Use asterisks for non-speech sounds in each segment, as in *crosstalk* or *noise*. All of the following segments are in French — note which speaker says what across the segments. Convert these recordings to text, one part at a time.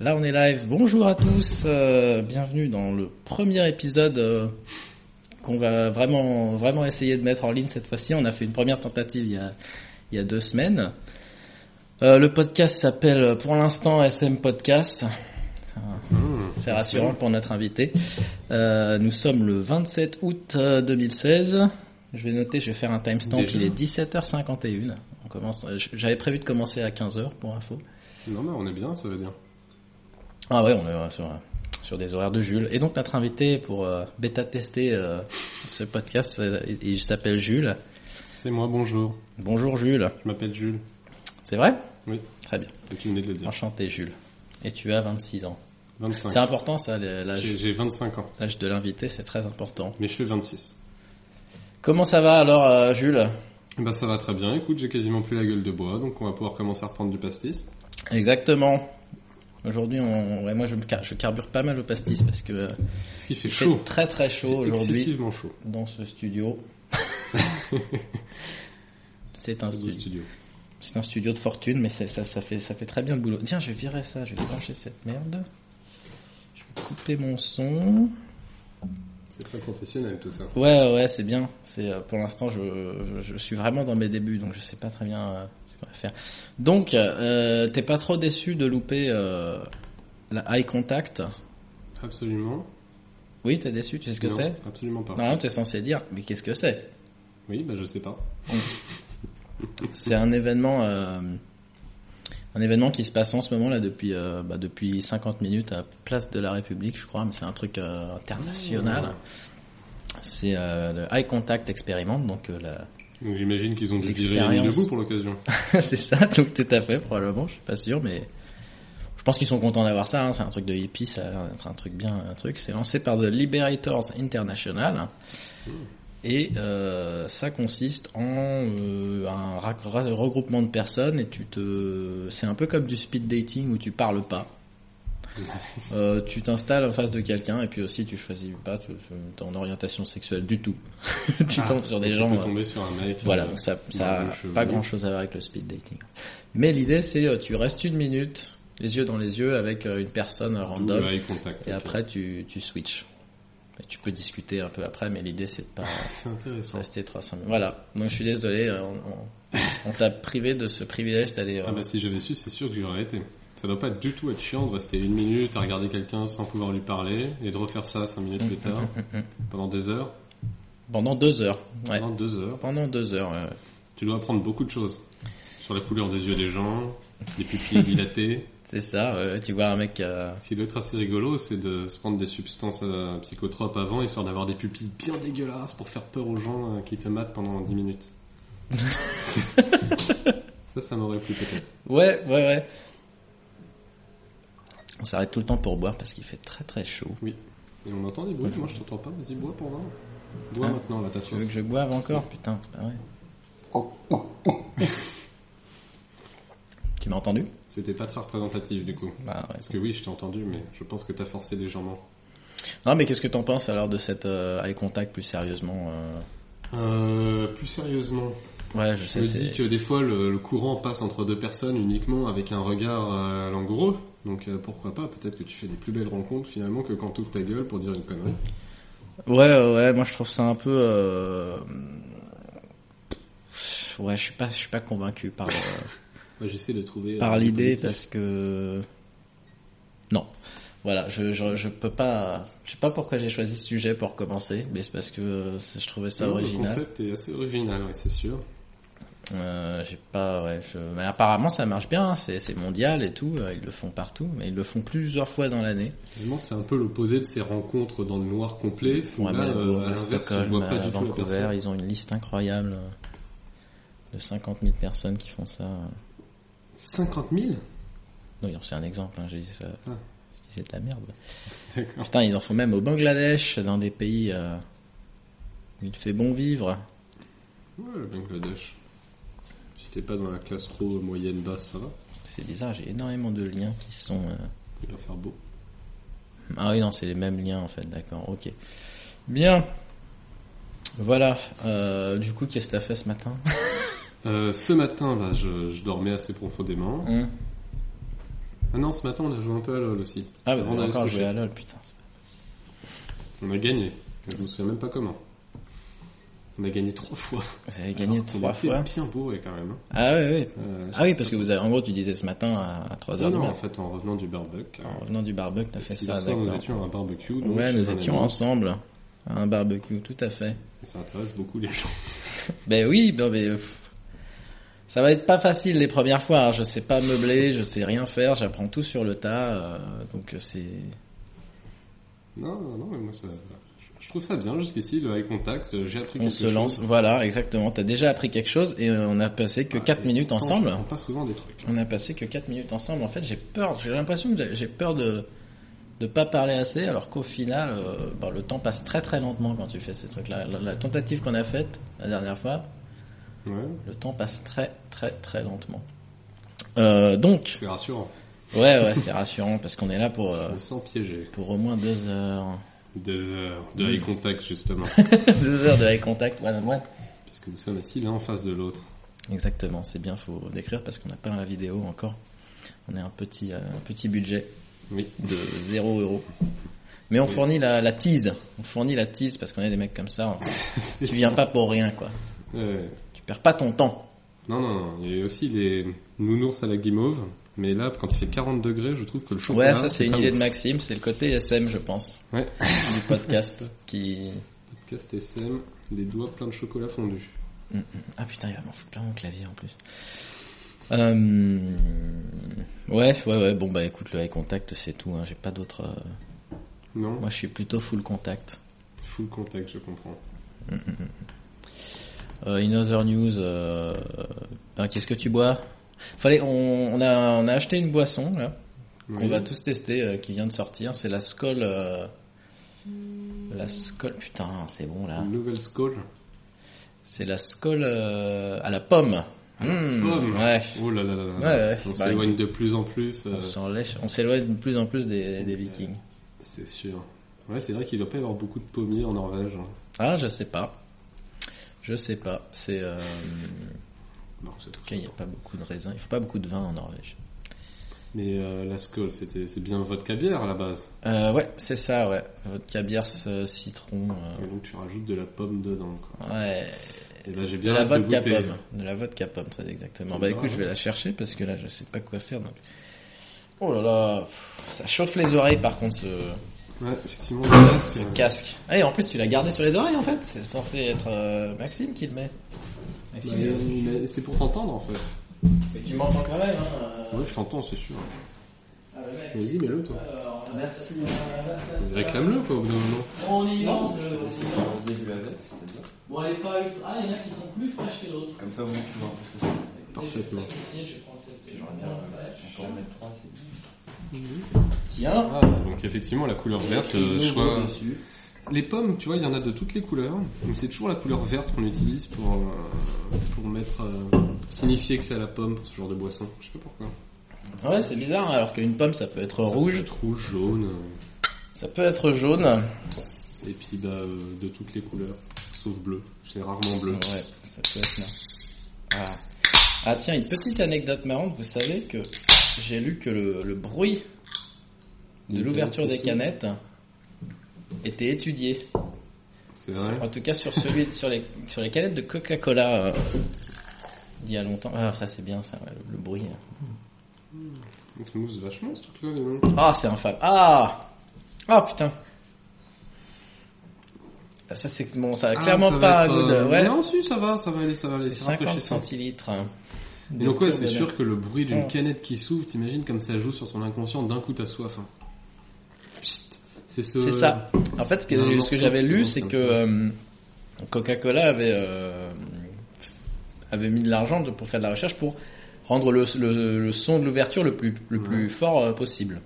Speaker 1: Là, on est live. Bonjour à tous. euh, bienvenue dans le premier épisode euh, qu'on va vraiment, vraiment essayer de mettre en ligne cette fois-ci. On a fait une première tentative il y a, il y a deux semaines. Euh, le podcast s'appelle euh, pour l'instant SM Podcast. C'est rassurant pour notre invité. Euh, nous sommes le 27 août euh, 2016. Je vais noter, je vais faire un timestamp.
Speaker 2: Déjà.
Speaker 1: Il est 17h51. On commence. euh, j- J'avais prévu de commencer à 15h pour info.
Speaker 2: Non, mais on est bien, ça veut dire.
Speaker 1: Ah ouais, on est euh, sur, euh, sur des horaires de Jules. Et donc notre invité pour euh, bêta tester euh, ce podcast, euh, il, il s'appelle Jules.
Speaker 2: C'est moi, bonjour.
Speaker 1: Bonjour Jules.
Speaker 2: Je m'appelle Jules.
Speaker 1: C'est vrai
Speaker 2: Oui.
Speaker 1: Très bien.
Speaker 2: Et tu venais de le dire.
Speaker 1: Enchanté Jules. Et tu as 26 ans. C'est
Speaker 2: 25.
Speaker 1: important ça, le-
Speaker 2: J'ai
Speaker 1: l'âge
Speaker 2: j'ai 25 ans.
Speaker 1: l'âge de l'invité, c'est très important.
Speaker 2: Mais je fais 26.
Speaker 1: Comment ça va alors euh, Jules
Speaker 2: Bah ça va très bien. Écoute, j'ai quasiment plus la gueule de bois, donc on va pouvoir commencer à reprendre du pastis.
Speaker 1: Exactement. Aujourd'hui, on, ouais, moi je, me car- je carbure pas mal au pastis parce que euh,
Speaker 2: Parce qu'il fait
Speaker 1: il fait
Speaker 2: chaud.
Speaker 1: très très chaud
Speaker 2: Il fait
Speaker 1: aujourd'hui
Speaker 2: Excessivement chaud
Speaker 1: dans ce studio. c'est un
Speaker 2: dans le
Speaker 1: studio.
Speaker 2: studio.
Speaker 1: C'est un studio de fortune, mais c'est- ça, ça, fait, ça fait très bien le boulot. Tiens, je vais virer ça, je vais brancher cette merde. Je vais couper mon son.
Speaker 2: C'est très professionnel tout ça.
Speaker 1: Ouais, ouais, c'est bien. C'est euh, Pour l'instant, je, je, je suis vraiment dans mes débuts, donc je sais pas très bien euh, ce qu'on va faire. Donc, euh, t'es pas trop déçu de louper euh, la Eye Contact
Speaker 2: Absolument.
Speaker 1: Oui, t'es déçu, tu sais ce que
Speaker 2: Non,
Speaker 1: c'est
Speaker 2: Absolument pas.
Speaker 1: Normalement, t'es censé dire, mais qu'est-ce que c'est
Speaker 2: Oui, bah je sais pas.
Speaker 1: C'est un événement, euh, un événement qui se passe en ce moment là depuis euh, bah, depuis 50 minutes à Place de la République, je crois, mais c'est un truc euh, international.
Speaker 2: Mmh.
Speaker 1: C'est euh, le High Contact Experiment, donc euh, la-
Speaker 2: Donc j'imagine qu'ils ont dû virer les lignes
Speaker 1: L'expérience.
Speaker 2: debout pour l'occasion.
Speaker 1: *laughs* c'est ça, donc tout à fait probablement, je suis pas sûr, mais je pense qu'ils sont contents d'avoir ça. hein, c'est un truc de hippie, ça a l'air d'être un truc bien, un truc. C'est lancé par The Liberators International. Et euh, ça consiste en euh, un ra- ra- regroupement de personnes et tu te, c'est un peu comme du speed dating où tu parles pas. Euh, tu t'installes en face de quelqu'un et puis aussi tu choisis pas t- ton orientation sexuelle du tout. *laughs* tu
Speaker 2: Ah,
Speaker 1: tombes sur des
Speaker 2: Tu
Speaker 1: gens.
Speaker 2: peux
Speaker 1: euh,
Speaker 2: tomber sur un mec.
Speaker 1: voilà,
Speaker 2: euh,
Speaker 1: donc ça, ça
Speaker 2: le
Speaker 1: a
Speaker 2: cheveu.
Speaker 1: pas grand chose à voir avec le speed dating. Mais l'idée c'est euh, tu restes une minute, les yeux dans les yeux avec euh, une personne
Speaker 2: d'où
Speaker 1: random
Speaker 2: le eye contact.
Speaker 1: et
Speaker 2: Ok.
Speaker 1: après tu, tu switches. Et tu peux discuter un peu après, mais l'idée c'est de
Speaker 2: *laughs*
Speaker 1: pas
Speaker 2: C'est intéressant.
Speaker 1: rester 300 000. Voilà, donc je suis désolé, euh, on, on- on t'a privé de ce privilège d'aller... euh,
Speaker 2: Ah bah si j'avais su, c'est sûr que j'y aurais été. Ça doit pas du tout être chiant de rester une minute à regarder quelqu'un sans pouvoir lui parler et de refaire ça cinq minutes plus tard pendant des heures,
Speaker 1: pendant deux heures. Ouais.
Speaker 2: pendant deux heures.
Speaker 1: Pendant deux heures. euh, ouais.
Speaker 2: Tu dois apprendre beaucoup de choses sur la couleur des yeux des gens, les pupilles dilatées.
Speaker 1: C'est ça, ouais, ouais, tu vois un mec... euh,
Speaker 2: Ce qui doit être assez rigolo, c'est de se prendre des substances euh, psychotropes avant histoire d'avoir des pupilles bien dégueulasses pour faire peur aux gens euh, qui te matent pendant 10 minutes.
Speaker 1: *laughs*
Speaker 2: ça, ça m'aurait plu peut-être.
Speaker 1: Ouais, ouais, ouais. On s'arrête tout le temps pour boire parce qu'il fait très très chaud.
Speaker 2: Et on entend des bruits, moi je t'entends pas, vas-y bois pour voir. Bois
Speaker 1: Ah.
Speaker 2: maintenant, là t'as
Speaker 1: Tu
Speaker 2: soif.
Speaker 1: veux que je boive encore Putain, c'est pas vrai. tu m'as entendu
Speaker 2: C'était pas très représentatif du coup.
Speaker 1: Bah ouais.
Speaker 2: Parce que oui, je t'ai entendu, mais je pense que t'as forcé légèrement.
Speaker 1: Non mais qu'est-ce que t'en penses alors de cette euh, eye contact plus sérieusement euh,
Speaker 2: Euh, plus sérieusement,
Speaker 1: Ouais, je
Speaker 2: je
Speaker 1: sais,
Speaker 2: me dis
Speaker 1: c'est...
Speaker 2: que des fois le, le courant passe entre deux personnes uniquement avec un regard euh, langoureux. Donc euh, pourquoi pas, peut-être que tu fais des plus belles rencontres finalement que quand t'ouvres ta gueule pour dire une connerie.
Speaker 1: Ouais, ouais, ouais, moi je trouve ça un peu. euh, Ouais, je suis pas, je suis pas convaincu par euh,
Speaker 2: Moi j'essaie de trouver... euh,
Speaker 1: par
Speaker 2: du
Speaker 1: l'idée
Speaker 2: positif.
Speaker 1: parce que non, voilà, je je, je peux pas, je sais pas pourquoi j'ai choisi ce sujet pour commencer, mais c'est parce que euh, c'est- je trouvais ça
Speaker 2: Non, Le
Speaker 1: original.
Speaker 2: concept est assez original, ouais, c'est sûr.
Speaker 1: Euh, j'ai pas, ouais, je- mais apparemment ça marche bien, hein, c'est c'est mondial et tout, euh, ils le font partout, mais ils le font plusieurs fois dans l'année.
Speaker 2: Finalement c'est un peu l'opposé de ces rencontres dans le noir complet.
Speaker 1: Ils
Speaker 2: où
Speaker 1: font à
Speaker 2: là, euh,
Speaker 1: Melbourne,
Speaker 2: à
Speaker 1: à
Speaker 2: l'inverse, tu
Speaker 1: Stockholm,
Speaker 2: vois pas
Speaker 1: à
Speaker 2: du tout la
Speaker 1: Vancouver,
Speaker 2: personne.
Speaker 1: ils ont une liste incroyable euh, de 50 000 personnes qui font ça.
Speaker 2: 50 000
Speaker 1: Non, c'est un exemple, hein, j'ai dit ça.
Speaker 2: Ah.
Speaker 1: Je disais de la merde.
Speaker 2: *laughs* D'accord.
Speaker 1: Putain, ils en font même au Bangladesh, dans des pays euh, où il fait bon vivre.
Speaker 2: Ouais, le Bangladesh. Si t'es pas dans la classe trop euh, moyenne basse, ça va.
Speaker 1: C'est bizarre, j'ai énormément de liens qui sont... euh,
Speaker 2: Il va faire beau.
Speaker 1: Ah oui, non, c'est les mêmes liens en fait, d'accord, ok. Bien. Voilà. Euh, du coup, qu'est-ce que t'as fait ce matin hein
Speaker 2: Euh, ce matin, là, je, je dormais assez profondément.
Speaker 1: Hum,
Speaker 2: Ah non, ce matin, on a joué un peu à LoL aussi.
Speaker 1: Ah, vous
Speaker 2: Avant
Speaker 1: avez
Speaker 2: d'aller se
Speaker 1: encore joué
Speaker 2: coucher.
Speaker 1: à LoL, putain. c'est pas-
Speaker 2: On a gagné. Je me souviens même pas comment. On a gagné trois fois.
Speaker 1: Vous avez gagné
Speaker 2: Alors qu'on
Speaker 1: trois
Speaker 2: était
Speaker 1: fois.
Speaker 2: Bien bourré quand même. hein.
Speaker 1: Ah oui, oui.
Speaker 2: Euh,
Speaker 1: Ah oui, parce que vous avez, en gros, tu disais ce matin à
Speaker 2: non,
Speaker 1: 3h du
Speaker 2: non, en
Speaker 1: mat.
Speaker 2: fait, en revenant du barbecue.
Speaker 1: En revenant du barbecue, t'as fait
Speaker 2: Si
Speaker 1: Ah, ça,
Speaker 2: soir, nous
Speaker 1: d'accord.
Speaker 2: étions à un barbecue. donc
Speaker 1: Ouais,
Speaker 2: chez
Speaker 1: nous
Speaker 2: un
Speaker 1: étions
Speaker 2: ami.
Speaker 1: ensemble à un barbecue, tout à fait.
Speaker 2: Ça intéresse beaucoup les gens. *laughs*
Speaker 1: Ben oui, non mais... pff, Ça va être pas facile les premières fois, hein. je sais pas meubler, je sais rien faire, j'apprends tout sur le tas, euh, donc c'est...
Speaker 2: Non, non, non, mais moi ça. Je trouve ça bien jusqu'ici, le eye contact. euh, J'ai appris
Speaker 1: On
Speaker 2: quelque
Speaker 1: se
Speaker 2: chose. Ah,
Speaker 1: lance, voilà, exactement, t'as déjà appris quelque chose et euh, on a passé que
Speaker 2: Ouais,
Speaker 1: 4
Speaker 2: et
Speaker 1: minutes
Speaker 2: pourtant,
Speaker 1: ensemble.
Speaker 2: Je prends pas souvent des trucs.
Speaker 1: On a passé que 4 minutes ensemble, en fait j'ai peur, j'ai l'impression que j'ai- j'ai peur de de pas parler assez, alors qu'au final, euh, bah, le temps passe très très lentement quand tu fais ces trucs-là. La, la tentative qu'on a faite la dernière fois,
Speaker 2: Ouais,
Speaker 1: le temps passe très très très lentement. Euh, donc,
Speaker 2: c'est rassurant.
Speaker 1: Ouais, ouais, c'est rassurant parce qu'on est là pour euh,
Speaker 2: On sent piégé.
Speaker 1: pour au moins deux heures,
Speaker 2: Deux heures de eye contact
Speaker 1: *laughs*
Speaker 2: justement.
Speaker 1: deux heures de eye contact one on one.
Speaker 2: Puisque nous sommes assis l'un en face de l'autre.
Speaker 1: Exactement, c'est bien, faut décrire parce qu'on n'a pas la vidéo encore. On a un petit euh, un petit budget
Speaker 2: Oui.
Speaker 1: de 0 euros. Mais on fournit la, la tease, on fournit la tease parce qu'on est des mecs comme ça. on- tu *laughs* viens pas pour rien quoi.
Speaker 2: Ouais.
Speaker 1: Tu perds pas ton temps.
Speaker 2: Non, non, non, il y a aussi les nounours à la guimauve, mais là, quand il fait 40 degrés, je trouve que le chocolat...
Speaker 1: Ouais, ça c'est une
Speaker 2: pas
Speaker 1: idée de
Speaker 2: ouf.
Speaker 1: Maxime, c'est le côté SM je pense
Speaker 2: Ouais.
Speaker 1: *laughs* du podcast qui
Speaker 2: Podcast SM, des doigts pleins de chocolat fondu.
Speaker 1: Ah putain, il va m'en foutre plein mon clavier en plus. Euh... Ouais, ouais, ouais. Bon bah écoute, le high contact c'est tout. Hein. J'ai pas d'autre. euh,
Speaker 2: Non
Speaker 1: Moi, je suis plutôt full contact.
Speaker 2: Full contact, je comprends.
Speaker 1: Euh, in other news, euh... ben, qu'est-ce que tu bois Fallait, on, on a, on a acheté une boisson là.
Speaker 2: Oui.
Speaker 1: qu'on va tous tester, euh, qui vient de sortir. C'est la Skol. euh, La Skol, putain, c'est bon là.
Speaker 2: Une nouvelle scole.
Speaker 1: C'est la Skol euh, à la pomme. Mmh,
Speaker 2: Pomme.
Speaker 1: Ouais.
Speaker 2: Oh là là là là.
Speaker 1: Ouais, ouais.
Speaker 2: On
Speaker 1: Bah,
Speaker 2: s'éloigne de plus en plus, euh,
Speaker 1: On s'en lèche- on s'éloigne de plus en plus des, des Vikings.
Speaker 2: c'est sûr. Ouais, c'est vrai qu'il doit pas y avoir beaucoup de pommiers en Norvège. hein.
Speaker 1: Ah, je sais pas. Je sais pas. C'est euh...
Speaker 2: Non, c'est tout.
Speaker 1: ok, il n'y a pas beaucoup de raisins. Il faut pas beaucoup de vin en Norvège.
Speaker 2: Mais euh, la scole, c'était, c'est bien vodka bière à la base.
Speaker 1: Euh, ouais, c'est ça. Ouais, vodka bière ce citron.
Speaker 2: Et donc tu rajoutes de la pomme dedans, quoi.
Speaker 1: euh, Ouais,
Speaker 2: Et là, j'ai
Speaker 1: de
Speaker 2: bien
Speaker 1: la
Speaker 3: Ah,
Speaker 2: hâte de
Speaker 1: vodka
Speaker 2: goûter.
Speaker 1: pomme, de la vodka pomme, très exactement.
Speaker 2: Eh
Speaker 1: Bah
Speaker 2: ben,
Speaker 1: écoute, je vais la chercher parce que là, je sais pas quoi faire. Donc... Oh là là, pff, ça chauffe les oreilles par contre ce,
Speaker 2: Ouais, effectivement, le casque,
Speaker 1: ce
Speaker 2: euh,
Speaker 1: casque. Ah, et en plus, tu l'as gardé sur les oreilles en fait. C'est censé être euh, Maxime qui le met.
Speaker 2: bah, euh,
Speaker 1: Maxime,
Speaker 2: il- mais c'est pour t'entendre, en fait.
Speaker 1: mais tu m'entends quand même. Hein, euh,
Speaker 2: Oui, je t'entends, c'est sûr.
Speaker 1: ah, le mec.
Speaker 2: Vas-y, mets-le, toi.
Speaker 1: Alors, merci.
Speaker 2: Réclame-le, quoi, au bout d'un moment.
Speaker 1: On y lance.
Speaker 3: euh, début avec, c'est bien.
Speaker 1: Bon, les pailles. Ah, il y en a qui sont plus fraîches que d'autres.
Speaker 3: Comme ça, au moins, tu vois un peu ce que c'est.
Speaker 2: Parfaitement.
Speaker 1: Je vais prendre cette
Speaker 3: Ah, J'en ai un, encore mettre trois, c'est bien.
Speaker 2: Mhm.
Speaker 1: Tiens.
Speaker 2: Ah, Donc, effectivement, la couleur verte,
Speaker 3: Et
Speaker 2: euh,
Speaker 3: le
Speaker 2: choix...
Speaker 3: logo dessus.
Speaker 2: Les pommes, tu vois, il y en a de toutes les couleurs. Mais c'est toujours la couleur verte qu'on utilise pour, euh, pour mettre... euh, signifier que c'est à la pomme, pour ce genre de boisson. Je sais pas pourquoi.
Speaker 1: Ouais, c'est bizarre, hein, alors qu'une pomme, ça peut être
Speaker 2: Ça
Speaker 1: rouge,
Speaker 2: peut être Rouge, jaune... euh,
Speaker 1: ça peut être jaune.
Speaker 2: Et puis, bah, euh, de toutes les couleurs. Sauf bleu. C'est rarement bleu.
Speaker 1: Ouais, ça peut être là. Ah. Ah, tiens, une petite anecdote marrante. Vous savez que j'ai lu que le, le bruit de
Speaker 2: Une
Speaker 1: l'ouverture des
Speaker 2: canette
Speaker 1: canettes était étudié.
Speaker 2: C'est
Speaker 1: Sur-
Speaker 2: vrai.
Speaker 1: en tout cas, sur celui, sur les, sur les canettes de Coca-Cola, euh, il y a longtemps. Ah, ça c'est bien, ça, ouais, le, le bruit. hein.
Speaker 2: Ça mousse vachement, ce truc-là, dis donc.
Speaker 1: Ah, c'est infâme. Ah, ah putain. Ah, Ça c'est bon, ça a clairement
Speaker 2: Ah, ça va
Speaker 1: pas un
Speaker 2: être,
Speaker 1: goût de.
Speaker 2: euh,
Speaker 1: Ouais,
Speaker 2: Non, si, ça va, ça va aller, ça va aller.
Speaker 1: c'est
Speaker 2: c'est rafraîchissant.
Speaker 1: 50 centilitres. hein,
Speaker 2: Et
Speaker 1: de
Speaker 2: donc ouais,
Speaker 1: pur
Speaker 2: c'est
Speaker 1: bonheur.
Speaker 2: sûr que le bruit d'une
Speaker 1: Sans-
Speaker 2: canette qui s'ouvre, t'imagines comme ça joue sur son inconscient, d'un coup t'as soif. hein. Psst. C'est ce...
Speaker 1: C'est ça. En fait, ce que,
Speaker 2: Non,
Speaker 1: ce
Speaker 2: non,
Speaker 1: que
Speaker 2: non,
Speaker 1: j'avais lu,
Speaker 2: non,
Speaker 1: c'est
Speaker 2: comme
Speaker 1: que
Speaker 2: ça.
Speaker 1: euh, Coca-Cola avait euh, avait mis de l'argent de- pour faire de la recherche pour rendre le, le- le son de l'ouverture le plus le plus
Speaker 2: Ouais.
Speaker 1: fort euh,
Speaker 2: *laughs*
Speaker 1: possible.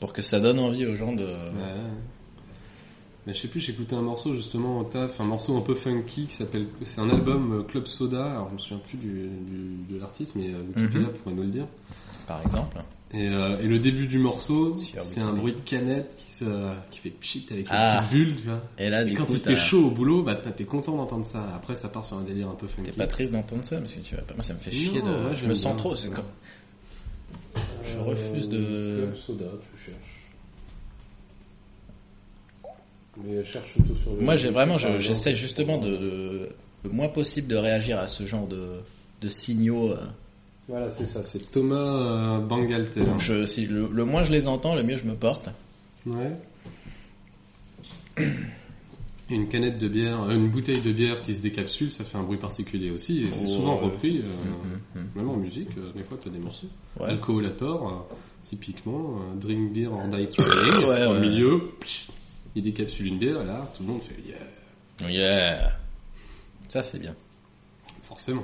Speaker 1: pour que ça donne envie aux gens de.
Speaker 2: Ouais, ouais. Mais je sais plus, j'écoutais un morceau justement au taf, un morceau un peu funky qui s'appelle... C'est un album euh, Club Soda, alors je me souviens plus du, du- de l'artiste, mais euh,
Speaker 1: Mhm.
Speaker 2: Wikipédia pourrait nous le dire.
Speaker 1: Par exemple.
Speaker 2: Et, euh, et le début du morceau,
Speaker 1: Sur
Speaker 2: c'est un
Speaker 1: Wikipédia.
Speaker 2: bruit de canette qui, se, qui fait pchit avec
Speaker 1: Ah. euh,
Speaker 2: sa petite bulle, tu vois.
Speaker 1: Et là,
Speaker 2: Et
Speaker 1: du
Speaker 2: quand
Speaker 1: coup,
Speaker 2: il fait
Speaker 1: t'as-
Speaker 2: chaud au boulot, bah t'as- t'es content d'entendre ça. Après, ça part sur un délire un peu funky.
Speaker 1: t'es pas triste d'entendre ça parce que tu vas pas. Moi, ça me fait
Speaker 2: Non,
Speaker 1: chier de.
Speaker 2: ouais,
Speaker 1: je
Speaker 2: j'aime
Speaker 1: me
Speaker 2: bien.
Speaker 1: sens trop. C'est
Speaker 2: Ouais.
Speaker 1: comme- Je
Speaker 2: Euh,
Speaker 1: refuse de-
Speaker 2: Club soda, tu cherches. Mais cherche plutôt sur le-
Speaker 1: Moi, j'ai vraiment,
Speaker 2: par
Speaker 1: je-
Speaker 2: exemple,
Speaker 1: j'essaie justement
Speaker 2: pour-
Speaker 1: de, de- le moins possible de réagir à ce genre de, de signaux. euh.
Speaker 2: Voilà, c'est ça, c'est Thomas euh, Bangalter.
Speaker 1: Donc, je, si le, le moins je les entends, le mieux je me porte.
Speaker 2: Ouais. Et Une canette de bière, euh, une bouteille de bière qui se décapsule, ça fait un bruit particulier aussi, et c'est
Speaker 1: Oh,
Speaker 2: souvent
Speaker 1: ouais.
Speaker 2: repris, euh,
Speaker 1: Mhm, mhm.
Speaker 2: même en musique, euh, des fois t'as des morceaux.
Speaker 1: Ouais.
Speaker 2: Alcoolator, euh, typiquement, euh, drink beer or die
Speaker 1: Ouais,
Speaker 2: trying,
Speaker 1: ouais.
Speaker 2: au milieu, psh, il décapsule une bière, et là, tout le monde fait yeah,
Speaker 1: Yeah. Ça c'est bien.
Speaker 2: forcément.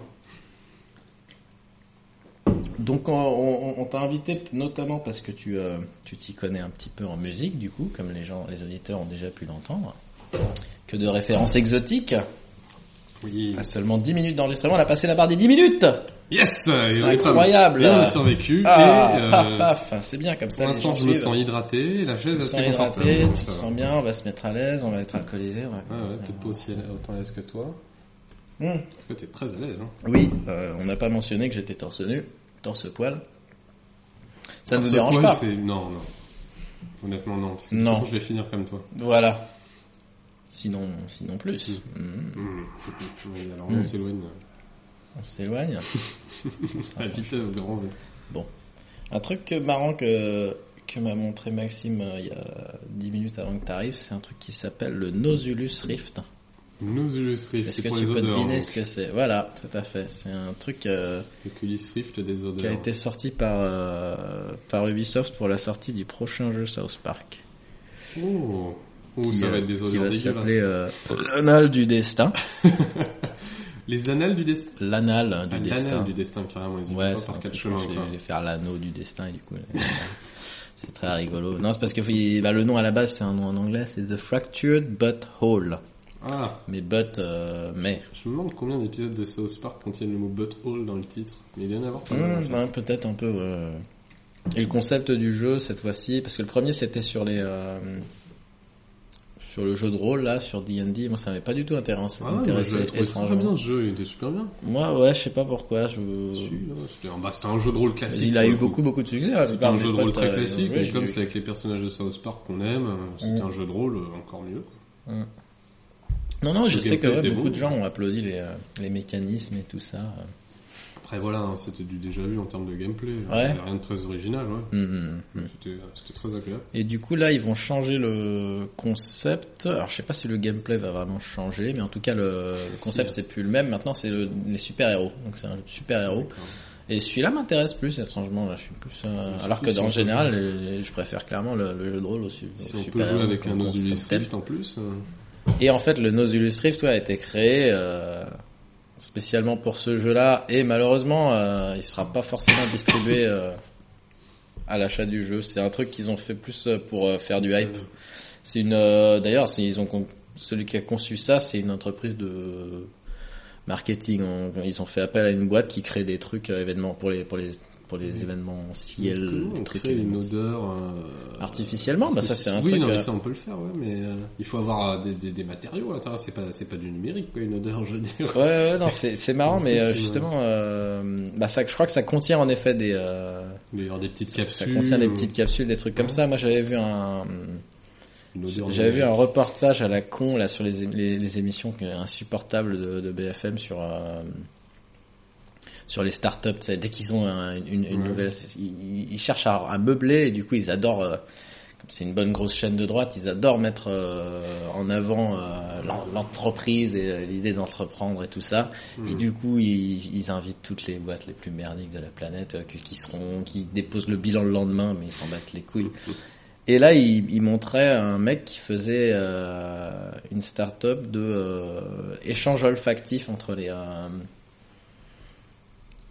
Speaker 1: Donc on, on- on t'a invité notamment parce que tu euh, tu t'y connais un petit peu en musique du coup, comme les gens, les auditeurs ont déjà pu l'entendre, que de références exotiques.
Speaker 2: Oui.
Speaker 1: À seulement 10 minutes d'enregistrement, on a passé la barre des 10 minutes.
Speaker 2: Yes!
Speaker 1: C'est incroyable.
Speaker 2: Et on a survécu,
Speaker 1: Ah,
Speaker 2: et, euh,
Speaker 1: paf paf, c'est bien comme ça.
Speaker 2: pour
Speaker 1: les gens
Speaker 2: l'instant, je me
Speaker 1: suivent.
Speaker 2: sens hydraté, la
Speaker 1: Tu
Speaker 2: chaise
Speaker 1: te
Speaker 2: assez
Speaker 1: sens hydraté,
Speaker 2: confortable, donc
Speaker 1: tu te
Speaker 2: ça va.
Speaker 1: sens bien, on va se mettre à l'aise, on va être alcoolisé. on va
Speaker 2: Ouais,
Speaker 1: commencer
Speaker 2: ouais,
Speaker 1: à-
Speaker 2: peut-être pas aussi à la- autant à l'aise que toi.
Speaker 1: Mmh.
Speaker 2: Parce que t'es très à l'aise. Hein.
Speaker 1: Oui, euh, on n'a pas mentionné que j'étais torse nu, torse poil. Ça ne vous
Speaker 2: Parce que
Speaker 1: dérange
Speaker 2: moi,
Speaker 1: pas
Speaker 2: c'est- Non, non. Honnêtement, non. Parce que de
Speaker 1: Non.
Speaker 2: toute façon, je vais finir comme toi.
Speaker 1: Voilà. Sinon, sinon plus. Mmh.
Speaker 2: Mmh. *laughs* Oui, alors,
Speaker 1: Mmh.
Speaker 2: on s'éloigne
Speaker 1: On s'éloigne.
Speaker 2: à la vitesse grand V.
Speaker 1: Un truc que- marrant que, que m'a montré Maxime euh, il y a 10 minutes avant que tu arrives, c'est un truc qui s'appelle le Nosulus Rift.
Speaker 2: Nauseous Rift,
Speaker 1: Est-ce
Speaker 2: c'est
Speaker 1: que
Speaker 2: pour
Speaker 1: tu
Speaker 2: les
Speaker 1: peux
Speaker 2: odeurs.
Speaker 1: deviner
Speaker 2: hein.
Speaker 1: ce que c'est Voilà, tout à fait. C'est un truc... euh,
Speaker 2: Le Cullis Rift des
Speaker 1: qui a
Speaker 2: odeurs.
Speaker 1: été sorti par, euh, par Ubisoft pour la sortie du prochain jeu South Park.
Speaker 2: Oh, Oh,
Speaker 1: qui,
Speaker 2: ça va
Speaker 1: euh,
Speaker 2: être des
Speaker 1: qui
Speaker 2: odeurs
Speaker 1: va
Speaker 2: dégueulasses.
Speaker 1: s'appeler euh, l'anal du destin.
Speaker 2: Les annales du destin.
Speaker 1: L'anal hein,
Speaker 2: Ah,
Speaker 1: du destin.
Speaker 2: L'anal du destin, carrément. Ils ont
Speaker 1: Ouais,
Speaker 2: pas
Speaker 1: c'est un
Speaker 2: par
Speaker 1: truc,
Speaker 2: quatre
Speaker 1: je pense
Speaker 2: chemins.
Speaker 1: que
Speaker 2: quoi.
Speaker 1: je vais faire l'anneau du destin et du coup... *laughs* euh, c'est très rigolo. Non, c'est parce que il- bah, le nom à la base, c'est un nom en anglais, c'est The Fractured But Whole.
Speaker 2: Ah,
Speaker 1: Mais but, euh, mais.
Speaker 2: je me demande combien d'épisodes de South Park contiennent le mot butthole dans le titre. Mais il doit y en avoir pas mal, en
Speaker 1: Hum,
Speaker 2: fait.
Speaker 1: ben, peut-être un peu. euh. Et le concept du jeu cette fois-ci, parce que le premier c'était sur les euh, sur le jeu de rôle là, sur D&D, moi ça m'avait pas du tout intéressé,
Speaker 2: Ah ouais, moi, je
Speaker 1: intéressé
Speaker 2: l'avais trouvé super bien
Speaker 1: étrangement.
Speaker 2: ce jeu, il était super bien.
Speaker 1: Moi ouais, je sais pas pourquoi. Je...
Speaker 2: Si, là, C'était un, bah, c'était un jeu de rôle classique.
Speaker 1: Il a
Speaker 2: pour
Speaker 1: eu
Speaker 2: le coup.
Speaker 1: beaucoup beaucoup de succès. hein, la
Speaker 2: C'était
Speaker 1: plupart
Speaker 2: Bah, un
Speaker 1: de mes
Speaker 2: jeu de rôle
Speaker 1: potes,
Speaker 2: très
Speaker 1: euh,
Speaker 2: classique,
Speaker 1: ouais,
Speaker 2: mais
Speaker 1: j'ai
Speaker 2: comme
Speaker 1: eu-
Speaker 2: c'est avec les personnages de South Park qu'on aime, euh, c'était
Speaker 1: Mm.
Speaker 2: un jeu de rôle euh, encore mieux.
Speaker 1: Hum. Non non, je
Speaker 2: Le
Speaker 1: sais que
Speaker 2: gameplay
Speaker 1: ouais,
Speaker 2: était
Speaker 1: beaucoup
Speaker 2: beau.
Speaker 1: de gens ont applaudi les euh, les mécanismes et tout ça. euh.
Speaker 2: Après voilà, hein, c'était du déjà vu en termes de gameplay, hein. Il y
Speaker 1: Ouais.
Speaker 2: avait rien de très original, ouais.
Speaker 1: Hum, hum, hum.
Speaker 2: C'était euh, c'était très agréable.
Speaker 1: Et du coup, là, ils vont changer le concept. Alors, je sais pas si le gameplay va vraiment changer, mais en tout cas, le concept, c'est plus le même. Maintenant, c'est le- les super-héros. Donc, c'est un jeu de super-héros. Et celui-là m'intéresse plus, étrangement. Là, je suis plus, euh,
Speaker 2: Mais
Speaker 1: Alors que,
Speaker 2: surtout, si
Speaker 1: en
Speaker 2: on
Speaker 1: général, les- je préfère clairement le, le jeu de rôle au, su-
Speaker 2: Si
Speaker 1: au
Speaker 2: on peut
Speaker 1: super-héros
Speaker 2: jouer avec
Speaker 1: comme
Speaker 2: un Oculus
Speaker 1: concept.
Speaker 2: Rift en plus, euh,
Speaker 1: Et en fait, le Nautilus Rift ouais, a été créé euh, spécialement pour ce jeu-là, et malheureusement, euh, il sera pas forcément distribué euh, à l'achat du jeu. C'est un truc qu'ils ont fait plus euh, pour euh, faire du hype. C'est une, euh, d'ailleurs, c'est- ils ont con- celui qui a conçu ça, c'est une entreprise de marketing. On- ils ont fait appel à une boîte qui crée des trucs euh, événements pour les pour les pour les événements ciel,
Speaker 2: comment on
Speaker 1: les trucs
Speaker 2: crée une
Speaker 1: événements-
Speaker 2: odeur euh,
Speaker 1: artificiellement. Bah ça, c'est un
Speaker 2: oui,
Speaker 1: truc.
Speaker 2: non, mais
Speaker 1: euh,
Speaker 2: ça on peut le faire, ouais, mais euh, il faut avoir euh, des, des, des matériaux à l'intérieur, c'est pas c'est pas du numérique quoi, une odeur, *laughs* je veux dire.
Speaker 1: Ouais, ouais, ouais, non, c'est c'est marrant, mais euh,
Speaker 2: *laughs* Ouais.
Speaker 1: justement, euh, bah ça, je crois que ça contient en effet des, euh,
Speaker 2: Il doit y avoir des petites
Speaker 1: ça
Speaker 2: capsules.
Speaker 1: contient des
Speaker 2: euh,
Speaker 1: petites capsules, des trucs comme
Speaker 2: Ouais.
Speaker 1: ça. Moi, j'avais vu un,
Speaker 2: une odeur
Speaker 1: j'avais vu un
Speaker 2: numérique.
Speaker 1: reportage à la con là sur les, é- les, les émissions qui- insupportables de, de BFM sur euh, sur les startups. tu sais, Dès qu'ils ont un- une, une
Speaker 2: Ouais.
Speaker 1: nouvelle, ils, ils cherchent à, à meubler et du coup, ils adorent. euh, comme c'est une bonne grosse chaîne de droite, ils adorent mettre euh, en avant euh, l'en- l'entreprise et euh, l'idée d'entreprendre et tout ça. Et
Speaker 2: Mhm.
Speaker 1: du coup, ils, ils invitent toutes les boîtes les plus merdiques de la planète, euh, que- qui seront, qui déposent le bilan le lendemain, mais ils s'en battent les couilles. Et là, ils il montraient un mec qui faisait euh, une start-up de euh, échange olfactif entre les euh,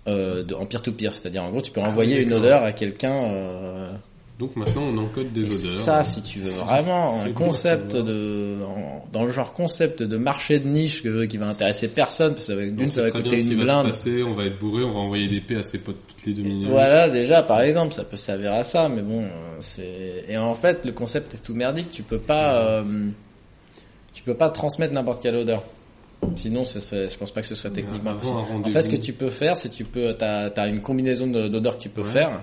Speaker 1: euh, de, en peer-to-peer, c'est-à-dire en gros, tu peux
Speaker 2: Ah oui,
Speaker 1: envoyer une
Speaker 2: d'accord.
Speaker 1: odeur à quelqu'un. euh,
Speaker 2: Donc maintenant on encode des
Speaker 1: et
Speaker 2: odeurs. euh,
Speaker 1: ça, si tu veux
Speaker 2: C'est-
Speaker 1: vraiment
Speaker 2: c'est
Speaker 1: un
Speaker 2: bon à
Speaker 1: concept
Speaker 2: savoir.
Speaker 1: de, en- dans le genre concept de marché de niche que, qui va intéresser personne, parce que ça va-
Speaker 2: On
Speaker 1: d'une ça
Speaker 2: sait
Speaker 1: va
Speaker 2: très bien
Speaker 1: coûter
Speaker 2: ce qui
Speaker 1: une
Speaker 2: va se
Speaker 1: blinde.
Speaker 2: passer, on va être bourré, on va envoyer des paix à ses potes toutes les deux minutes.
Speaker 1: Voilà, déjà, par exemple, ça peut servir à ça, mais bon, euh, c'est. Et en fait, le concept est tout merdique. Tu peux pas, euh, tu peux pas transmettre n'importe quelle odeur. Sinon, ce serait- je pense pas que ce soit techniquement
Speaker 2: Avant
Speaker 1: possible.
Speaker 2: un
Speaker 1: En
Speaker 2: rendez-vous.
Speaker 1: fait, ce que tu peux faire, c'est tu peux, t'as, t'as une combinaison de- d'odeurs que tu peux
Speaker 2: Ouais.
Speaker 1: faire.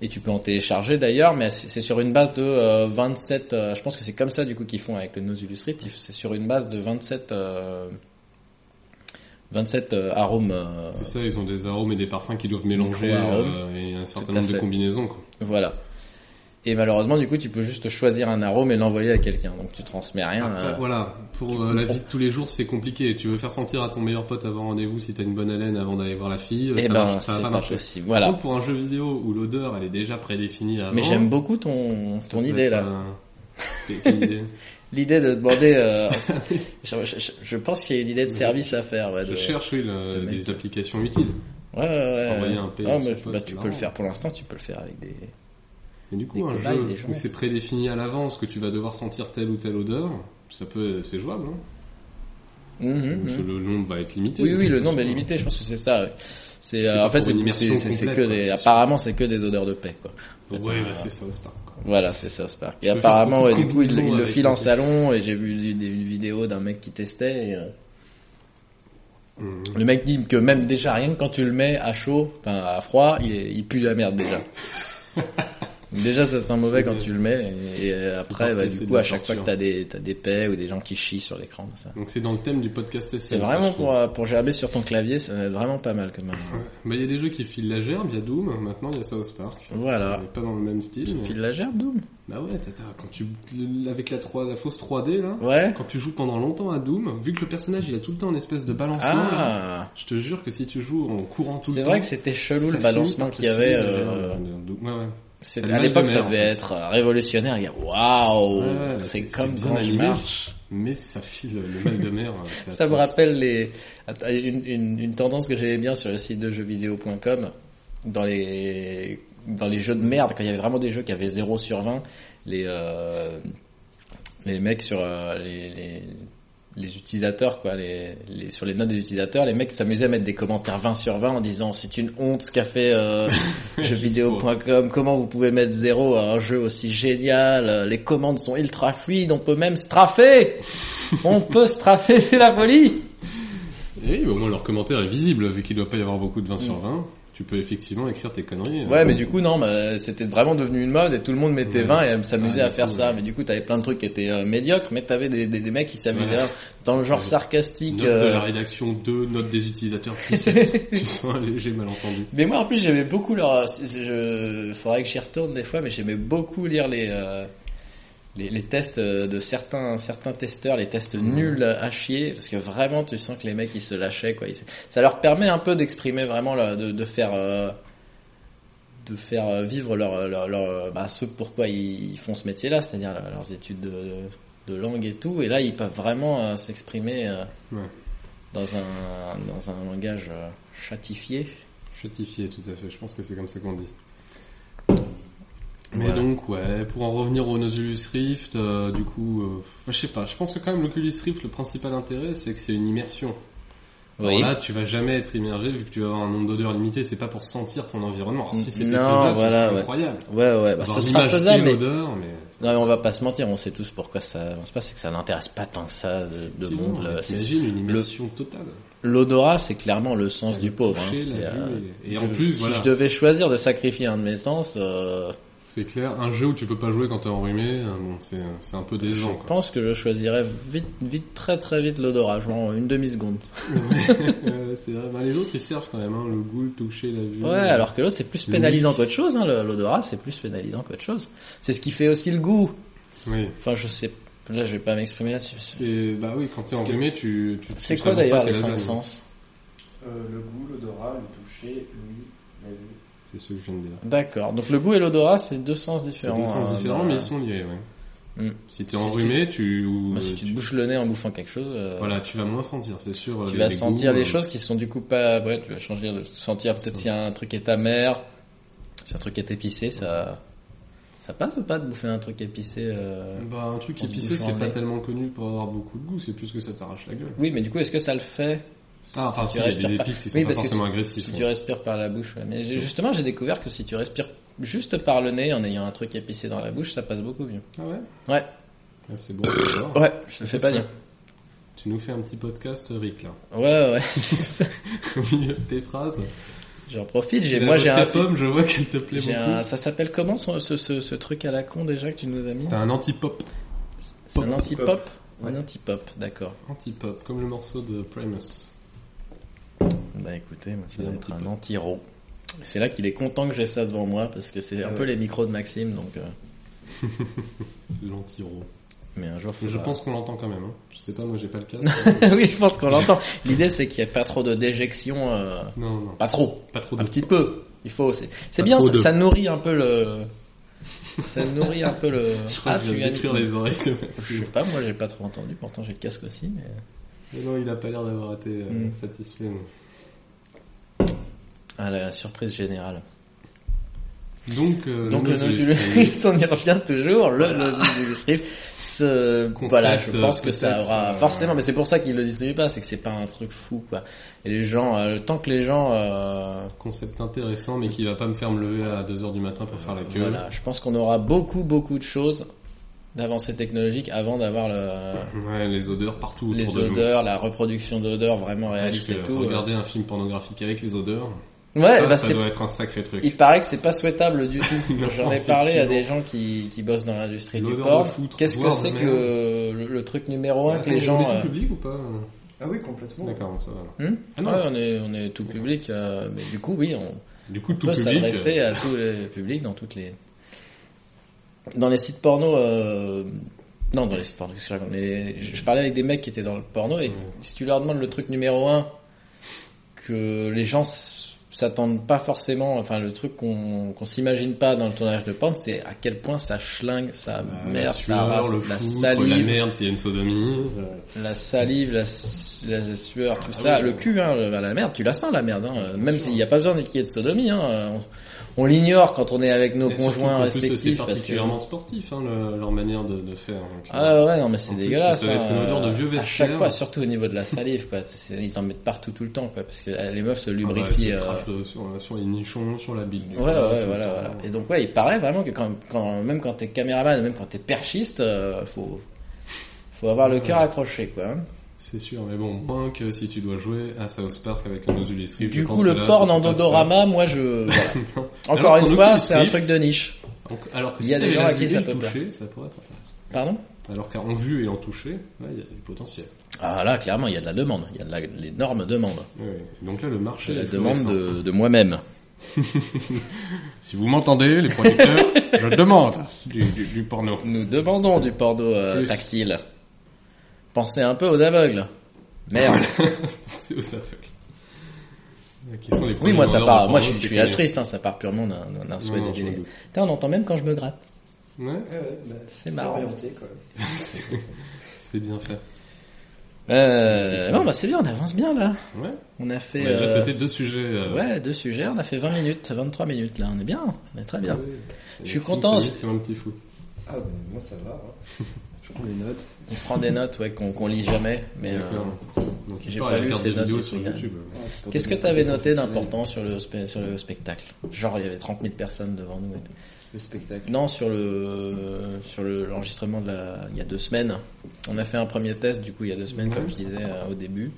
Speaker 1: Et tu peux en télécharger d'ailleurs, mais c'est c'est sur une base de euh, 27. euh, je pense que c'est comme ça du coup qu'ils font avec le Nose Illustrative. C'est sur une base de 27, euh, 27 euh, arômes. euh,
Speaker 2: C'est ça, ils ont des arômes et des parfums qu'ils doivent mélanger
Speaker 1: Micro-arômes.
Speaker 2: euh, et un certain
Speaker 1: à
Speaker 2: nombre de
Speaker 1: fait.
Speaker 2: combinaisons. Quoi.
Speaker 1: voilà. Et malheureusement, du coup, tu peux juste choisir un arôme et l'envoyer à quelqu'un. Donc tu transmets rien.
Speaker 2: Après,
Speaker 1: euh,
Speaker 2: voilà, pour euh, la vie de tous les jours, c'est compliqué. Tu veux faire sentir à ton meilleur pote avant rendez-vous si t'as une bonne haleine avant d'aller voir la fille, euh,
Speaker 1: eh
Speaker 2: ça,
Speaker 1: ben,
Speaker 2: marche- ça
Speaker 1: c'est
Speaker 2: va
Speaker 1: pas
Speaker 2: pas marcher. Ah
Speaker 1: possible.
Speaker 2: Par
Speaker 1: Voilà.
Speaker 2: contre, pour un jeu vidéo où l'odeur elle est déjà prédéfinie avant,
Speaker 1: Mais j'aime beaucoup ton
Speaker 2: bah, ça
Speaker 1: ton
Speaker 2: peut
Speaker 1: idée
Speaker 2: être
Speaker 1: là.
Speaker 2: un- Quelle
Speaker 1: *laughs*
Speaker 2: idée
Speaker 1: L'idée de demander.
Speaker 2: *laughs*
Speaker 1: euh, je, je- je pense qu'il y a une idée de service à faire. Ouais,
Speaker 2: Je
Speaker 1: de-
Speaker 2: cherche oui, le-
Speaker 1: de mec.
Speaker 2: des applications utiles.
Speaker 1: Ouais, ouais,
Speaker 2: Parce
Speaker 1: ouais.
Speaker 2: qu'envoyer un PN
Speaker 1: Ah,
Speaker 2: sur
Speaker 1: mais-
Speaker 2: le pote,
Speaker 1: bah,
Speaker 2: c'est
Speaker 1: tu peux
Speaker 2: marrant.
Speaker 1: le faire pour l'instant, tu peux le faire avec des.
Speaker 2: Mais du coup,
Speaker 1: Des
Speaker 2: un
Speaker 1: cobayes,
Speaker 2: jeu
Speaker 1: des gens.
Speaker 2: où c'est prédéfini à l'avance que tu vas devoir sentir telle ou telle odeur, ça peut, c'est jouable. Hein
Speaker 1: Mhm,
Speaker 2: Parce que
Speaker 1: mhm.
Speaker 2: Le nombre va être limité.
Speaker 1: Oui, oui, le nombre
Speaker 2: va
Speaker 1: est limité. Je pense que c'est ça. ouais. C'est
Speaker 2: C'est
Speaker 1: euh,
Speaker 2: pas
Speaker 1: en fait,
Speaker 2: pour
Speaker 1: c'est
Speaker 2: une immersion
Speaker 1: c'est- c'est que
Speaker 2: complète, quoi,
Speaker 1: des.
Speaker 2: c'est sûr.
Speaker 1: Apparemment, c'est que des odeurs de paix. Quoi.
Speaker 2: Ouais, bah, c'est ça au Spark. quoi.
Speaker 1: Voilà, c'est ça, Spark. Et
Speaker 2: peux faire
Speaker 1: apparemment,
Speaker 2: beaucoup de
Speaker 1: ouais, du coup, il,
Speaker 2: combinaisons
Speaker 1: il le
Speaker 2: avec
Speaker 1: file en
Speaker 2: le-
Speaker 1: salon. Et j'ai vu une, une vidéo d'un mec qui testait. Et, euh,
Speaker 2: Mhm.
Speaker 1: le mec dit que même déjà rien que quand tu le mets à chaud, enfin à froid, il, est- il pue la merde
Speaker 2: *laughs*
Speaker 1: déjà. Déjà, ça sent mauvais quand tu le mets, et, et, euh, après,
Speaker 2: pas-
Speaker 1: bah, du
Speaker 2: c'est de
Speaker 1: coup,
Speaker 2: la
Speaker 1: à chaque fois que
Speaker 2: torture.
Speaker 1: t'as des, t'as des paix ou des gens qui chient sur l'écran, ça.
Speaker 2: Donc c'est dans le thème du podcast SM,
Speaker 1: C'est
Speaker 2: ça,
Speaker 1: vraiment
Speaker 2: je trouve.
Speaker 1: pour, euh, pour gerber sur ton clavier, ça va être vraiment pas mal quand même.
Speaker 2: Ouais. Bah, il y a des jeux qui filent la gerbe, il y a Doom, maintenant il y a South Park.
Speaker 1: Voilà.
Speaker 2: On est pas dans le même style. mais-
Speaker 1: Ah. File la gerbe, Doom
Speaker 2: Bah ouais, t'as- t'as- quand tu, avec la, 3, la fausse 3D là,
Speaker 1: Ouais.
Speaker 2: quand tu joues pendant longtemps à Doom, vu que le personnage il a tout le temps une espèce de balancement, là,
Speaker 1: Ah
Speaker 2: je te jure que si tu joues en courant tout le
Speaker 1: C'est
Speaker 2: temps,
Speaker 1: vrai que c'était chelou
Speaker 2: ça
Speaker 1: le
Speaker 2: finit
Speaker 1: balancement
Speaker 2: par te
Speaker 1: qu'il y avait.
Speaker 2: filer la gerbe.
Speaker 1: euh,
Speaker 2: Ouais, ouais.
Speaker 1: c'était-
Speaker 2: T'as le
Speaker 1: à
Speaker 2: mal de
Speaker 1: l'époque, ça
Speaker 2: mer, en
Speaker 1: devait
Speaker 2: fait.
Speaker 1: être euh, révolutionnaire. Il y a waouh
Speaker 2: Ouais, ouais,
Speaker 1: C'est
Speaker 2: c'est-
Speaker 1: comme
Speaker 2: c'est bien
Speaker 1: quand je
Speaker 2: animé.
Speaker 1: marche.
Speaker 2: Mais ça file le mal de mer. hein. c'est
Speaker 1: Ça me
Speaker 2: atroce.
Speaker 1: rappelle les Attends, une, une, une tendance que j'aimais bien sur le site de jeuxvideo.com dans les dans les jeux de merde quand il y avait vraiment des jeux qui avaient 0 sur 20 les euh, les mecs sur euh, les, les les utilisateurs quoi les, les sur les notes des utilisateurs les mecs s'amusaient à mettre des commentaires 20 sur 20 en disant c'est une honte ce qu'a fait euh, jeuxvideo.com comment vous pouvez mettre 0 à un jeu aussi génial les commandes sont ultra fluides on peut même strafer on peut strafer c'est la folie
Speaker 2: Et oui, bah, au moins leur commentaire est visible, vu qu'il doit pas y avoir beaucoup de 20 sur 20. Tu peux effectivement écrire tes conneries.
Speaker 1: Mm.
Speaker 2: hein.
Speaker 1: Ouais, mais du coup, non, bah, c'était vraiment devenu une mode et tout le monde mettait
Speaker 2: Ouais.
Speaker 1: 20 et euh, s'amusait
Speaker 2: Ah,
Speaker 1: à
Speaker 2: du
Speaker 1: faire
Speaker 2: coup,
Speaker 1: ça.
Speaker 2: ouais.
Speaker 1: Mais du coup, t'avais plein de trucs qui étaient euh, médiocres, mais t'avais des, des, des mecs qui s'amusaient
Speaker 2: Ouais.
Speaker 1: à- dans le genre
Speaker 2: Ouais.
Speaker 1: sarcastique.
Speaker 2: Note de
Speaker 1: euh,
Speaker 2: la rédaction 2, note des utilisateurs
Speaker 1: *laughs*
Speaker 2: 17, qui sont un léger malentendu.
Speaker 1: Mais moi, en plus, j'aimais beaucoup leur... euh, Je... Faudrait que j'y retourne des fois, mais j'aimais beaucoup lire les... euh, Les, les tests euh, de certains certains testeurs, les tests
Speaker 2: Mhm.
Speaker 1: nuls à chier, parce que vraiment tu sens que les mecs ils se lâchaient quoi. Ils se- ça leur permet un peu d'exprimer vraiment, là, de, de faire euh, de faire euh, vivre leur, leur, leur- bah, ce pourquoi ils font ce métier-là, c'est-à-dire leur- leurs études de, de langue et tout. Et là, ils peuvent vraiment euh, s'exprimer euh,
Speaker 2: Ouais.
Speaker 1: dans un dans un langage euh, chatifié.
Speaker 2: Chatifié, tout à fait. Je pense que c'est comme ça qu'on dit. Mais
Speaker 1: Voilà.
Speaker 2: donc, ouais, pour en revenir au Nozulus Rift, euh, du coup, euh, je sais pas, je pense que quand même l'Oculus Rift, le principal intérêt, c'est que c'est une immersion. Alors là, tu vas jamais être immergé vu que tu vas avoir un nombre d'odeurs limité, c'est pas pour sentir ton environnement. Alors, si c'était
Speaker 1: Non,
Speaker 2: faisable,
Speaker 1: voilà,
Speaker 2: c'est
Speaker 1: ouais.
Speaker 2: incroyable.
Speaker 1: Ouais, ouais, bah, ce
Speaker 2: Avoir
Speaker 1: sera
Speaker 2: l'image et
Speaker 1: faisable, mais...
Speaker 2: l'odeur, mais...
Speaker 1: Non, mais on va pas se mentir, on sait tous pourquoi ça avance pas, c'est que ça n'intéresse pas tant que ça de, de
Speaker 2: Sinon,
Speaker 1: monde. le- c'est-
Speaker 2: hein. T'imagines une immersion totale.
Speaker 1: L'odorat, c'est clairement le sens
Speaker 2: Le
Speaker 1: du pauvre.
Speaker 2: toucher,
Speaker 1: hein,
Speaker 2: la
Speaker 1: c'est,
Speaker 2: vue,
Speaker 1: euh,
Speaker 2: et- et
Speaker 1: je-
Speaker 2: en plus,
Speaker 1: si
Speaker 2: voilà.
Speaker 1: je devais choisir de sacrifier un de mes sens, euh,
Speaker 2: C'est clair, un jeu où tu peux pas jouer quand t'es enrhumé, euh, bon, c'est c'est un peu décevant,
Speaker 1: je
Speaker 2: quoi. *laughs*
Speaker 1: pense que je choisirais vite, vite, très très vite l'odorat, genre une demi seconde.
Speaker 2: Euh, c'est vrai, bah, les autres ils servent quand même, hein, le goût, le toucher, la vue.
Speaker 1: Ouais, alors que l'autre c'est plus
Speaker 2: Oui.
Speaker 1: pénalisant qu'autre chose. Hein, le- l'odorat, c'est plus pénalisant qu'autre chose. C'est ce qui fait aussi le goût.
Speaker 2: Oui.
Speaker 1: Enfin, je sais. Là, je vais pas m'exprimer là-dessus.
Speaker 2: C'est, bah oui, quand t'es
Speaker 1: Parce que-
Speaker 2: enrhumé, tu, tu,
Speaker 1: C'est
Speaker 2: tu
Speaker 1: quoi
Speaker 2: savais pas
Speaker 1: d'ailleurs
Speaker 2: tes
Speaker 1: les cinq
Speaker 2: lasagnes.
Speaker 1: sens
Speaker 3: Euh, le goût, l'odorat, le toucher, l'ouïe, la vue.
Speaker 2: C'est ce que je viens de dire.
Speaker 1: D'accord. Donc le goût et l'odorat, c'est deux sens
Speaker 2: C'est
Speaker 1: différents.
Speaker 2: deux sens
Speaker 1: hein,
Speaker 2: différents,
Speaker 1: dans
Speaker 2: mais
Speaker 1: la-
Speaker 2: ils sont liés, ouais.
Speaker 1: Hmm.
Speaker 2: Si t'es enrhumé, tu, ou, euh,
Speaker 1: Moi, si tu te bouches le nez en bouffant quelque chose, euh,
Speaker 2: voilà, tu vas moins sentir, c'est sûr.
Speaker 1: tu
Speaker 2: les-
Speaker 1: vas
Speaker 2: les
Speaker 1: sentir
Speaker 2: goûts,
Speaker 1: les
Speaker 2: euh,
Speaker 1: choses qui sont du coup pas vraies. Tu vas changer de sentir peut-être
Speaker 2: Ça.
Speaker 1: s'il y a un truc qui est amer, si un truc est épicé, ça ça passe ou pas de bouffer un truc épicé euh,
Speaker 2: Bah, un truc
Speaker 1: On se
Speaker 2: épicé,
Speaker 1: bouge
Speaker 2: c'est
Speaker 1: en
Speaker 2: pas
Speaker 1: nez.
Speaker 2: tellement connu pour avoir beaucoup de goût, c'est plus que ça t'arrache la gueule.
Speaker 1: Oui, mais du coup, est-ce que ça le fait
Speaker 2: Ah, enfin,
Speaker 1: si tu
Speaker 2: si, il y a des
Speaker 1: respires pas.
Speaker 2: épices qui sont
Speaker 1: Oui,
Speaker 2: pas
Speaker 1: parce que
Speaker 2: forcément
Speaker 1: si
Speaker 2: agressives.
Speaker 1: tu
Speaker 2: ouais.
Speaker 1: respires par la bouche ouais. Mais j'ai- justement, j'ai découvert que si tu respires juste par le nez en ayant un truc épicé dans la bouche, ça passe beaucoup mieux.
Speaker 2: Ah ouais?
Speaker 1: Ouais,
Speaker 2: Ah, c'est bon, d'accord.
Speaker 1: ouais, je le fais
Speaker 2: Ça
Speaker 1: pas
Speaker 2: serait-
Speaker 1: bien.
Speaker 2: Tu nous fais un petit podcast, Rick, là. *laughs*
Speaker 1: Ouais, *laughs* ouais.
Speaker 2: Au milieu de tes phrases.
Speaker 1: J'en profite, j'ai,
Speaker 2: La
Speaker 1: moi j'ai
Speaker 2: vodka
Speaker 1: un,
Speaker 2: pomme, je vois qu'elle te plaît
Speaker 1: j'ai
Speaker 2: beaucoup.
Speaker 1: un- ça s'appelle comment ce, ce, ce- ce truc à la con déjà que tu nous as mis
Speaker 2: T'as un anti-pop.
Speaker 1: C'est un
Speaker 2: pop.
Speaker 1: anti-pop
Speaker 3: Ouais.
Speaker 1: Un anti-pop, d'accord.
Speaker 2: Anti-pop, comme le morceau de Primus.
Speaker 1: Bah écoutez, moi, ça
Speaker 2: Un
Speaker 1: va
Speaker 2: petit
Speaker 1: être un
Speaker 2: peu.
Speaker 1: anti-ro. Euh. C'est là qu'il est content que j'ai ça devant moi parce que c'est un
Speaker 2: Ouais.
Speaker 1: peu les micros de Maxime donc. euh,
Speaker 2: L'anti-ro.
Speaker 1: mais un jour. *laughs*
Speaker 2: Je
Speaker 1: faudra-
Speaker 2: pense qu'on l'entend quand même. Hein. Je sais pas, moi j'ai pas le
Speaker 1: *laughs*
Speaker 2: casque.
Speaker 1: oui, je pense qu'on l'entend. L'idée c'est qu'il n'y a pas trop de déjection. euh,
Speaker 2: non, non.
Speaker 1: Pas trop.
Speaker 2: Pas trop de.
Speaker 1: Un petit peu. Il faut. C'est c'est
Speaker 2: Pas
Speaker 1: bien.
Speaker 2: trop
Speaker 1: Ça,
Speaker 2: de.
Speaker 1: ça nourrit un peu le. Ça nourrit un peu le.
Speaker 2: *laughs*
Speaker 1: Ah,
Speaker 2: Je crois que je viens de détruire les oreilles de
Speaker 1: Je sais
Speaker 2: Mathieu.
Speaker 1: pas. Moi, j'ai pas trop entendu. Pourtant, j'ai le casque aussi. Mais
Speaker 2: Mais non, il a pas l'air d'avoir été euh,
Speaker 1: Mm.
Speaker 2: satisfait. non.
Speaker 1: ah, la surprise générale.
Speaker 2: Donc, euh,
Speaker 1: Donc le
Speaker 2: Nautilus
Speaker 1: Nautilus
Speaker 2: Rift.
Speaker 1: Rift, *laughs* on y revient toujours, le Nautilus Rift. Ce,
Speaker 2: Concept,
Speaker 1: voilà, je
Speaker 2: euh,
Speaker 1: pense que ça
Speaker 2: peut-être,
Speaker 1: aura
Speaker 2: euh,
Speaker 1: forcément, mais c'est pour ça qu'ils le distribuent pas, c'est que c'est pas un truc fou quoi. Et les gens, euh, le temps que les gens, euh,
Speaker 2: Concept intéressant, mais qui va pas me faire me lever à 2h du matin pour faire la queue.
Speaker 1: voilà, je pense qu'on aura beaucoup beaucoup de choses d'avancées technologiques avant d'avoir le,
Speaker 2: Ouais, les odeurs partout autour
Speaker 1: les
Speaker 2: de nous.
Speaker 1: odeurs, la reproduction d'odeurs vraiment
Speaker 2: Parce
Speaker 1: réaliste
Speaker 2: que
Speaker 1: et tout.
Speaker 2: Regarder un film pornographique avec les odeurs,
Speaker 1: Ouais,
Speaker 2: ça,
Speaker 1: bah,
Speaker 2: ça
Speaker 1: c'est-
Speaker 2: doit être un sacré truc.
Speaker 1: il paraît que c'est pas souhaitable du tout.
Speaker 2: *laughs* Non,
Speaker 1: J'en ai parlé à
Speaker 2: effectivement.
Speaker 1: des gens qui, qui bossent dans l'industrie du
Speaker 2: L'odeur de
Speaker 1: porn.
Speaker 2: foutre,
Speaker 1: Qu'est-ce que
Speaker 2: voire de
Speaker 1: c'est que
Speaker 2: merde.
Speaker 1: le, le, le truc numéro un
Speaker 2: Attends,
Speaker 1: que les gens
Speaker 2: On est
Speaker 1: euh,
Speaker 2: tout public ou pas
Speaker 3: Ah oui, complètement.
Speaker 2: D'accord, bon, ça va. alors.
Speaker 1: Hmm
Speaker 2: Ah non.
Speaker 1: Ouais, on est, on est tout public, euh, mais du coup, oui, on,
Speaker 2: Du coup,
Speaker 1: on
Speaker 2: tout
Speaker 1: peut
Speaker 2: public. euh.
Speaker 1: s'adresser à tous les publics dans toutes les, dans les sites porno, euh, non, dans les sites porno, qu'est-ce que je raconte Mais je, je parlais avec des mecs qui étaient dans le porno et
Speaker 2: Ouais.
Speaker 1: si tu leur demandes le truc numéro un que les gens s- s'attendent pas forcément, enfin, le truc qu'on, qu'on s'imagine pas dans le tournage de porno, c'est à quel point ça schlingue, ça
Speaker 2: Euh,
Speaker 1: merde,
Speaker 2: la
Speaker 1: ça
Speaker 2: sueur,
Speaker 1: rase,
Speaker 2: le
Speaker 1: la
Speaker 2: foutre, la
Speaker 1: salive,
Speaker 2: merde s'il y a une sodomie. euh,
Speaker 1: la salive, la, su- la sueur, tout
Speaker 2: Ah
Speaker 1: ça,
Speaker 2: oui.
Speaker 1: le cul, hein, le- la merde, tu la sens la merde, hein, euh, même
Speaker 2: sûr.
Speaker 1: s'il n'y a pas besoin qu'il y ait de sodomie, hein, euh, on, on l'ignore quand on est avec nos
Speaker 2: et surtout
Speaker 1: conjoints
Speaker 2: qu'en plus, C'est
Speaker 1: respectifs. parce que-
Speaker 2: particulièrement sportif, hein, le- leur manière de, de faire. donc, euh,
Speaker 1: Ah ouais, non mais c'est
Speaker 2: En plus,
Speaker 1: dégueulasse.
Speaker 2: ça doit être
Speaker 1: hein,
Speaker 2: une odeur de vieux
Speaker 1: euh, à
Speaker 2: vestiaire.
Speaker 1: chaque fois, surtout au niveau de la salive, quoi. c'est- Ils en mettent partout tout le temps, quoi, parce que euh, les meufs se
Speaker 2: ah bah,
Speaker 1: lubrifient.
Speaker 2: ça
Speaker 1: euh,
Speaker 2: crache de- sur, sur les nichons, sur la bille. du
Speaker 1: Ouais, ouais,
Speaker 2: corps, tout
Speaker 1: ouais,
Speaker 2: le
Speaker 1: voilà,
Speaker 2: temps.
Speaker 1: voilà. Et donc, ouais, il paraît vraiment que quand, quand même quand t'es caméraman, même quand t'es perchiste, euh, faut, faut avoir le
Speaker 2: Ouais.
Speaker 1: cœur accroché, quoi. hein.
Speaker 2: C'est sûr, mais bon, moins que si tu dois jouer à South Park avec un Nautilus Rift. je
Speaker 1: Du
Speaker 2: pense
Speaker 1: coup,
Speaker 2: que
Speaker 1: le
Speaker 2: là,
Speaker 1: porn
Speaker 2: ça
Speaker 1: en
Speaker 2: passe, ça.
Speaker 1: dodorama, moi, *laughs* je. voilà. Encore
Speaker 2: Alors qu'en
Speaker 1: une fois,
Speaker 2: Oculus
Speaker 1: c'est un
Speaker 2: Rift-
Speaker 1: truc de niche.
Speaker 2: Donc, alors que
Speaker 1: Il
Speaker 2: si
Speaker 1: y a des
Speaker 2: t'avais
Speaker 1: gens
Speaker 2: la
Speaker 1: à qui
Speaker 2: vue et
Speaker 1: ça
Speaker 2: le
Speaker 1: peut plaire.
Speaker 2: toucher, ça pourrait être intéressant.
Speaker 1: Pardon
Speaker 2: Alors qu'en vue et en toucher, là, il y a du potentiel.
Speaker 1: Ah là, clairement, il y a de la demande. Il y a de la- de l'énorme demande.
Speaker 2: Oui, oui. Donc là, le marché
Speaker 1: De la
Speaker 2: est
Speaker 1: demande
Speaker 2: florissant.
Speaker 1: de, de moi-même.
Speaker 2: Si vous m'entendez,
Speaker 1: *laughs*
Speaker 2: les producteurs, je demande du, du- du porno. *laughs*
Speaker 1: Nous demandons du porno euh,
Speaker 2: Plus.
Speaker 1: tactile. Pensez un peu aux aveugles. Merde.
Speaker 2: C'est au SAFEC. Qui sont les
Speaker 1: Oui,
Speaker 2: premiers
Speaker 1: moi, ça
Speaker 2: vendeurs
Speaker 1: part.
Speaker 2: de
Speaker 1: Moi, je
Speaker 2: porno,
Speaker 1: suis, je suis
Speaker 2: c'est
Speaker 1: hein,
Speaker 2: connu.
Speaker 1: altruiste. Hein, ça part purement d'un- d'un d'un
Speaker 2: Non,
Speaker 1: souhait
Speaker 2: non, je me
Speaker 1: dégénéré.
Speaker 2: doute.
Speaker 1: Putain, on entend même quand je me gratte.
Speaker 2: Ouais,
Speaker 3: Ouais, ouais, bah,
Speaker 1: marrant.
Speaker 3: orienté, quoi.
Speaker 2: c'est bien fait.
Speaker 1: Euh, bon, bah c'est bien, on avance bien là.
Speaker 2: Ouais.
Speaker 1: On a
Speaker 2: On
Speaker 1: fait
Speaker 2: a déjà
Speaker 1: euh,
Speaker 2: traité deux sujets. euh,
Speaker 1: ouais, deux sujets, on a fait 20 minutes, 23 minutes là, on est bien, on est très bien.
Speaker 2: ouais.
Speaker 1: Je suis
Speaker 2: Maxime
Speaker 1: content,
Speaker 2: se
Speaker 1: je-
Speaker 2: mise comme un petit fou.
Speaker 3: Ah, bah, moi, ça va.
Speaker 1: *laughs*
Speaker 3: hein. Je prends des notes.
Speaker 1: On prend des notes ouais, qu'on qu'on lit jamais, mais euh,
Speaker 2: D'accord. Donc, il
Speaker 1: j'ai
Speaker 2: part
Speaker 1: pas
Speaker 2: et
Speaker 1: lu
Speaker 2: regarde
Speaker 1: ces
Speaker 2: des
Speaker 1: notes
Speaker 2: vidéos
Speaker 1: du
Speaker 2: sur
Speaker 1: truc, hein.
Speaker 2: YouTube.
Speaker 3: Ah, c'est pour
Speaker 1: qu'est-ce que
Speaker 3: des-
Speaker 1: t'avais
Speaker 3: des
Speaker 1: noté
Speaker 3: professionnels.
Speaker 1: d'important sur le spe- sur le spectacle Genre il y avait 30 000 personnes devant nous. et tout.
Speaker 3: Le spectacle.
Speaker 1: Non, sur le sur le- l'enregistrement de la il y a deux semaines, on a fait un premier test du coup il y a deux semaines
Speaker 2: Ouais.
Speaker 1: comme je disais euh, au début.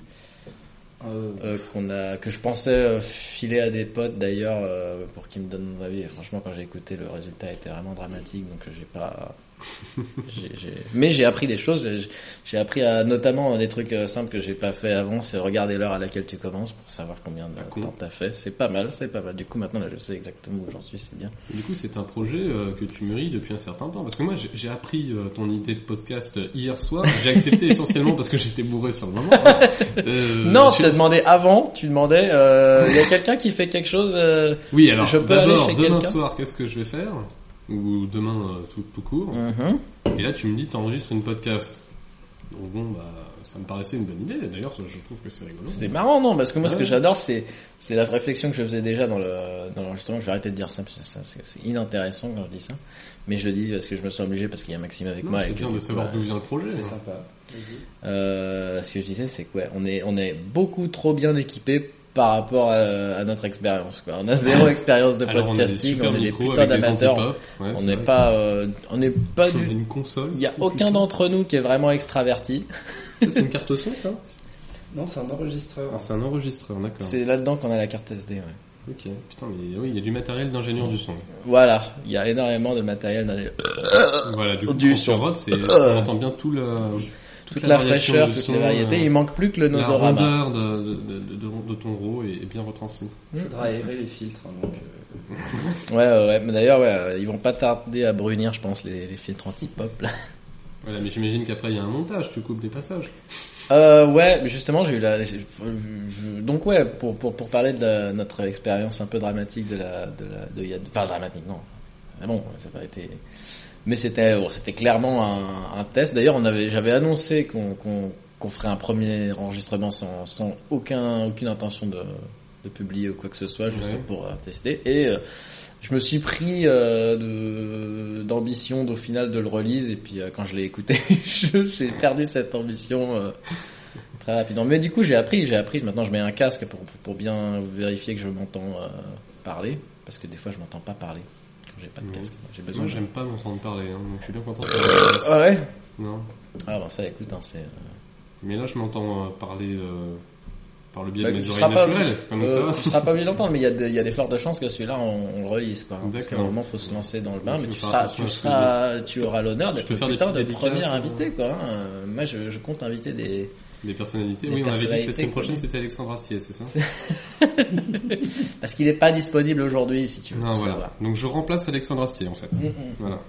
Speaker 3: Euh,
Speaker 1: euh, qu'on a que je pensais euh, filer à des potes d'ailleurs euh, pour qu'ils me donnent mon avis. Et franchement, quand j'ai écouté, le résultat était vraiment dramatique, donc euh, j'ai
Speaker 2: *laughs*
Speaker 1: pas. j'ai- j'ai- Mais j'ai appris des choses. j'ai- J'ai appris à, notamment euh, des trucs euh, simples que j'ai pas fait avant. C'est regarder l'heure à laquelle tu commences pour savoir combien de
Speaker 2: Ah, cool.
Speaker 1: temps t'as fait. C'est pas mal, c'est pas mal. Du coup, maintenant, là, je sais exactement où j'en suis. C'est bien.
Speaker 2: Et Du coup, c'est un projet euh, que tu mûris depuis un certain temps. Parce que moi, j'ai j'ai appris euh, ton idée de podcast hier soir. J'ai
Speaker 1: *laughs*
Speaker 2: accepté essentiellement parce que j'étais bourré sur le moment. Euh,
Speaker 1: non,
Speaker 2: je-
Speaker 1: tu as demandé avant. Tu demandais. euh, Il y a quelqu'un qui fait quelque chose.
Speaker 2: *laughs*
Speaker 1: euh,
Speaker 2: Oui, alors
Speaker 1: je peux aller
Speaker 2: d'abord,
Speaker 1: chez
Speaker 2: demain
Speaker 1: quelqu'un
Speaker 2: soir, qu'est-ce que je vais faire Ou demain, euh, tout, tout court.
Speaker 1: mhm.
Speaker 2: Et là, tu me dis, t'enregistres une podcast. Donc bon, bah, ça me paraissait une bonne idée. D'ailleurs, je trouve que c'est rigolo.
Speaker 1: C'est marrant, non Parce que moi, ce que
Speaker 2: Ouais.
Speaker 1: j'adore, c'est c'est la réflexion que je faisais déjà dans le dans l'enregistrement. Je vais arrêter de dire ça parce que ça- c'est c'est inintéressant quand je dis ça. Mais je le dis parce que je me sens obligé parce qu'il y a Maxime avec
Speaker 2: Non,
Speaker 1: moi.
Speaker 2: c'est
Speaker 1: et que,
Speaker 2: bien
Speaker 1: du
Speaker 2: de
Speaker 1: coup,
Speaker 2: savoir
Speaker 1: euh,
Speaker 2: d'où vient le projet.
Speaker 3: c'est
Speaker 2: hein.
Speaker 3: sympa.
Speaker 1: euh, ce que je disais, c'est que ouais, on est on est beaucoup trop bien équipé par rapport à, à notre expérience. Quoi. On a
Speaker 2: *laughs*
Speaker 1: zéro expérience de
Speaker 2: Alors, on a des
Speaker 1: podcasting.
Speaker 2: super
Speaker 1: On est des
Speaker 2: micros
Speaker 1: putains
Speaker 2: avec des
Speaker 1: d'amateurs.
Speaker 2: anti-pop. Ouais,
Speaker 1: On
Speaker 2: c'est
Speaker 1: n'est
Speaker 2: vrai.
Speaker 1: pas euh, on n'est pas
Speaker 2: On a
Speaker 1: du.
Speaker 2: une console.
Speaker 1: Il y a aucun d'entre nous qui est vraiment extraverti.
Speaker 2: C'est une carte son, ça
Speaker 3: Non, c'est un enregistreur.
Speaker 2: Ah, c'est un enregistreur, d'accord.
Speaker 1: C'est là-dedans qu'on a la carte SD. Ouais.
Speaker 2: Ok, putain, mais oui, il y a du matériel d'ingénieur du son.
Speaker 1: Voilà, il y a énormément de matériel dans les...
Speaker 2: Voilà, du coup,
Speaker 1: Euh, Du
Speaker 2: quand
Speaker 1: son. Euh,
Speaker 2: on rôde, c'est, on entend bien tout le,
Speaker 1: toute la
Speaker 2: variation
Speaker 1: fraîcheur,
Speaker 2: du
Speaker 1: toutes
Speaker 2: son,
Speaker 1: les variétés. Il
Speaker 2: euh,
Speaker 1: manque plus que le
Speaker 2: la
Speaker 1: nosorama.
Speaker 2: rondeur de, de, de, de- de ton row est, est bien retransmis.
Speaker 3: Faudra aérer les filtres. hein, donc, euh,
Speaker 1: Ouais, ouais, ouais. Mais d'ailleurs, ouais, euh, ils vont pas tarder à brunir, je pense, les, les filtres anti-pop. là.
Speaker 2: Voilà, mais j'imagine qu'après il y a un montage, tu coupes des passages.
Speaker 1: Euh, ouais, mais justement, j'ai eu la. j'ai- je- donc ouais, pour pour pour parler de la- notre expérience un peu dramatique de la de la de Yad- enfin dramatique non, c'est bon, ça n'a pas été. Mais c'était bon, c'était clairement un, un test. D'ailleurs, on avait j'avais annoncé qu'on qu'on qu'on ferait un premier enregistrement sans sans aucun aucune intention de de publier ou quoi que ce soit, juste
Speaker 2: Ouais.
Speaker 1: pour euh, tester. Et euh, je me suis pris euh, de d'ambition d'au final de le release et puis euh, quand je l'ai écouté, *laughs* je- j'ai perdu cette ambition euh, très rapidement. Mais du coup, j'ai appris, j'ai appris. Maintenant, je mets un casque pour pour, pour bien vérifier que je m'entends euh, parler parce que des fois, je m'entends pas parler quand j'ai pas de
Speaker 2: Mhm.
Speaker 1: casque. J'ai besoin.
Speaker 2: Moi,
Speaker 1: de...
Speaker 2: j'aime pas m'entendre parler, hein, donc je suis bien content. que-
Speaker 1: Ah ouais.
Speaker 2: non,
Speaker 1: Ah ben ça, écoute, hein, c'est. euh,
Speaker 2: mais là, je m'entends euh, parler euh, par le biais
Speaker 1: Bah,
Speaker 2: de mes
Speaker 1: tu
Speaker 2: oreilles
Speaker 1: seras pas
Speaker 2: naturelles. Comme
Speaker 1: euh,
Speaker 2: Ah, ça.
Speaker 1: tu seras pas obligé d'entendre, mais il y a des il y a des fortes chances que celui-là on, on le release quoi. Parce qu'à un
Speaker 2: D'accord.
Speaker 1: moment, faut se lancer dans le bain,
Speaker 2: Donc,
Speaker 1: mais
Speaker 2: faut
Speaker 1: tu
Speaker 2: faire
Speaker 1: seras,
Speaker 2: attention
Speaker 1: tu
Speaker 2: à ce
Speaker 1: seras, tu auras l'honneur d'être
Speaker 2: peux
Speaker 1: le
Speaker 2: faire des
Speaker 1: putain de
Speaker 2: petites
Speaker 1: premier
Speaker 2: dédicaces,
Speaker 1: invité quoi. hein. Euh, Moi, je, je compte inviter des.
Speaker 2: Des personnalités.
Speaker 1: Des
Speaker 2: oui, on avait dit que la
Speaker 1: personnalités,
Speaker 2: semaine prochaine,
Speaker 1: quoi.
Speaker 2: c'était Alexandre Astier,
Speaker 1: *laughs*
Speaker 2: c'est ça
Speaker 1: Parce qu'il est pas disponible aujourd'hui, si tu veux.
Speaker 2: Non,
Speaker 1: tout
Speaker 2: Ah, voilà.
Speaker 1: savoir.
Speaker 2: Donc je remplace Alexandre Astier, en fait.
Speaker 1: Mm, mm.
Speaker 2: Voilà.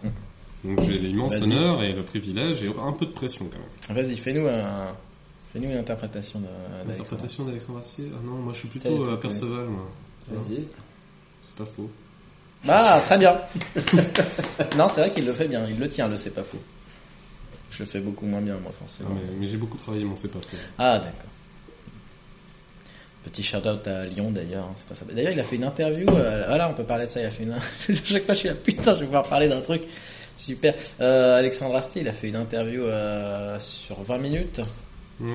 Speaker 2: Donc j'ai l'immense
Speaker 1: Vas-y. Ah,
Speaker 2: honneur et le privilège et un peu de pression quand même.
Speaker 1: Vas-y, fais-nous un, fais-nous une interprétation de. d'Alexandre.
Speaker 2: L'interprétation d'Alexandre Astier Ah non, moi je suis
Speaker 1: T'as
Speaker 2: plutôt
Speaker 1: les
Speaker 2: euh,
Speaker 1: trucs,
Speaker 2: Perceval, moi.
Speaker 3: Vas-y.
Speaker 2: C'est pas faux.
Speaker 1: Ah, très bien. *laughs* non, c'est vrai qu'il le fait bien. Il le tient, le c'est pas fou. Je le fais beaucoup moins bien, moi,
Speaker 2: Non,
Speaker 1: forcément.
Speaker 2: mais mais j'ai beaucoup travaillé, mon c'est pas faux.
Speaker 1: Ah, d'accord. Petit shout-out à Lyon, d'ailleurs. hein, c'est un sympa. D'ailleurs, il a fait une interview. euh, voilà, on peut parler de ça. Il a fait une. *laughs* à chaque fois, je suis là, putain, je vais pouvoir parler d'un truc super. Euh, Alexandre Astier, il a fait une interview euh, sur 20 minutes.
Speaker 2: Ouais.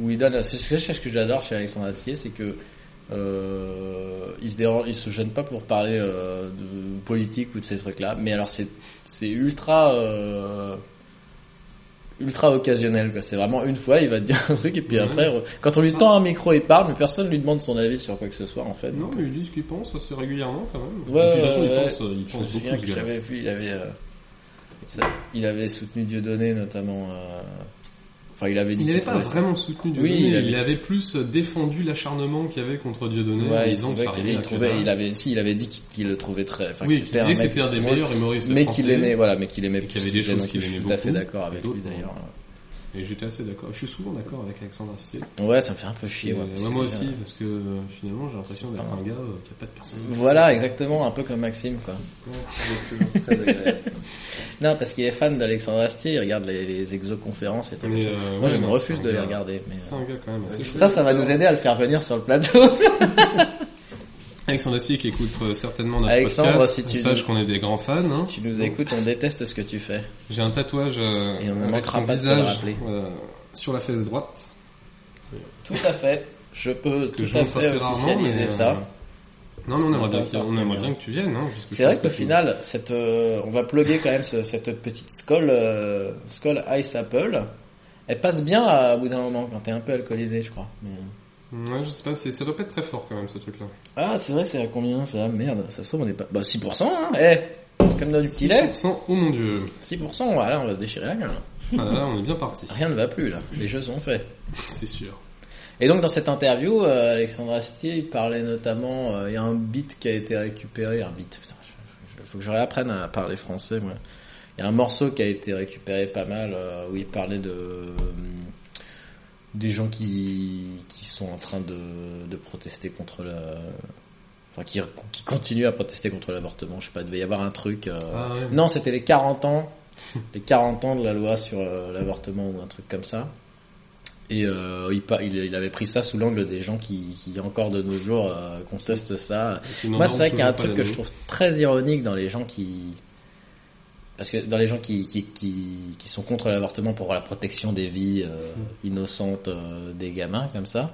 Speaker 1: où il donne. C'est c'est ce que j'adore chez Alexandre Astier, c'est que euh, il se dérange, il se gêne pas pour parler euh, de politique ou de ces trucs-là. Mais alors c'est c'est ultra euh, ultra occasionnel. quoi. C'est vraiment une fois, il va te dire un truc et puis
Speaker 2: Ouais.
Speaker 1: après, re- quand on lui tend un micro, il parle, mais personne lui demande son avis sur quoi que ce soit en fait. Ah,
Speaker 2: Non,
Speaker 1: Donc, euh,
Speaker 2: mais ils disent qu'ils pensent assez régulièrement quand même.
Speaker 1: Ouais,
Speaker 2: Et puis, de toute façon,
Speaker 1: ouais, ouais.
Speaker 2: ils pensent, ils
Speaker 1: je me
Speaker 2: pensent beaucoup
Speaker 1: souviens
Speaker 2: ce
Speaker 1: que
Speaker 2: gars.
Speaker 1: j'avais vu, il avait euh, ça- il avait soutenu Dieudonné notamment. euh, Enfin, il avait dit
Speaker 2: Il n'avait
Speaker 1: qu'il
Speaker 2: pas
Speaker 1: trouvait ça-
Speaker 2: vraiment soutenu Dieudonné,
Speaker 1: Oui, il
Speaker 2: il,
Speaker 1: avait-
Speaker 2: avait... plus euh, défendu l'acharnement qu'il y avait contre Dieudonné en
Speaker 1: Ouais, il
Speaker 2: disant que
Speaker 1: trouvait,
Speaker 2: ça
Speaker 1: qu'il-
Speaker 2: arrivait
Speaker 1: il,
Speaker 2: à
Speaker 1: trouvait
Speaker 2: Cuba.
Speaker 1: il avait, si, il avait dit qu'il- qu'il le trouvait très, enfin,
Speaker 2: Oui,
Speaker 1: que
Speaker 2: qu'il disait
Speaker 1: mec
Speaker 2: que c'était un des
Speaker 1: drôle,
Speaker 2: meilleurs humoristes
Speaker 1: mais
Speaker 2: français.
Speaker 1: qu'il aimait, voilà, mais qu'il aimait,
Speaker 2: Et qu'il
Speaker 1: plus
Speaker 2: avait des
Speaker 1: qu'il aimait,
Speaker 2: choses qu'il
Speaker 1: donc je
Speaker 2: aimait
Speaker 1: suis tout à fait
Speaker 2: beaucoup,
Speaker 1: d'accord avec
Speaker 2: et
Speaker 1: lui
Speaker 2: d'autres,
Speaker 1: d'ailleurs.
Speaker 2: Et j'étais assez d'accord. Je suis souvent d'accord avec Alexandre Astier.
Speaker 1: Ouais, ça me fait un peu chier,
Speaker 2: Et,
Speaker 1: ouais,
Speaker 2: hein. euh,
Speaker 1: parce
Speaker 2: moi,
Speaker 1: que,
Speaker 2: moi
Speaker 1: euh, Mm.
Speaker 2: aussi, parce que euh, finalement, j'ai l'impression
Speaker 1: c'est
Speaker 2: d'être
Speaker 1: pas-
Speaker 2: un gars euh, qui a pas de personnalité.
Speaker 1: Voilà, exactement, un peu comme Maxime, quoi.
Speaker 3: C'est toujours très
Speaker 1: *laughs*
Speaker 3: agréable.
Speaker 1: Non, parce qu'il est fan d'Alexandre Astier, il regarde les, les exoconférences et tout.
Speaker 2: Mais,
Speaker 1: ça.
Speaker 2: euh,
Speaker 1: Moi,
Speaker 2: ouais,
Speaker 1: je me
Speaker 2: non,
Speaker 1: refuse
Speaker 2: c'est un
Speaker 1: de les
Speaker 2: gars-
Speaker 1: regarder, mais euh,
Speaker 2: C'est un gars quand même assez chaud.
Speaker 1: ça, ça va nous aider à le faire venir sur le plateau.
Speaker 2: Alexandre Astier qui écoute euh, certainement notre
Speaker 1: Alexandre,
Speaker 2: podcast,
Speaker 1: si tu-
Speaker 2: sache qu'on est des grands fans.
Speaker 1: *laughs*
Speaker 2: hein.
Speaker 1: Si tu nous écoutes, on déteste ce que tu fais.
Speaker 2: J'ai un tatouage euh,
Speaker 1: Et on
Speaker 2: avec
Speaker 1: manquera
Speaker 2: son
Speaker 1: pas de te le
Speaker 2: visage
Speaker 1: rappeler.
Speaker 2: euh, sur la fesse droite.
Speaker 1: Tout à fait. Je peux
Speaker 2: que
Speaker 1: tout
Speaker 2: je
Speaker 1: à
Speaker 2: montre
Speaker 1: fait
Speaker 2: assez rarement.
Speaker 1: officialiser
Speaker 2: Mais,
Speaker 1: ça.
Speaker 2: euh, Non, non, on aimerait bien, qu'il- on aimerait bien que tu viennes. hein, parce que je
Speaker 1: C'est vrai
Speaker 2: pense
Speaker 1: qu'au
Speaker 2: que-
Speaker 1: final, cette, euh, on va plugger quand même ce- cette petite Skoll, euh, Skoll Ice Apple. Elle passe bien à, au bout d'un moment quand t'es un peu alcoolisé, je crois. Mais, euh,
Speaker 2: Ouais, je sais pas, c'est- ça doit pas être très fort quand même ce truc-là.
Speaker 1: Ah, c'est vrai, c'est à combien ça Merde, ça se trouve, on est pas. Bah, 6%, hein Eh Comme dans du petit lait
Speaker 2: 6%, oh mon dieu.
Speaker 1: 6%, voilà, on va se déchirer la gueule.
Speaker 2: Ah là, là, on est
Speaker 1: *laughs*
Speaker 2: bien parti.
Speaker 1: Rien ne va plus, là. Les jeux sont faits.
Speaker 2: C'est sûr.
Speaker 1: Et donc, dans cette interview, euh, Alexandre Astier il parlait notamment. euh, Il y a un beat qui a été récupéré. Un beat, putain, je- je- faut que je réapprenne à parler français, moi. Il y a un morceau qui a été récupéré pas mal euh, où il parlait de euh, des gens qui qui sont en train de, de protester contre la enfin qui qui continuent à protester contre l'avortement je sais pas il devait y avoir un truc euh,
Speaker 2: Ah ouais.
Speaker 1: non c'était les 40 ans les 40 ans de la loi sur euh, l'avortement ou un truc comme ça et euh, il, pa- il il avait pris ça sous l'angle des gens qui qui encore de nos jours euh, contestent ça
Speaker 2: Ils n'en
Speaker 1: moi,
Speaker 2: ont
Speaker 1: c'est vrai qu'il y a un
Speaker 2: toujours
Speaker 1: truc
Speaker 2: pas
Speaker 1: que je trouve très ironique dans les gens qui, parce que dans les gens qui qui qui, qui sont contre l'avortement pour la protection des vies euh, innocentes euh, des gamins comme ça.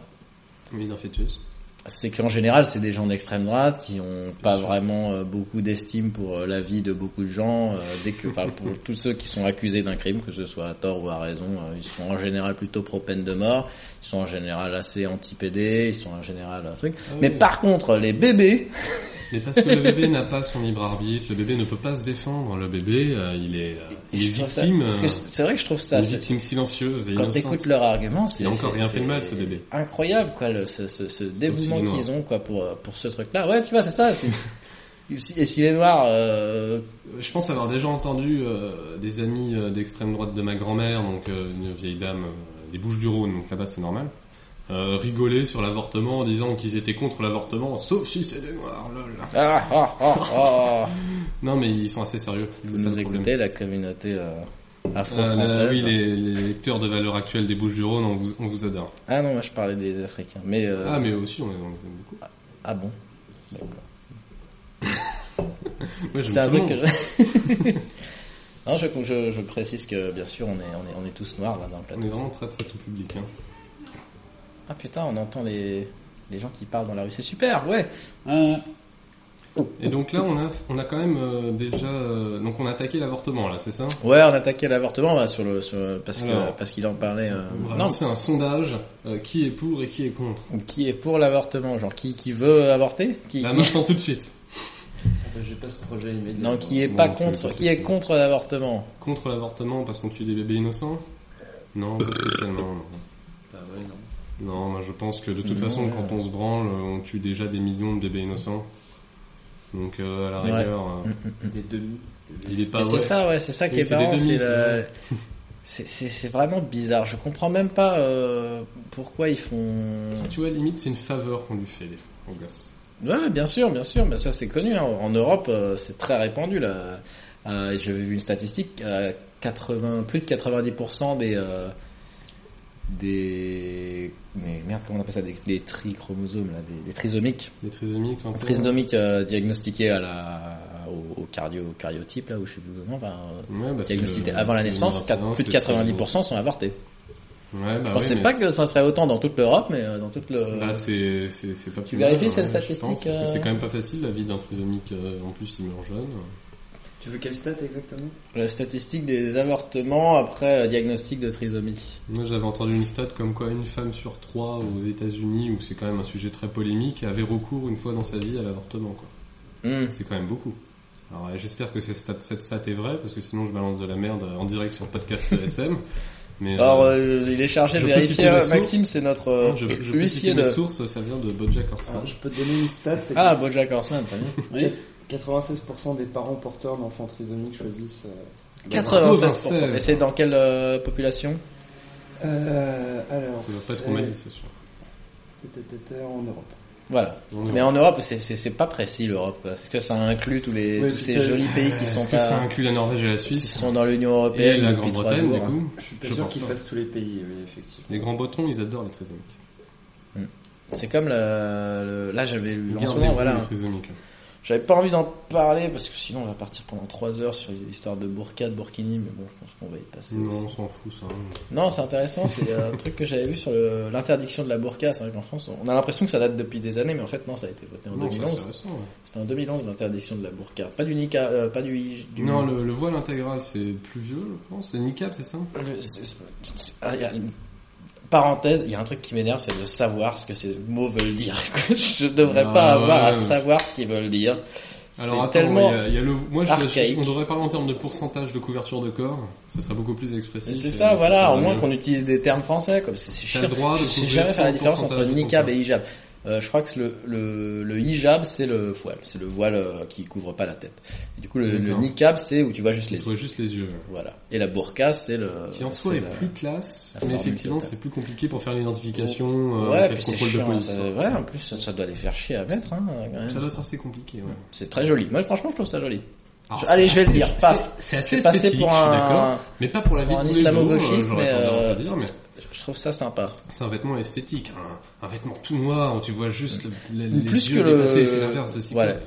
Speaker 2: Oui, d'un fœtus.
Speaker 1: c'est qu'en général, c'est des gens d'extrême droite qui ont pas vraiment euh, beaucoup d'estime pour euh, la vie de beaucoup de gens. euh, dès que, enfin, pour tous ceux qui sont accusés d'un crime, que ce soit à tort ou à raison, euh, ils sont en général plutôt pro peine de mort. Ils sont en général assez anti-PD. Ils sont en général un truc.
Speaker 2: Ah oui,
Speaker 1: Mais par contre, les bébés,
Speaker 2: mais parce que le bébé n'a pas son libre arbitre, le bébé ne peut pas se défendre, le bébé, euh, il est, euh, il est
Speaker 1: je trouve ça-
Speaker 2: victime,
Speaker 1: parce que
Speaker 2: euh,
Speaker 1: c'est vrai que je trouve
Speaker 2: une
Speaker 1: ça. c'est-
Speaker 2: victime silencieuse et
Speaker 1: Quand
Speaker 2: innocente.
Speaker 1: t'écoutes leur argument, c'est
Speaker 2: Il a encore
Speaker 1: c'est-
Speaker 2: rien fait de
Speaker 1: c'est
Speaker 2: mal, ce bébé.
Speaker 1: Incroyable quoi, le, ce, ce, ce dévouement
Speaker 2: s'il est noir.
Speaker 1: qu'ils ont quoi pour euh, pour ce truc-là. Ouais, tu vois, c'est ça. c'est- *laughs* Et si- Et s'il est noir, euh,
Speaker 2: Je pense avoir déjà entendu euh, des amis euh, d'extrême droite de ma grand-mère, donc euh, une vieille dame euh, des Bouches-du-Rhône, donc là-bas c'est normal, euh, rigoler sur l'avortement en disant qu'ils étaient contre l'avortement, sauf si c'est des noirs, lol.
Speaker 1: ah, ah, ah, ah.
Speaker 2: Non mais ils sont assez sérieux, c'est
Speaker 1: Vous
Speaker 2: ça
Speaker 1: nous
Speaker 2: le problème.
Speaker 1: écoutez, la communauté euh,
Speaker 2: Euh, là,
Speaker 1: afro-française.
Speaker 2: oui, les, les lecteurs de valeur actuelle des Bouches-du-Rhône, on vous, on vous adore.
Speaker 1: Ah non, moi je parlais des Africains. Mais, euh,
Speaker 2: Ah mais aussi, on, les- on les aime beaucoup.
Speaker 1: ah bon D'accord.
Speaker 2: Moi, j'aime
Speaker 1: C'est un
Speaker 2: tout le
Speaker 1: truc que
Speaker 2: monde.
Speaker 1: je... non, je, *laughs* je, je précise que bien sûr on est, on est, on est tous noirs là dans le
Speaker 2: On est
Speaker 1: plateau.
Speaker 2: vraiment très très tout public. Hein.
Speaker 1: Ah putain, on entend les, les gens qui parlent dans la rue, c'est super, ouais
Speaker 2: Et donc là, on a, on a quand même euh, déjà... euh, donc on a attaqué l'avortement, là, c'est ça
Speaker 1: Ouais, on attaquait l'avortement bah, sur le, sur, parce que
Speaker 2: Alors.
Speaker 1: parce qu'il en parlait. euh,
Speaker 2: On va
Speaker 1: Non,
Speaker 2: lancer un sondage, euh, qui est pour et qui est contre
Speaker 1: qui est pour l'avortement, genre qui qui veut avorter, qui,
Speaker 2: Là
Speaker 1: qui-
Speaker 2: Bah, maintenant tout de suite.
Speaker 3: Ah bah, J'ai pas ce projet immédiat.
Speaker 1: non qui est
Speaker 2: Non,
Speaker 1: pas
Speaker 2: je vais
Speaker 1: contre,
Speaker 2: pas
Speaker 1: qui est
Speaker 2: tester.
Speaker 1: contre l'avortement.
Speaker 2: Contre l'avortement parce qu'on tue des bébés innocents Non, pas spécialement. Non.
Speaker 3: Bah ouais, non.
Speaker 2: Non, moi je pense que de toute
Speaker 1: Non,
Speaker 2: façon,
Speaker 1: ouais.
Speaker 2: quand on se branle, euh, on tue déjà des millions de bébés innocents. Donc euh, à la
Speaker 1: Ouais. Mm,
Speaker 2: rigueur, euh,
Speaker 3: Des demi.
Speaker 2: il est pas...
Speaker 1: Mais
Speaker 2: Bah ouais.
Speaker 1: c'est ça, ouais, c'est ça qui
Speaker 2: Oui,
Speaker 1: est
Speaker 2: c'est des
Speaker 1: marrant,
Speaker 2: demi,
Speaker 1: c'est
Speaker 2: c'est
Speaker 1: la-
Speaker 2: vrai.
Speaker 1: *laughs* c'est c'est- c'est vraiment bizarre. Je comprends même pas euh, pourquoi ils font.
Speaker 2: Tu vois, limite, c'est une faveur qu'on lui fait, les, aux gosses.
Speaker 1: Ouais, bien sûr, bien sûr. Bah, ça, c'est connu. hein. En Europe, euh, c'est très répandu. Là, Euh, j'avais vu une statistique euh, 80, plus de 90% des euh, des mais merde, comment on appelle ça, des, des trichromosomes là, des, des trisomiques,
Speaker 2: Les trisomiques, en fait.
Speaker 1: trisomiques euh, diagnostiqués à la au, au cardio au cariotype là, ou je sais plus comment. Enfin, euh,
Speaker 2: Ouais, bah, c'est
Speaker 1: diagnostiqués
Speaker 2: le-
Speaker 1: avant la
Speaker 2: le
Speaker 1: naissance, quatre-
Speaker 2: maintenant,
Speaker 1: plus de
Speaker 2: c'est- c'est-
Speaker 1: 90% sont avortés.
Speaker 2: Ouais, bah,
Speaker 1: Je
Speaker 2: ouais,
Speaker 1: pensais
Speaker 2: mais
Speaker 1: pas que ça serait autant dans toute l'Europe, mais euh, dans toute le.
Speaker 2: Là, c'est c'est c'est pas.
Speaker 1: Tu
Speaker 2: plus mal,
Speaker 1: vérifies cette
Speaker 2: je
Speaker 1: statistique,
Speaker 2: pense, Parce que
Speaker 1: euh,
Speaker 2: c'est quand même pas facile la vie d'un trisomique. euh, En plus, il meurt jeune.
Speaker 3: Tu veux quelle stat exactement
Speaker 1: La statistique des avortements après euh, diagnostic de trisomie.
Speaker 2: Moi, j'avais entendu une stat comme quoi une femme sur trois aux États-Unis, où c'est quand même un sujet très polémique, avait recours une fois dans sa vie à l'avortement. quoi.
Speaker 1: Hmm.
Speaker 2: C'est quand même beaucoup. Alors, euh, j'espère que cette stat, cette stat est vraie, parce que sinon, je balance de la merde euh, en direct sur le podcast
Speaker 1: *laughs*
Speaker 2: SM. Mais
Speaker 1: Alors,
Speaker 2: euh,
Speaker 1: euh, il est chargé
Speaker 2: je
Speaker 1: de
Speaker 2: peux citer
Speaker 1: vérifier.
Speaker 2: la
Speaker 1: euh,
Speaker 2: source
Speaker 1: Maxime, c'est notre euh,
Speaker 2: non, je, je peux
Speaker 1: huissier
Speaker 2: citer
Speaker 1: de.
Speaker 2: la source, ça vient de BoJack Horseman.
Speaker 3: Alors, Je peux te donner une stat, c'est que
Speaker 1: Ah, Bojack Horseman, t'as vu
Speaker 3: Oui. 96% des parents porteurs d'enfants trisomiques choisissent... euh,
Speaker 1: 96%. Et c'est dans quelle euh, population
Speaker 3: Euh, alors...
Speaker 2: Ça va pas
Speaker 3: c'est-
Speaker 2: être mal, c'est sûr.
Speaker 3: Tatatata, En Europe.
Speaker 1: Voilà.
Speaker 2: On est
Speaker 1: Mais en Europe, c'est- c'est c'est pas précis l'Europe. quoi. Est-ce que ça inclut tous les
Speaker 3: Oui,
Speaker 1: tous
Speaker 3: parce
Speaker 1: ces
Speaker 3: que-
Speaker 1: jolis pays qui
Speaker 2: Est-ce
Speaker 1: sont
Speaker 2: que ça
Speaker 1: pas,
Speaker 2: inclut la Norvège et la
Speaker 1: qui
Speaker 2: Suisse
Speaker 1: sont dans l'union
Speaker 2: et
Speaker 1: européenne
Speaker 2: la
Speaker 1: depuis trois
Speaker 2: Grande-Bretagne,
Speaker 1: jours hein
Speaker 2: du coup
Speaker 3: Je suis pas
Speaker 2: Je
Speaker 3: sûr
Speaker 2: pense
Speaker 3: qu'ils
Speaker 2: pas.
Speaker 3: fassent tous les pays, oui, effectivement.
Speaker 2: Les grands bretons, ils adorent les trisomiques.
Speaker 1: C'est comme la- le, là j'avais lu. En ce
Speaker 2: Gardez-vous
Speaker 1: moment, voilà. hein.
Speaker 2: les trisomiques.
Speaker 1: J'avais pas envie d'en parler parce que sinon on va partir pendant 3 heures sur l'histoire de Burqa, de Burkini, mais bon, je pense qu'on va y passer.
Speaker 2: Non,
Speaker 1: aussi.
Speaker 2: on s'en fout, ça. hein.
Speaker 1: Non, c'est intéressant, c'est
Speaker 2: *laughs*
Speaker 1: un truc que j'avais vu sur le- l'interdiction de la Burqa. C'est vrai qu'en France, on a l'impression que ça date depuis des années, mais en fait, non, ça a été voté en
Speaker 2: Non, ça,
Speaker 1: 2011.
Speaker 2: c'est récent, ouais.
Speaker 1: C'était en 2011 l'interdiction de la Burqa. Pas du Nika, euh, pas du. hij- du-
Speaker 2: Non, le, le voile intégral, c'est plus vieux, je pense. C'est niqab, c'est ça
Speaker 1: le- c'est- c'est- c'est- ah, il y a une- Parenthèse, il y a un truc qui m'énerve, c'est de savoir ce que ces mots veulent dire. *laughs* je devrais
Speaker 2: Ah,
Speaker 1: pas avoir à
Speaker 2: ouais.
Speaker 1: savoir ce qu'ils veulent dire.
Speaker 2: Alors,
Speaker 1: C'est
Speaker 2: attends, euh,
Speaker 1: tellement.
Speaker 2: il y a, il y a le... Moi, je- je,
Speaker 1: archaïque.
Speaker 2: on devrait parler en termes de pourcentage de couverture de corps. Ce serait beaucoup plus
Speaker 1: Mais
Speaker 2: expressif.
Speaker 1: C'est
Speaker 2: et-
Speaker 1: ça, voilà,
Speaker 2: serait
Speaker 1: au moins
Speaker 2: mieux.
Speaker 1: qu'on utilise des termes français, comme c'est c'est
Speaker 2: T'as
Speaker 1: chiant.
Speaker 2: le droit de
Speaker 1: Je sais
Speaker 2: couvrir
Speaker 1: jamais faire la
Speaker 2: tant de
Speaker 1: différence entre
Speaker 2: pourcentage de ton
Speaker 1: niqab
Speaker 2: corps.
Speaker 1: et hijab. Euh, je crois que le, le, le hijab, c'est le voile, c'est le voile euh, qui couvre pas la tête. Et du coup, le, le
Speaker 2: D'accord.
Speaker 1: niqab, c'est où tu vois juste les
Speaker 2: Tu
Speaker 1: yeux.
Speaker 2: vois juste les yeux. ouais.
Speaker 1: Voilà. Et la burqa, c'est le.
Speaker 2: Qui en soi
Speaker 1: Euh, c'est
Speaker 2: est
Speaker 1: la-
Speaker 2: plus classe,
Speaker 1: la
Speaker 2: mais
Speaker 1: formule
Speaker 2: effectivement,
Speaker 1: totale.
Speaker 2: c'est plus compliqué pour faire l'identification, euh,
Speaker 1: Ouais,
Speaker 2: avec
Speaker 1: puis
Speaker 2: le
Speaker 1: c'est
Speaker 2: contrôle de
Speaker 1: chiant.
Speaker 2: police.
Speaker 1: Ça, ouais, en plus, ça, ça doit les faire chier à mettre. Hein, quand même.
Speaker 2: Ça doit être assez compliqué, ouais.
Speaker 1: C'est très joli. Moi, franchement, je trouve ça joli.
Speaker 2: Alors,
Speaker 1: Je- Allez,
Speaker 2: Ah, c'est
Speaker 1: je vais le
Speaker 2: assez-
Speaker 1: dire. Paf.
Speaker 2: C'est assez
Speaker 1: C'est passé
Speaker 2: esthétique,
Speaker 1: pour
Speaker 2: je suis d'accord.
Speaker 1: un,
Speaker 2: Mais pas pour la vie
Speaker 1: pour
Speaker 2: de
Speaker 1: un
Speaker 2: tous les jours,
Speaker 1: islamo-gauchiste,
Speaker 2: euh,
Speaker 1: mais,
Speaker 2: j'aurais tendance à
Speaker 1: euh,
Speaker 2: le dire, mais
Speaker 1: je trouve ça sympa.
Speaker 2: C'est un vêtement esthétique, un, un vêtement tout noir où tu vois juste le- le-
Speaker 1: Plus
Speaker 2: les yeux
Speaker 1: que le-
Speaker 2: dépassés, c'est l'inverse de Cyclope.
Speaker 1: Voilà.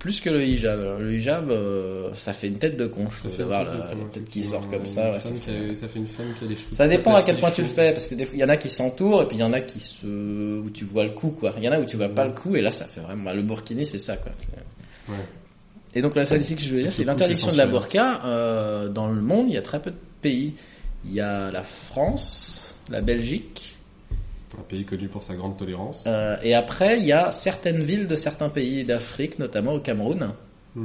Speaker 1: Plus que le hijab. Alors, le hijab, euh, ça fait une tête de con, je
Speaker 2: Ça
Speaker 1: trouve,
Speaker 2: fait
Speaker 1: de
Speaker 2: un
Speaker 1: voir
Speaker 2: peu
Speaker 1: la,
Speaker 2: con,
Speaker 1: la tête qui
Speaker 2: effectivement.
Speaker 1: sort comme
Speaker 2: euh, Une
Speaker 1: ça. ouais, ça,
Speaker 2: femme qui
Speaker 1: fait-
Speaker 2: a- ça fait une femme qui a les cheveux.
Speaker 1: ça
Speaker 2: tout
Speaker 1: dépend à
Speaker 2: aplats,
Speaker 1: quel
Speaker 2: c'est
Speaker 1: point
Speaker 2: les
Speaker 1: tu le
Speaker 2: cheveux.
Speaker 1: fais, parce que des fois, il y en a qui s'entourent et puis il y en a qui se, où tu vois le coup, quoi. Il y en a où tu vois pas le coup et là, ça fait vraiment mal. Le burkini, c'est ça, quoi.
Speaker 2: Ouais.
Speaker 1: Et donc la statistique que je veux
Speaker 2: C'est
Speaker 1: dire,
Speaker 2: que
Speaker 1: c'est
Speaker 2: le coup,
Speaker 1: l'interdiction
Speaker 2: c'est
Speaker 1: de la
Speaker 2: sensuel.
Speaker 1: burqa euh, dans le monde. Il y a très peu de pays. Il y a la France, la Belgique,
Speaker 2: Un pays connu pour sa grande tolérance.
Speaker 1: euh, et après il y a certaines villes de certains pays d'Afrique, notamment au Cameroun.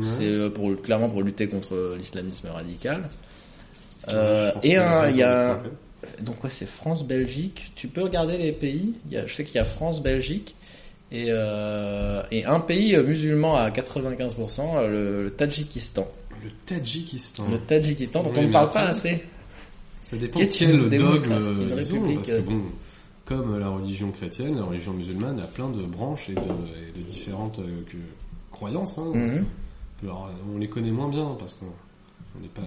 Speaker 1: C'est
Speaker 2: Ouais.
Speaker 1: euh, pour clairement pour lutter contre euh, l'islamisme radical.
Speaker 2: Je
Speaker 1: Euh,
Speaker 2: pense
Speaker 1: et
Speaker 2: que
Speaker 1: un-
Speaker 2: raison
Speaker 1: il y
Speaker 2: de
Speaker 1: a
Speaker 2: problème.
Speaker 1: donc ouais, c'est France Belgique. Tu peux regarder les pays. Il y a, je sais qu'il y a France Belgique et euh, et un pays euh, musulman à 95%, euh, le, le Tadjikistan.
Speaker 2: Le Tadjikistan.
Speaker 1: Le Tadjikistan dont
Speaker 2: Oui,
Speaker 1: on ne
Speaker 2: mais
Speaker 1: parle
Speaker 2: après-
Speaker 1: pas assez.
Speaker 2: Ça dépend
Speaker 1: Qui est une
Speaker 2: quel dogme
Speaker 1: démocratie, une
Speaker 2: ils ont,
Speaker 1: république,
Speaker 2: parce
Speaker 1: euh.
Speaker 2: que bon, comme la religion chrétienne, la religion musulmane a plein de branches et de, et de différentes euh, que- croyances. hein.
Speaker 1: Mhm.
Speaker 2: Alors, euh, on les connaît moins bien parce qu'on on n'est pas.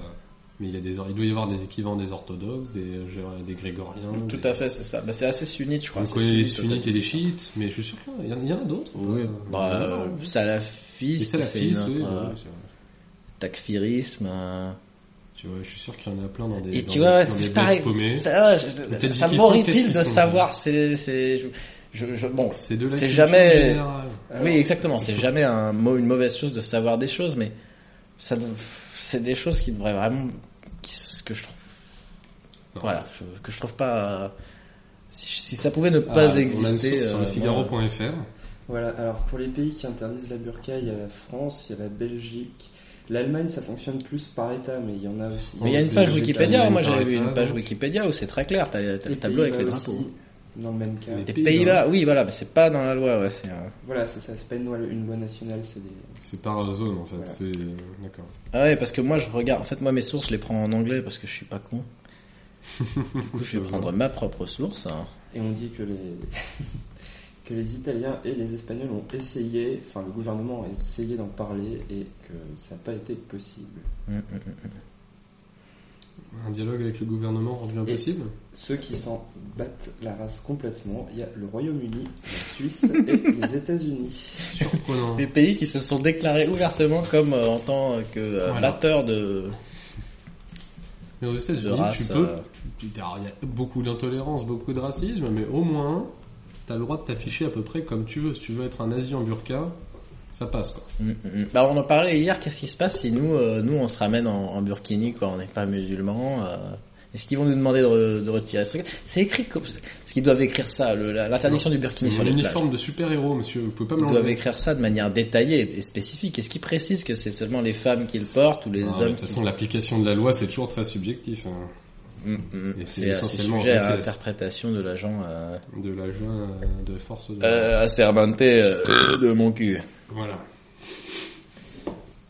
Speaker 2: Mais il y a des, or- il doit y avoir des équivalents des orthodoxes, des, euh, je- des grégoriens.
Speaker 1: Tout
Speaker 2: des-
Speaker 1: à fait, c'est ça. Bah, c'est assez sunnite, je crois.
Speaker 2: On
Speaker 1: C'est
Speaker 2: connaît les
Speaker 1: sunnite,
Speaker 2: sunnites et
Speaker 1: peut-être.
Speaker 2: les chiites, mais je suis sûr qu'il y en a, il y en a d'autres.
Speaker 1: Oui,
Speaker 2: Euh,
Speaker 1: bah,
Speaker 2: il y en a,
Speaker 1: euh,
Speaker 2: ouais. Les
Speaker 1: salafistes, c'est une
Speaker 2: salafistes, oui,
Speaker 1: autre,
Speaker 2: ouais,
Speaker 1: euh,
Speaker 2: c'est vrai.
Speaker 1: takfirisme. euh,
Speaker 2: Tu vois, je suis sûr qu'il y en a plein dans des.
Speaker 1: Et
Speaker 2: dans
Speaker 1: tu
Speaker 2: des-
Speaker 1: vois,
Speaker 2: dans des
Speaker 1: c'est
Speaker 2: blocs
Speaker 1: pareil.
Speaker 2: paumés.
Speaker 1: Ça, je- je-
Speaker 2: Peut-être
Speaker 1: ça
Speaker 2: Tadjikistan, qu'est-ce
Speaker 1: m'horripile
Speaker 2: qu'ils
Speaker 1: de
Speaker 2: sont
Speaker 1: savoir. C'est, c'est, je, je- je- bon.
Speaker 2: C'est de la
Speaker 1: c'est
Speaker 2: culture
Speaker 1: jamais-
Speaker 2: générale.
Speaker 3: Alors,
Speaker 1: oui, exactement. C'est jamais un mot, une mauvaise chose de savoir des choses, mais ça, dev- c'est des choses qui devraient vraiment, qui, ce que je trouve,
Speaker 2: Non.
Speaker 1: voilà, je- que je trouve pas. euh, si, si ça pouvait ne pas
Speaker 2: Ah, On a une
Speaker 1: exister.
Speaker 2: source
Speaker 1: euh,
Speaker 2: sur le
Speaker 1: moi,
Speaker 2: Figaro.fr.
Speaker 3: Voilà, alors pour les pays qui interdisent la burqa, il y a la France, il y a la Belgique. L'Allemagne, ça fonctionne plus par État, mais il y en a aussi.
Speaker 1: Mais il y a une
Speaker 2: Des
Speaker 1: page
Speaker 2: États-Unis
Speaker 1: Wikipédia, moi
Speaker 2: par
Speaker 1: j'avais vu
Speaker 2: État,
Speaker 1: une page
Speaker 2: donc.
Speaker 1: Wikipédia où c'est très clair, t'as, t'as le tableau avec les
Speaker 3: Pays-Bas
Speaker 1: drapeaux.
Speaker 3: aussi, Dans le même cas.
Speaker 2: Les
Speaker 1: Les
Speaker 2: Pays-Bas.
Speaker 1: Pays-Bas, oui voilà, mais c'est pas dans la loi, ouais, c'est, euh,
Speaker 3: Voilà, c'est ça, c'est pas une loi, une loi nationale, c'est des.
Speaker 2: C'est par zone en fait.
Speaker 3: Voilà.
Speaker 2: C'est euh, d'accord.
Speaker 1: Ah ouais, parce que moi je regarde. En fait, moi mes sources, je les prends en anglais parce que je suis pas con. du coup, *laughs* je vais prendre ma propre source. hein.
Speaker 3: Et on dit que les. *laughs* que les Italiens et les Espagnols ont essayé, enfin le gouvernement a essayé d'en parler et que ça n'a pas été possible.
Speaker 1: Mm, mm.
Speaker 2: Un dialogue avec le gouvernement rendu impossible.
Speaker 3: Ceux qui s'en battent la race complètement, il y a le Royaume-Uni, la Suisse et les États-Unis.
Speaker 2: Surprenant.
Speaker 1: Les pays qui se sont déclarés ouvertement comme euh, en tant que euh,
Speaker 2: Voilà.
Speaker 1: batteurs de,
Speaker 2: Mais aux
Speaker 1: de
Speaker 2: États-Unis, tu
Speaker 1: race.
Speaker 2: peux.
Speaker 1: euh,
Speaker 2: tu- alors, Il y a beaucoup d'intolérance, beaucoup de racisme, mais au moins, t'as le droit de t'afficher à peu près comme tu veux. Si tu veux être un nazi en burqa, ça passe quoi.
Speaker 1: mm, mm. Bah, on en parlait hier. Qu'est-ce qui se passe si nous, euh, nous, on se ramène en, en Burkini, quoi On n'est pas musulmans. euh, Est-ce qu'ils vont nous demander de, re- de retirer ce truc C'est écrit comme parce qu'ils doivent écrire ça, le- la- l'interdiction du burkini
Speaker 2: C'est
Speaker 1: sur
Speaker 2: mon
Speaker 1: les plages.
Speaker 2: uniforme de super-héros, monsieur. Vous pouvez pas me
Speaker 1: Ils doivent
Speaker 2: l'enlever.
Speaker 1: écrire ça de manière détaillée et spécifique. Est-ce qu'ils précisent que c'est seulement les femmes qui le portent ou les
Speaker 2: Ah, de
Speaker 1: hommes
Speaker 2: toute
Speaker 1: qui-
Speaker 2: façon, l'application de la loi, c'est toujours très subjectif. hein.
Speaker 1: Mm, mm.
Speaker 2: Et c'est
Speaker 1: C'est
Speaker 2: essentiellement
Speaker 1: essentiellement sujet à
Speaker 2: après, c'est-
Speaker 1: l'interprétation de l'agent euh,
Speaker 2: De la jeune, euh, de force de.
Speaker 1: euh, assermenté euh, de mon cul.
Speaker 2: Voilà.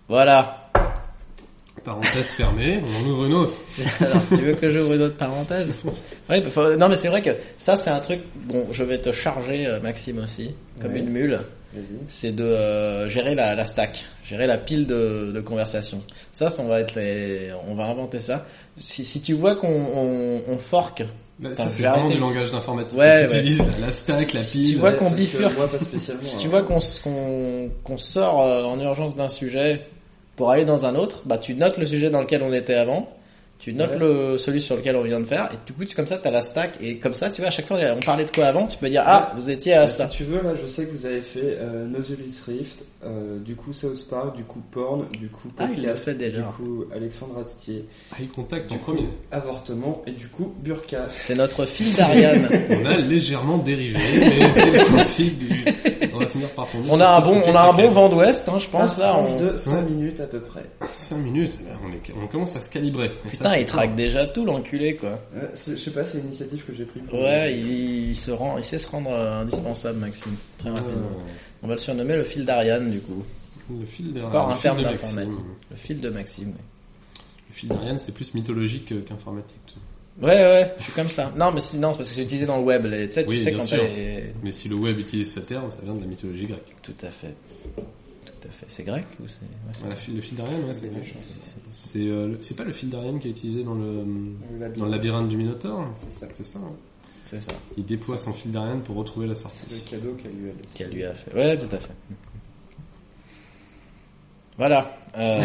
Speaker 1: Voilà. *laughs*
Speaker 2: Parenthèse fermée, on en ouvre une autre.
Speaker 1: Alors, tu veux que j'ouvre une autre parenthèse Ouais, bah, faut- Non, mais c'est vrai que ça, c'est un truc. Bon, je vais te charger, euh, Maxime aussi, comme
Speaker 3: Ouais.
Speaker 1: une mule.
Speaker 3: Vas-y.
Speaker 1: C'est de euh, gérer la, la stack, gérer la pile de, de conversation. Ça, ça, on va être les, on va inventer ça. Si, si tu vois qu'on on, on forque
Speaker 2: Là,
Speaker 1: Putain,
Speaker 2: ça, c'est
Speaker 1: j'ai
Speaker 2: vraiment
Speaker 1: arrêté
Speaker 2: du
Speaker 1: de-
Speaker 2: langage d'informatique.
Speaker 1: Ouais,
Speaker 2: que tu
Speaker 1: ouais.
Speaker 2: utilises la stack, la
Speaker 1: Si
Speaker 2: pile.
Speaker 1: tu vois qu'on
Speaker 3: parce que
Speaker 1: bifurque.
Speaker 3: Moi, pas spécialement.
Speaker 1: Si tu
Speaker 3: hein.
Speaker 1: vois qu'on s- qu'on qu'on sort euh, en urgence d'un sujet pour aller dans un autre, bah tu notes le sujet dans lequel on était avant, tu notes
Speaker 3: Ouais.
Speaker 1: le celui sur lequel on vient de faire, et du coup tu comme ça t'as la stack et comme ça tu vois à chaque fois on parlait de quoi avant, tu peux dire ah vous étiez à
Speaker 3: Bah,
Speaker 1: ça.
Speaker 3: Si tu veux, là, je sais que vous avez fait euh, Nautilus Rift, euh, du coup South Park, du coup Porn, du coup
Speaker 1: Ah, il l'a
Speaker 3: podcast,
Speaker 1: fait déjà.
Speaker 3: du coup Alexandre Astier,
Speaker 2: Eye contact en
Speaker 3: du coup
Speaker 2: premier.
Speaker 3: avortement et du coup burqa.
Speaker 1: C'est notre fils d'Ariane.
Speaker 2: On a légèrement dérivé, mais c'est le principe du... On va finir par tomber.
Speaker 1: *laughs* on a un bon on a un bon vent d'ouest hein, je pense là. On...
Speaker 3: de 5
Speaker 2: Ouais.
Speaker 3: minutes à peu près.
Speaker 2: 5 minutes, là, on, est... on commence à se calibrer. Et ça,
Speaker 1: Putain
Speaker 2: c'est
Speaker 1: il
Speaker 2: fort.
Speaker 1: traque déjà tout l'enculé quoi.
Speaker 3: Euh, c'est- je sais pas, c'est une initiative que j'ai prise. pour-
Speaker 1: Ouais il, il se rend il sait se rendre euh, indispensable Maxime très
Speaker 2: Euh,
Speaker 1: rapidement. On va le surnommer le fil d'Ariane du coup.
Speaker 2: le fil d'Ariane.
Speaker 1: Encore un
Speaker 2: le fil
Speaker 1: terme
Speaker 2: de Maxime.
Speaker 1: d'informatique. Le fil de Maxime. ouais.
Speaker 2: Le fil d'Ariane, c'est plus mythologique euh, qu'informatique.
Speaker 1: Ouais, ouais, je suis comme ça. Non, mais sinon, c'est parce que c'est utilisé dans le web. les- Tu sais, tu
Speaker 2: Oui,
Speaker 1: sais
Speaker 2: bien
Speaker 1: quand
Speaker 2: sûr.
Speaker 1: t'es...
Speaker 2: Mais si le web utilise ce terme, ça vient de la mythologie grecque.
Speaker 1: Tout à fait. Tout à fait. C'est grec ou c'est... ouais, c'est-
Speaker 2: Voilà, le fil- le fil d'Ariane, ouais, c'est grec.
Speaker 1: c'est- c'est-
Speaker 2: C'est euh, le- c'est pas le fil d'Ariane qui est utilisé dans le,
Speaker 3: Le labyrinthe.
Speaker 2: dans le labyrinthe du Minotaure
Speaker 3: C'est ça.
Speaker 2: C'est ça. hein.
Speaker 1: C'est ça.
Speaker 2: Il déploie son fil d'Ariane pour retrouver la sortie.
Speaker 3: C'est le cadeau qu'elle lui a laissé.
Speaker 1: Qu'elle lui a fait. Ouais, tout à fait. Voilà. Euh,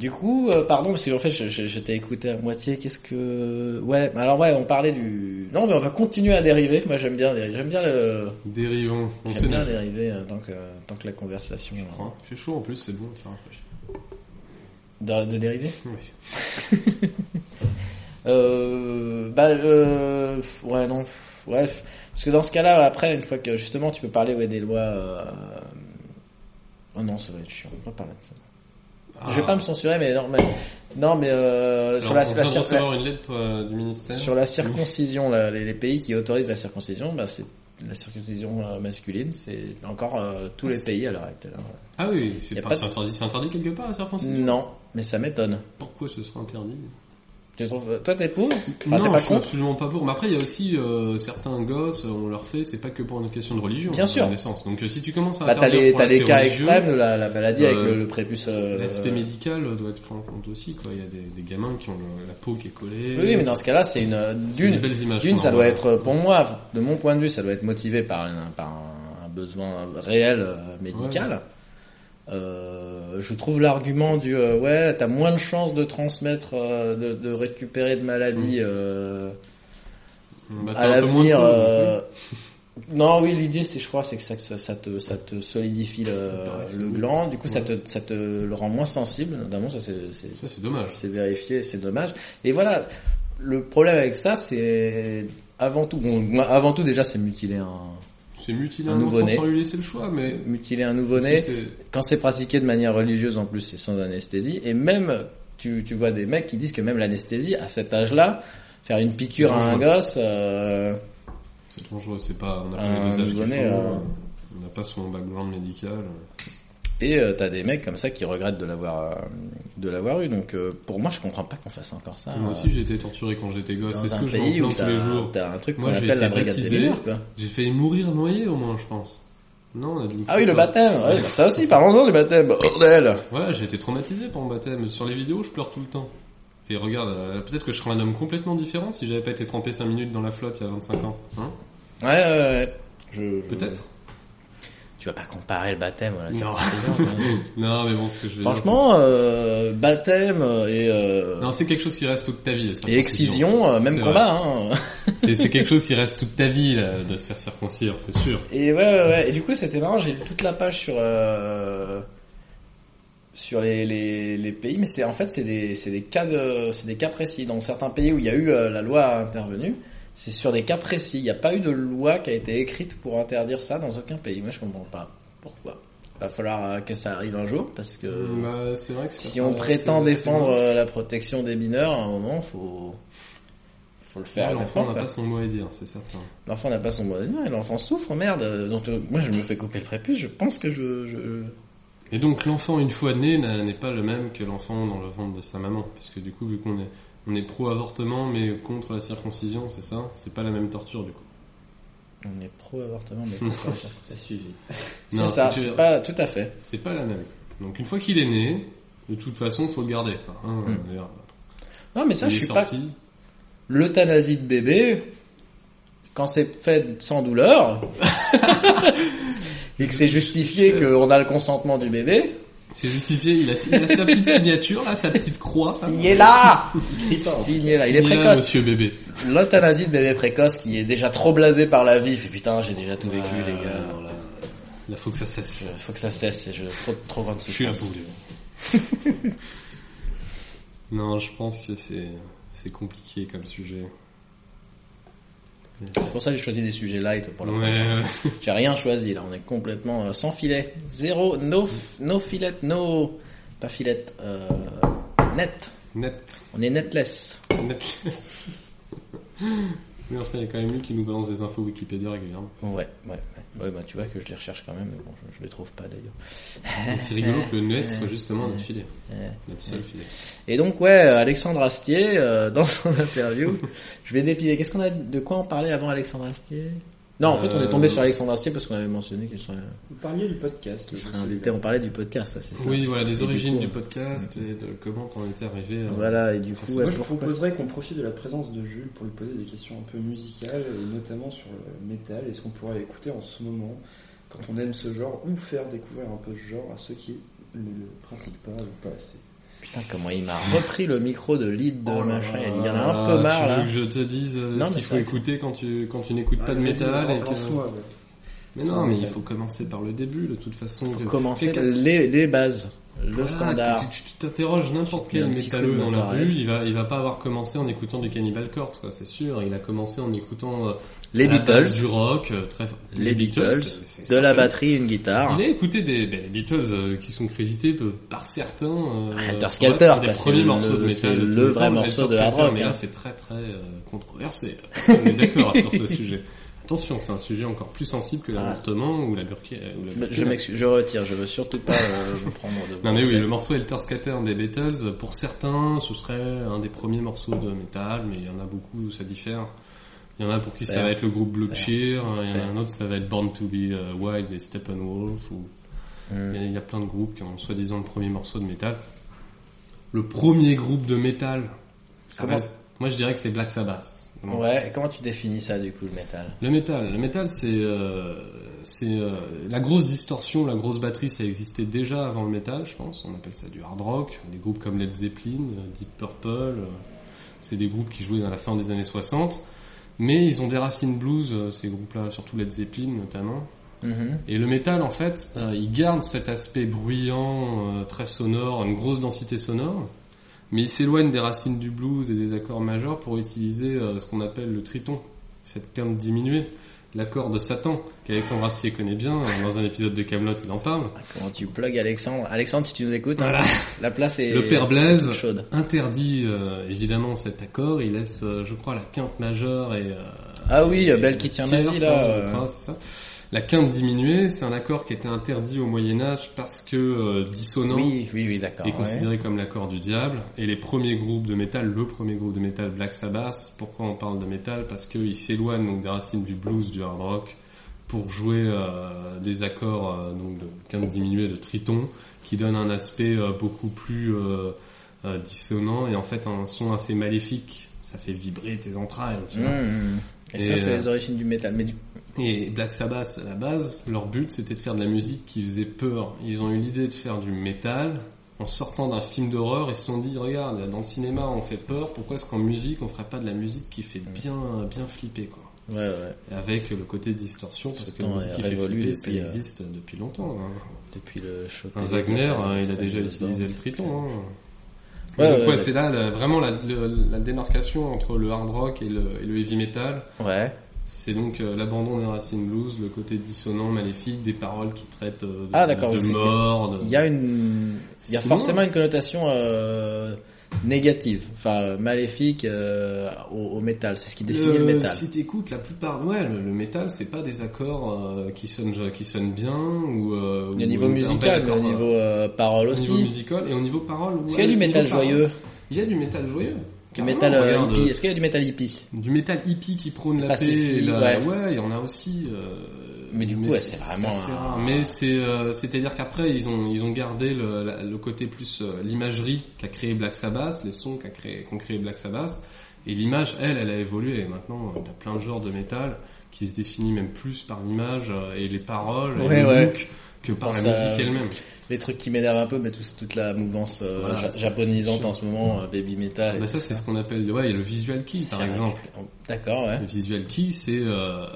Speaker 1: du coup, euh, *laughs* pardon, parce que en fait, je, je- je t'ai écouté à moitié. Qu'est-ce que... Ouais, alors ouais, on parlait du... Non, mais on va continuer à dériver. Moi, j'aime bien, dériver. j'aime bien le...
Speaker 2: Dérivons. On
Speaker 1: J'aime bien
Speaker 2: s'énerve.
Speaker 1: dériver euh, tant que, tant que la conversation...
Speaker 2: Je crois. Il fait chaud en plus, c'est bon, ça rafraîchit.
Speaker 1: De, de dériver
Speaker 2: Oui.
Speaker 1: Euh, bah, euh, ouais, non, ouais, parce que dans ce cas-là, après, une fois que justement, tu peux parler ouais, des lois. euh, Oh non, ça va être chiant. on va pas parler de ça. Je vais pas me censurer, mais non, mais, non, mais euh,
Speaker 2: Ah. Alors,
Speaker 1: sur la,
Speaker 2: on
Speaker 1: la
Speaker 2: vient de
Speaker 1: cir-
Speaker 2: recevoir une lettre euh, du ministère.
Speaker 1: sur la circoncision, là, les, les pays qui autorisent la circoncision, bah, c'est la circoncision euh, masculine, c'est encore euh, tous les pays à l'heure actuelle. hein.
Speaker 2: Ah oui,
Speaker 1: Y
Speaker 2: c'est
Speaker 1: a
Speaker 2: pas,
Speaker 1: pas de-
Speaker 2: c'est interdit, c'est interdit quelque part la circoncision.
Speaker 1: Non, mais ça m'étonne.
Speaker 2: Pourquoi ce serait interdit
Speaker 1: Tu trouves, toi, t'es pour Enfin, t'es
Speaker 2: Non,
Speaker 1: pas
Speaker 2: je suis
Speaker 1: contre
Speaker 2: absolument pas pour. Mais après, il y a aussi euh, certains gosses, euh, on leur fait, c'est pas que pour une question de religion.
Speaker 1: Bien
Speaker 2: à
Speaker 1: sûr.
Speaker 2: La naissance. Donc euh, si tu commences à
Speaker 1: Bah, t'as
Speaker 2: interdire
Speaker 1: les,
Speaker 2: pour
Speaker 1: t'as les
Speaker 2: l'aspect
Speaker 1: cas
Speaker 2: religieux,
Speaker 1: extrêmes de la, la maladie avec
Speaker 2: euh,
Speaker 1: le, le prépuce. euh,
Speaker 2: L'aspect médical doit être pris en compte aussi. Quoi. Il y a des, des gamins qui ont le- la peau qui est collée.
Speaker 1: Oui, mais dans ce cas-là, c'est une
Speaker 2: C'est des
Speaker 1: d'une
Speaker 2: belles images
Speaker 1: d'une
Speaker 2: qu'on
Speaker 1: ça
Speaker 2: en
Speaker 1: doit
Speaker 2: voit.
Speaker 1: être euh, pour moi, de mon point de vue, ça doit être motivé par un, par un, un besoin réel euh, médical. Euh, je trouve l'argument du euh, ouais, t'as moins de chances de transmettre, euh, de, de récupérer de maladies euh,
Speaker 2: Bah, t'as
Speaker 1: à
Speaker 2: Mmh. un peu moins de
Speaker 1: l'avenir.
Speaker 2: peau,
Speaker 1: euh, Non, oui, l'idée c'est, je crois, c'est que ça, que ça te, ça te solidifie le,
Speaker 2: Bah, c'est
Speaker 1: le
Speaker 2: cool.
Speaker 1: gland. Du coup, ça
Speaker 2: Ouais.
Speaker 1: te, ça te le rend moins sensible. Notamment, ça c'est, c'est-
Speaker 2: Ça, c'est dommage.
Speaker 1: c'est vérifié, c'est dommage. Et voilà, le problème avec ça, c'est avant tout, bon, avant tout déjà, c'est mutiler un,
Speaker 2: C'est mutilé
Speaker 1: Un
Speaker 2: un enfant
Speaker 1: nouveau-né.
Speaker 2: sans lui laisser le choix, mais...
Speaker 1: mutiler un
Speaker 2: parce que
Speaker 1: nouveau-né.
Speaker 2: c'est-
Speaker 1: Quand c'est pratiqué de manière religieuse, en plus, c'est sans anesthésie. Et même, tu, tu vois des mecs qui disent que même l'anesthésie, à cet âge-là, faire une piqûre à un
Speaker 2: Dangereux.
Speaker 1: gosse, euh,
Speaker 2: C'est dangereux, c'est pas... On n'a pas
Speaker 1: Un
Speaker 2: les dosages qu'il faut,
Speaker 1: nouveau-né, euh,
Speaker 2: euh, on n'a pas son background médical.
Speaker 1: et euh, t'as des mecs comme ça qui regrettent de l'avoir, euh, de l'avoir eu. Donc, euh, pour moi, je comprends pas qu'on fasse encore ça.
Speaker 2: Moi
Speaker 1: euh,
Speaker 2: aussi, j'ai été torturé quand j'étais gosse.
Speaker 1: dans
Speaker 2: C'est ce
Speaker 1: un
Speaker 2: que je
Speaker 1: pays où
Speaker 2: m'en plains tous les
Speaker 1: t'as,
Speaker 2: jours.
Speaker 1: t'as un truc qu'on
Speaker 2: Moi, j'ai
Speaker 1: appelle
Speaker 2: été
Speaker 1: la brigade des
Speaker 2: baptisé.
Speaker 1: mineurs, quoi.
Speaker 2: J'ai fait mourir noyé au moins, je pense. Non, on a dû
Speaker 1: Ah oui, le
Speaker 2: baptême
Speaker 1: baptême. Ouais, bah, ça aussi, parlons-en du baptême. Bordel.
Speaker 2: Voilà, j'ai été traumatisé par mon baptême. Sur les vidéos, je pleure tout le temps. Et regarde, euh, peut-être que je serais un homme complètement différent si j'avais pas été trempé 5 minutes dans la flotte il y a 25 ans. Hein
Speaker 1: Ouais, ouais, ouais. Je, je-
Speaker 2: Peut-être.
Speaker 1: Tu vas pas comparer le baptême. Voilà,
Speaker 2: *laughs*
Speaker 1: c'est
Speaker 2: Non.
Speaker 1: pas plaisant, hein.
Speaker 2: Non, mais bon, ce que je veux dire,
Speaker 1: Franchement, euh, baptême et, euh,
Speaker 2: c'est- Non, c'est quelque chose qui reste toute ta vie. la circoncision.
Speaker 1: et excision, euh, même
Speaker 2: C'est
Speaker 1: combat. Hein.
Speaker 2: C'est c'est quelque chose qui reste toute ta vie là, de se faire circoncire, c'est sûr.
Speaker 1: Et ouais, ouais, ouais. Et du coup, c'était marrant. J'ai lu toute la page sur euh, sur les, les, les pays, mais c'est en fait c'est des c'est des cas de c'est des cas précis. Dans certains pays où il y a eu euh, la loi intervenue, c'est sur des cas précis. Il n'y a pas eu de loi qui a été écrite pour interdire ça dans aucun pays. Moi, je comprends pas pourquoi. Va falloir euh, que ça arrive un jour parce que.
Speaker 2: Bah, c'est vrai que
Speaker 1: Si
Speaker 2: c'est-
Speaker 1: on
Speaker 2: c'est-
Speaker 1: prétend
Speaker 2: c'est-
Speaker 1: défendre
Speaker 2: c'est-
Speaker 1: euh, la protection des mineurs, à un moment, faut faut le faire.
Speaker 2: Ouais,
Speaker 1: honnêtement,
Speaker 2: l'enfant n'a
Speaker 1: quoi.
Speaker 2: pas son mot à dire, c'est certain.
Speaker 1: L'enfant n'a pas son mot à dire et l'enfant souffre, merde. Donc euh, moi, je me fais couper le prépuce. Je pense que je, je...
Speaker 2: Et donc l'enfant une fois né n'a- n'est pas le même que l'enfant dans le ventre de sa maman, parce que du coup vu qu'on est on est pro avortement mais contre la circoncision, c'est ça C'est pas la même torture du coup.
Speaker 1: on est pro avortement,
Speaker 2: *laughs*
Speaker 1: mais pourquoi ça
Speaker 3: Ça suivi.
Speaker 1: C'est
Speaker 2: Non,
Speaker 1: ça,
Speaker 2: ce que tu veux
Speaker 1: c'est
Speaker 2: dire,
Speaker 1: pas tout à fait.
Speaker 2: c'est pas la même. Donc une fois qu'il est né, de toute façon faut le garder. Quoi. Hein,
Speaker 1: Mm.
Speaker 2: d'ailleurs,
Speaker 1: Non, mais ça,
Speaker 2: il
Speaker 1: je
Speaker 2: est
Speaker 1: suis pas
Speaker 2: sorti.
Speaker 1: l'euthanasie de bébé. Quand c'est fait sans
Speaker 2: *laughs*
Speaker 1: douleur et que c'est justifié qu'on a le consentement du bébé,
Speaker 2: C'est justifié. Il a, il a sa petite signature, là, sa
Speaker 1: *laughs*
Speaker 2: petite croix.
Speaker 1: signez là,
Speaker 3: Il part.
Speaker 1: signez là. Il est
Speaker 2: Signez là,
Speaker 1: précoce.
Speaker 2: Monsieur bébé.
Speaker 1: L'euthanasie de bébé précoce qui est déjà trop blasé par la vie, il fait putain j'ai déjà tout vécu
Speaker 2: Ouais,
Speaker 1: les gars,
Speaker 2: ouais,
Speaker 1: non, là,
Speaker 2: Là faut que ça cesse.
Speaker 1: euh, faut que ça cesse, c'est- je trop trop grande
Speaker 2: Je suis là pour
Speaker 1: souffrance.
Speaker 2: lui. *laughs* non, je pense que c'est c'est compliqué comme sujet.
Speaker 1: C'est pour ça que j'ai choisi des sujets light pour la première.
Speaker 2: Ouais,
Speaker 1: J'ai rien choisi là, on est complètement euh, sans filet, zéro, no, f- no filet, no pas filet, euh, net,
Speaker 2: net,
Speaker 1: on est netless.
Speaker 2: net. *laughs* Mais enfin, il y a quand même lui qui nous balance des infos Wikipédia régulièrement.
Speaker 1: Ouais, ouais, ouais, Ouais, bah tu vois que je les recherche quand même, mais bon je, je les trouve pas d'ailleurs.
Speaker 2: Et C'est rigolo que le net soit justement
Speaker 1: Ouais.
Speaker 2: notre filet,
Speaker 1: Ouais.
Speaker 2: notre seul filet.
Speaker 1: Et donc ouais, euh, Alexandre Astier euh, *laughs* dans son interview, je vais dépiler. Qu'est-ce qu'on a de quoi on parlait avant Alexandre Astier Non, en fait, on est tombé
Speaker 2: Euh,
Speaker 1: sur Alexandre Astier parce qu'on avait mentionné qu'il serait,
Speaker 3: Vous parliez du podcast.
Speaker 1: qu'il
Speaker 3: je
Speaker 1: serait
Speaker 3: sais
Speaker 1: invité.
Speaker 3: pas.
Speaker 1: On parlait du podcast, ouais, c'est ça.
Speaker 2: Oui, voilà, des
Speaker 1: Et
Speaker 2: origines
Speaker 1: du
Speaker 2: du,
Speaker 1: coup,
Speaker 2: podcast et de comment t'en étais arrivé. euh, à-
Speaker 1: Voilà et du coup,
Speaker 3: Moi,
Speaker 1: ouais,
Speaker 3: je
Speaker 1: pourquoi-
Speaker 3: proposerais qu'on profite de la présence de Jules pour lui poser des questions un peu musicales, et notamment sur le métal, et ce qu'on pourrait écouter en ce moment, quand on aime ce genre, ou faire découvrir un peu ce genre à ceux qui ne le pratique pas ou pas assez.
Speaker 1: Putain, comment il m'a repris le micro de lead
Speaker 2: Oh
Speaker 1: de machin. Il y en a un peu marre
Speaker 2: tu veux
Speaker 1: là.
Speaker 2: que je te dise euh,
Speaker 1: Non,
Speaker 2: ce
Speaker 1: mais
Speaker 2: qu'il
Speaker 1: c'est
Speaker 2: faut
Speaker 1: vrai que
Speaker 2: écouter quand tu, quand tu
Speaker 1: Ah,
Speaker 2: n'écoutes
Speaker 3: Ah,
Speaker 2: pas de métal. et euh, que- Mais non, mais il faut commencer par le début de toute façon.
Speaker 1: Faut
Speaker 2: Que-
Speaker 1: commencer
Speaker 2: que-
Speaker 1: par les, les bases, le
Speaker 2: Voilà,
Speaker 1: standard.
Speaker 2: que Tu tu t'interroges n'importe
Speaker 1: Il y a
Speaker 2: quel
Speaker 1: un petit coup de
Speaker 2: métalleux dans la
Speaker 1: motorhead.
Speaker 2: rue, il va, il va pas avoir commencé en écoutant du Cannibal Corpse, quoi, c'est sûr. Il a commencé en écoutant euh,
Speaker 1: Les
Speaker 2: à la base
Speaker 1: Beatles,
Speaker 2: du rock, euh, très
Speaker 1: les Beatles,
Speaker 2: c'est- c'est
Speaker 1: de la
Speaker 2: certain.
Speaker 1: batterie, une guitare.
Speaker 2: Il a écouté des ben, les Beatles euh, qui sont crédités peu- par certains. euh,
Speaker 1: Helter
Speaker 2: pour-
Speaker 1: Skelter,
Speaker 2: pour les
Speaker 1: quoi, c'est
Speaker 2: premiers
Speaker 1: le-
Speaker 2: morceaux de
Speaker 1: c'est
Speaker 2: métal de
Speaker 1: le
Speaker 2: tous les
Speaker 1: vrai
Speaker 2: temps,
Speaker 1: morceau
Speaker 2: Helter
Speaker 1: de hard
Speaker 2: Skelter,
Speaker 1: rock,
Speaker 2: Mais
Speaker 1: hein.
Speaker 2: là, c'est très très euh, controversé. Personne n'est d'accord sur ce sujet. Attention, c'est un sujet encore plus sensible que l'avortement ou la burqa. ou la
Speaker 1: Ah. Je
Speaker 2: burqa.
Speaker 1: m'excuse, je retire. Je veux surtout pas euh, me prendre de.
Speaker 2: *laughs* Non mais oui,
Speaker 1: procès.
Speaker 2: le morceau Helter Skelter des Beatles, pour certains, ce serait un des premiers morceaux de métal, mais il y en a beaucoup où ça diffère. Il y en a pour qui ça
Speaker 1: Fair.
Speaker 2: va être le groupe Blue
Speaker 1: Fair.
Speaker 2: Cheer, hein, il y en
Speaker 1: Fair.
Speaker 2: a un autre ça va être Born to be euh, Wild des Steppenwolf, ou il y
Speaker 1: Hmm.
Speaker 2: a- il y a plein de groupes qui ont soi-disant le premier morceau de métal. Le premier groupe de métal, ça
Speaker 1: Comment-
Speaker 2: reste- moi je dirais que c'est Black Sabbath. Donc,
Speaker 1: Ouais. Et comment tu définis ça du coup le métal
Speaker 2: le métal, le métal, c'est euh, c'est euh, la grosse distorsion, la grosse batterie, ça existait déjà avant le métal, je pense. On appelle ça du hard rock. Des groupes comme Led Zeppelin, euh, Deep Purple, euh, c'est des groupes qui jouaient à la fin des années 60. Mais ils ont des racines blues, euh, ces groupes-là, surtout Led Zeppelin notamment.
Speaker 1: Mhm.
Speaker 2: Et le métal, en fait, euh, il garde cet aspect bruyant, euh, très sonore, une grosse densité sonore, mais il s'éloigne des racines du blues et des accords majeurs pour utiliser euh, ce qu'on appelle le triton, cette terme diminuée, l'accord de Satan, qu'Alexandre Astier connaît bien, euh, dans un épisode de Camelot, il en parle.
Speaker 1: Comment tu plugs Alexandre Alexandre, si tu nous écoutes, hein,
Speaker 2: Voilà.
Speaker 1: la place est
Speaker 2: Le père Blaise
Speaker 1: chaude.
Speaker 2: interdit euh, évidemment cet accord, il laisse, euh, je crois, la quinte majeure et... euh,
Speaker 1: Ah oui,
Speaker 2: et-
Speaker 1: belle qui tient ma
Speaker 2: tierce,
Speaker 1: vie
Speaker 2: hein,
Speaker 1: là.
Speaker 2: je
Speaker 1: euh.
Speaker 2: crois, c'est ça. La quinte diminuée, c'est un accord qui était interdit au Moyen Âge parce que euh, dissonant
Speaker 1: Oui, oui, oui, d'accord.
Speaker 2: est
Speaker 1: ouais.
Speaker 2: considéré comme l'accord du diable. Et les premiers groupes de métal, le premier groupe de métal Black Sabbath, pourquoi on parle de métal Parce qu'il s'éloigne donc des racines du blues, du hard rock, pour jouer euh, des accords euh, donc de quinte diminuée de triton, qui donne un aspect euh, beaucoup plus euh, euh, dissonant et en fait un son assez maléfique. Ça fait vibrer tes entrailles, tu vois.
Speaker 1: Mhm. Et,
Speaker 2: Et,
Speaker 1: ça, c'est
Speaker 2: euh,
Speaker 1: les origines du métal. Mais du...
Speaker 2: Et Black Sabbath, à la base, leur but, c'était de faire de la musique qui faisait peur. Ils ont eu l'idée de faire du métal. En sortant d'un film d'horreur, ils se sont dit, regarde, dans le cinéma, on fait peur. Pourquoi est-ce qu'en musique, on ferait pas de la musique qui fait bien, bien flipper, quoi?
Speaker 1: ouais, ouais.
Speaker 2: Et Avec le côté distorsion, parce
Speaker 1: Ce
Speaker 2: que la
Speaker 1: temps
Speaker 2: musique
Speaker 1: est
Speaker 2: qui fait
Speaker 1: révolu
Speaker 2: flipper,
Speaker 1: depuis,
Speaker 2: ça
Speaker 1: euh,
Speaker 2: existe depuis longtemps. hein.
Speaker 1: Depuis le choc.
Speaker 2: Un Wagner, euh, il a déjà utilisé le triton. hein.
Speaker 1: Ouais,
Speaker 2: Donc,
Speaker 1: ouais,
Speaker 2: ouais,
Speaker 1: ouais.
Speaker 2: c'est là, la- vraiment la, le- la démarcation entre le hard rock et le- et le heavy metal.
Speaker 1: Ouais.
Speaker 2: C'est donc euh, l'abandon des racines blues, le côté dissonant, maléfique, des paroles qui traitent euh, de,
Speaker 1: Ah, d'accord,
Speaker 2: de
Speaker 1: donc c'est-
Speaker 2: mort. de-
Speaker 1: Il y a une, il y a
Speaker 2: Sinon-
Speaker 1: forcément une connotation euh, négative, enfin euh, maléfique euh, au, au métal. C'est ce qui définit le,
Speaker 2: Euh,
Speaker 1: métal.
Speaker 2: Si t'écoutes la plupart, ouais, le, le métal, c'est pas des accords euh, qui sonnent qui sonnent bien ou. Euh,
Speaker 1: Il y a au
Speaker 2: ou-
Speaker 1: niveau
Speaker 2: ou-
Speaker 1: musical,
Speaker 2: un
Speaker 1: mais
Speaker 2: bel
Speaker 1: au
Speaker 2: accord,
Speaker 1: niveau euh, parole
Speaker 2: euh, au
Speaker 1: aussi.
Speaker 2: niveau musical et au niveau parole.
Speaker 1: Est-ce
Speaker 2: ouais,
Speaker 1: qu'il y a du
Speaker 2: niveau
Speaker 1: métal
Speaker 2: parole.
Speaker 1: joyeux,
Speaker 2: Il y a du métal joyeux.
Speaker 1: du
Speaker 2: carrément,
Speaker 1: métal euh,
Speaker 2: Ah, regarde,
Speaker 1: hippie Est-ce qu'il y a du métal hippie
Speaker 2: Du métal hippie qui prône la paix.
Speaker 1: Pacifique,
Speaker 2: et la-
Speaker 1: ouais.
Speaker 2: ouais, il y en a aussi. euh,
Speaker 1: Mais du coup, ouais, c'est vraiment
Speaker 2: assez
Speaker 1: un-
Speaker 2: rare. Mais c'est, euh, c'est-à-dire qu'après, ils ont, ils ont gardé le, la- le côté plus euh, l'imagerie qu'a créé Black Sabbath, les sons qu'a créé, qu'ont créé Black Sabbath, et l'image, elle, elle a évolué. Et maintenant, euh, t'as plein de genres de métal qui se définit même plus par l'image euh, et les paroles
Speaker 1: Ouais,
Speaker 2: et le
Speaker 1: ouais.
Speaker 2: look que par
Speaker 1: Pense à-
Speaker 2: la musique elle-même.
Speaker 1: Les trucs qui m'énervent un peu, mais tout, toute la mouvance euh,
Speaker 2: Voilà,
Speaker 1: ja-
Speaker 2: c'est-
Speaker 1: japonisante
Speaker 2: c'est
Speaker 1: en ce moment, euh, baby metal. et
Speaker 2: Bah ça,
Speaker 1: tout
Speaker 2: c'est ce qu'on appelle, ouais, le visual key, par
Speaker 1: C'est un-
Speaker 2: exemple.
Speaker 1: D'accord, ouais.
Speaker 2: Le visual key, c'est euh,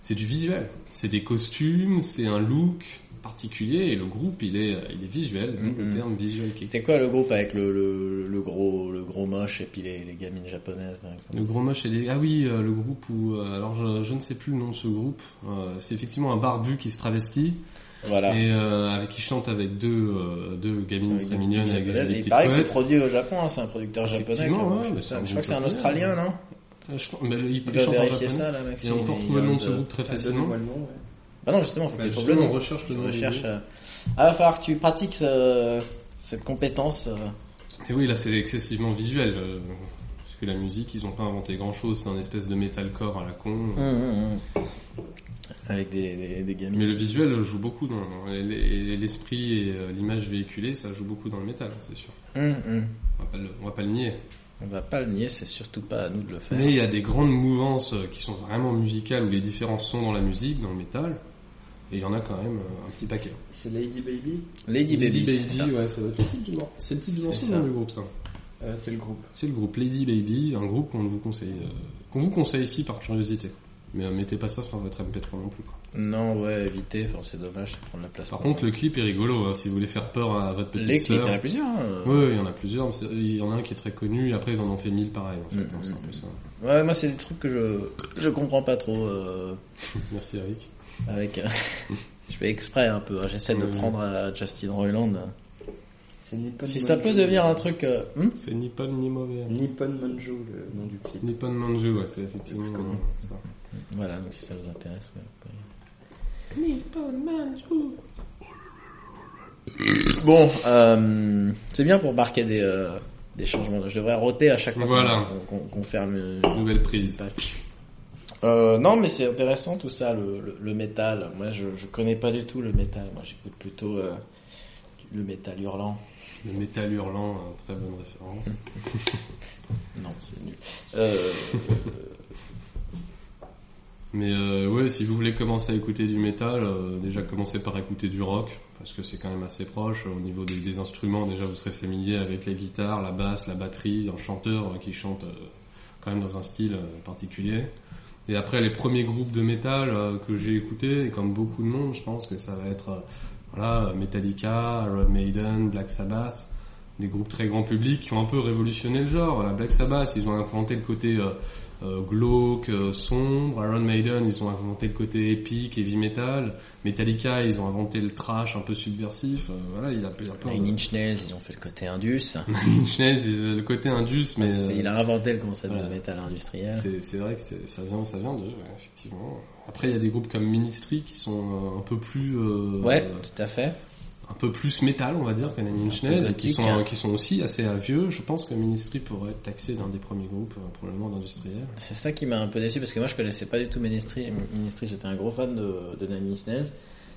Speaker 2: c'est du visuel. C'est des costumes, c'est un look particulier et le groupe, il est, euh, il est visuel, d'où
Speaker 1: Mhm.
Speaker 2: le terme visual key.
Speaker 1: C'était quoi le groupe avec le, le, le gros le gros moche et puis les, les gamines japonaises hein, là,
Speaker 2: Le gros moche, il est... Ah oui, euh, le groupe où... euh, alors, je, je ne sais plus le nom de ce groupe. euh, c'est effectivement un barbu qui se travestit
Speaker 1: Voilà.
Speaker 2: et euh, avec, qui chante avec deux, euh, deux gamines
Speaker 1: Ah. Avec des
Speaker 2: très
Speaker 1: petites
Speaker 2: mignonnes avec des,
Speaker 1: japonaises.
Speaker 2: des
Speaker 1: Et il
Speaker 2: petites
Speaker 1: paraît que c'est
Speaker 2: couettes.
Speaker 1: produit au Japon, hein, c'est un producteur japonais.
Speaker 2: Effectivement,
Speaker 1: que-
Speaker 2: ouais,
Speaker 1: je,
Speaker 2: mais
Speaker 1: sais
Speaker 2: c'est
Speaker 1: pas,
Speaker 2: un
Speaker 1: je crois que c'est un
Speaker 2: japonais,
Speaker 1: Australien, non
Speaker 2: Euh, Je, pense- mais le- il,
Speaker 1: Il
Speaker 2: il
Speaker 1: doit
Speaker 2: chante en
Speaker 1: vérifier
Speaker 2: japonais.
Speaker 1: ça là, Maxime.
Speaker 2: Et on peut
Speaker 1: il est
Speaker 2: retrouver le nom de ce
Speaker 1: euh,
Speaker 2: groupe très
Speaker 3: Ah, c'est
Speaker 2: facilement.
Speaker 3: normalement, ouais.
Speaker 1: Bah non, justement, faut
Speaker 2: Bah,
Speaker 1: que tu trouves le
Speaker 2: justement, on
Speaker 1: nom.
Speaker 2: recherche le
Speaker 1: Je
Speaker 2: nom du
Speaker 1: recherche.
Speaker 2: groupe.
Speaker 1: euh, Ah, va falloir que tu pratiques ce- euh, cette compétence. euh.
Speaker 2: Et oui, là c'est excessivement visuel. euh, parce que la musique, ils ont pas inventé grand chose. C'est un espèce de metalcore à la con.
Speaker 1: Hum, hum, hum. Avec des, des, des gamines.
Speaker 2: Mais le visuel joue beaucoup dans et l'e- et l'esprit et euh, l'image véhiculée, ça joue beaucoup dans le métal, hein, c'est sûr.
Speaker 1: Hum, hum.
Speaker 2: On va pas le, on va pas le nier.
Speaker 1: On va pas le nier, c'est surtout pas à nous de le faire.
Speaker 2: Mais il y a des grandes mouvances euh, qui sont vraiment musicales où les différences sont dans la musique, dans le métal. Et il y en a quand même euh, un petit paquet.
Speaker 3: C'est Lady Baby
Speaker 1: Lady, Baby. c'est ça.
Speaker 2: Baby, ouais, ça doit être le titre du morceau. C'est le titre du
Speaker 1: C'est
Speaker 2: morceau
Speaker 1: ça.
Speaker 2: ou non, du groupe, ça.
Speaker 3: Euh, C'est le groupe.
Speaker 2: C'est le groupe Lady Baby, un groupe qu'on vous conseille, euh, qu'on vous conseille ici par curiosité. Mais euh, mettez pas ça sur votre MP3 non plus. quoi.
Speaker 1: Non, ouais, évitez, enfin, c'est dommage, ça prend de la place.
Speaker 2: Par
Speaker 1: pour-
Speaker 2: contre, le clip est rigolo. hein, si vous voulez faire peur à votre petite
Speaker 1: les clips,
Speaker 2: sœur.
Speaker 1: il y en a plusieurs. hein.
Speaker 2: Ouais, il y en a plusieurs. mais c'est- Il y en a un qui est très connu. Et après, ils en ont fait mille pareils. En fait,
Speaker 1: Mm,
Speaker 2: hein, c'est un
Speaker 1: mm,
Speaker 2: peu ça.
Speaker 1: Ouais, moi, c'est des trucs que je, je comprends pas trop, euh,
Speaker 2: Merci Eric.
Speaker 1: avec, euh, *laughs* je fais exprès un peu, hein, j'essaie de
Speaker 2: Ouais.
Speaker 1: prendre à Justin Roiland.
Speaker 3: C'est Nippon
Speaker 1: Si ça
Speaker 3: Manju.
Speaker 1: peut devenir un truc, euh, hmm
Speaker 2: C'est ni Paul ni mauvais.
Speaker 3: Nippon Manju, le nom du clip.
Speaker 2: Nippon Manju, ouais, c'est effectivement
Speaker 3: C'est plus connu.
Speaker 2: euh, ça.
Speaker 1: voilà, donc si ça vous intéresse, ouais, vous pouvez-
Speaker 2: Nippon Manju.
Speaker 1: Bon, euh, c'est bien pour marquer des, euh, des changements. Je devrais roter à chaque fois qu'on-
Speaker 2: Voilà.
Speaker 1: qu'on qu'on ferme euh, une
Speaker 2: Nouvelle prise.
Speaker 1: page. Euh, non, mais c'est intéressant tout ça, le, le, le métal. Moi, je, je connais pas du tout le métal. Moi, j'écoute plutôt euh, le métal hurlant.
Speaker 2: Le métal hurlant, euh, très bonne référence.
Speaker 1: Non, c'est nul. Euh,
Speaker 2: Mais euh, ouais, si vous voulez commencer à écouter du métal, euh, déjà commencez par écouter du rock, parce que c'est quand même assez proche. Au niveau des, des instruments, déjà vous serez familier avec les guitares, la basse, la batterie, un chanteur euh, qui chante euh, quand même dans un style euh, particulier. Et après, les premiers groupes de métal euh, que j'ai écoutés, et comme beaucoup de monde, je pense que ça va être euh, voilà, Metallica, Iron Maiden, Black Sabbath, des groupes très grand public qui ont un peu révolutionné le genre. La Black Sabbath, ils ont inventé le côté... euh, euh, glauque, euh, sombre. Iron Maiden, ils ont inventé le côté épique, heavy metal. Metallica, ils ont inventé le trash un peu subversif. Euh, voilà, il a, il a plein
Speaker 1: les
Speaker 2: *laughs* de...
Speaker 1: Ninja Nails, ils ont fait le côté indus.
Speaker 2: Schneiz, ils- le côté indus, mais
Speaker 1: Bah, C'est- Il
Speaker 2: euh,
Speaker 1: a inventé le concept
Speaker 2: voilà.
Speaker 1: de métal industriel.
Speaker 2: c'est c'est vrai que c'est- ça vient, ça vient de effectivement. Après, il y a des groupes comme Ministry qui sont euh, un peu plus, euh,
Speaker 1: Ouais,
Speaker 2: euh,
Speaker 1: tout à fait.
Speaker 2: un peu plus métal, on va dire, que les Ninja
Speaker 1: peu
Speaker 2: Nails, et qui
Speaker 1: gothique,
Speaker 2: sont,
Speaker 1: hein.
Speaker 2: qui sont aussi assez vieux. Je pense que Ministry pourrait être taxé d'un des premiers groupes, euh, probablement d'industriels.
Speaker 1: C'est ça qui m'a un peu déçu parce que moi je connaissais pas du tout Ministry. Ministry, j'étais un gros fan de, de Nine Inch Nails.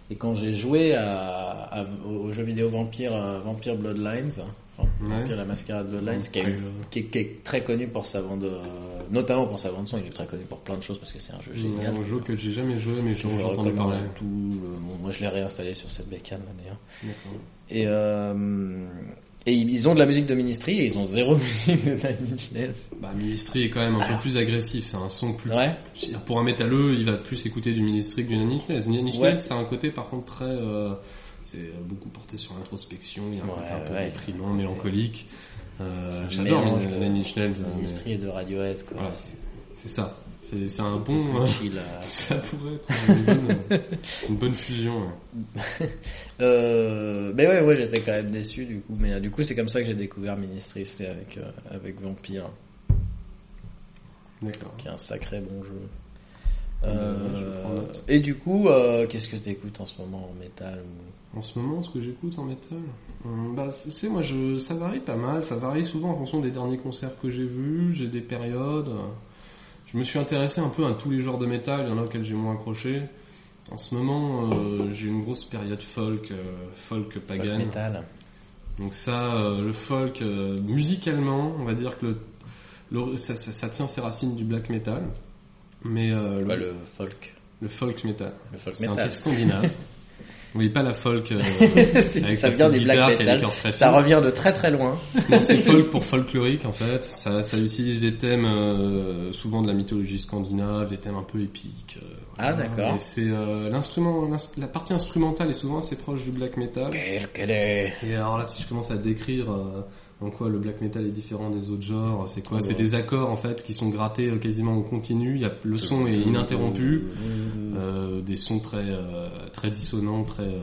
Speaker 1: Et quand j'ai joué à, à- au jeu vidéo Vampire, euh, Vampire Bloodlines, hein, enfin,
Speaker 2: Ouais.
Speaker 1: Vampire la Mascarade Bloodlines, qui, a eu-
Speaker 2: Après, euh,
Speaker 1: qui est, qui est très connu pour sa bande, euh, notamment pour sa bande son, il est très connu pour plein de choses parce que c'est un jeu génial.
Speaker 2: Un jeu que j'ai jamais joué, mais
Speaker 1: je
Speaker 2: j'en
Speaker 1: le
Speaker 2: ai entendu
Speaker 1: recommande à
Speaker 2: parler.
Speaker 1: tout le monde. Moi je l'ai réinstallé sur cette bécane là d'ailleurs.
Speaker 2: D'accord.
Speaker 1: Et, euh, et ils ont de la musique de Ministry et ils ont zéro *laughs* musique de Nine Inch Nails.
Speaker 2: Bah, Ministry est quand même un peu plus agressif, c'est un son plus...
Speaker 1: Ouais.
Speaker 2: Pour un métalleux, il va plus écouter du Ministry que du Nanny Nails. Nanny Nails,
Speaker 1: Ouais.
Speaker 2: c'est un côté par contre très... euh, c'est beaucoup porté sur l'introspection, il y a un
Speaker 1: Ouais,
Speaker 2: côté un peu
Speaker 1: ouais.
Speaker 2: déprimant, mélancolique.
Speaker 1: C'est
Speaker 2: Euh,
Speaker 1: un
Speaker 2: J'adore
Speaker 1: mélange de-
Speaker 2: Nanny Nails. euh, mais-
Speaker 1: Ministry et de Radiohead quoi.
Speaker 2: Voilà, c'est- c'est ça. C'est c'est un
Speaker 1: *laughs*
Speaker 2: bon... *laughs* euh,
Speaker 1: Chill, euh,
Speaker 2: ça pourrait être une bonne, euh, une bonne fusion. ouais.
Speaker 1: Euh, mais ouais, ouais, j'étais quand même déçu du coup. Mais euh, du coup, c'est comme ça que j'ai découvert Ministry, c'était avec euh, avec Vampire,
Speaker 2: D'accord.
Speaker 1: qui est un sacré bon jeu.
Speaker 2: Euh,
Speaker 1: Euh,
Speaker 2: je prends note.
Speaker 1: et du coup, euh, qu'est-ce que t'écoutes en ce moment en métal ou-
Speaker 2: En ce moment, ce que j'écoute en métal, hum, bah, tu sais, moi, je, ça varie pas mal. Ça varie souvent en fonction des derniers concerts que j'ai vus. J'ai des périodes. euh, Je me suis intéressé un peu à tous les genres de métal. Il y en a auxquels j'ai moins accroché. En ce moment, euh, j'ai une grosse période folk, euh, folk
Speaker 1: folk
Speaker 2: pagan.
Speaker 1: metal
Speaker 2: Donc ça, euh, le folk, euh, musicalement, on va dire que le, le- ça, ça- ça tient ses racines du black metal. Mais euh, le,
Speaker 1: Bah, le folk,
Speaker 2: le folk metal,
Speaker 1: le folk
Speaker 2: c'est un
Speaker 1: metal.
Speaker 2: truc scandinave. oui, pas la folk. euh,
Speaker 1: Si *laughs*
Speaker 2: avec
Speaker 1: ça
Speaker 2: sa
Speaker 1: vient
Speaker 2: petite
Speaker 1: des black
Speaker 2: guitare qui a les
Speaker 1: metal. *laughs*
Speaker 2: cordes très
Speaker 1: Ça
Speaker 2: souples.
Speaker 1: revient de très très loin.
Speaker 2: Non, c'est folk pour folklorique en fait. Ça, ça utilise des thèmes euh, souvent de la mythologie scandinave, des thèmes un peu épiques. euh,
Speaker 1: Ah, d'accord.
Speaker 2: Et c'est euh, l'instrument, l'ins- la partie instrumentale est souvent assez proche du black metal.
Speaker 1: Quel qu'elle est.
Speaker 2: Et alors là, si je commence à décrire euh, en quoi le black metal est différent des autres genres, c'est quoi
Speaker 1: Oh, Ouais.
Speaker 2: C'est des accords en fait qui sont grattés euh, quasiment en continu. Il y a, le son est ininterrompu. Euh, des sons très euh, très dissonants, très euh,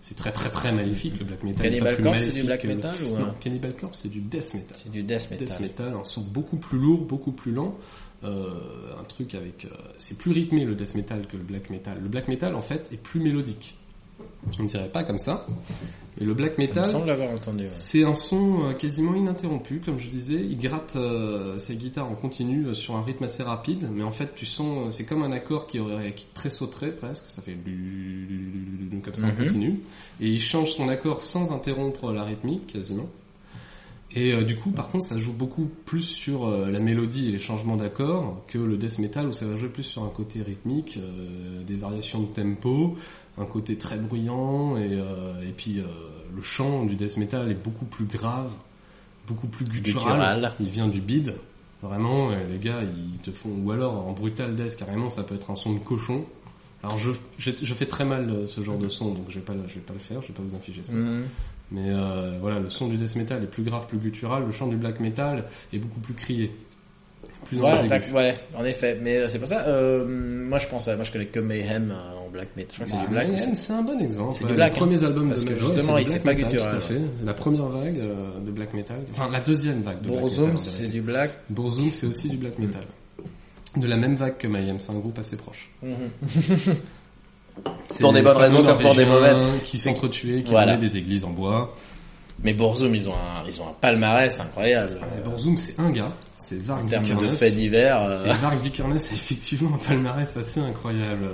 Speaker 2: c'est très très très maléfique le black metal. est pas
Speaker 1: Cannibal
Speaker 2: plus
Speaker 1: Corpse, c'est
Speaker 2: maléfique
Speaker 1: du black
Speaker 2: que-
Speaker 1: metal ou
Speaker 2: Non,
Speaker 1: un-
Speaker 2: Cannibal Corpse, c'est du death metal.
Speaker 1: C'est du death metal.
Speaker 2: Death metal, un son beaucoup plus lourd, beaucoup plus lent. Euh, un truc avec, euh, c'est plus rythmé le death metal que le black metal. Le black metal en fait est plus mélodique. On ne dirait pas comme ça, mais le black
Speaker 1: Il me
Speaker 2: metal
Speaker 1: semble l'avoir entendu. ouais.
Speaker 2: c'est un son euh, quasiment ininterrompu, comme je disais. Il gratte euh, sa guitare en continu euh, sur un rythme assez rapide, mais en fait, tu sens, euh, c'est comme un accord qui, aurait, qui tressauterait presque, ça fait comme ça en
Speaker 1: Mhm.
Speaker 2: continu. Et il change son accord sans interrompre la rythmique, quasiment. Et euh, du coup, par contre, ça joue beaucoup plus sur euh, la mélodie et les changements d'accords que le death metal où ça va jouer plus sur un côté rythmique, euh, des variations de tempo, un côté très bruyant et, euh, et puis le chant du death metal est beaucoup plus grave, beaucoup plus guttural.
Speaker 1: Guttural.
Speaker 2: Il vient du bide, vraiment. et les gars, ils te font ou alors en brutal death carrément, ça peut être un son de cochon. Alors je, je, je fais très mal euh, ce genre de son, donc je vais pas, je vais pas le faire, je vais pas vous infliger ça.
Speaker 1: Mhm.
Speaker 2: Mais euh, voilà, le son du death metal est plus grave, plus guttural, le chant du black metal est beaucoup plus crié. Plus dans les
Speaker 1: Ouais,
Speaker 2: aigus.
Speaker 1: tac, ouais, en effet. Mais euh, c'est pour ça. euh, moi, je pense à, moi, je connais que Mayhem euh, en black metal. Je crois que c'est
Speaker 2: Bah,
Speaker 1: du black.
Speaker 2: Mayhem,
Speaker 1: mais c'est-
Speaker 2: c'est un bon exemple.
Speaker 1: c'est du
Speaker 2: Ouais,
Speaker 1: black,
Speaker 2: Les premiers albums
Speaker 1: Parce
Speaker 2: de
Speaker 1: que
Speaker 2: Major,
Speaker 1: justement,
Speaker 2: c'est
Speaker 1: il
Speaker 2: du
Speaker 1: sait
Speaker 2: black
Speaker 1: pas
Speaker 2: metal,
Speaker 1: guttural,
Speaker 2: Tout à fait. La première vague euh, de black metal. Enfin, la deuxième vague de black metal. en
Speaker 1: Bourzoum, c'est
Speaker 2: vérité.
Speaker 1: du *laughs* Mm. black.
Speaker 2: Bourzoum, c'est aussi du black metal. De la même vague que Mayhem, c'est un groupe assez proche.
Speaker 1: Mhm.
Speaker 2: C'est
Speaker 1: Pour des
Speaker 2: les
Speaker 1: bonnes raisons
Speaker 2: fameux
Speaker 1: comme pour des
Speaker 2: Norvégiens
Speaker 1: mauvaises.
Speaker 2: Qui s'entretuaient, qui
Speaker 1: Voilà.
Speaker 2: brûlaient des églises en bois.
Speaker 1: Mais Bourzoum, ils ont un, ils ont un palmarès incroyable.
Speaker 2: Et
Speaker 1: euh,
Speaker 2: Bourzoum, c'est un gars. C'est
Speaker 1: en
Speaker 2: Varg
Speaker 1: termes de
Speaker 2: Vikernes.
Speaker 1: faits divers. euh,
Speaker 2: Et Mark Vikernes a effectivement un palmarès assez incroyable.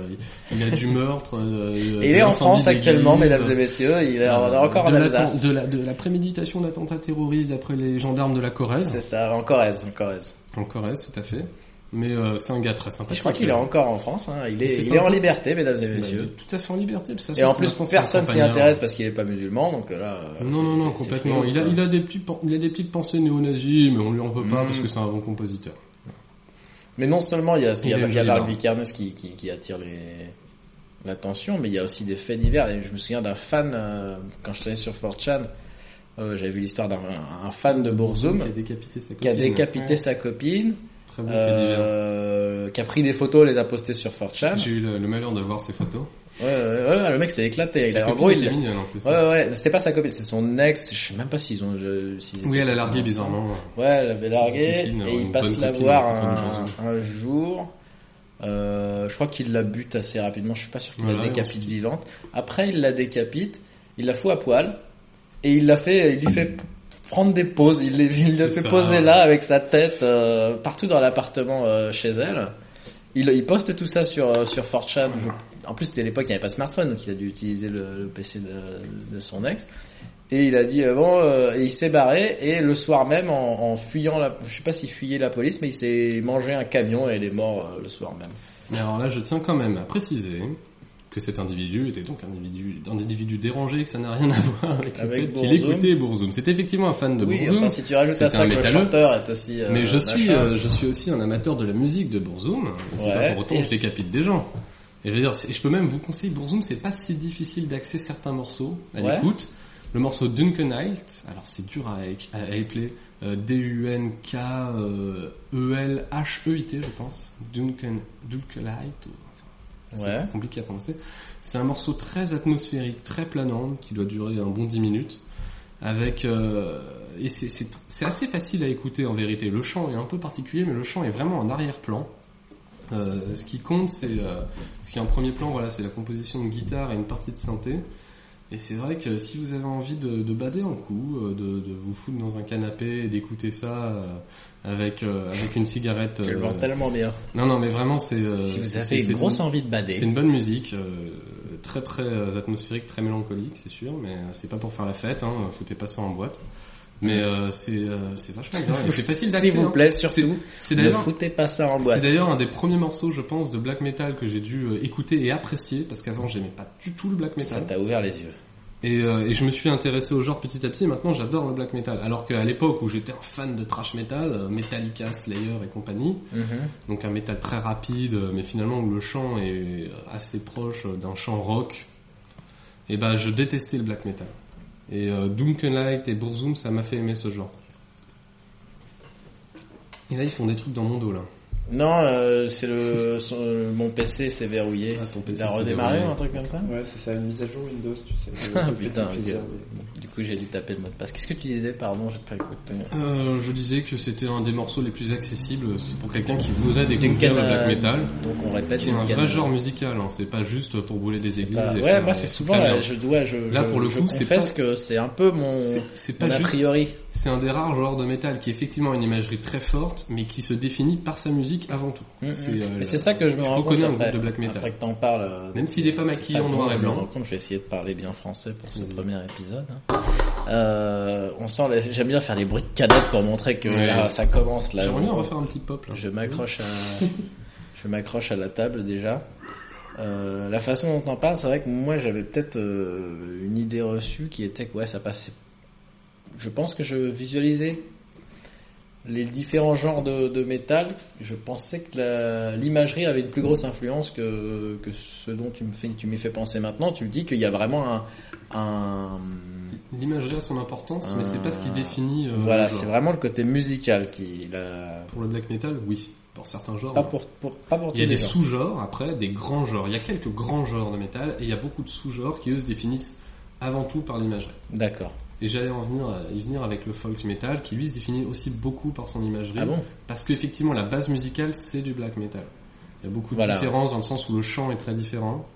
Speaker 2: Il a du meurtre. euh,
Speaker 1: Et *laughs*
Speaker 2: de
Speaker 1: il est en
Speaker 2: l'incendie
Speaker 1: France actuellement,
Speaker 2: d'église,
Speaker 1: mesdames et messieurs. Il est
Speaker 2: euh,
Speaker 1: encore en
Speaker 2: de l'atten-
Speaker 1: Alsace.
Speaker 2: De la, de la préméditation d'attentat terroriste d'après les gendarmes de la
Speaker 1: C'est
Speaker 2: Corrèze.
Speaker 1: ça, en Corrèze, en Corrèze.
Speaker 2: En Corrèze, tout à fait. Mais euh, c'est un gars très sympa.
Speaker 1: Je crois qu'il est encore en France. hein. Il est,
Speaker 2: C'est
Speaker 1: il est en
Speaker 2: encore-
Speaker 1: liberté, mesdames et
Speaker 2: Il
Speaker 1: messieurs.
Speaker 2: est tout à fait en liberté. puis ça se
Speaker 1: Et en
Speaker 2: passe
Speaker 1: plus,
Speaker 2: maintenant, c'est Mm. un
Speaker 1: personne s'y
Speaker 2: campagnard.
Speaker 1: intéresse parce qu'il est pas musulman, donc euh, là. euh,
Speaker 2: Non, non,
Speaker 1: c'est-
Speaker 2: non,
Speaker 1: c'est-
Speaker 2: complètement.
Speaker 1: c'est
Speaker 2: Il a,
Speaker 1: frileux,
Speaker 2: il, a des petits, pen- il a des petites pensées néo-nazies, mais on lui en veut pas
Speaker 1: Mm.
Speaker 2: parce que c'est un bon compositeur.
Speaker 1: quoi. Mais non seulement il y a, il y a,
Speaker 2: Il est
Speaker 1: il y a Barbe
Speaker 2: jolie,
Speaker 1: Vikernes qui, qui, qui attire les l'attention, mais il y a aussi des faits divers. Et je me souviens d'un fan euh, quand je travaillais sur 4chan, euh, j'avais vu l'histoire d'un un fan de Bourzoum
Speaker 2: Qui a décapité sa
Speaker 1: qui a
Speaker 2: copine.
Speaker 1: décapité sa copine,
Speaker 2: Très bon fait divers.
Speaker 1: euh, qui a pris des photos, les a postées sur 4chan.
Speaker 2: euh, J'ai eu le, le malheur de voir ses photos.
Speaker 1: Ouais, ouais, ouais, le mec s'est éclaté. Il a, en
Speaker 2: Copine
Speaker 1: gros,
Speaker 2: était
Speaker 1: il,
Speaker 2: mignonne, en plus.
Speaker 1: Ouais, ouais, ouais, c'était pas sa copine, c'est son ex, je sais même pas s'ils ont... je- s'ils
Speaker 2: Oui,
Speaker 1: étaient-
Speaker 2: elle a largué bizarrement.
Speaker 1: Ouais, elle avait largué,
Speaker 2: difficile d'avoir
Speaker 1: et il
Speaker 2: une
Speaker 1: passe
Speaker 2: bonne
Speaker 1: la
Speaker 2: copine
Speaker 1: voir
Speaker 2: avec un
Speaker 1: un,
Speaker 2: Bourzoum.
Speaker 1: un jour, euh, je crois qu'il la bute assez rapidement, je suis pas sûr qu'il la
Speaker 2: Voilà, et
Speaker 1: décapite vivante. Après, il la décapite, il la fout à poil, et il la fait, il lui fait prendre des poses, il, les- il la
Speaker 2: C'est
Speaker 1: fait
Speaker 2: ça.
Speaker 1: poser là avec sa tête euh, partout dans l'appartement euh, chez elle. Il, il poste tout ça sur euh, sur 4chan. Je- En plus, c'était l'époque, il n'y avait pas de smartphone, donc il a dû utiliser le, le PC de, de son ex. Et il a dit euh, bon, euh, et il s'est barré. Et le soir même, en, en fuyant la, je sais pas s'il fuyait la police, mais il s'est mangé un camion et il est mort euh, le soir même.
Speaker 2: Mais alors là, je tiens quand même à préciser que cet individu était donc un individu, un individu dérangé, que ça n'a rien à *laughs* voir avec,
Speaker 1: Avec
Speaker 2: le fait
Speaker 1: Bourzoum.
Speaker 2: qu'il écoutait Bourzoum. C'est effectivement un fan de
Speaker 1: oui,
Speaker 2: Bourzoum.
Speaker 1: enfin, si tu rajoutes à ça
Speaker 2: c'était un
Speaker 1: que le
Speaker 2: métalleux.
Speaker 1: chanteur est aussi. euh,
Speaker 2: mais je suis,
Speaker 1: machin.
Speaker 2: euh, je suis aussi un amateur de la musique de Bourzoum. et C'est
Speaker 1: Ouais.
Speaker 2: pas pour autant
Speaker 1: Et
Speaker 2: que je décapite des gens. Et je veux dire, c'est- je peux même vous conseiller Bourzoum, c'est pas si difficile d'axer certains morceaux à
Speaker 1: Ouais.
Speaker 2: l'écoute. Le morceau Dunkenheit, alors c'est dur à, éc- à épeler, euh, E D-U-N-K-E-L-H-E-I-T, je pense. Dunken, Dunkelheit, ou- enfin,
Speaker 1: Ouais.
Speaker 2: c'est compliqué à prononcer. C'est un morceau très atmosphérique, très planant, qui doit durer un bon 10 minutes. Avec euh, et c'est- c'est c'est assez facile à écouter en vérité. Le chant est un peu particulier, mais le chant est vraiment en arrière-plan. Euh, ce qui compte, c'est euh, ce qui est en premier plan, voilà, c'est la composition de guitare et une partie de synthé. Et c'est vrai que si vous avez envie de, de bader en coup, euh, de, de vous foutre dans un canapé et d'écouter ça euh, avec euh, avec une cigarette,
Speaker 1: Tu le
Speaker 2: euh,
Speaker 1: vends tellement bien.
Speaker 2: non non, mais vraiment c'est euh,
Speaker 1: si vous
Speaker 2: c'est-
Speaker 1: avez
Speaker 2: c'est-
Speaker 1: une
Speaker 2: c'est-
Speaker 1: grosse envie de
Speaker 2: c'est
Speaker 1: bader.
Speaker 2: une bonne musique, euh, très très euh, atmosphérique, très mélancolique, c'est sûr, mais euh, c'est pas pour faire la fête, hein, foutez pas ça en boîte. Mais euh, c'est euh, c'est vachement bien, et c'est facile d'accès.
Speaker 1: S'il vous
Speaker 2: hein.
Speaker 1: plaît,
Speaker 2: C'est-
Speaker 1: surtout,
Speaker 2: C'est
Speaker 1: ne
Speaker 2: d'ailleurs
Speaker 1: foutez pas ça en
Speaker 2: c'est
Speaker 1: boîte.
Speaker 2: d'ailleurs un des premiers morceaux, je pense, de black metal que j'ai dû euh, écouter et apprécier, parce qu'avant j'aimais pas du tout le black
Speaker 1: Ça
Speaker 2: metal.
Speaker 1: t'a ouvert les yeux.
Speaker 2: Et, euh, et je me suis intéressé au genre petit à petit, et maintenant j'adore le black metal. Alors qu'à l'époque où j'étais un fan de thrash metal, euh, Metallica, Slayer et compagnie,
Speaker 1: Mhm.
Speaker 2: donc un métal très rapide, euh, mais finalement où le chant est assez proche euh, d'un chant rock. Et ben je détestais le black metal. Et euh, Dunkelheit et Burzum, ça m'a fait aimer ce genre. Et là ils font des trucs dans mon dos là.
Speaker 1: Non, euh, c'est le son- euh, mon PC s'est verrouillé.
Speaker 2: Ah, ton
Speaker 1: Il
Speaker 2: PC,
Speaker 1: a
Speaker 2: c'est
Speaker 1: redémarré hein ou
Speaker 2: déverrouillé.
Speaker 1: un truc comme ça
Speaker 3: Ouais, c'est ça, une mise à jour Windows,
Speaker 2: *laughs*
Speaker 3: tu sais.
Speaker 1: Ah,
Speaker 3: le petit
Speaker 1: putain,
Speaker 3: plaisir
Speaker 1: ok.
Speaker 3: de-
Speaker 1: Du coup, j'ai dû taper le mot de passe. Qu'est-ce que tu disais Pardon, j'ai pas écouté.
Speaker 2: Euh, je disais que c'était un des morceaux les plus accessibles, c'est pour quelqu'un qui voudrait découvrir le black
Speaker 1: euh,
Speaker 2: metal.
Speaker 1: Donc on répète. Bah,
Speaker 2: C'est un
Speaker 1: Duncan,
Speaker 2: vrai
Speaker 1: euh,
Speaker 2: genre musical, hein, c'est pas juste pour brûler des
Speaker 1: c'est
Speaker 2: églises.
Speaker 1: pas-
Speaker 2: et
Speaker 1: Ouais,
Speaker 2: faire
Speaker 1: moi
Speaker 2: des-
Speaker 1: c'est souvent.
Speaker 2: faire
Speaker 1: euh,
Speaker 2: des-
Speaker 1: je dois. Je,
Speaker 2: Là,
Speaker 1: je-
Speaker 2: pour le
Speaker 1: je
Speaker 2: coup, c'est
Speaker 1: confesse
Speaker 2: pas-
Speaker 1: que c'est un peu mon.
Speaker 2: C'est- C'est
Speaker 1: mon
Speaker 2: pas
Speaker 1: a
Speaker 2: juste
Speaker 1: priori.
Speaker 2: C'est un des rares genres de métal qui est effectivement une imagerie très forte, mais qui se définit par sa musique esthétique avant tout.
Speaker 1: Mm, mm.
Speaker 2: C'est, euh,
Speaker 1: Mais
Speaker 2: la-
Speaker 1: c'est ça que je me rends compte
Speaker 2: reconnais un
Speaker 1: après,
Speaker 2: groupe de black metal.
Speaker 1: après que t'en parles. euh,
Speaker 2: Même s'il est pas
Speaker 1: c'est
Speaker 2: maquillé
Speaker 1: ça
Speaker 2: en
Speaker 1: que
Speaker 2: noir
Speaker 1: moi,
Speaker 2: et
Speaker 1: je
Speaker 2: blanc. Mm.
Speaker 1: me rends compte, je vais essayer de parler bien français pour ce
Speaker 2: Vas-y.
Speaker 1: premier épisode. hein. Euh, on sent, les- j'aime bien faire des bruits de canettes pour montrer que
Speaker 2: Ouais.
Speaker 1: là, ça commence. Là,
Speaker 2: J'aimerais bien
Speaker 1: on-
Speaker 2: refaire un petit pop là.
Speaker 1: Euh, Je m'accroche à, je m'accroche à la table déjà. Euh, la façon dont on parle, c'est vrai que moi j'avais peut-être euh, une idée reçue qui était que ouais ça passait. Je pense que je visualisais les différents genres de, de métal. Je pensais que la- l'imagerie avait une plus grosse influence que, que ce dont tu me fais, tu m'y fais penser maintenant. Tu me dis qu'il y a vraiment un, un-
Speaker 2: L'imagerie a son importance, mais c'est pas ce qui
Speaker 1: Euh,
Speaker 2: définit. euh,
Speaker 1: voilà,
Speaker 2: le
Speaker 1: c'est
Speaker 2: genre.
Speaker 1: vraiment le côté musical qui la,
Speaker 2: Pour le black metal, oui. Pour certains genres.
Speaker 1: pas
Speaker 2: non.
Speaker 1: pour, pour- pas pour
Speaker 2: Il y a
Speaker 1: tous les
Speaker 2: des
Speaker 1: genres.
Speaker 2: sous-genres, après, des grands genres. Il y a quelques grands genres de métal, et il y a beaucoup de sous-genres qui, eux, se définissent avant tout par l'imagerie.
Speaker 1: D'accord.
Speaker 2: Et j'allais en venir, à- y venir avec le folk metal, qui lui se définit aussi beaucoup par son imagerie.
Speaker 1: Ah bon
Speaker 2: parce qu'effectivement, la base musicale, c'est du black metal. Il y a beaucoup de
Speaker 1: Voilà.
Speaker 2: différences dans le sens où le chant est très différent.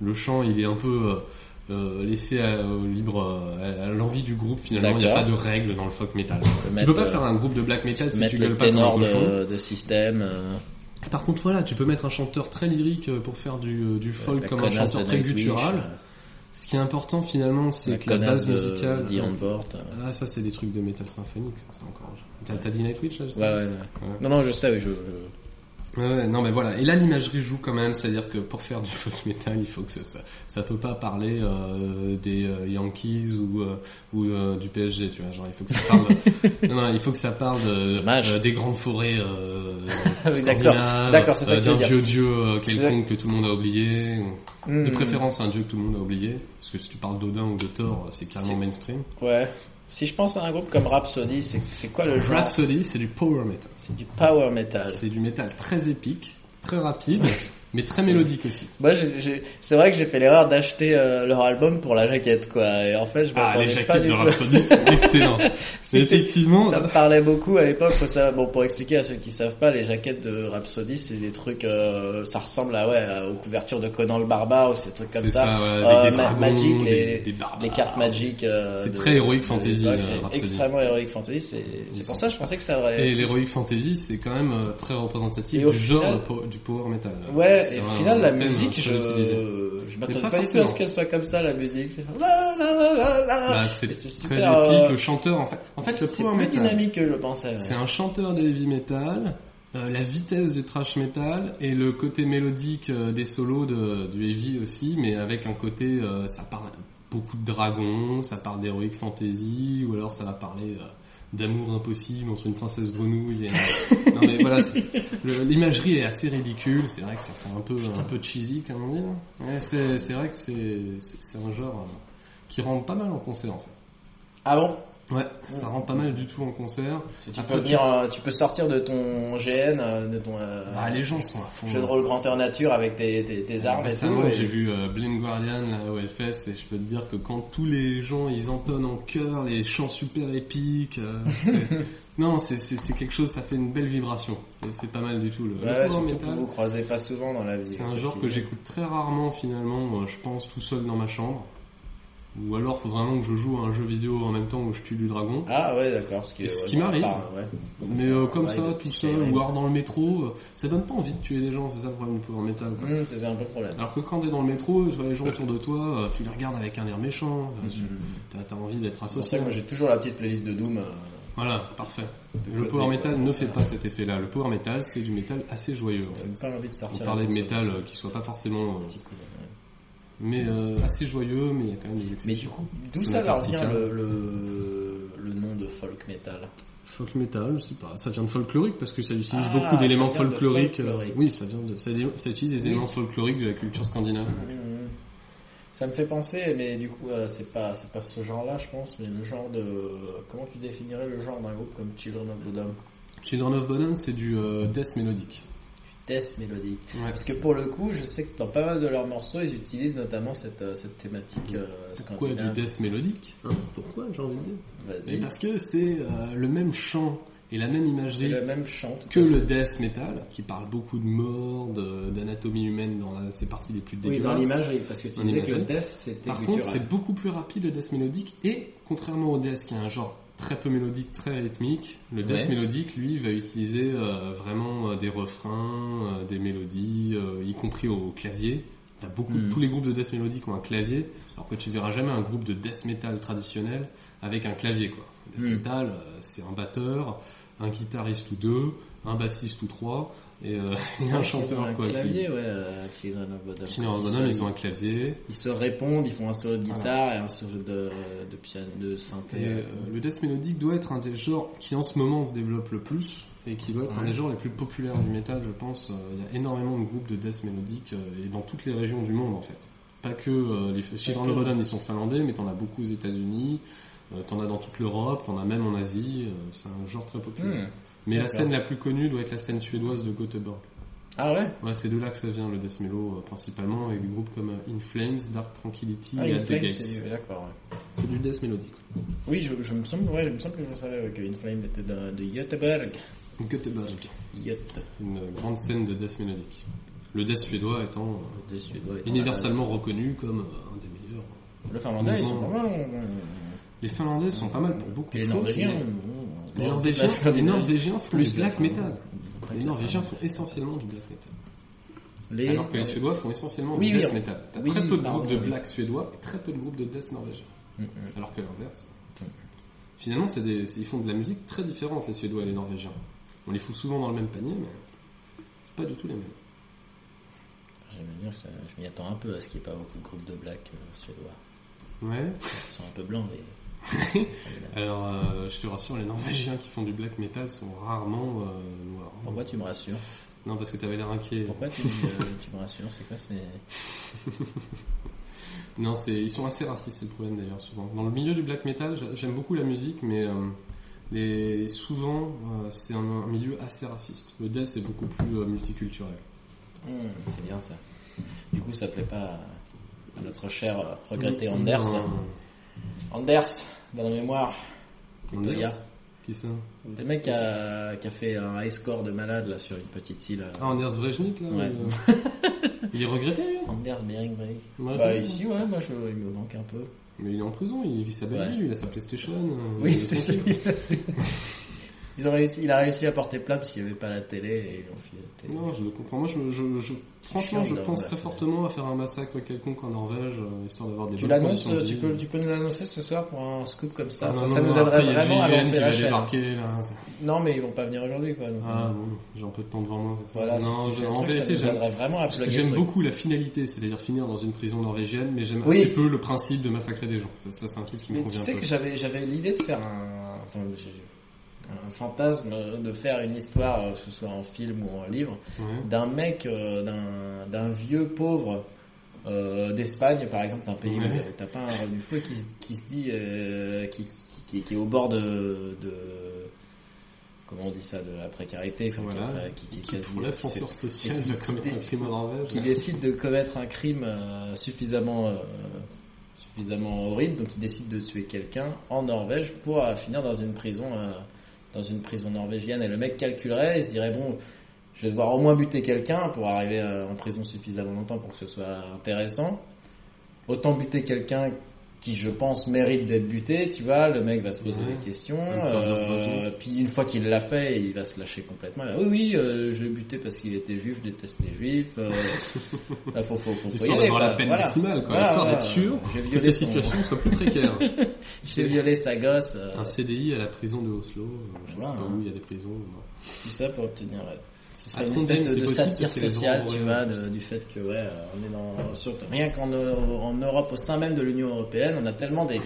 Speaker 2: Le chant, il est un peu euh, euh, laissé à- au libre, euh, à l'envie du groupe, finalement. Il n'y a pas
Speaker 1: D'accord.
Speaker 2: de règles dans le folk metal.
Speaker 1: peut
Speaker 2: Tu
Speaker 1: mettre,
Speaker 2: peux pas
Speaker 1: euh,
Speaker 2: faire un groupe de black metal si
Speaker 1: mettre
Speaker 2: tu
Speaker 1: le
Speaker 2: gueules pas comme un
Speaker 1: ténor
Speaker 2: cochon.
Speaker 1: de, de système. euh,
Speaker 2: Par contre, voilà, tu peux mettre un chanteur très lyrique euh, pour faire du, euh, du folk
Speaker 1: la
Speaker 2: comme un
Speaker 1: connasse
Speaker 2: chanteur
Speaker 1: de
Speaker 2: très
Speaker 1: Nightwish,
Speaker 2: guttural.
Speaker 1: euh,
Speaker 2: Ce qui est important finalement,
Speaker 1: la
Speaker 2: c'est que la
Speaker 1: connasse
Speaker 2: base
Speaker 1: de
Speaker 2: musicale.
Speaker 1: Dion Vort. euh,
Speaker 2: Ah, ça, c'est des trucs de métal symphonique, ça, c'est encore. T'as t'as dit Nightwish là je sais
Speaker 1: Ouais, ouais, ouais. Non, non, je sais, oui, je, je-
Speaker 2: Ouais, ouais, non mais voilà. Et là l'imagerie joue quand même, c'est-à-dire que pour faire *laughs* du folk metal, il faut que ça, ça, ça peut pas parler euh, des euh, Yankees ou euh, ou euh, du PSG, tu vois. Genre il faut que ça
Speaker 1: *laughs*
Speaker 2: parle. non, non, il faut que ça parle de-
Speaker 1: Dommage.
Speaker 2: euh, des grandes forêts
Speaker 1: *laughs*
Speaker 2: euh,
Speaker 1: D'accord.
Speaker 2: scandinaves,
Speaker 1: D'accord, c'est ça
Speaker 2: euh,
Speaker 1: que tu veux
Speaker 2: d'un
Speaker 1: dire.
Speaker 2: vieux dieu euh,
Speaker 1: C'est ça.
Speaker 2: quelconque que tout le monde a oublié. ou-
Speaker 1: Hmm.
Speaker 2: De préférence un dieu que tout le monde a oublié, parce que si tu parles d'Odin ou de Thor, euh, c'est carrément
Speaker 1: C'est-
Speaker 2: mainstream.
Speaker 1: Ouais. Si je pense à un groupe comme Rhapsody, c'est c'est quoi le genre Ah.
Speaker 2: Rhapsody, c'est du power metal.
Speaker 1: C'est du power metal.
Speaker 2: C'est du métal très épique, très
Speaker 1: *laughs*
Speaker 2: rapide, mais très mélodique aussi.
Speaker 1: Moi, j'ai- j'ai- c'est vrai que j'ai fait l'erreur d'acheter euh, leur album pour la jaquette, quoi. Et en fait, je
Speaker 2: Ah, les
Speaker 1: m'attendais pas
Speaker 2: jaquettes
Speaker 1: du
Speaker 2: de
Speaker 1: tout.
Speaker 2: Rhapsody sont
Speaker 1: *laughs*
Speaker 2: excellentes.
Speaker 1: C'était-
Speaker 2: Effectivement,
Speaker 1: Ça me parlait beaucoup à l'époque. Faut savoir- bon, pour expliquer à ceux qui savent pas, les jaquettes de Rhapsody, c'est des trucs. euh, ça ressemble à ouais, à- aux couvertures de Conan le Barbare ou ces trucs comme
Speaker 2: c'est
Speaker 1: ça.
Speaker 2: ça, ouais,
Speaker 1: Euh,
Speaker 2: avec des
Speaker 1: Ma-
Speaker 2: dragons,
Speaker 1: Magic,
Speaker 2: des,
Speaker 1: les-
Speaker 2: des barbares.
Speaker 1: Les cartes magiques. euh,
Speaker 2: C'est
Speaker 1: de-
Speaker 2: très héroïque
Speaker 1: de
Speaker 2: fantasy,
Speaker 1: l'époque,
Speaker 2: euh,
Speaker 1: C'est
Speaker 2: Rhapsody.
Speaker 1: extrêmement héroïque fantasy. C'est c'est pour ça que je pensais que ça aurait.
Speaker 2: Et l'heroic fantasy, c'est quand même euh, très représentatif
Speaker 1: euh, Et au
Speaker 2: du
Speaker 1: final-
Speaker 2: genre de po- du power metal.
Speaker 1: Ouais,
Speaker 2: C'est
Speaker 1: et au
Speaker 2: un
Speaker 1: final, la
Speaker 2: thème
Speaker 1: musique,
Speaker 2: très
Speaker 1: je,
Speaker 2: utilisé.
Speaker 1: je m'attendais
Speaker 2: Mais pas
Speaker 1: pas, du tout à ce
Speaker 2: forcément.
Speaker 1: qu'elle soit comme ça, la musique. C'est la, la, la, la, la.
Speaker 2: Bah,
Speaker 1: Ah, Et
Speaker 2: c'est
Speaker 1: c'est
Speaker 2: très
Speaker 1: super, euh,
Speaker 2: épique. Le chanteur, en fait, en fait, le
Speaker 1: c'est
Speaker 2: power
Speaker 1: plus
Speaker 2: metal,
Speaker 1: dynamique que je pensais. ouais.
Speaker 2: c'est un chanteur de heavy metal. euh, la vitesse du thrash metal et le côté mélodique euh, des solos de, du heavy aussi, mais avec un côté, euh, ça parle beaucoup de dragons, ça parle d'heroic fantasy, ou alors ça va parler euh, d'amour impossible entre une princesse grenouille. Et,
Speaker 1: *laughs*
Speaker 2: un- non mais voilà, c'est- le- l'imagerie est assez ridicule. C'est vrai que ça fait un peu un peu cheesy comme on dit. hein. Mais c'est c'est vrai que c'est c'est c'est un genre euh, qui rend pas mal en concert en fait.
Speaker 1: Ah bon?
Speaker 2: Ouais, ça rend pas mal du tout en concert.
Speaker 1: Tu
Speaker 2: Après,
Speaker 1: peux venir, euh, tu peux sortir de ton GN, euh, de ton, euh,
Speaker 2: Bah, les gens sont à fond.
Speaker 1: jeu de rôle grandeur nature avec tes, tes, tes armes et
Speaker 2: Récemment,
Speaker 1: tout. et-
Speaker 2: j'ai vu euh, Blind Guardian là, au Hellfest et je peux te dire que quand tous les gens ils entonnent en chœur les chants super
Speaker 1: *laughs*
Speaker 2: épiques, euh, c'est- non, c'est- c'est c'est quelque chose, ça fait une belle vibration. C'est- C'est pas mal du tout le, le
Speaker 1: Ouais, ouais,
Speaker 2: power
Speaker 1: surtout que
Speaker 2: metal.
Speaker 1: vous vous croisez pas souvent dans la vie.
Speaker 2: C'est un genre que j'écoute très rarement finalement, euh, je pense tout seul dans ma chambre. Ou alors faut vraiment que je joue à un jeu vidéo en même temps où je tue du dragon.
Speaker 1: Ah ouais, d'accord. Ce qui,
Speaker 2: Et ce
Speaker 1: ouais,
Speaker 2: qui
Speaker 1: bon,
Speaker 2: m'arrive.
Speaker 1: enfin, ouais.
Speaker 2: Mais euh, comme
Speaker 1: Ouais,
Speaker 2: ça,
Speaker 1: de-
Speaker 2: tout seul, ou alors dans le métro, euh, ça donne pas envie de tuer les gens, c'est ça le problème du power metal. Quoi.
Speaker 1: Hum, c'était un peu le problème.
Speaker 2: Alors que quand t'es dans le métro, tu vois les gens autour de toi, euh, tu les regardes avec un air méchant, euh, tu-
Speaker 1: Mhm.
Speaker 2: t'as- t'as envie d'être
Speaker 1: C'est pour ça
Speaker 2: associé.
Speaker 1: que moi j'ai toujours la petite playlist de Doom. euh,
Speaker 2: Voilà, parfait.
Speaker 1: de
Speaker 2: Le
Speaker 1: côté, euh,
Speaker 2: power
Speaker 1: quoi,
Speaker 2: metal
Speaker 1: pour
Speaker 2: ne
Speaker 1: ça.
Speaker 2: fait pas cet effet-là. Le power metal, c'est du métal assez joyeux. En
Speaker 1: J'ai
Speaker 2: fait.
Speaker 1: pas envie de sortir.
Speaker 2: On parlait de
Speaker 1: la
Speaker 2: métal
Speaker 1: console.
Speaker 2: euh, qui soit pas forcément, euh,
Speaker 1: Petit coup, ouais.
Speaker 2: mais euh, assez joyeux, mais il y a quand même des
Speaker 1: Mais du
Speaker 2: exceptions.
Speaker 1: coup, d'où
Speaker 2: Sonate
Speaker 1: ça leur vient
Speaker 2: Arctica.
Speaker 1: le, le, le nom de folk metal
Speaker 2: Folk metal, je sais pas. Ça vient de folklorique parce que ça utilise
Speaker 1: Ah, ça
Speaker 2: beaucoup d'éléments
Speaker 1: vient de
Speaker 2: folkloriques. euh,
Speaker 1: folklorique.
Speaker 2: Oui, ça vient de. Ça, ça utilise des
Speaker 1: Oui.
Speaker 2: éléments folkloriques de la culture scandinave.
Speaker 1: Mhm. Ça me fait penser, mais du coup, euh, c'est pas c'est pas ce genre-là, je pense, mais le genre de euh, comment tu définirais le genre d'un groupe comme Children of Bodom
Speaker 2: Children of Bodom, c'est du euh, death mélodique.
Speaker 1: Death mélodique.
Speaker 2: Ouais.
Speaker 1: Parce que pour le coup, je sais que dans pas mal de leurs morceaux, ils utilisent notamment cette euh, cette thématique euh,
Speaker 2: Pourquoi
Speaker 1: scandinave.
Speaker 2: du death mélodique Hein, Pourquoi j'ai envie de dire Mais
Speaker 1: Vas-y.
Speaker 2: parce que c'est euh, le même chant et la même
Speaker 1: C'est
Speaker 2: imagerie
Speaker 1: le même chant. tout
Speaker 2: que
Speaker 1: à fait.
Speaker 2: le death metal, qui parle beaucoup de mort, de- d'anatomie humaine dans la- ses parties les plus
Speaker 1: Oui,
Speaker 2: dégueulasses.
Speaker 1: dans l'imagerie, parce que tu
Speaker 2: En
Speaker 1: disais que le
Speaker 2: imagerie.
Speaker 1: death c'était
Speaker 2: Par
Speaker 1: du
Speaker 2: contre,
Speaker 1: guttural.
Speaker 2: c'est beaucoup plus rapide le death mélodique et contrairement au death qui est un genre très peu mélodique, très rythmique. Le death
Speaker 1: Ouais.
Speaker 2: mélodique, lui, va utiliser euh, vraiment euh, des refrains, euh, des mélodies, euh, y compris au clavier. T'as beaucoup,
Speaker 1: Mhm.
Speaker 2: tous les groupes de death mélodique ont un clavier, alors que tu verras jamais un groupe de death metal traditionnel avec un clavier, quoi. Death
Speaker 1: Mhm.
Speaker 2: metal, euh, c'est un batteur, un guitariste ou deux, un bassiste ou trois, et, euh, *laughs* et un chanteur,
Speaker 1: Un
Speaker 2: quoi. qui-
Speaker 1: clavier, ouais, euh, Children of Bodom.
Speaker 2: Children of Bodom, ils ont un clavier.
Speaker 1: Ils se répondent, ils font un solo de
Speaker 2: Voilà.
Speaker 1: guitare et un solo de, euh, de piano, de
Speaker 2: Et
Speaker 1: synthé.
Speaker 2: euh, le death mélodique doit être un des genres qui en ce moment se développe le plus et qui doit être un
Speaker 1: Ouais.
Speaker 2: des genres les plus populaires du métal, je pense. Euh, Il y a énormément de groupes de death mélodique euh, et dans toutes les régions du monde en fait. Pas que euh, les Children
Speaker 1: que.
Speaker 2: of Bodom, ils sont finlandais, mais t'en as beaucoup aux États-Unis, euh, t'en as dans toute l'Europe, t'en as même en Asie. euh, c'est un genre très populaire.
Speaker 1: Hmm.
Speaker 2: Mais la
Speaker 1: d'accord.
Speaker 2: scène la plus connue doit être la scène suédoise de Göteborg.
Speaker 1: Ah ouais
Speaker 2: Ouais, c'est de là que ça vient le death mellow euh, principalement avec des groupes comme euh, In Flames, Dark Tranquility
Speaker 1: Ah,
Speaker 2: et
Speaker 1: il
Speaker 2: At the
Speaker 1: Inflame,
Speaker 2: Gates.
Speaker 1: c'est... D'accord, ouais.
Speaker 2: C'est du death mélodique.
Speaker 1: Oui, je, je me semble, ouais, je me semble que je savais ouais, que Inflame était de, de Göteborg.
Speaker 2: Göteborg.
Speaker 1: Göte.
Speaker 2: une grande scène de death mélodique. Le death suédois étant euh,
Speaker 1: Des Suédois. étant
Speaker 2: universellement reconnu comme euh, un des meilleurs.
Speaker 1: là- Le finlandais, ils sont
Speaker 2: Bon.
Speaker 1: pas mal. hein.
Speaker 2: Les Finlandais sont pas mal pour beaucoup
Speaker 1: Et
Speaker 2: de
Speaker 1: les
Speaker 2: choses.
Speaker 1: Norvégiens.
Speaker 2: mais
Speaker 1: bon,
Speaker 2: Les
Speaker 1: bon,
Speaker 2: Norvégiens,
Speaker 1: la Scandinavie.
Speaker 2: les Norvégiens font
Speaker 1: Plus
Speaker 2: du black
Speaker 1: la-
Speaker 2: metal. Les Norvégiens font essentiellement du black metal.
Speaker 1: Les- Mm,
Speaker 2: Alors que les Suédois font essentiellement
Speaker 1: Oui,
Speaker 2: du
Speaker 1: oui,
Speaker 2: death
Speaker 1: on-
Speaker 2: metal. T'as
Speaker 1: oui,
Speaker 2: très peu de
Speaker 1: pardon,
Speaker 2: groupes de
Speaker 1: oui.
Speaker 2: black suédois et très peu de groupes de death norvégiens.
Speaker 1: Mm, mm.
Speaker 2: Alors que l'inverse.
Speaker 1: Mm.
Speaker 2: Finalement, c'est des, c'est- ils font de la musique très différente, les Suédois et les Norvégiens. On les fout souvent dans le même panier, mais c'est pas du tout les mêmes.
Speaker 1: J'aime bien, ça- je m'y attends un peu à ce qu'il n'y ait pas beaucoup de groupes de black euh, suédois.
Speaker 2: Ouais.
Speaker 1: Ils sont un peu blancs, les.
Speaker 2: Alors, euh, je te rassure, les Norvégiens qui font du black metal sont rarement euh, noirs.
Speaker 1: Pourquoi tu me rassures
Speaker 2: Non, parce que t'avais l'air inquiet.
Speaker 1: Pourquoi tu, me- euh, tu me rassures C'est quoi c'est...
Speaker 2: Non, c'est ils sont assez racistes, c'est le problème d'ailleurs souvent. Dans le milieu du black metal, j'a- j'aime beaucoup la musique, mais euh, les souvent euh, c'est un, un milieu assez raciste. Le death est beaucoup plus euh, multiculturel.
Speaker 1: Hmm, c'est bien ça. Du coup, ça plaît pas à- à notre cher euh, regretté
Speaker 2: Mm.
Speaker 1: Anders. hein.
Speaker 2: Non,
Speaker 1: Anders, dans la mémoire.
Speaker 2: Anders.
Speaker 1: Toya.
Speaker 2: Qui ça
Speaker 1: C'est le mec qui a, qui a fait un high score de malade là sur une petite île. euh,
Speaker 2: Ah, Anders Brejnik là.
Speaker 1: Ouais. *laughs*
Speaker 2: le- il est regretté lui. hein.
Speaker 1: Anders Bering Breivik.
Speaker 2: Ouais,
Speaker 1: Bah
Speaker 2: ouais.
Speaker 1: ici, ouais, moi je, il me manque un peu.
Speaker 2: Mais il est en prison, il vit sa belle
Speaker 1: Ouais.
Speaker 2: vie, lui, il a sa PlayStation. euh, il
Speaker 1: Oui,
Speaker 2: est
Speaker 1: c'est ça.
Speaker 2: tranquille.
Speaker 1: *laughs* Ils ont réussi, il a réussi à porter plainte parce qu'il n'y avait pas la télé et ils ont filé la télé.
Speaker 2: Non, je le comprends. Moi, je, je, je- franchement,
Speaker 1: Chiant de
Speaker 2: je pense
Speaker 1: leur
Speaker 2: très
Speaker 1: faire.
Speaker 2: fortement à faire un massacre quelconque en Norvège, euh, histoire d'avoir des
Speaker 1: Tu
Speaker 2: bonnes
Speaker 1: l'annonces,
Speaker 2: conditions de
Speaker 1: tu
Speaker 2: vie.
Speaker 1: peux, tu peux nous l'annoncer ce soir pour un scoop comme ça.
Speaker 2: Ah,
Speaker 1: ça
Speaker 2: non,
Speaker 1: ça
Speaker 2: non,
Speaker 1: nous
Speaker 2: non,
Speaker 1: aiderait
Speaker 2: après, il y a
Speaker 1: vraiment à
Speaker 2: le GIGN
Speaker 1: lancer
Speaker 2: qui
Speaker 1: la
Speaker 2: va
Speaker 1: chaîne.
Speaker 2: débarquer, là.
Speaker 1: Non, mais ils vont pas venir aujourd'hui quoi. donc,
Speaker 2: Ah
Speaker 1: euh,
Speaker 2: bon, j'ai un peu de temps devant moi. c'est ça.
Speaker 1: Voilà,
Speaker 2: non,
Speaker 1: c'est-
Speaker 2: je-
Speaker 1: le
Speaker 2: en
Speaker 1: truc,
Speaker 2: vérité,
Speaker 1: ça nous
Speaker 2: j'aime
Speaker 1: aiderait vraiment à plugger le
Speaker 2: j'aime
Speaker 1: truc.
Speaker 2: beaucoup la finalité, c'est-à-dire finir dans une prison norvégienne, mais j'aime
Speaker 1: Oui.
Speaker 2: un petit peu le principe de massacrer des gens. Ça, ça, c'est un truc qui me
Speaker 1: Mais tu
Speaker 2: convient
Speaker 1: sais
Speaker 2: pas.
Speaker 1: que j'avais j'avais l'idée de faire un, enfin, j'ai- j'ai- un fantasme euh, de faire une histoire, euh, que ce soit en film ou en livre,
Speaker 2: Ouais.
Speaker 1: d'un mec, euh, d'un d'un vieux pauvre euh, d'Espagne par exemple, d'un pays
Speaker 2: Ouais.
Speaker 1: où t'as pas un revenu fou et qui, se- qui se dit, euh, qui, qui, qui- qui est au bord de, de- comment on dit ça, de la précarité, enfin, qui est
Speaker 2: Voilà.
Speaker 1: pré- qui, qui est
Speaker 2: Qui,
Speaker 1: quasi-
Speaker 2: pour l'ascenseur social
Speaker 1: qui-
Speaker 2: de commettre un crime en Norvège.
Speaker 1: qui décide de commettre un crime euh, suffisamment euh, suffisamment horrible, donc il décide de tuer quelqu'un en Norvège pour euh, finir dans une prison euh, dans une prison norvégienne. Et le mec calculerait, il se dirait bon, je vais devoir au moins buter quelqu'un pour arriver euh, en prison suffisamment longtemps pour que ce soit intéressant. Autant buter quelqu'un qui je pense mérite d'être buté, tu vois, le mec va se poser
Speaker 2: Ouais.
Speaker 1: des questions,
Speaker 2: Même ça, bien sûr,
Speaker 1: euh, puis une fois qu'il l'a fait, il va se lâcher complètement, il va, oui oui, euh, je l'ai buté parce qu'il était juif, je déteste les juifs, euh, là, Bah, faut, faut, faut, faut y
Speaker 2: Histoire
Speaker 1: aller,
Speaker 2: d'avoir
Speaker 1: quoi.
Speaker 2: la peine
Speaker 1: Voilà.
Speaker 2: maximale, quoi.
Speaker 1: Voilà,
Speaker 2: histoire
Speaker 1: voilà.
Speaker 2: d'être sûr
Speaker 1: J'ai
Speaker 2: que
Speaker 1: violé,
Speaker 2: ces
Speaker 1: son-
Speaker 2: situations soient plus
Speaker 1: *laughs*
Speaker 2: précaires.
Speaker 1: j'ai violé sa gosse, euh,
Speaker 2: Un CDI à la prison de Oslo, euh, je
Speaker 1: Voilà,
Speaker 2: sais pas
Speaker 1: hein.
Speaker 2: où il y a des prisons. euh, non.
Speaker 1: tout ça pour obtenir... ouais. Ce serait
Speaker 2: À
Speaker 1: une
Speaker 2: Trondheim,
Speaker 1: espèce de,
Speaker 2: c'est
Speaker 1: de
Speaker 2: possible parce
Speaker 1: satire
Speaker 2: que les gens
Speaker 1: sociale, tu
Speaker 2: auraient-
Speaker 1: vois, de- du fait que, ouais, euh, on est dans, sur- rien qu'en Eu- en Europe, au sein même de l'Union Européenne, on a tellement des,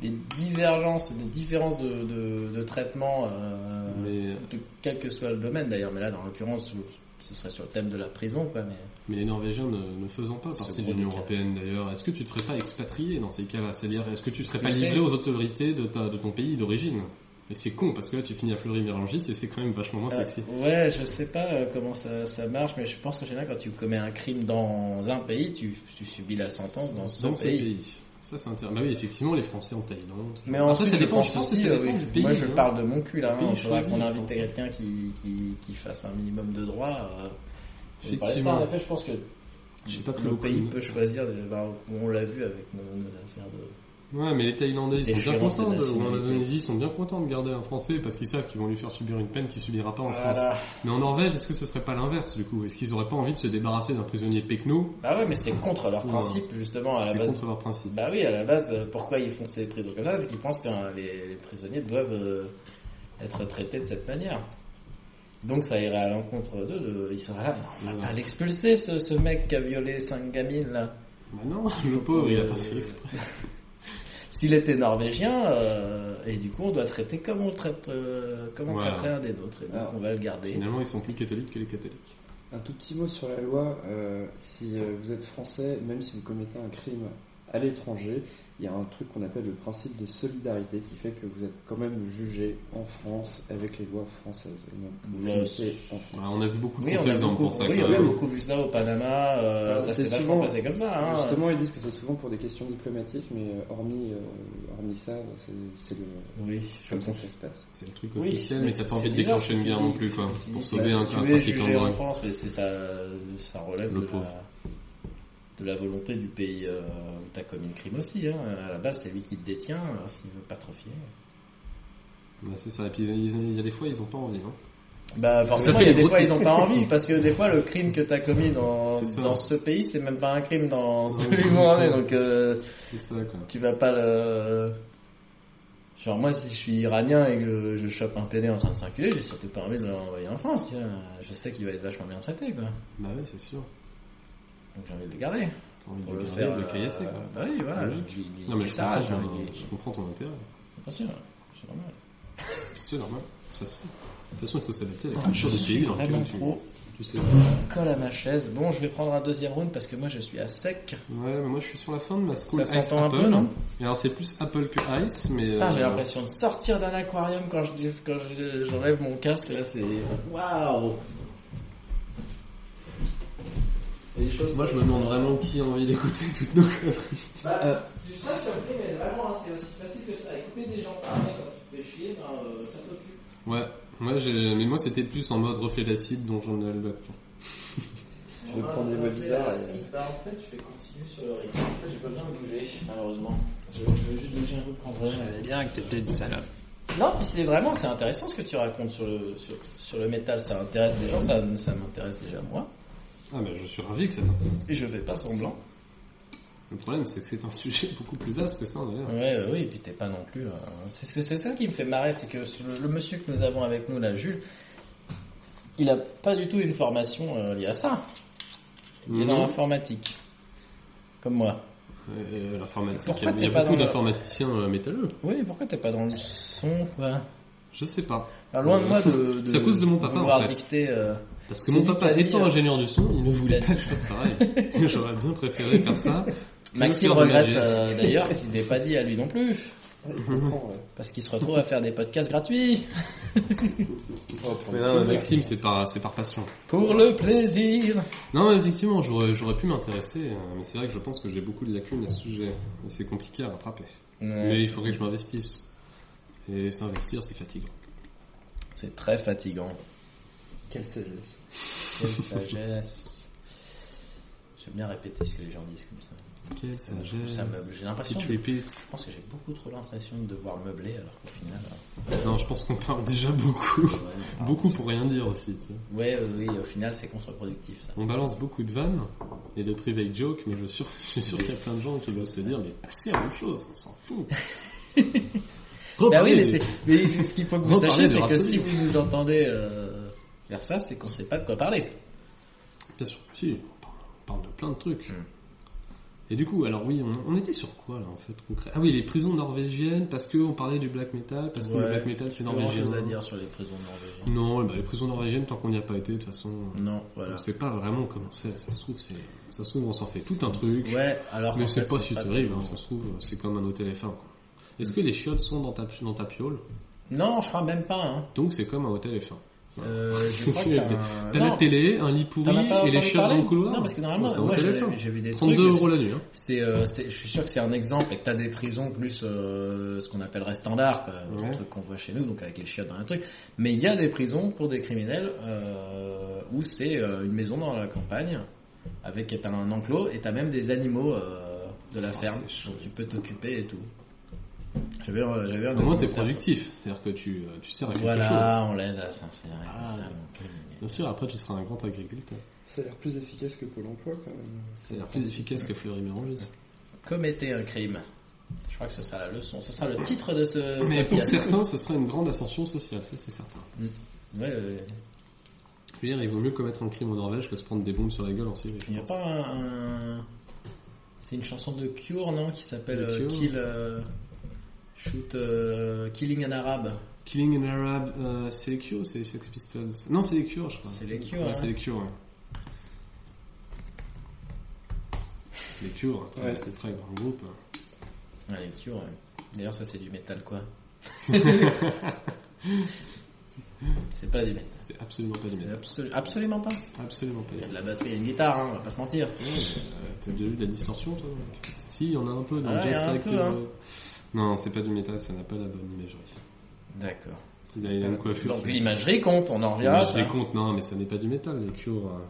Speaker 1: des divergences, des différences de, de, de traitement, euh,
Speaker 2: Mais,
Speaker 1: de quel que soit le domaine d'ailleurs, mais là, dans l'occurrence, ce serait sur le thème de la prison, quoi, mais...
Speaker 2: mais les Norvégiens ne, ne faisant pas
Speaker 1: Ce
Speaker 2: partie
Speaker 1: gros
Speaker 2: de l'Union
Speaker 1: décalage.
Speaker 2: Européenne d'ailleurs, est-ce que tu te ferais pas expatrier dans ces cas-là C'est-à-dire, est-ce que tu serais
Speaker 1: Je
Speaker 2: pas
Speaker 1: sais.
Speaker 2: livré aux autorités de, ta, de ton pays d'origine Et c'est con parce que là tu finis à Fleury-Mérangis et c'est quand même vachement moins
Speaker 1: Euh,
Speaker 2: sexy.
Speaker 1: ouais, je sais pas euh, comment ça, ça marche, mais je pense qu'en général, quand tu commets un crime dans un pays, tu, tu subis la sentence dans ce pays.
Speaker 2: Ça c'est intéressant. Bah oui, effectivement, les Français en Thaïlande.
Speaker 1: Mais en
Speaker 2: Après,
Speaker 1: plus,
Speaker 2: ça
Speaker 1: je
Speaker 2: dépend,
Speaker 1: pense
Speaker 2: je pense que
Speaker 1: aussi,
Speaker 2: ça
Speaker 1: euh,
Speaker 2: dépend
Speaker 1: oui,
Speaker 2: du pays.
Speaker 1: moi je
Speaker 2: hein.
Speaker 1: parle de mon cul là,
Speaker 2: Le
Speaker 1: hein,
Speaker 2: pays
Speaker 1: il faudra
Speaker 2: choisi,
Speaker 1: qu'on
Speaker 2: je
Speaker 1: invite
Speaker 2: pense.
Speaker 1: quelqu'un qui, qui, qui fasse un minimum de droits. euh, et parler de ça.
Speaker 2: Effectivement.
Speaker 1: en effet, je pense que
Speaker 2: J'ai pas pris
Speaker 1: le
Speaker 2: beaucoup
Speaker 1: pays
Speaker 2: de
Speaker 1: peut
Speaker 2: notes.
Speaker 1: choisir, de- bah, on l'a vu avec nos, nos affaires de,
Speaker 2: Ouais, mais les Thaïlandais, ils sont bien
Speaker 1: Déchirante
Speaker 2: contents,
Speaker 1: de la
Speaker 2: de, ou en
Speaker 1: nationalité.
Speaker 2: Indonésie, ils sont bien contents de garder un Français parce qu'ils savent qu'ils vont lui faire subir une peine qu'il subira pas en
Speaker 1: Voilà.
Speaker 2: France. Mais en Norvège, est-ce que ce serait pas l'inverse du coup Est-ce qu'ils auraient pas envie de se débarrasser d'un prisonnier pecno
Speaker 1: Bah ouais, mais c'est contre leurs
Speaker 2: Ouais.
Speaker 1: principes, justement, à la
Speaker 2: C'est
Speaker 1: base.
Speaker 2: contre leur principe.
Speaker 1: Bah oui, à la base, euh, pourquoi ils font ces prisons comme ça C'est qu'ils pensent que euh, les, les prisonniers doivent euh, être traités de cette manière. Donc ça irait à l'encontre d'eux, de, ils seraient là, mais on va
Speaker 2: Ouais.
Speaker 1: pas l'expulser ce, ce mec qui a violé cinq gamines là.
Speaker 2: Bah non, *laughs* le pauvre, il a pas euh, fait exprès.
Speaker 1: *laughs* S'il était norvégien, euh, et du coup on doit traiter comme on traite, euh, comme on
Speaker 2: Ouais.
Speaker 1: traiterait un des nôtres, et donc
Speaker 3: Ah.
Speaker 1: on va le garder.
Speaker 2: Finalement, ils sont plus catholiques que les catholiques.
Speaker 3: Un tout petit mot sur la loi. euh, si euh, vous êtes français, même si vous commettez un crime à l'étranger, il y a un truc qu'on appelle le principe de solidarité qui fait que vous êtes quand même jugé en France avec les lois françaises. Et donc, vous
Speaker 1: Ouais.
Speaker 3: finissez en France.
Speaker 2: Ouais, on a vu beaucoup de
Speaker 1: Oui, on a
Speaker 2: contre-exemples
Speaker 3: beaucoup-
Speaker 2: pour ça.
Speaker 1: Oui, on
Speaker 2: quand
Speaker 1: a
Speaker 2: même.
Speaker 1: beaucoup vu ça au Panama, euh,
Speaker 3: Ah,
Speaker 1: ça
Speaker 3: c'est
Speaker 1: s'est
Speaker 3: souvent-
Speaker 1: vachement passé comme ça. Hein.
Speaker 3: Justement, ils disent que c'est souvent pour des questions diplomatiques, mais euh, hormis, euh, hormis ça, c'est c'est le
Speaker 1: Oui, je
Speaker 3: comme ça
Speaker 1: comprends.
Speaker 3: que ça se passe.
Speaker 2: C'est le truc
Speaker 1: Oui,
Speaker 2: officiel,
Speaker 1: mais
Speaker 2: mais t'as
Speaker 1: c'est-
Speaker 2: pas envie de
Speaker 1: c'est bizarre
Speaker 2: déclencher
Speaker 1: ce
Speaker 2: une
Speaker 1: que
Speaker 2: guerre
Speaker 1: tu
Speaker 2: non
Speaker 1: dis.
Speaker 2: plus, quoi.
Speaker 1: Tu
Speaker 2: Pour
Speaker 1: dis,
Speaker 2: sauver
Speaker 1: bah,
Speaker 2: un
Speaker 1: si tu es
Speaker 2: trafiquant
Speaker 1: jugé
Speaker 2: de
Speaker 1: en
Speaker 2: drogue.
Speaker 1: France, mais c'est ça, euh, ça relève
Speaker 2: Le
Speaker 1: de
Speaker 2: pauvre.
Speaker 1: la, de la volonté du pays euh, où t'as commis le crime aussi. Hein. À la base, c'est lui qui le détient, euh, s'il veut pas trop filer.
Speaker 2: Ouais, Bah, C'est ça. Et puis, ils- il y a des fois, ils ont pas envie. Hein.
Speaker 1: Bah forcément,
Speaker 2: fait
Speaker 1: il y a
Speaker 2: les
Speaker 1: des fois
Speaker 2: broutilles.
Speaker 1: ils *laughs* ont pas envie parce que des fois le crime que t'as commis dans
Speaker 2: C'est ça.
Speaker 1: dans ce pays, c'est même pas un crime *laughs* dans
Speaker 2: Ouais,
Speaker 1: celui
Speaker 2: c'est
Speaker 1: où on est.
Speaker 2: ça.
Speaker 1: Donc euh,
Speaker 2: C'est ça, quoi.
Speaker 1: tu vas pas le genre moi si je suis iranien et que je, je chope un PD en train de circuler, j'ai surtout pas envie de l'envoyer en France. tu vois. Je sais qu'il va être vachement bien traité quoi.
Speaker 2: Bah ouais, c'est sûr.
Speaker 1: Donc j'ai envie de le garder.
Speaker 2: T'as envie
Speaker 1: pour
Speaker 2: de
Speaker 1: le
Speaker 2: garder,
Speaker 1: faire
Speaker 2: de
Speaker 1: euh,
Speaker 2: le caillasser, quoi.
Speaker 1: Bah oui, voilà.
Speaker 2: Logique.
Speaker 1: Je- je- je-
Speaker 2: Non, mais je
Speaker 1: ça rage,
Speaker 2: comprends,
Speaker 1: hein,
Speaker 2: ton-
Speaker 1: je-
Speaker 2: je comprends ton intérêt.
Speaker 1: Bien sûr, c'est normal.
Speaker 2: C'est normal. Ça se fait. De hein, toute façon, il faut s'adapter à la
Speaker 1: Ah, Je
Speaker 2: culture du
Speaker 1: suis
Speaker 2: pays dans
Speaker 1: vraiment
Speaker 2: lequel tu,
Speaker 1: trop
Speaker 2: tu sais.
Speaker 1: colle à ma chaise. Bon, je vais prendre un deuxième round parce que moi je suis à sec.
Speaker 2: Ouais, mais moi je suis sur la fin de ma school
Speaker 1: Ça
Speaker 2: Ice
Speaker 1: s'entend un
Speaker 2: Apple.
Speaker 1: peu, non
Speaker 2: Et alors c'est plus Apple que Ice, mais.
Speaker 1: Ah,
Speaker 2: euh,
Speaker 1: j'ai l'impression de sortir d'un aquarium quand je quand je- j'enlève mon casque là, c'est waouh.
Speaker 2: Il y a des choses, moi je me Euh. demande vraiment qui a envie d'écouter *laughs* toutes nos conneries.
Speaker 1: Bah, tu seras surpris, mais vraiment, hein, c'est aussi facile que ça. Écouter des gens parler quand tu te fais chier, ben, euh, ça peut plus.
Speaker 2: Ouais, moi j'ai. Mais moi c'était plus en mode reflet d'acide dont j'en ai le bac.
Speaker 3: Tu veux prendre des voix bizarres et-
Speaker 1: Bah, en fait, je vais continuer sur le rythme. En fait, j'ai pas besoin de bouger, malheureusement. Je, je veux juste bouger un peu pour J'allais bien que t'étais une salope. Non, puis c'est vraiment, c'est intéressant ce que tu racontes sur le, sur, sur le métal. Ça intéresse des gens, ça, ça m'intéresse déjà moi.
Speaker 2: Ah bah je suis ravi que ça t'intéresse.
Speaker 1: Et je fais pas semblant.
Speaker 2: Le problème c'est que c'est un *laughs* sujet beaucoup plus vaste que ça d'ailleurs.
Speaker 1: Ouais, euh, oui, et puis t'es pas non plus. euh, c'est- C'est c'est ça qui me fait marrer, c'est que le, le monsieur que nous avons avec nous, là, Jules, il a pas du tout une formation euh, liée à ça. Il est dans
Speaker 2: Non.
Speaker 1: l'informatique, comme moi.
Speaker 2: Et, euh, L'informatique, il y
Speaker 1: Pourquoi
Speaker 2: a, il y a
Speaker 1: t'es pas
Speaker 2: beaucoup
Speaker 1: dans le-
Speaker 2: d'informaticiens euh, métalleux.
Speaker 1: Oui, mais pourquoi t'es pas dans le son, quoi
Speaker 2: Je sais pas.
Speaker 1: Alors, Loin de moi de. de
Speaker 2: Euh, C'est à cause de mon papa,
Speaker 1: vouloir
Speaker 2: en fait.
Speaker 1: dicter, euh,
Speaker 2: Parce que
Speaker 1: C'est
Speaker 2: mon
Speaker 1: lui qui a
Speaker 2: papa
Speaker 1: dit,
Speaker 2: étant
Speaker 1: euh,
Speaker 2: ingénieur du son, il ne voulait
Speaker 1: la-
Speaker 2: pas que je fasse pareil.
Speaker 1: *laughs*
Speaker 2: J'aurais bien préféré faire ça.
Speaker 1: Maxime
Speaker 2: Le
Speaker 1: regrette
Speaker 2: Jazz.
Speaker 1: euh, d'ailleurs qu'il n'est pas dit à lui non plus,
Speaker 3: Ouais, je comprends, *laughs* ouais.
Speaker 1: parce qu'il se retrouve à faire des podcasts
Speaker 2: *laughs*
Speaker 1: gratuits
Speaker 3: On va prendre
Speaker 2: Mais non, mais
Speaker 3: plaisir.
Speaker 2: Maxime, c'est par, c'est par passion.
Speaker 1: pour le plaisir.
Speaker 2: Non, mais effectivement, j'aurais, j'aurais pu m'intéresser, euh, mais c'est vrai que je pense que j'ai beaucoup de lacunes à ce sujet, et c'est compliqué à rattraper.
Speaker 1: Ouais,
Speaker 2: Mais il faudrait que je m'investisse. Et s'investir, c'est fatigant.
Speaker 1: C'est très fatigant.
Speaker 3: Quelle sagesse.
Speaker 1: Quelle sagesse. J'aime bien répéter ce que les gens disent comme ça.
Speaker 2: Quelle sagesse.
Speaker 1: Ça me- J'ai l'impression.
Speaker 2: Petite
Speaker 1: de-
Speaker 2: repeat.
Speaker 1: Je pense que j'ai beaucoup trop l'impression de devoir meubler alors qu'au final.
Speaker 2: Non, je pense qu'on parle déjà beaucoup.
Speaker 1: euh,
Speaker 2: *laughs*
Speaker 1: ouais, non,
Speaker 2: beaucoup pour rien dire aussi. tu sais.
Speaker 1: Ouais, oui, oui, au final c'est contre-productif ça.
Speaker 2: On balance beaucoup de vannes et de private jokes, mais je suis sûr, je suis sûr qu'il y a plein de gens qui doivent se dire, mais passez à autre chose, on s'en
Speaker 1: *laughs*
Speaker 2: fout.
Speaker 1: Bah oui,
Speaker 2: Reparlez
Speaker 1: mais
Speaker 2: Oh, de-
Speaker 1: c'est. Mais c'est ce qu'il faut que vous
Speaker 2: Reparler
Speaker 1: sachiez,
Speaker 2: de
Speaker 1: c'est que
Speaker 2: Rhapsody.
Speaker 1: si vous nous entendez euh, faire ça, c'est qu'on sait pas de quoi parler.
Speaker 2: Bien sûr que si, on parle- on parle de plein de trucs.
Speaker 1: Mm.
Speaker 2: Et du coup, alors oui, on, on était sur quoi là en fait concret Ah oui, les prisons norvégiennes, parce que on parlait du black metal, parce que
Speaker 1: Ouais,
Speaker 2: le black metal c'est
Speaker 1: Grand
Speaker 2: norvégien.
Speaker 1: chose à dire sur les prisons hein. norvégiennes.
Speaker 2: Non, bah, les prisons norvégiennes, tant qu'on n'y a pas été, de toute façon, euh,
Speaker 1: Non,
Speaker 2: on
Speaker 1: voilà.
Speaker 2: sait pas vraiment comment c'est. Ça se trouve, c'est, ça se trouve, on s'en fait tout un truc.
Speaker 1: Ouais, alors.
Speaker 2: mais
Speaker 1: qu'en
Speaker 2: c'est
Speaker 1: fait,
Speaker 2: pas si terrible,
Speaker 1: tout.
Speaker 2: hein, ça se trouve, c'est comme un hôtel F1. Quoi. Est-ce que les chiottes sont dans ta, dans ta piole
Speaker 1: Non, je crois même pas. Hein.
Speaker 2: Donc c'est comme un hôtel F1.
Speaker 1: Euh,
Speaker 2: *laughs*
Speaker 1: je crois que t'as un-
Speaker 2: T'as
Speaker 1: Non,
Speaker 2: la télé, un lit
Speaker 1: t'en as
Speaker 2: pourri
Speaker 1: pas
Speaker 2: et les
Speaker 1: entendu
Speaker 2: chiottes dans
Speaker 1: parler
Speaker 2: le couloir. Bah,
Speaker 1: Non, parce que
Speaker 2: C'est
Speaker 1: normalement,
Speaker 2: un
Speaker 1: moi
Speaker 2: hôtel
Speaker 1: j'ai
Speaker 2: F1.
Speaker 1: j'ai vu des trucs.
Speaker 2: 32
Speaker 1: mais
Speaker 2: euros la nuit. Hein.
Speaker 1: C'est, euh, c'est- je suis sûr que c'est un exemple et que t'as des prisons plus euh, ce qu'on appellerait standard, quoi,
Speaker 2: Ouais.
Speaker 1: le truc qu'on voit chez nous, donc avec les chiottes dans un truc. Mais il y a des prisons pour des criminels euh, où c'est euh, une maison dans la campagne avec t'as un enclos et t'as même des animaux euh, de la
Speaker 2: Ah,
Speaker 1: ferme.
Speaker 2: c'est chouette,
Speaker 1: Donc, tu peux t'occuper et tout. J'avais, euh, j'avais un
Speaker 2: Au moins, t'es
Speaker 1: documentaire sur-
Speaker 2: productif. C'est-à-dire que tu, euh, tu sers à quelque
Speaker 1: Voilà,
Speaker 2: chose.
Speaker 1: on l'aide à s'insérer.
Speaker 2: Ah,
Speaker 1: comme ça,
Speaker 2: ouais.
Speaker 1: donc,
Speaker 2: Bien sûr, après, tu seras un grand agriculteur.
Speaker 3: Ça a l'air plus efficace que Pôle emploi quand même.
Speaker 2: C'est l'air plus efficace que Fleury Mérangis.
Speaker 1: Commettez un crime. Je crois que ce sera la leçon. Ce sera le titre de ce.
Speaker 2: Mais pour
Speaker 1: podcast.
Speaker 2: certains, ce sera une grande ascension sociale, ça c'est certain.
Speaker 1: Ouais, ouais, ouais.
Speaker 2: Je veux dire, il vaut mieux commettre un crime en Norvège que se prendre des bombes sur la gueule en Syrie. je
Speaker 1: Il n'y a
Speaker 2: pense.
Speaker 1: pas un. un- C'est une chanson de Cure, non Qui s'appelle
Speaker 2: De
Speaker 1: euh,
Speaker 2: Cure.
Speaker 1: Kill. euh, Shoot. euh, Killing an Arab.
Speaker 2: Killing an Arab, euh, c'est les Cure ou c'est les Sex Pistols Non, c'est les Cure, je crois.
Speaker 1: C'est les Cure,
Speaker 2: Ouais,
Speaker 1: hein.
Speaker 2: c'est les Cure, ouais. Les Cure, très,
Speaker 3: Ouais,
Speaker 2: c'est
Speaker 3: c'est
Speaker 2: très grand groupe. hein.
Speaker 1: Ouais, les Cure, ouais. D'ailleurs, ça c'est du métal,
Speaker 2: *laughs*
Speaker 1: quoi. c'est pas du métal.
Speaker 2: C'est absolument pas du
Speaker 1: C'est
Speaker 2: métal.
Speaker 1: absolu- Absolument pas.
Speaker 2: Absolument pas du
Speaker 1: Il y a de
Speaker 2: métal.
Speaker 1: la batterie et une guitare, hein, on va pas se mentir.
Speaker 2: Ouais, mais, euh, T'as déjà eu de la distorsion, toi mec Si, il y en a un peu dans
Speaker 1: Ah, il y en
Speaker 2: Just
Speaker 1: a un
Speaker 2: Like
Speaker 1: peu,
Speaker 2: the-
Speaker 1: hein.
Speaker 2: Non, c'est pas du métal, ça n'a pas la bonne imagerie.
Speaker 1: D'accord.
Speaker 2: Il a, il a une coiffure.
Speaker 1: Donc
Speaker 2: qui-
Speaker 1: l'imagerie compte, on en revient. à
Speaker 2: je les
Speaker 1: ça.
Speaker 2: compte, non, mais ça n'est pas du métal. Les cures, euh,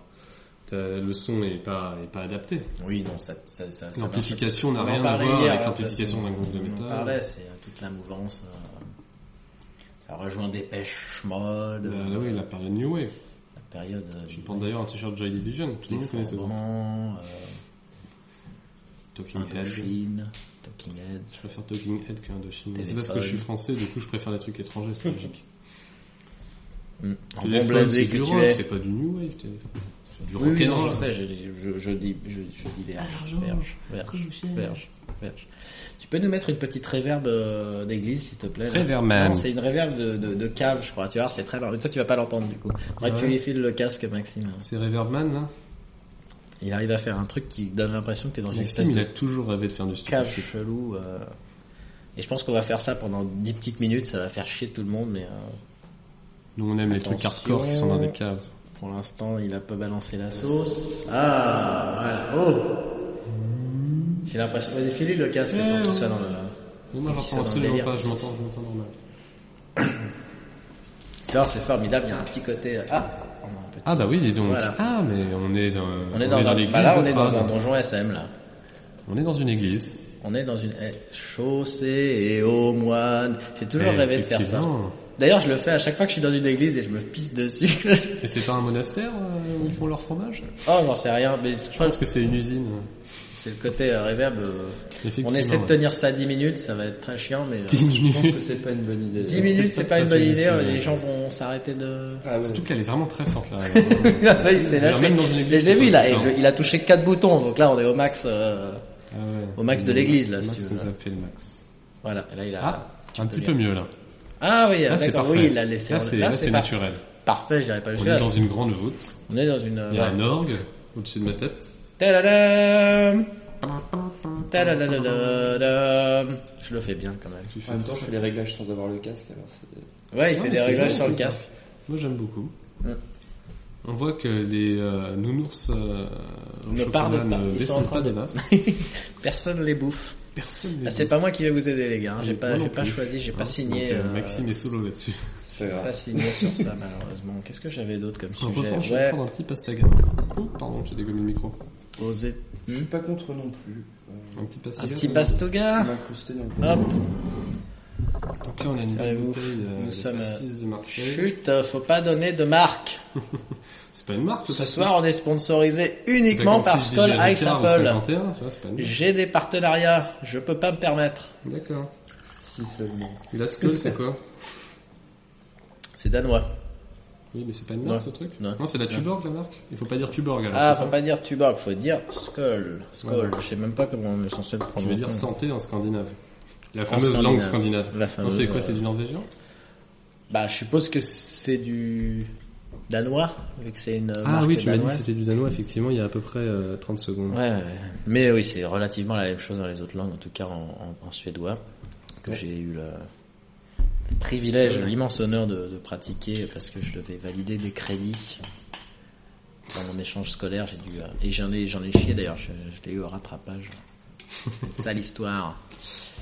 Speaker 2: t'as- le son n'est pas, est pas adapté.
Speaker 1: Oui, non, ça. ça, ça ça marche pas.
Speaker 2: L'amplification
Speaker 1: On
Speaker 2: n'a
Speaker 1: en
Speaker 2: rien à
Speaker 1: parlait
Speaker 2: voir
Speaker 1: hier,
Speaker 2: avec
Speaker 1: hein,
Speaker 2: l'amplification
Speaker 1: parce
Speaker 2: d'un
Speaker 1: qu'on-
Speaker 2: groupe de
Speaker 1: On en
Speaker 2: métal.
Speaker 1: parlait, c'est euh, toute la mouvance. euh, ça rejoint des pêches mode.
Speaker 2: Là, là, Bah oui, il a parlé de New Wave.
Speaker 1: La période. euh,
Speaker 2: Je
Speaker 1: du-
Speaker 2: porte d'ailleurs un t-shirt Joy Division, tout
Speaker 1: des
Speaker 2: le monde connaît ce groupe.
Speaker 1: Forbans, euh,
Speaker 2: Talking Head.
Speaker 1: Indochine, euh, Talking
Speaker 2: Je
Speaker 1: Heads.
Speaker 2: préfère Talking Head que Indochine. C'est
Speaker 1: Téléphone.
Speaker 2: parce que je suis français, du coup je préfère les trucs étrangers, c'est logique.
Speaker 1: Mm. *laughs* En bon
Speaker 2: Téléphone,
Speaker 1: blasé
Speaker 2: c'est
Speaker 1: que
Speaker 2: du
Speaker 1: tu
Speaker 2: rock,
Speaker 1: es.
Speaker 2: c'est pas du New Wave, Téléphone. C'est du
Speaker 1: Oui, oui, non,
Speaker 2: rock'n'roll.
Speaker 1: je sais, je, je, je dis, je, je dis verge, verge, verge, verge, verge. Tu peux nous mettre une petite réverbe euh, d'église, s'il te plaît là
Speaker 2: Reverbman.
Speaker 1: Non, c'est une réverbe de, de, de cave, je crois. Tu vois, c'est très large. Toi, tu vas pas l'entendre, du coup. Faudrait que tu
Speaker 2: Ouais.
Speaker 1: lui files le casque, Maxime.
Speaker 2: C'est Reverbman là.
Speaker 1: Il arrive à faire un truc qui donne l'impression que t'es dans une espèce
Speaker 2: Maxime, il
Speaker 1: de
Speaker 2: a toujours rêvé de faire du
Speaker 1: cave
Speaker 2: stuff.
Speaker 1: chelou. euh. Et je pense qu'on va faire ça pendant 10 petites minutes. Ça va faire chier tout le monde, mais euh,
Speaker 2: Nous on aime les trucs
Speaker 1: Attention.
Speaker 2: hardcore qui sont dans des caves.
Speaker 1: pour l'instant, il a pas balancé la sauce. Ah, voilà. Oh J'ai l'impression... Vas-y, file-lui le casque
Speaker 2: Eh,
Speaker 1: pour qu'il
Speaker 2: ouais.
Speaker 1: soit dans le...
Speaker 2: Mais moi,
Speaker 1: Qui sont
Speaker 2: j'entends
Speaker 1: dans le
Speaker 2: absolument
Speaker 1: délire,
Speaker 2: pas,
Speaker 1: qui
Speaker 2: je m'entends, je m'entends normal.
Speaker 1: Alors, c'est formidable. Il y a un petit côté... Ah on a un petit-
Speaker 2: Ah bah oui, dis donc.
Speaker 1: Voilà.
Speaker 2: Ah, mais on est dans,
Speaker 1: On est dans, un...
Speaker 2: l'église
Speaker 1: bah là,
Speaker 2: de
Speaker 1: on est dans
Speaker 2: Prague.
Speaker 1: un donjon SM, là.
Speaker 2: On est dans une église.
Speaker 1: On est dans une eh, chaussée et aux moines. J'ai toujours
Speaker 2: Eh,
Speaker 1: rêvé de faire ça.
Speaker 2: effectivement.
Speaker 1: D'ailleurs, je le fais à chaque fois que je suis dans une église et je me pisse dessus. *laughs*
Speaker 2: Et c'est pas un monastère euh, où ils font leur fromage
Speaker 1: oh, j'en sais rien, mais je
Speaker 2: Je
Speaker 1: pense
Speaker 2: pense
Speaker 1: que
Speaker 2: que c'est une usine.
Speaker 1: c'est le côté euh, reverb. euh,
Speaker 2: Effectivement.
Speaker 1: On essaie de
Speaker 2: ouais.
Speaker 1: tenir ça 10 minutes, ça va être très chiant, mais euh,
Speaker 2: 10
Speaker 3: Je pense
Speaker 2: minutes.
Speaker 3: que c'est pas une bonne idée.
Speaker 1: 10 minutes, c'est
Speaker 2: peut-être
Speaker 1: pas
Speaker 2: pas
Speaker 1: une bonne
Speaker 2: très
Speaker 1: idée. euh,
Speaker 2: judicieux.
Speaker 1: Les gens vont s'arrêter
Speaker 2: *laughs*
Speaker 1: de...
Speaker 3: Ah ouais.
Speaker 2: Surtout qu'elle est vraiment
Speaker 1: *laughs*
Speaker 2: très forte là.
Speaker 1: là, il s'est lâché.
Speaker 2: D'ailleurs, Même dans une
Speaker 1: Mais
Speaker 2: église.
Speaker 1: je l'ai
Speaker 2: c'est
Speaker 1: vu,
Speaker 2: pas
Speaker 1: là, et
Speaker 2: différent.
Speaker 1: je- il a touché 4 boutons, donc là, on est au max. euh,
Speaker 2: Ah ouais.
Speaker 1: au max de l'église, là,
Speaker 2: Le
Speaker 1: si
Speaker 2: Max
Speaker 1: tu veux.
Speaker 2: nous a fait le max.
Speaker 1: Voilà, et là, il a...
Speaker 2: Ah, un
Speaker 1: peux
Speaker 2: petit
Speaker 1: lire.
Speaker 2: peu mieux là.
Speaker 1: Ah oui,
Speaker 2: Là, c'est
Speaker 1: d'accord,
Speaker 2: parfait.
Speaker 1: oui, il l'a laissé.
Speaker 2: Là,
Speaker 1: en-
Speaker 2: c'est là, c'est
Speaker 1: pas-
Speaker 2: naturel.
Speaker 1: Parfait, j'irai pas
Speaker 2: On
Speaker 1: jusque-là.
Speaker 2: est dans une grande voûte.
Speaker 1: On est dans une... euh,
Speaker 2: Il y a
Speaker 1: ouais.
Speaker 2: un orgue au-dessus de ma tête.
Speaker 1: Tadadam Tadadadadadam. Je le fais bien quand même.
Speaker 2: Tu fais
Speaker 3: En même
Speaker 2: très
Speaker 3: temps, je fais les réglages sans avoir le casque, alors c'est.
Speaker 1: Ouais, il fait
Speaker 2: Non, mais
Speaker 1: des
Speaker 2: c'est
Speaker 1: réglages
Speaker 2: bien,
Speaker 1: sur le
Speaker 2: c'est ça.
Speaker 1: casque.
Speaker 2: Moi j'aime beaucoup.
Speaker 1: Ouais.
Speaker 2: On voit que les euh, nounours euh, au
Speaker 1: Ne
Speaker 2: chocolat
Speaker 1: parlent pas, ils sont
Speaker 2: ne
Speaker 1: en
Speaker 2: descendent
Speaker 1: train
Speaker 2: pas
Speaker 1: de-
Speaker 2: des masses.
Speaker 1: Personne les bouffe.
Speaker 2: Personne
Speaker 1: Ah, c'est pas moi qui vais vous aider les gars, hein. j'ai
Speaker 2: Moi
Speaker 1: pas,
Speaker 2: non
Speaker 1: j'ai pas
Speaker 2: plus. Hein,
Speaker 1: choisi, j'ai pas signé. euh,
Speaker 2: Maxime est solo
Speaker 1: *laughs*
Speaker 2: là-dessus.
Speaker 3: pas
Speaker 1: j'ai pas
Speaker 3: grave.
Speaker 1: signé sur ça malheureusement. Qu'est-ce que j'avais d'autre comme
Speaker 2: En
Speaker 1: sujet
Speaker 2: revanche, je vais
Speaker 1: Ouais,
Speaker 2: prendre un petit pastaga. Oh, pardon, j'ai dégommé le micro.
Speaker 1: oser-
Speaker 3: Je suis pas contre non plus. Euh,
Speaker 2: Un petit
Speaker 1: un
Speaker 2: pastaga.
Speaker 1: petit
Speaker 2: comme-
Speaker 1: pastoga.
Speaker 3: M'incruster dans le
Speaker 1: Hop,
Speaker 2: Donc là, on a une belle
Speaker 1: Servez-vous.
Speaker 2: bouteille
Speaker 1: Nous
Speaker 2: euh, de
Speaker 1: sommes,
Speaker 2: pastis de Marseille.
Speaker 1: chut, euh, faut pas donner de marque.
Speaker 2: C'est pas une marque, le
Speaker 1: Ce
Speaker 2: pastis.
Speaker 1: soir on est sponsorisé uniquement
Speaker 2: D'accord,
Speaker 1: par
Speaker 2: si je disais
Speaker 1: Skull
Speaker 2: Ricard
Speaker 1: Ice
Speaker 2: ou
Speaker 1: Apple.
Speaker 2: 51, tu vois, hein. c'est pas une marque.
Speaker 1: J'ai des partenariats, je peux pas me permettre.
Speaker 2: D'accord.
Speaker 3: Si seulement.
Speaker 2: Et La Skull, c'est quoi
Speaker 1: C'est danois.
Speaker 2: Oui, mais c'est pas une marque
Speaker 1: Ouais.
Speaker 2: ce truc
Speaker 1: Ouais.
Speaker 2: Non, c'est la Tuborg la marque Il faut pas dire Tuborg alors.
Speaker 1: Ah,
Speaker 2: c'est
Speaker 1: faut
Speaker 2: ça
Speaker 1: pas dire Tuborg, faut dire Skull. Skull, je sais même pas comment on est censé le
Speaker 2: Qui
Speaker 1: prendre.
Speaker 2: veut dire santé en scandinave. La fameuse langue scandinave.
Speaker 1: La
Speaker 2: Non,
Speaker 1: fameuse,
Speaker 2: c'est quoi, c'est
Speaker 1: euh,
Speaker 2: du norvégien
Speaker 1: Bah, je suppose que c'est du danois, vu que c'est une euh,
Speaker 2: Ah
Speaker 1: marque
Speaker 2: oui, tu m'as dit que
Speaker 1: danoise.
Speaker 2: c'était du danois, effectivement, il y a à peu près euh, 30 secondes.
Speaker 1: Ouais, ouais. mais oui, c'est relativement la même chose dans les autres langues, en tout cas en, en- en suédois, que
Speaker 2: Ouais.
Speaker 1: j'ai eu le le privilège, l'immense honneur de, de pratiquer parce que je devais valider des crédits dans mon échange scolaire. J'ai dû euh, et j'en ai j'en ai chié d'ailleurs. Je, je l'ai eu au
Speaker 2: *laughs*
Speaker 1: rattrapage. Sale histoire.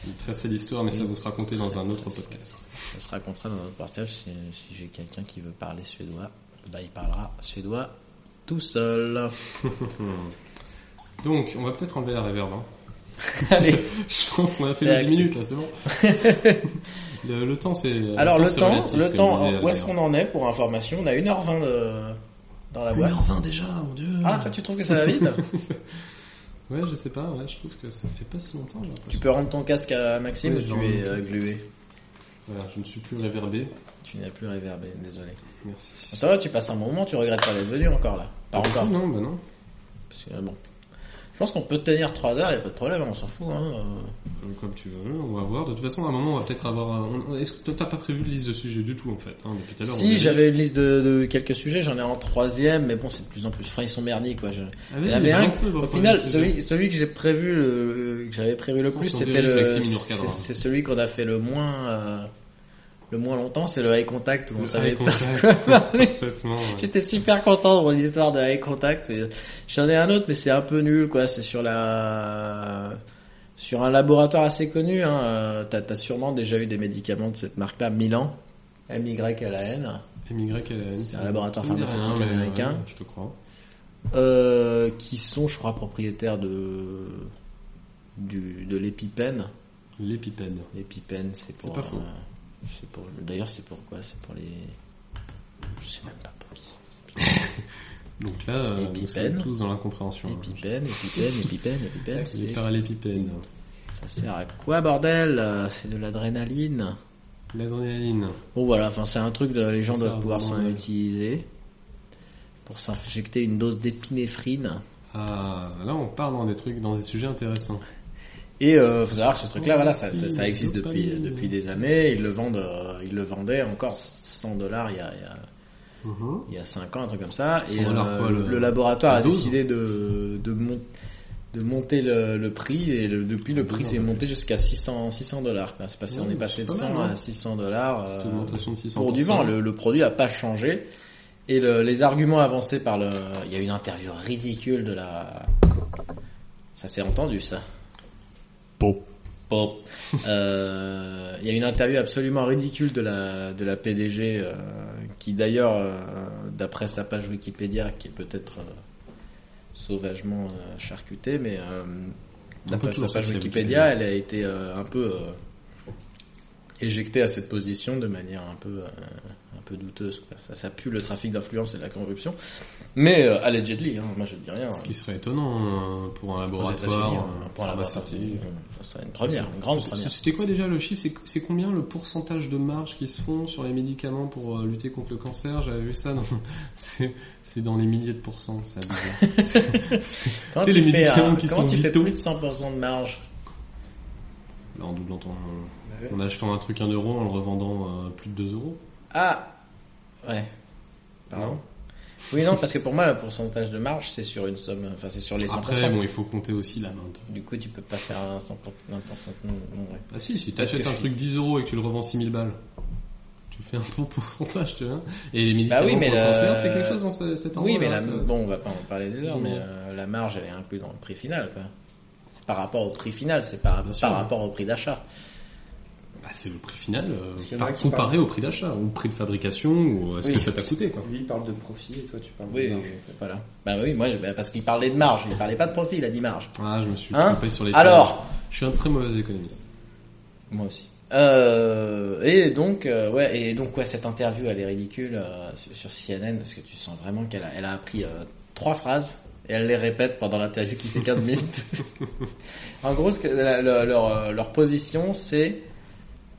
Speaker 2: Une Très sale histoire, mais ça vous sera raconté dans un autre podcast.
Speaker 1: Ça se racontera dans notre partage. Si, si j'ai quelqu'un qui veut parler suédois, bah il parlera suédois tout seul.
Speaker 2: Donc, on va peut-être enlever la réverb. hein.
Speaker 1: *laughs* Allez.
Speaker 2: *laughs* Je pense qu'on a
Speaker 1: C'est
Speaker 2: fait 8
Speaker 1: acté.
Speaker 2: minutes là, c'est bon.
Speaker 1: *laughs*
Speaker 2: le, le temps, c'est.
Speaker 1: Alors le
Speaker 2: c'est
Speaker 1: temps,
Speaker 2: relatif,
Speaker 1: le
Speaker 2: comme
Speaker 1: temps,
Speaker 2: disait
Speaker 1: où est-ce
Speaker 2: Adrien.
Speaker 1: qu'on en est pour information On a 1h20 de- dans la boîte.
Speaker 2: 1h20 déjà, mon dieu.
Speaker 1: Ah, toi tu trouves que ça va vite
Speaker 2: *laughs* Ouais, je sais pas, ouais, je trouve que ça fait pas si longtemps. j'ai
Speaker 1: Tu
Speaker 2: l'impression.
Speaker 1: peux rendre ton casque à Maxime
Speaker 2: Oui,
Speaker 1: ou
Speaker 2: je
Speaker 1: tu
Speaker 2: vais
Speaker 1: es
Speaker 2: rendre mon
Speaker 1: euh,
Speaker 2: casque.
Speaker 1: glué
Speaker 2: Voilà, je ne suis plus réverbé.
Speaker 1: Tu n'as plus réverbé, désolé.
Speaker 2: Merci.
Speaker 1: Ça va, tu passes un bon moment, tu regrettes pas d'être venu encore là. Pas encore.
Speaker 2: Non, bah non.
Speaker 1: Parce que, euh, bon. Je pense qu'on peut tenir 3 heures, y a pas de problème, on s'en fout. Hein. euh.
Speaker 2: Euh, Comme tu veux, on va voir. De toute façon, à un moment, on va peut-être avoir. un- on- Est-ce que toi, t'as pas prévu de liste de sujets du tout en fait hein, Depuis tout à l'heure. on
Speaker 1: Si
Speaker 2: avait-
Speaker 1: j'avais une liste de, de quelques sujets, j'en ai en troisième, mais bon, c'est de plus en plus frais, ils sont merdiques quoi. Je-
Speaker 2: Ah, vas-y,
Speaker 1: Il y en avait un.
Speaker 2: balance-le,
Speaker 1: Au
Speaker 2: votre
Speaker 1: final,
Speaker 2: sujet.
Speaker 1: celui, celui que j'ai prévu, le, que j'avais prévu le plus,
Speaker 2: Sans
Speaker 1: c'était
Speaker 2: dérive,
Speaker 1: le,
Speaker 2: Maxime, il nous hein.
Speaker 1: c'est
Speaker 2: recadrera.
Speaker 1: c'est celui qu'on a fait le moins, euh, le moins longtemps, c'est le eye contact où on
Speaker 2: Le
Speaker 1: savait
Speaker 2: eye
Speaker 1: pas. *laughs*
Speaker 2: contact, Parfaitement. ouais.
Speaker 1: J'étais super content pour l'histoire de eye contact, mais j'en ai un autre, mais c'est un peu nul quoi. C'est sur la, sur un laboratoire assez connu. Hein. Euh, T'as as sûrement déjà eu des médicaments de cette marque-là, Milan, M Y L A N.
Speaker 2: Émigré qu'à la
Speaker 1: C'est un laboratoire
Speaker 2: Ça me dit
Speaker 1: pharmaceutique
Speaker 2: rien, mais,
Speaker 1: américain.
Speaker 2: ouais, Je te crois.
Speaker 1: euh, qui sont, je crois, propriétaires de du, de l'épipène.
Speaker 2: L'épipède.
Speaker 1: L'épipène, c'est pour.
Speaker 2: pas faux.
Speaker 1: euh, c'est pour. D'ailleurs, c'est pour quoi C'est pour les. Je sais même pas pour qui. c'est.
Speaker 2: Donc là, euh, nous
Speaker 1: L'épipède.
Speaker 2: sommes tous dans l'incompréhension. hein.
Speaker 1: Épipène, épipène, épipène, épipène.
Speaker 2: Les
Speaker 1: c'est-
Speaker 2: paralépipèdes.
Speaker 1: Ça sert à quoi, bordel Euh, C'est de l'adrénaline.
Speaker 2: L'adrénaline.
Speaker 1: Bon voilà, enfin c'est un truc de, les gens
Speaker 2: Ça sert
Speaker 1: doivent pouvoir s'en
Speaker 2: vraiment, ouais.
Speaker 1: utiliser pour s'injecter une dose d'épinéphrine.
Speaker 2: Ah, là, on parle dans des trucs, dans des sujets intéressants.
Speaker 1: Et euh, faut savoir que ce truc-là,
Speaker 2: Oh,
Speaker 1: voilà, ça, ça, ça existe depuis depuis des années. Ils le vendent, euh, ils le vendaient encore 100 dollars il y a, il y a
Speaker 2: Mhm.
Speaker 1: il y a 5 ans, un truc comme ça. Et
Speaker 2: 100 dollars
Speaker 1: euh,
Speaker 2: quoi,
Speaker 1: le,
Speaker 2: le-
Speaker 1: le laboratoire a
Speaker 2: la dose
Speaker 1: décidé de de, mon- de monter le, le prix et le- depuis le prix
Speaker 2: Non,
Speaker 1: s'est
Speaker 2: mais-
Speaker 1: monté jusqu'à 600 600 dollars. quoi. C'est passé,
Speaker 2: Ouais,
Speaker 1: on est
Speaker 2: mais
Speaker 1: passé
Speaker 2: c'est
Speaker 1: de
Speaker 2: pas
Speaker 1: 100
Speaker 2: mal, hein.
Speaker 1: à 600 dollars
Speaker 2: Cette
Speaker 1: euh,
Speaker 2: augmentation de 600%.
Speaker 1: pour du vent. Le, le produit a pas changé. Et le- les arguments avancés par le, il y a une interview ridicule de la, ça s'est entendu ça.
Speaker 2: Pop.
Speaker 1: Bon, *laughs* euh, il y a une interview absolument ridicule de la de la PDG euh, qui d'ailleurs, euh, d'après sa page Wikipédia, qui est peut-être euh, sauvagement euh, charcutée, mais euh, d'après sa
Speaker 2: toujours
Speaker 1: page
Speaker 2: sauf la
Speaker 1: Wikipédia,
Speaker 2: Wikipédia.
Speaker 1: elle a été euh, un peu euh, éjectée à cette position de manière un peu euh, un peu douteuse. quoi. Ça, ça pue le trafic d'influence et la corruption. Mais euh, allegedly, hein, moi je dis rien.
Speaker 2: Ce qui serait étonnant euh, pour un
Speaker 1: Aux États-Unis,
Speaker 2: laboratoire.
Speaker 1: hein,
Speaker 2: euh,
Speaker 1: pour un laboratoire,
Speaker 2: pharmaceutique.
Speaker 1: euh, ça serait une première, une grande
Speaker 2: C'est-
Speaker 1: première.
Speaker 2: C'était quoi déjà le chiffre C'est- C'est combien le pourcentage de marge qui se font sur les médicaments pour euh, lutter contre le cancer J'avais vu ça, dans- *laughs* c'est c'est dans les milliers de pourcents, c'est abusé.
Speaker 1: Quand tu,
Speaker 2: Tu sais, les
Speaker 1: fais,
Speaker 2: médicaments
Speaker 1: un-
Speaker 2: qui
Speaker 1: comment
Speaker 2: sont
Speaker 1: tu fais
Speaker 2: vitaux.
Speaker 1: plus de 100% de marge
Speaker 2: Là, en doublant ton... En achetant un truc 1 euro, en le revendant euh, plus de 2 euros.
Speaker 1: Ah Ouais. Pardon
Speaker 2: Non.
Speaker 1: Oui, non, parce que pour moi, le pourcentage de marge, c'est sur une somme, enfin, c'est sur les 100%.
Speaker 2: Après, bon, il faut compter aussi la main d'œuvre.
Speaker 1: Du coup, tu peux pas faire un 100%. un pourcent- non, non, ouais.
Speaker 2: Ah si, si
Speaker 1: Parce
Speaker 2: t'achètes
Speaker 1: que
Speaker 2: un
Speaker 1: je
Speaker 2: truc 10 euros et que tu le revends 6000 balles, tu fais un bon *laughs* pourcentage, tu vois. Et les
Speaker 1: Bah
Speaker 2: médicaments
Speaker 1: oui, mais
Speaker 2: pour
Speaker 1: le-
Speaker 2: le cancer, c'est quelque chose dans ce- cet ordre
Speaker 1: Oui, mais la, bon, on va pas en parler des heures, mais euh, la marge, elle est incluse dans le prix final, quoi. C'est par rapport au prix final, c'est par,
Speaker 2: Bien sûr,
Speaker 1: par
Speaker 2: ouais.
Speaker 1: rapport au prix d'achat.
Speaker 2: Bah, c'est le prix final euh,
Speaker 3: Parce qu'il y en a
Speaker 2: par,
Speaker 3: qui
Speaker 2: comparé
Speaker 3: parlent.
Speaker 2: au prix d'achat, ou au prix de fabrication, ou euh, est-ce
Speaker 1: Oui,
Speaker 2: que ça t'a coûté, quoi.
Speaker 3: Lui, il parle de profit et toi, tu parles
Speaker 1: Oui,
Speaker 3: de marge.
Speaker 1: oui, voilà. Bah oui, moi, je- bah, parce qu'il parlait de marge, il parlait pas de profit, il a dit marge.
Speaker 2: Ah, je me suis
Speaker 1: Hein
Speaker 2: trompé sur les termes.
Speaker 1: Alors,
Speaker 2: Je suis un très mauvais économiste.
Speaker 1: Moi aussi. Euh, et donc, euh, ouais, et donc ouais, cette interview, elle est ridicule euh, sur, sur CNN parce que tu sens vraiment qu'elle a, elle a appris euh, trois phrases et elle les répète pendant l'interview qui fait 15 minutes. en gros, ce que- la- la- leur, euh, leur position, c'est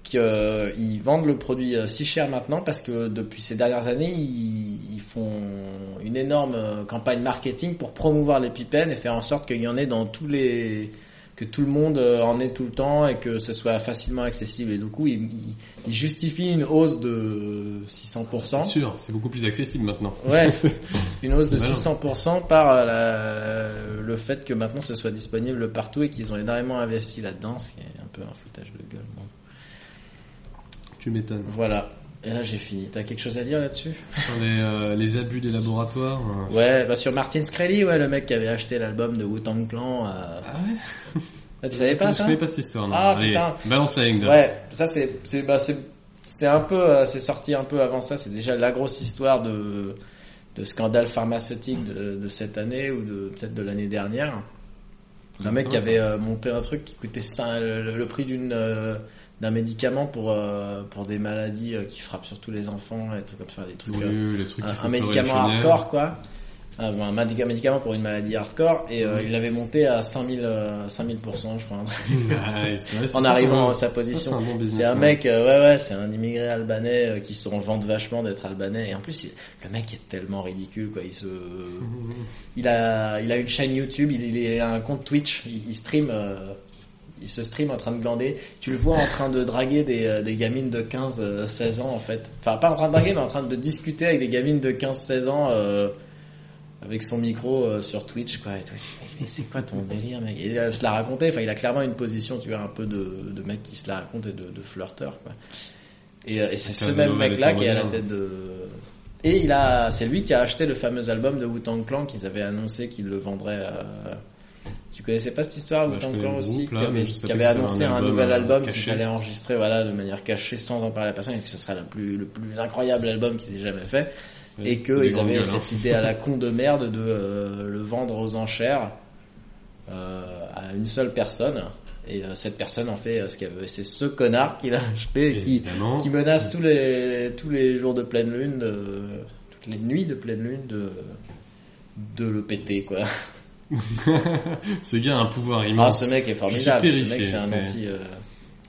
Speaker 1: qu'ils vendent le produit euh, si cher maintenant parce que depuis ces dernières années, ils, ils font une énorme euh, campagne marketing pour promouvoir les pipènes et faire en sorte qu'il y en ait dans tous les que tout le monde euh, en ait tout le temps et que ce soit facilement accessible. Et du coup, ils, ils- ils justifient une hausse de euh,
Speaker 2: C'est
Speaker 1: 600%.
Speaker 2: sûr, c'est beaucoup plus accessible maintenant. *laughs*
Speaker 1: Ouais, une hausse de
Speaker 2: Voilà.
Speaker 1: 600% par euh, la- le fait que maintenant ce soit disponible partout et qu'ils ont énormément investi là-dedans, ce qui est un peu un foutage de gueule. bon. *laughs*
Speaker 2: Tu m'étonnes.
Speaker 1: Voilà. Et là j'ai fini. T'as quelque chose à dire là-dessus
Speaker 2: Sur les, euh, les abus des laboratoires... euh,
Speaker 1: Ouais, bah sur Martin Screlly, ouais, le mec qui avait acheté l'album de Wu-Tang Clan. euh,
Speaker 2: Ah ouais
Speaker 1: ah, tu savais pas
Speaker 2: Je
Speaker 1: ça
Speaker 2: connais pas cette histoire, non.
Speaker 1: Ah,
Speaker 2: Allez,
Speaker 1: putain.
Speaker 2: balance la anecdote.
Speaker 1: Ouais, ça c'est c'est bah c'est c'est un peu euh, c'est sorti un peu avant ça, c'est déjà la grosse histoire de de scandale pharmaceutique de, de cette année ou de peut-être de l'année dernière Un mec qui avait euh, monté un truc qui coûtait ça- le, le prix d'une euh, d'un médicament pour euh, pour des maladies euh, qui frappent surtout les enfants et des trucs comme ça, des trucs.
Speaker 2: Oui,
Speaker 1: euh,
Speaker 2: les trucs qui
Speaker 1: un,
Speaker 2: font
Speaker 1: un
Speaker 2: peur et
Speaker 1: médicament
Speaker 2: le chenel. *laughs*
Speaker 1: hardcore quoi. Un, un médica- médicament pour une maladie hardcore et euh,
Speaker 2: Mhm.
Speaker 1: il l'avait monté à 5000 euh, 5000% je crois un truc,
Speaker 2: Nice. Ouais, c'est
Speaker 1: en
Speaker 2: ça,
Speaker 1: arrivant
Speaker 2: ouais.
Speaker 1: à sa
Speaker 2: Ça, c'est
Speaker 1: position.
Speaker 2: un bon business.
Speaker 1: C'est un
Speaker 2: ouais.
Speaker 1: mec, euh, ouais ouais, c'est un immigré albanais euh, qui se vante vachement d'être albanais et en plus il- le mec est tellement ridicule quoi, il se,
Speaker 2: Mmh,
Speaker 1: il a, il a une chaîne YouTube, il, il a un compte Twitch, il, il stream, euh, il se stream en train de glander. Tu le vois en train de draguer des, euh, des gamines de 15, euh, 16 ans en fait. Enfin pas en train de draguer, mais en train de discuter avec des gamines de 15, 16 ans euh, avec son micro euh, sur Twitch quoi. Et tout. Mais c'est quoi ton délire mec Et euh, se la raconter. Enfin il a clairement une position, tu vois, un peu de, de mec qui se la raconte et de, de flirteur quoi. Et, euh, et c'est ce
Speaker 2: Casanova
Speaker 1: même
Speaker 2: des
Speaker 1: mec là
Speaker 2: temps
Speaker 1: qui est à la
Speaker 2: modernes.
Speaker 1: tête de et il a, c'est lui qui a acheté le fameux album de Wu-Tang Clan qu'ils avaient annoncé qu'ils le vendraient. euh, Tu connaissais pas cette histoire
Speaker 2: Bah, je
Speaker 1: Wu-Tang
Speaker 2: connais
Speaker 1: Clan
Speaker 2: le
Speaker 1: aussi,
Speaker 2: groupe, là,
Speaker 1: qui avait,
Speaker 2: mais je
Speaker 1: qui
Speaker 2: sais pas
Speaker 1: avait
Speaker 2: que c'est
Speaker 1: annoncé
Speaker 2: un
Speaker 1: un,
Speaker 2: album,
Speaker 1: nouvel
Speaker 2: euh,
Speaker 1: album
Speaker 2: caché.
Speaker 1: qu'ils allaient enregistrer, voilà, de manière cachée, sans en parler à personne, et que ce serait le plus, le plus incroyable album qu'ils aient jamais fait, et
Speaker 2: Ouais, c'est des
Speaker 1: qu'ils
Speaker 2: grandes
Speaker 1: avaient
Speaker 2: gueules, hein.
Speaker 1: cette idée
Speaker 2: *laughs*
Speaker 1: à la con de merde de euh, le vendre aux enchères euh, à une seule personne, et euh, cette personne en fait euh, ce qu'elle veut. Et C'est ce connard qui l'a acheté, et qui,
Speaker 2: Évidemment.
Speaker 1: qui menace tous les tous les jours de pleine lune, de- toutes les nuits de pleine lune de de le péter quoi.
Speaker 2: ce gars a un pouvoir
Speaker 1: Ah,
Speaker 2: immense.
Speaker 1: ce mec est formidable.
Speaker 2: terrifié,
Speaker 1: Ce mec c'est un
Speaker 2: c'est-
Speaker 1: anti euh,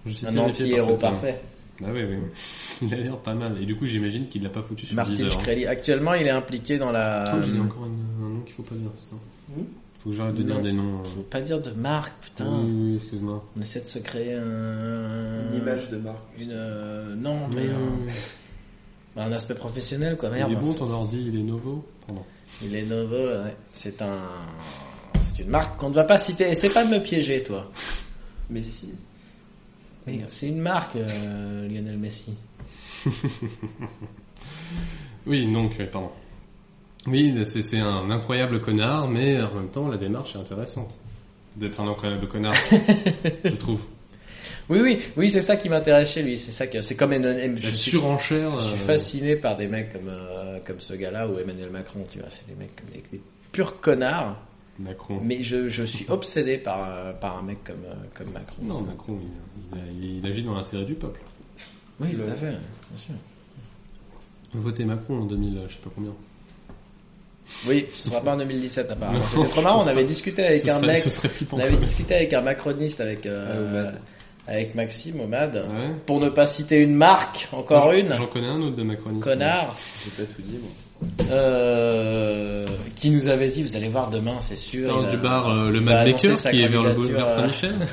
Speaker 2: Je suis
Speaker 1: un
Speaker 2: terrifié par
Speaker 1: anti-héros
Speaker 2: cet homme.
Speaker 1: parfait.
Speaker 2: Bah oui, oui. *laughs* oui. Il a l'air pas mal. Et du coup, j'imagine qu'il l'a pas foutu sur hein.
Speaker 1: Martin
Speaker 2: 10 heures.
Speaker 1: Shkreli. Actuellement, il est impliqué dans la.
Speaker 2: j'ai encore une- un nom qu'il faut pas dire, c'est ça
Speaker 3: Oui.
Speaker 2: Faut que j'arrête de
Speaker 1: Hmm Non.
Speaker 2: dire des noms. euh.
Speaker 1: Faut pas dire de marque, putain.
Speaker 2: Oui, oui, oui, excuse-moi.
Speaker 1: On essaie de se créer un.
Speaker 3: Une image de marque.
Speaker 1: Une, euh, non, mais
Speaker 2: Oui, oui,
Speaker 1: un, un
Speaker 2: oui.
Speaker 1: aspect professionnel quoi. Ah, Merde.
Speaker 2: Il est bon ton ordi, il est nouveau Pardon.
Speaker 1: Il est nouveau, ouais. C'est un. C'est une marque qu'on ne va pas citer. Essaie pas de me piéger, toi.
Speaker 3: Mais si.
Speaker 1: Mais C'est une marque, euh, Lionel Messi.
Speaker 2: Oui, donc, euh, pardon. Oui, c'est c'est un incroyable connard, mais euh, en même temps, la démarche est intéressante. D'être un incroyable
Speaker 1: *laughs*
Speaker 2: connard, je trouve.
Speaker 1: Oui, oui, oui, c'est ça qui m'intéresse chez lui. C'est ça que c'est comme Emmanuel. Je
Speaker 2: La
Speaker 1: suis,
Speaker 2: surenchère.
Speaker 1: je suis
Speaker 2: euh,
Speaker 1: fasciné par des mecs comme euh, comme ce gars-là ou Emmanuel Macron. Tu vois, c'est des mecs comme des, des purs connards.
Speaker 2: Macron.
Speaker 1: Mais je, je suis obsédé par euh, par un mec comme euh, comme Macron.
Speaker 2: Non,
Speaker 1: C'est-
Speaker 2: Macron, il, il- il agit dans l'intérêt du peuple.
Speaker 1: Oui,
Speaker 3: Le-
Speaker 1: tout à fait, bien sûr.
Speaker 2: Votez Macron en 2000, euh, je sais pas combien.
Speaker 1: Oui, ce sera pas en 2017 apparemment.
Speaker 2: Non.
Speaker 1: C'était trop marrant. On avait discuté avec
Speaker 2: ce,
Speaker 1: un
Speaker 2: serait,
Speaker 1: mec.
Speaker 2: ce serait flippant.
Speaker 1: On avait discuté avec un macroniste avec euh,
Speaker 3: Ah, Omad.
Speaker 1: avec Maxime Omad
Speaker 2: quand même. Ouais.
Speaker 1: pour ne pas citer une marque encore
Speaker 2: J'en-
Speaker 1: une
Speaker 2: J'en connais un autre de macronisme.
Speaker 1: connard
Speaker 3: J'ai pas tout dit, moi.
Speaker 1: euh, qui nous avait dit vous allez voir demain c'est sûr
Speaker 2: Non,
Speaker 1: il
Speaker 2: du
Speaker 1: a-
Speaker 2: bar euh, Le
Speaker 1: il a
Speaker 2: Mad
Speaker 1: annoncé
Speaker 2: Baker
Speaker 1: sa
Speaker 2: qui est vers le
Speaker 1: candidature, euh.
Speaker 2: boulevard Saint-Michel.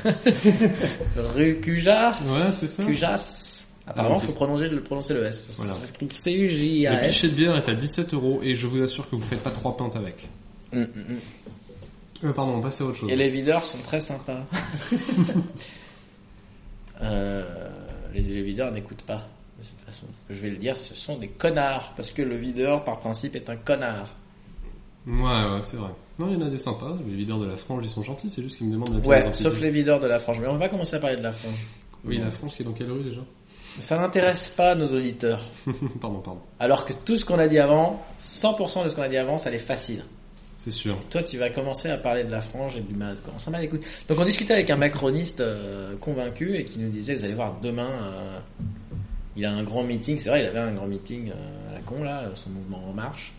Speaker 1: rue Cujas
Speaker 2: Ouais, c'est ça.
Speaker 1: Cujas
Speaker 2: Ah,
Speaker 1: apparemment
Speaker 2: ok.
Speaker 1: faut prononcer le prononcer le S
Speaker 2: Voilà.
Speaker 1: Ça s'écrit C U J
Speaker 2: Le
Speaker 1: A S
Speaker 2: pichet de bière est à 17 euros et je vous assure que vous faites pas trois pintes avec.
Speaker 1: Mm, mm, mm.
Speaker 2: Euh, pardon, on passe à autre chose.
Speaker 1: et les videurs sont très
Speaker 2: *laughs*
Speaker 1: sympas euh, les les videurs n'écoutent pas de toute façon je vais le dire ce sont des connards parce que le videur par principe est un connard
Speaker 2: Ouais, ouais, c'est vrai. Non, il y en a des sympas. Les videurs de la frange, ils sont gentils. C'est juste qu'ils me demandent la pièce
Speaker 1: Ouais,
Speaker 2: d'identité.
Speaker 1: sauf les videurs de la frange. Mais on va pas commencer à parler de la frange.
Speaker 2: Oui, la frange qui est dans quelle rue déjà *laughs*
Speaker 1: Ça n'intéresse pas nos auditeurs.
Speaker 2: Pardon, pardon.
Speaker 1: Alors que tout ce qu'on a dit avant, 100% de ce qu'on a dit avant, ça les fascine.
Speaker 2: C'est sûr.
Speaker 1: Toi, tu vas commencer à parler de la frange et du mal. Quoi. On s'en bat les couilles. Donc on discutait avec un macroniste euh, convaincu et qui nous disait, vous allez voir, demain, euh, il a un grand meeting. C'est vrai, il avait un grand meeting euh, à la con, là, son mouvement En Marche.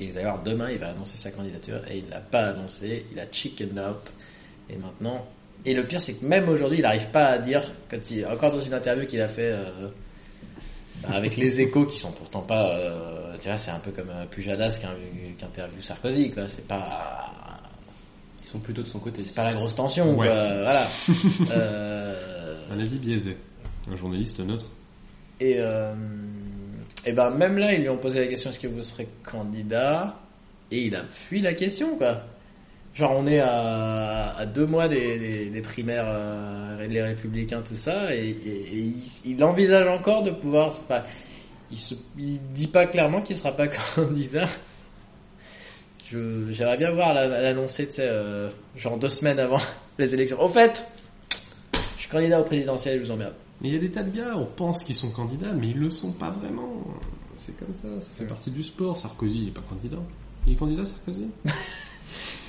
Speaker 1: Et vous allez voir, demain, il va annoncer sa candidature. Et il l'a pas annoncé, il a chickened out. Et maintenant... Et le pire, c'est que même aujourd'hui, il n'arrive pas à dire, quand il... encore dans une interview qu'il a fait... euh, avec les échos qui sont pourtant pas euh, tu vois c'est un peu comme euh, Pujadas qui, qui interviewe Sarkozy quoi c'est pas
Speaker 3: Ils sont plutôt de son côté.
Speaker 1: c'est pas la grosse tension
Speaker 2: Ouais.
Speaker 1: quoi voilà Euh,
Speaker 2: Un avis biaisé. Un journaliste neutre.
Speaker 1: et euh, et ben même là ils lui ont posé la question est-ce que vous serez candidat et il a fui la question quoi genre on est à, à deux mois des, des, des primaires euh, les républicains tout ça et, et- et il, il envisage encore de pouvoir c'est pas il se il dit pas clairement qu'il sera pas *laughs* candidat Je- j'aimerais bien voir la- l'annoncer tu sais euh, genre deux semaines avant *laughs* les élections au fait je suis candidat au présidentiel je vous emmerde
Speaker 2: Mais il y a des tas de gars, on pense qu'ils sont candidats, mais ils le sont pas vraiment. C'est comme ça, ça fait
Speaker 1: Ouais.
Speaker 2: partie du sport. Sarkozy, il est pas candidat. Il est candidat, Sarkozy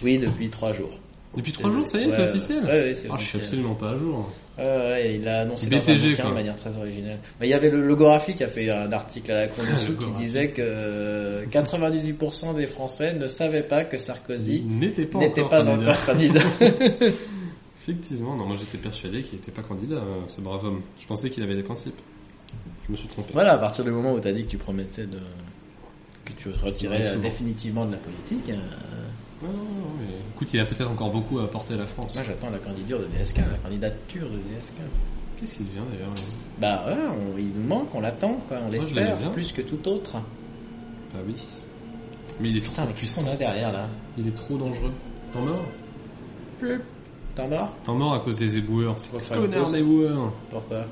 Speaker 1: oui depuis trois jours
Speaker 2: Depuis trois jours, ça y est, c'est
Speaker 1: Euh, Ouais,
Speaker 2: officiel
Speaker 1: Ouais, ouais, c'est
Speaker 2: Ah, je suis
Speaker 1: officiel.
Speaker 2: absolument pas à jour.
Speaker 1: Ouais, ouais, il a annoncé dans un
Speaker 2: BTG,
Speaker 1: bouquin
Speaker 2: quoi.
Speaker 1: de manière très originale. Mais il y avait le Logographie qui a fait un article à la
Speaker 2: *laughs*
Speaker 1: con dessus qui
Speaker 2: Logographie.
Speaker 1: disait que euh, 98% des Français ne savaient pas que Sarkozy
Speaker 2: Il n'était pas
Speaker 1: n'était pas
Speaker 2: encore candidat.
Speaker 1: encore
Speaker 2: *laughs*
Speaker 1: candidat.
Speaker 2: Effectivement, non, moi j'étais persuadé qu'il n'était pas candidat, euh, ce brave homme. Je pensais qu'il avait des principes. Je me suis trompé.
Speaker 1: voilà, à partir du moment où t'as dit que tu promettais de que tu te retirais
Speaker 2: Absolument.
Speaker 1: définitivement de la politique, euh,
Speaker 2: Ouais, non, non, mais écoute, il a peut-être encore beaucoup à apporter à la France.
Speaker 1: moi j'attends la candidature de DSK, la candidature de DSK.
Speaker 2: Qu'est-ce qu'il devient d'ailleurs lui
Speaker 1: Bah voilà, on- il nous manque, on l'attend, quoi, on
Speaker 2: je
Speaker 1: l'espère,
Speaker 2: l'aime bien.
Speaker 1: plus que tout autre.
Speaker 2: Ah oui. Mais il est trop
Speaker 1: Putain, mais qui sont
Speaker 2: puissant.
Speaker 1: là derrière là
Speaker 2: Il est trop dangereux. T'en mords
Speaker 1: T'en mort
Speaker 2: T'en mords à cause des éboueurs.
Speaker 3: On va faire une
Speaker 2: Connard
Speaker 3: pause.
Speaker 2: d'éboueurs
Speaker 1: Pourquoi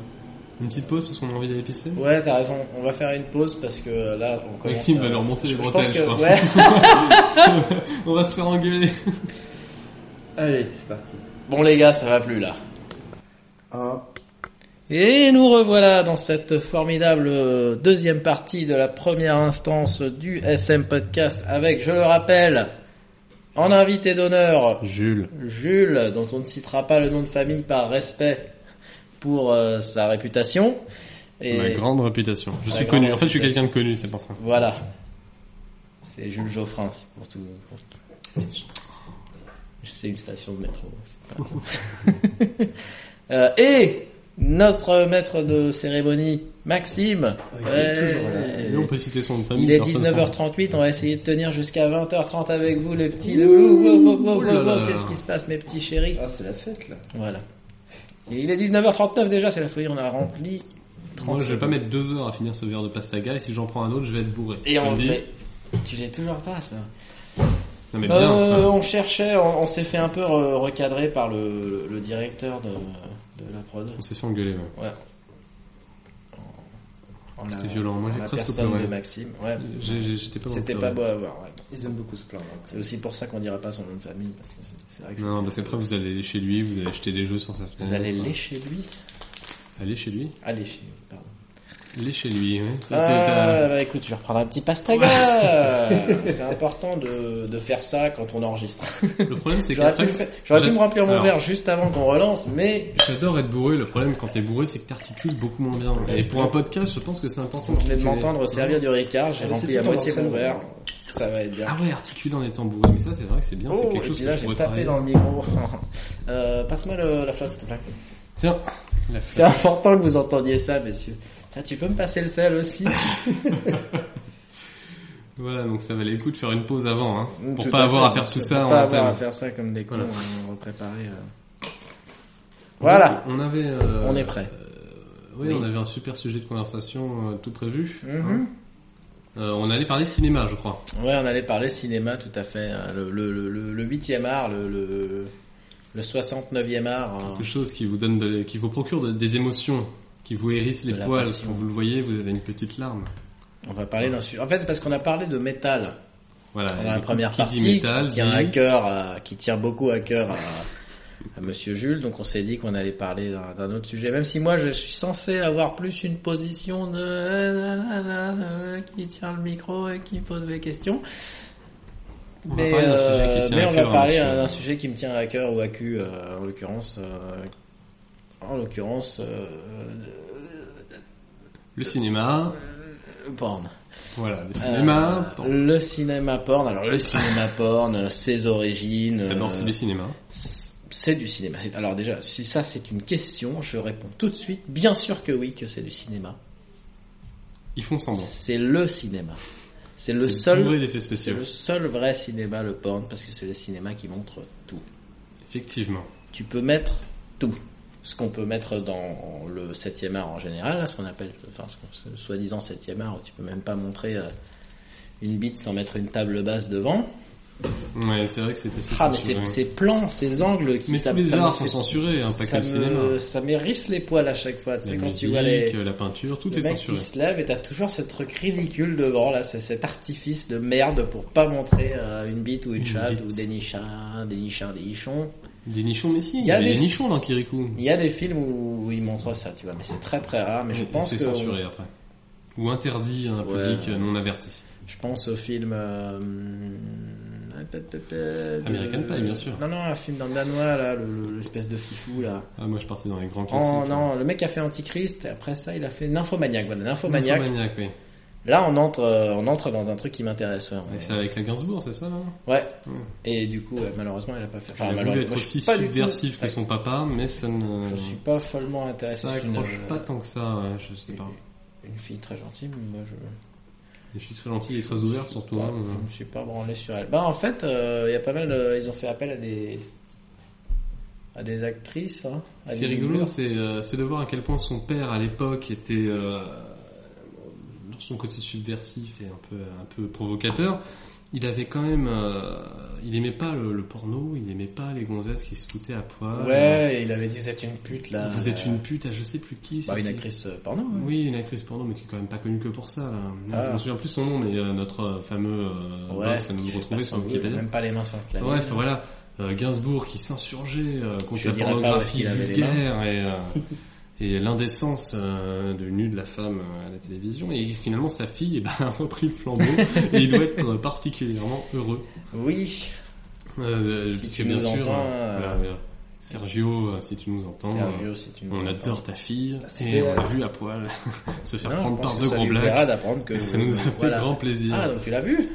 Speaker 2: Une petite pause parce qu'on a envie d'aller pisser
Speaker 1: Ouais, t'as raison. On va faire une pause parce que euh, là, on commence.
Speaker 2: Maxime
Speaker 1: à-
Speaker 2: va leur monter les
Speaker 1: je, je
Speaker 2: bretelles,
Speaker 1: pense que-
Speaker 2: je crois. *laughs*
Speaker 1: ouais.
Speaker 2: On va se faire engueuler.
Speaker 3: Allez, c'est parti.
Speaker 1: Bon les gars, ça va plus là.
Speaker 3: Un.
Speaker 1: Et nous revoilà dans cette formidable euh, deuxième partie de la première instance du SM Podcast avec, je le rappelle, en invité d'honneur,
Speaker 2: Jules.
Speaker 1: Jules, dont on ne citera pas le nom de famille par respect pour euh, sa réputation. Et
Speaker 2: Ma grande réputation. Je
Speaker 1: Ma
Speaker 2: suis
Speaker 1: grande
Speaker 2: connu. En fait, je suis
Speaker 1: réputation.
Speaker 2: quelqu'un de connu, c'est pour ça.
Speaker 1: Voilà. C'est Jules Geoffrin, c'est pour tout. pour tout. C'est une station de métro. c'est pas grave. Euh, et notre maître de cérémonie, Maxime.
Speaker 3: Ah, il est toujours là.
Speaker 1: Ouais.
Speaker 2: Et on peut citer son nom de famille.
Speaker 1: Il est
Speaker 2: personne s'en-
Speaker 1: 19h38, on va essayer de tenir jusqu'à 20h30 avec vous, les petits loulous. Wow, wow, wow,
Speaker 2: Ouh là
Speaker 1: wow, wow,
Speaker 2: là.
Speaker 1: Qu'est-ce qui se passe, mes petits chéris
Speaker 3: Ah, c'est la fête là.
Speaker 1: Voilà. Et il est 19h39 déjà, c'est la folie, on a rempli 30
Speaker 2: Moi, je vais pas
Speaker 1: secondes.
Speaker 2: mettre deux heures à finir ce verre de pastaga et si j'en prends un autre, je vais être bourré.
Speaker 1: Et
Speaker 2: Tu me
Speaker 1: on...
Speaker 2: dis
Speaker 1: mais tu l'es toujours pas, ça.
Speaker 2: Non, mais bien.
Speaker 1: Euh,
Speaker 2: hein.
Speaker 1: on cherchait, on, on s'est fait un peu re- recadrer par le, le- le directeur de, de la prod.
Speaker 2: On s'est fait engueuler, ouais.
Speaker 1: Ouais. En la-
Speaker 2: C'était violent. Moi,
Speaker 1: en
Speaker 2: j'ai
Speaker 1: la
Speaker 2: presque
Speaker 1: personne de
Speaker 2: pleuré.
Speaker 1: Maxime. Ouais.
Speaker 2: J'ai- j'ai- J'étais pas dans le
Speaker 1: C'était pas
Speaker 2: pleurer.
Speaker 1: beau à voir. ouais.
Speaker 3: Ils aiment beaucoup hein. se plaindre.
Speaker 1: C'est aussi pour ça qu'on dira pas son nom de famille parce que c'est- c'est vrai que
Speaker 2: Non,
Speaker 1: c'est-
Speaker 2: parce qu'après, vous allez chez lui, vous allez acheter des jeux sur sa fenêtre.
Speaker 1: vous allez
Speaker 2: Enfin,
Speaker 1: lécher lui.
Speaker 2: Aller chez lui
Speaker 1: Allez chez lui. Pardon.
Speaker 2: Aller chez lui, ouais. T'as- t'as-
Speaker 1: Ah, bah écoute, je vais reprendre un petit pastaga. c'est important de, de faire ça quand on enregistre.
Speaker 2: Le problème, c'est
Speaker 1: J'aurais pu,
Speaker 2: qu'après,
Speaker 1: le faire- j'aurais pu
Speaker 2: j'ai-
Speaker 1: me remplir mon
Speaker 2: alors.
Speaker 1: verre juste avant qu'on relance, mais
Speaker 2: j'adore être bourré. Le problème, quand t'es bourré, c'est que t'articules beaucoup moins bien. Et pour un podcast, je pense que c'est important.
Speaker 1: Vous venez de
Speaker 2: d'articuler.
Speaker 1: m'entendre servir du Ricard, j'ai
Speaker 3: Ah, mais c'est
Speaker 1: rempli
Speaker 3: tout
Speaker 1: à
Speaker 3: en
Speaker 1: moitié mon
Speaker 3: entraînement.
Speaker 1: verre. Ça va être bien.
Speaker 2: Ah ouais, articuler en étant bourré. Mais ça, c'est vrai que c'est bien. c'est
Speaker 1: Oh,
Speaker 2: quelque
Speaker 1: et
Speaker 2: chose
Speaker 1: puis
Speaker 2: que
Speaker 1: là
Speaker 2: je
Speaker 1: j'ai
Speaker 2: pourrais
Speaker 1: tapé
Speaker 2: travailler.
Speaker 1: dans le micro. *laughs* euh, Passe-moi le- la flotte s'il te plaît.
Speaker 2: Tiens, la
Speaker 1: C'est
Speaker 2: fleur.
Speaker 1: important que vous entendiez ça, messieurs. Tiens, tu peux me passer le sel aussi
Speaker 2: Voilà, donc ça valait le coup de faire une pause avant, hein,
Speaker 1: *laughs*
Speaker 2: pour
Speaker 1: Tout
Speaker 2: pas avoir
Speaker 1: fait,
Speaker 2: à faire
Speaker 1: bien
Speaker 2: tout
Speaker 1: sûr,
Speaker 2: ça
Speaker 1: Pour
Speaker 2: en
Speaker 1: pas avoir à
Speaker 2: antenne.
Speaker 1: faire ça comme des cons,
Speaker 2: Voilà.
Speaker 1: on va préparer. euh. Voilà.
Speaker 2: On avait. euh,
Speaker 1: On est prêt.
Speaker 2: euh, oui,
Speaker 1: Oui.
Speaker 2: on avait un super sujet de conversation euh, tout prévu.
Speaker 1: Mhm.
Speaker 2: hein. Euh, on allait parler cinéma, je crois.
Speaker 1: Ouais, on allait parler cinéma, tout à fait. hein, Le, le, le, le- le 8e art, le, le, le 69e art. hein.
Speaker 2: Quelque chose qui vous donne, de- qui vous procure de- des émotions, qui vous hérisse
Speaker 1: De
Speaker 2: les
Speaker 1: la
Speaker 2: poils.
Speaker 1: passion.
Speaker 2: Quand vous le voyez, vous avez une petite larme.
Speaker 1: On va parler d'un sujet. En fait, c'est parce qu'on a parlé de métal.
Speaker 2: Voilà.
Speaker 1: dans
Speaker 2: et
Speaker 1: la
Speaker 2: Euh, donc,
Speaker 1: première
Speaker 2: qui
Speaker 1: partie
Speaker 2: dit métal,
Speaker 1: qui tient à
Speaker 2: dit-
Speaker 1: cœur, à- qui tient beaucoup à cœur à, à Monsieur Jules. Donc on s'est dit qu'on allait parler d'un d'un autre sujet, même si moi je suis censé avoir plus une position de euh, la, la, la, la, qui tient le micro et qui pose des questions.
Speaker 2: On va
Speaker 1: Mais,
Speaker 2: parler d'un sujet qui
Speaker 1: euh,
Speaker 2: tient
Speaker 1: mais
Speaker 2: à
Speaker 1: on
Speaker 2: cœur hein,
Speaker 1: va
Speaker 2: à
Speaker 1: parler
Speaker 2: monsieur.
Speaker 1: d'un sujet qui me tient à cœur ou à cul, euh, en l'occurrence. euh, en l'occurrence, euh,
Speaker 2: Le cinéma,
Speaker 1: le porn.
Speaker 2: voilà, le cinéma.
Speaker 1: Euh, le cinéma porn. Alors le cinéma porn, ses origines.
Speaker 2: D'abord,
Speaker 1: euh,
Speaker 2: c'est du cinéma.
Speaker 1: C'est du cinéma. C'est- Alors déjà, si ça c'est une question, je réponds tout de suite. Bien sûr que oui, que c'est du cinéma.
Speaker 2: Ils font semblant.
Speaker 1: C'est le cinéma. C'est le
Speaker 2: C'est
Speaker 1: seul,
Speaker 2: bourré d'effets
Speaker 1: c'est
Speaker 2: spéciaux.
Speaker 1: le seul vrai cinéma, le porn, parce que c'est le cinéma qui montre tout.
Speaker 2: Effectivement.
Speaker 1: Tu peux mettre tout. Ce qu'on peut mettre dans le septième art en général, là, ce qu'on appelle, enfin, ce qu'on- ce soi-disant septième art, où tu peux même pas montrer euh, une bite sans mettre une table basse devant.
Speaker 2: Ouais, c'est vrai que c'est assez
Speaker 1: Ah, mais
Speaker 2: censuré.
Speaker 1: ces ces plans, ces angles qui
Speaker 2: Mais
Speaker 1: ça-
Speaker 2: tous les
Speaker 1: ça me
Speaker 2: arts sont
Speaker 1: fait-
Speaker 2: censurés, hein, pas que
Speaker 1: ça
Speaker 2: le cinéma.
Speaker 1: me, ça m'hérisse les poils à chaque fois. C'est
Speaker 2: La
Speaker 1: quand tu
Speaker 2: musique,
Speaker 1: vois les,
Speaker 2: la peinture, tout
Speaker 1: le
Speaker 2: est
Speaker 1: mec
Speaker 2: censuré.
Speaker 1: qui se lève et t'as toujours ce truc ridicule devant là, c'est cet artifice de merde pour pas montrer euh, une bite ou une,
Speaker 2: Une
Speaker 1: chatte
Speaker 2: bite.
Speaker 1: ou des nichins, des nichins, des nichons.
Speaker 2: Des nichons, mais si,
Speaker 1: Il
Speaker 2: il
Speaker 1: y
Speaker 2: y,
Speaker 1: a
Speaker 2: avait
Speaker 1: des-
Speaker 2: des... nichons dans Kirikou.
Speaker 1: Il y a des films où, où ils montrent ça, tu vois, mais c'est très très rare. Mais je pense que
Speaker 2: C'est censuré après. Ou interdit à un
Speaker 1: Ouais.
Speaker 2: public euh, non averti.
Speaker 1: Je pense au film. euh, hum,
Speaker 2: American Pie, bien sûr.
Speaker 1: Non, non, un film d'un Danois, là, le- le- l'espèce de fifou, là.
Speaker 2: Ah, moi, je partais dans les grands classiques.
Speaker 1: Oh,
Speaker 2: hein.
Speaker 1: non, le mec a fait Antichrist, et après ça, il a fait Nymphomaniac. Voilà, Nymphomaniac.
Speaker 2: Maniaque, oui.
Speaker 1: Là, on entre, euh, on entre dans un truc qui m'intéresse. Ouais.
Speaker 2: Et c'est avec la Gainsbourg, c'est ça, là
Speaker 1: Ouais.
Speaker 2: Ouais.
Speaker 1: Et du coup, ouais, malheureusement, elle a pas fait.
Speaker 2: Elle a voulu
Speaker 1: malheureusement,
Speaker 2: être
Speaker 1: moi, je
Speaker 2: aussi
Speaker 1: suis pas du tout-
Speaker 2: subversif que
Speaker 1: Ouais,
Speaker 2: son papa, mais ça ne...
Speaker 1: Je suis pas follement intéressé.
Speaker 2: ça
Speaker 1: C'est une,
Speaker 2: accroche
Speaker 1: euh,
Speaker 2: pas tant que ça, ouais, je sais pas.
Speaker 1: une fille très gentille, mais moi je.
Speaker 2: Je suis très gentil et très ouvert, surtout.
Speaker 1: Ouais,
Speaker 2: hein,
Speaker 1: je me suis pas branlé sur elle. Bah en fait, euh, il y a pas mal. euh, ils ont fait appel à des à des actrices. Hein, à
Speaker 2: Ce qui
Speaker 1: des
Speaker 2: est rigolo,
Speaker 1: doubleurs.
Speaker 2: c'est euh, c'est de voir à quel point son père à l'époque était euh, dans son côté subversif et un peu un peu provocateur. Il avait quand même, euh, il aimait pas le, le porno, il aimait pas les gonzesses qui se foutaient à poil.
Speaker 1: Ouais, et il avait dit vous êtes une pute
Speaker 2: Euh,
Speaker 1: là.
Speaker 2: vous êtes
Speaker 1: Euh,
Speaker 2: une pute, à je sais plus qui.
Speaker 1: bah,
Speaker 2: c'était-
Speaker 1: une actrice euh, porno. ouais.
Speaker 2: Oui, une actrice porno, mais qui est quand même pas connue que pour ça. Là.
Speaker 1: Ah.
Speaker 2: Je me souviens plus son nom, mais euh, notre euh, fameux euh,
Speaker 1: Ouais,
Speaker 2: boss va nous
Speaker 1: qui
Speaker 2: le
Speaker 1: fait
Speaker 2: retrouver
Speaker 1: pas
Speaker 2: sur
Speaker 1: son boulot,
Speaker 2: Wikipédia.
Speaker 1: Même pas les mains sur le clavier.
Speaker 2: Bref, voilà, euh, Gainsbourg qui s'insurgeait euh, contre
Speaker 1: Je
Speaker 2: la
Speaker 1: dirais pas parce
Speaker 2: pornographie
Speaker 1: qu'il avait les
Speaker 2: vulgaire et, euh, et l'indécence euh, de nu de la femme euh, à la télévision. Et finalement, sa fille eh ben, *laughs* a repris le flambeau et il doit être euh, particulièrement heureux.
Speaker 1: Oui.
Speaker 2: Euh,
Speaker 1: Si
Speaker 2: puisque,
Speaker 1: tu nous entends, euh,
Speaker 2: voilà, voilà. Sergio, euh, si tu nous entends, euh,
Speaker 1: Sergio, si tu nous
Speaker 2: on
Speaker 1: entends.
Speaker 2: adore ta fille
Speaker 3: Bah, c'était,
Speaker 2: et on l'a
Speaker 3: euh,
Speaker 2: vu à poil *laughs* se faire
Speaker 1: Non, je
Speaker 2: prendre
Speaker 1: pense
Speaker 2: par
Speaker 1: que
Speaker 2: deux
Speaker 1: ça
Speaker 2: gros
Speaker 1: lui
Speaker 2: blagues.
Speaker 1: plaira d'apprendre que euh,
Speaker 2: Et ça nous a fait
Speaker 1: voilà.
Speaker 2: grand plaisir.
Speaker 1: Ah donc tu l'as vu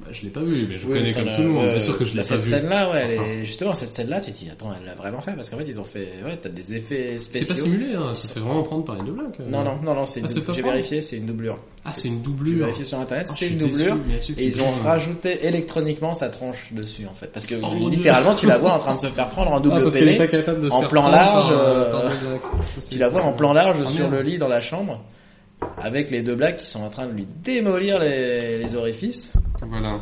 Speaker 2: Bah, je l'ai pas vu, mais je
Speaker 1: Oui,
Speaker 2: connais
Speaker 1: t'en
Speaker 2: comme
Speaker 1: as-
Speaker 2: tout le monde.
Speaker 1: ouais,
Speaker 2: Bien sûr que je
Speaker 1: bah,
Speaker 2: l'ai pas
Speaker 1: Cette
Speaker 2: vu.
Speaker 1: scène-là, ouais, elle
Speaker 2: Enfin.
Speaker 1: est- justement, cette scène-là, tu te dis, attends, elle l'a vraiment fait parce qu'en fait, ils ont fait, ouais, t'as des effets
Speaker 2: C'est pas
Speaker 1: spéciaux.
Speaker 2: simulé, hein. ça se fait vraiment prendre par une blague.
Speaker 1: Non, non, non, non, c'est
Speaker 2: Ah,
Speaker 1: une
Speaker 2: c'est
Speaker 1: double-
Speaker 2: pas
Speaker 1: j'ai
Speaker 2: vrai
Speaker 1: vérifié, c'est une doublure.
Speaker 2: Ah, c'est une
Speaker 1: J'ai
Speaker 2: doublure.
Speaker 1: vérifié sur internet,
Speaker 2: Ah, je
Speaker 1: c'est
Speaker 2: suis
Speaker 1: une
Speaker 2: déçu,
Speaker 1: doublure.
Speaker 2: mais là-dessus,
Speaker 1: Et ils
Speaker 2: tu
Speaker 1: ont
Speaker 2: peux-
Speaker 1: rajouté électroniquement sa tronche dessus, en fait. Parce que
Speaker 2: Oh, mon
Speaker 1: littéralement,
Speaker 2: Dieu.
Speaker 1: tu la vois en train de se faire prendre en
Speaker 2: Ah,
Speaker 1: double
Speaker 2: parce qu'elle
Speaker 1: télé.
Speaker 2: est pas capable de se
Speaker 1: en
Speaker 2: faire
Speaker 1: plan
Speaker 2: prendre par,
Speaker 1: large,
Speaker 2: euh,
Speaker 1: euh,
Speaker 2: par deux blagues. Ça, c'est-
Speaker 1: Tu la vois en plan large
Speaker 2: Ah,
Speaker 1: sur
Speaker 2: merde.
Speaker 1: le lit dans la chambre. Avec les deux blagues qui sont en train de lui démolir les, les orifices.
Speaker 2: Voilà.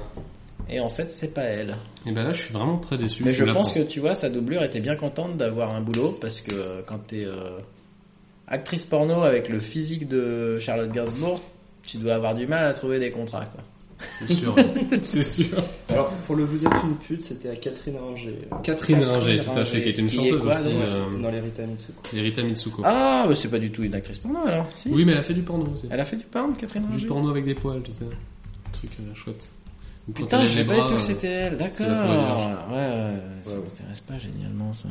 Speaker 1: Et en fait, c'est pas elle.
Speaker 2: Et ben là, je suis vraiment très déçu.
Speaker 1: Mais je
Speaker 2: l'apprends.
Speaker 1: pense que tu vois, sa doublure était bien contente d'avoir un boulot parce que euh, quand t'es euh, actrice porno avec le physique de Charlotte Gainsbourg, tu dois avoir du mal à trouver des contrats. Quoi. *laughs*
Speaker 2: C'est sûr. c'est sûr.
Speaker 3: Alors, pour le Vous êtes une pute, c'était à Catherine Ringer. euh,
Speaker 2: Catherine Ringer, tout à
Speaker 1: Ringer,
Speaker 2: fait, qui était une
Speaker 1: qui est
Speaker 2: chanteuse
Speaker 1: quoi,
Speaker 2: aussi.
Speaker 1: donc,
Speaker 2: euh,
Speaker 3: Dans les Rita Mitsuko.
Speaker 2: et Rita Mitsuko.
Speaker 1: Ah, mais c'est pas du tout une actrice porno alors. Si.
Speaker 2: Oui, mais elle a fait du porno aussi.
Speaker 1: Elle a fait du porno, Catherine
Speaker 2: Du
Speaker 1: Ringer.
Speaker 2: porno avec des poils, tu sais. Un truc euh, chouette. Ou quand elle
Speaker 1: Putain,
Speaker 2: lève
Speaker 1: je
Speaker 2: les
Speaker 1: savais pas
Speaker 2: bras,
Speaker 1: du tout que
Speaker 2: euh,
Speaker 1: c'était elle. D'accord.
Speaker 2: la
Speaker 1: Ouais,
Speaker 2: première large.
Speaker 1: ouais, ça
Speaker 3: Ouais.
Speaker 1: m'intéresse pas génialement ça.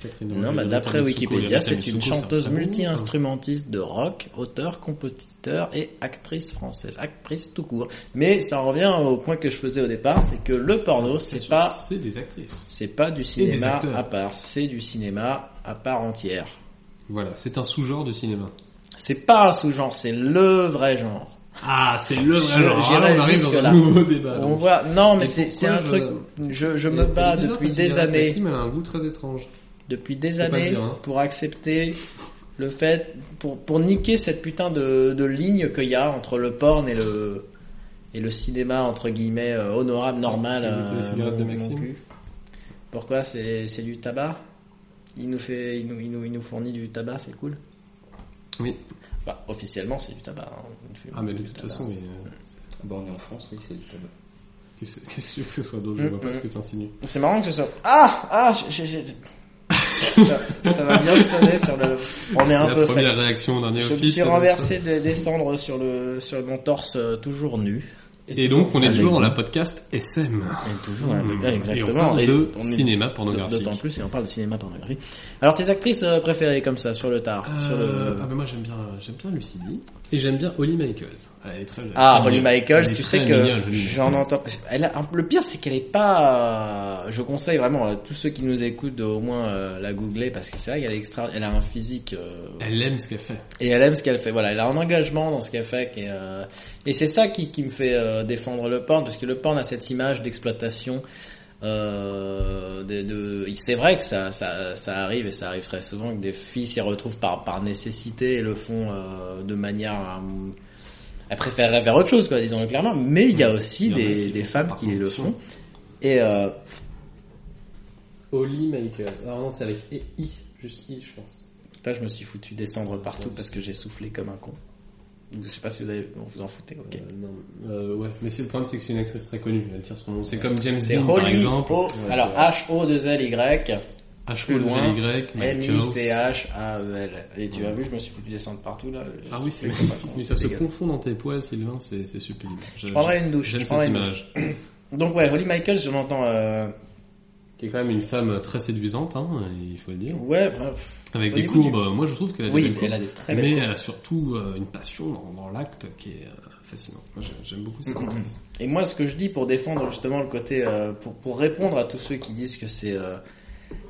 Speaker 2: Catherine
Speaker 1: Non,
Speaker 2: Ringer,
Speaker 1: mais
Speaker 2: Rita
Speaker 1: d'après
Speaker 2: Mitsuko, et
Speaker 1: Wikipédia,
Speaker 2: Rita
Speaker 1: c'est une
Speaker 2: Mitsuko,
Speaker 1: chanteuse
Speaker 2: un très bon
Speaker 1: multi-instrumentiste de rock, auteur, compositeur et actrice française, actrice tout court. Mais ça en revient au point que je faisais au départ, c'est que le porno, c'est
Speaker 2: groupe.
Speaker 1: pas,
Speaker 2: C'est des actrices.
Speaker 1: c'est pas du
Speaker 2: des
Speaker 1: cinéma
Speaker 2: acteurs.
Speaker 1: à part, c'est du cinéma à part entière.
Speaker 2: Voilà, c'est un sous-genre de cinéma.
Speaker 1: C'est pas un sous-genre, c'est le vrai genre.
Speaker 2: Ah, c'est le
Speaker 1: Je-
Speaker 2: vrai genre. Ah,
Speaker 1: j'irai
Speaker 2: on arrive dans
Speaker 1: jusque-là.
Speaker 2: un nouveau débat.
Speaker 1: On
Speaker 2: donc.
Speaker 1: voit, non, mais
Speaker 2: Et
Speaker 1: c'est,
Speaker 2: pourquoi
Speaker 1: c'est un
Speaker 2: je-
Speaker 1: truc, je, je me
Speaker 2: Elle est
Speaker 1: bats
Speaker 2: bizarre,
Speaker 1: depuis
Speaker 2: ta
Speaker 1: des
Speaker 2: cigarette,
Speaker 3: bah
Speaker 1: années.
Speaker 2: Maxime, elle a un goût très étrange.
Speaker 1: depuis des
Speaker 2: Faut pas
Speaker 1: années
Speaker 2: le dire, hein.
Speaker 1: pour accepter le fait pour pour niquer cette putain de, de ligne qu'il y a entre le porn et le et le cinéma entre guillemets euh, honorable normal
Speaker 2: Tu veux goûter les cigarettes de
Speaker 1: mon- mon
Speaker 2: Maxime
Speaker 1: cul. pourquoi c'est c'est du tabac il nous fait il nous, il nous il nous fournit du tabac c'est cool
Speaker 2: Oui.
Speaker 1: Enfin, officiellement c'est du tabac hein. On ne fume
Speaker 2: Ah, mais de
Speaker 1: du
Speaker 2: toute
Speaker 1: tabac.
Speaker 2: façon, mais euh,
Speaker 3: Bon, Bah, on est en France, oui, c'est le tabac.
Speaker 2: qu'est-ce qu'est-ce que ce soit d'autre Je
Speaker 1: Mm,
Speaker 2: vois pas
Speaker 1: mm.
Speaker 2: ce que t'insinues.
Speaker 1: c'est marrant que ce soit ah ah j'ai- j'ai- j'ai-
Speaker 2: *laughs*
Speaker 1: ça, ça va bien sonner sur le on est un
Speaker 2: La
Speaker 1: peu
Speaker 2: première réaction d'un néophyte.
Speaker 1: Je me suis
Speaker 2: euh,
Speaker 1: renversé de descendre sur le sur mon torse euh, toujours nu.
Speaker 2: Et donc, on est toujours dans
Speaker 1: là.
Speaker 2: la podcast SM.
Speaker 1: toujours
Speaker 2: Mm. Et on
Speaker 1: exactement.
Speaker 2: parle de
Speaker 1: on est-
Speaker 2: cinéma
Speaker 1: D'autant
Speaker 2: pornographique.
Speaker 1: plus et on parle de cinéma pornographique. Alors tes actrices euh, préférées comme ça sur le tard,
Speaker 2: Euh,
Speaker 1: sur le
Speaker 2: Ah, ben moi j'aime bien, euh, j'aime bien Lucidy. Et j'aime bien Holly Michaels. Elle est très
Speaker 1: ah,
Speaker 2: très
Speaker 1: Holly
Speaker 2: mignonne.
Speaker 1: Michaels,
Speaker 2: Elle est
Speaker 1: tu
Speaker 2: très
Speaker 1: sais
Speaker 2: mignonne,
Speaker 1: que
Speaker 2: Holly
Speaker 1: j'en
Speaker 2: Michaels.
Speaker 1: entends. Elle a- le pire, c'est qu'elle est pas. euh, Je conseille vraiment à tous ceux qui nous écoutent de au moins euh, la googler parce que c'est vrai qu'elle est extra. Elle a un physique. euh,
Speaker 2: Elle aime ce qu'elle fait.
Speaker 1: Et elle aime ce qu'elle fait. Voilà, elle a un engagement dans ce qu'elle fait. qui est, euh, Et c'est ça qui, qui me fait euh, défendre le porn, parce que le porn a cette image d'exploitation. Euh, de, de- C'est vrai que ça, ça, ça arrive, et ça arrive très souvent, que des filles s'y retrouvent par, par nécessité et le font euh, de manière... euh, Elles préféreraient faire autre chose, quoi, disons-le clairement. Mais il y a aussi
Speaker 2: Mmh. Il y en a
Speaker 1: des,
Speaker 2: qui
Speaker 1: des
Speaker 2: font ça
Speaker 1: femmes
Speaker 2: par
Speaker 1: qui le
Speaker 2: conviction.
Speaker 1: font. Et euh,
Speaker 3: Holly Makers. Alors non, c'est avec E I, juste I, je pense.
Speaker 1: là, je me suis foutu descendre partout parce que j'ai soufflé comme un con. Je sais pas si vous, avez... bon, vous en foutez, ok.
Speaker 2: Euh, non, euh, ouais. Mais c'est le problème, c'est que c'est une actrice très connue. Elle tire son nom. C'est comme James
Speaker 1: C'est
Speaker 2: Dean par
Speaker 1: Holly,
Speaker 2: exemple.
Speaker 1: O-
Speaker 2: Ouais,
Speaker 1: alors H-O-2-L-Y,
Speaker 2: H
Speaker 1: Plus loin, Eh,
Speaker 2: Y,
Speaker 1: M-I-C-H-A-E-L. E Et tu
Speaker 2: Ouais.
Speaker 1: as vu, je me suis foutu des cendres partout là.
Speaker 2: Ah oui, c'est Mais ça se confond dans tes poils, Sylvain, c'est c'est sublime. Je-
Speaker 1: Je prendrai une douche.
Speaker 2: J'aime
Speaker 1: Je
Speaker 2: cette
Speaker 1: prendrai une douche.
Speaker 2: image.
Speaker 1: Donc ouais, Holly Michaels, je l'entends. euh,
Speaker 2: Qui est quand même une femme très séduisante, hein, il faut le dire.
Speaker 1: Ouais, enfin, pff,
Speaker 2: Avec
Speaker 1: Au
Speaker 2: des
Speaker 1: niveau du-
Speaker 2: courbes, euh, moi je trouve qu'elle a des
Speaker 1: oui,
Speaker 2: belles
Speaker 1: elle a
Speaker 2: courbes,
Speaker 1: des très
Speaker 2: mais
Speaker 1: belles.
Speaker 2: elle a surtout euh, une passion dans, dans l'acte qui est euh, fascinante. Moi j'ai- j'aime beaucoup cette
Speaker 1: Mhm.
Speaker 2: actrice.
Speaker 1: Et moi, ce que je dis pour défendre justement le côté, euh, pour, pour répondre à tous ceux qui disent que c'est euh,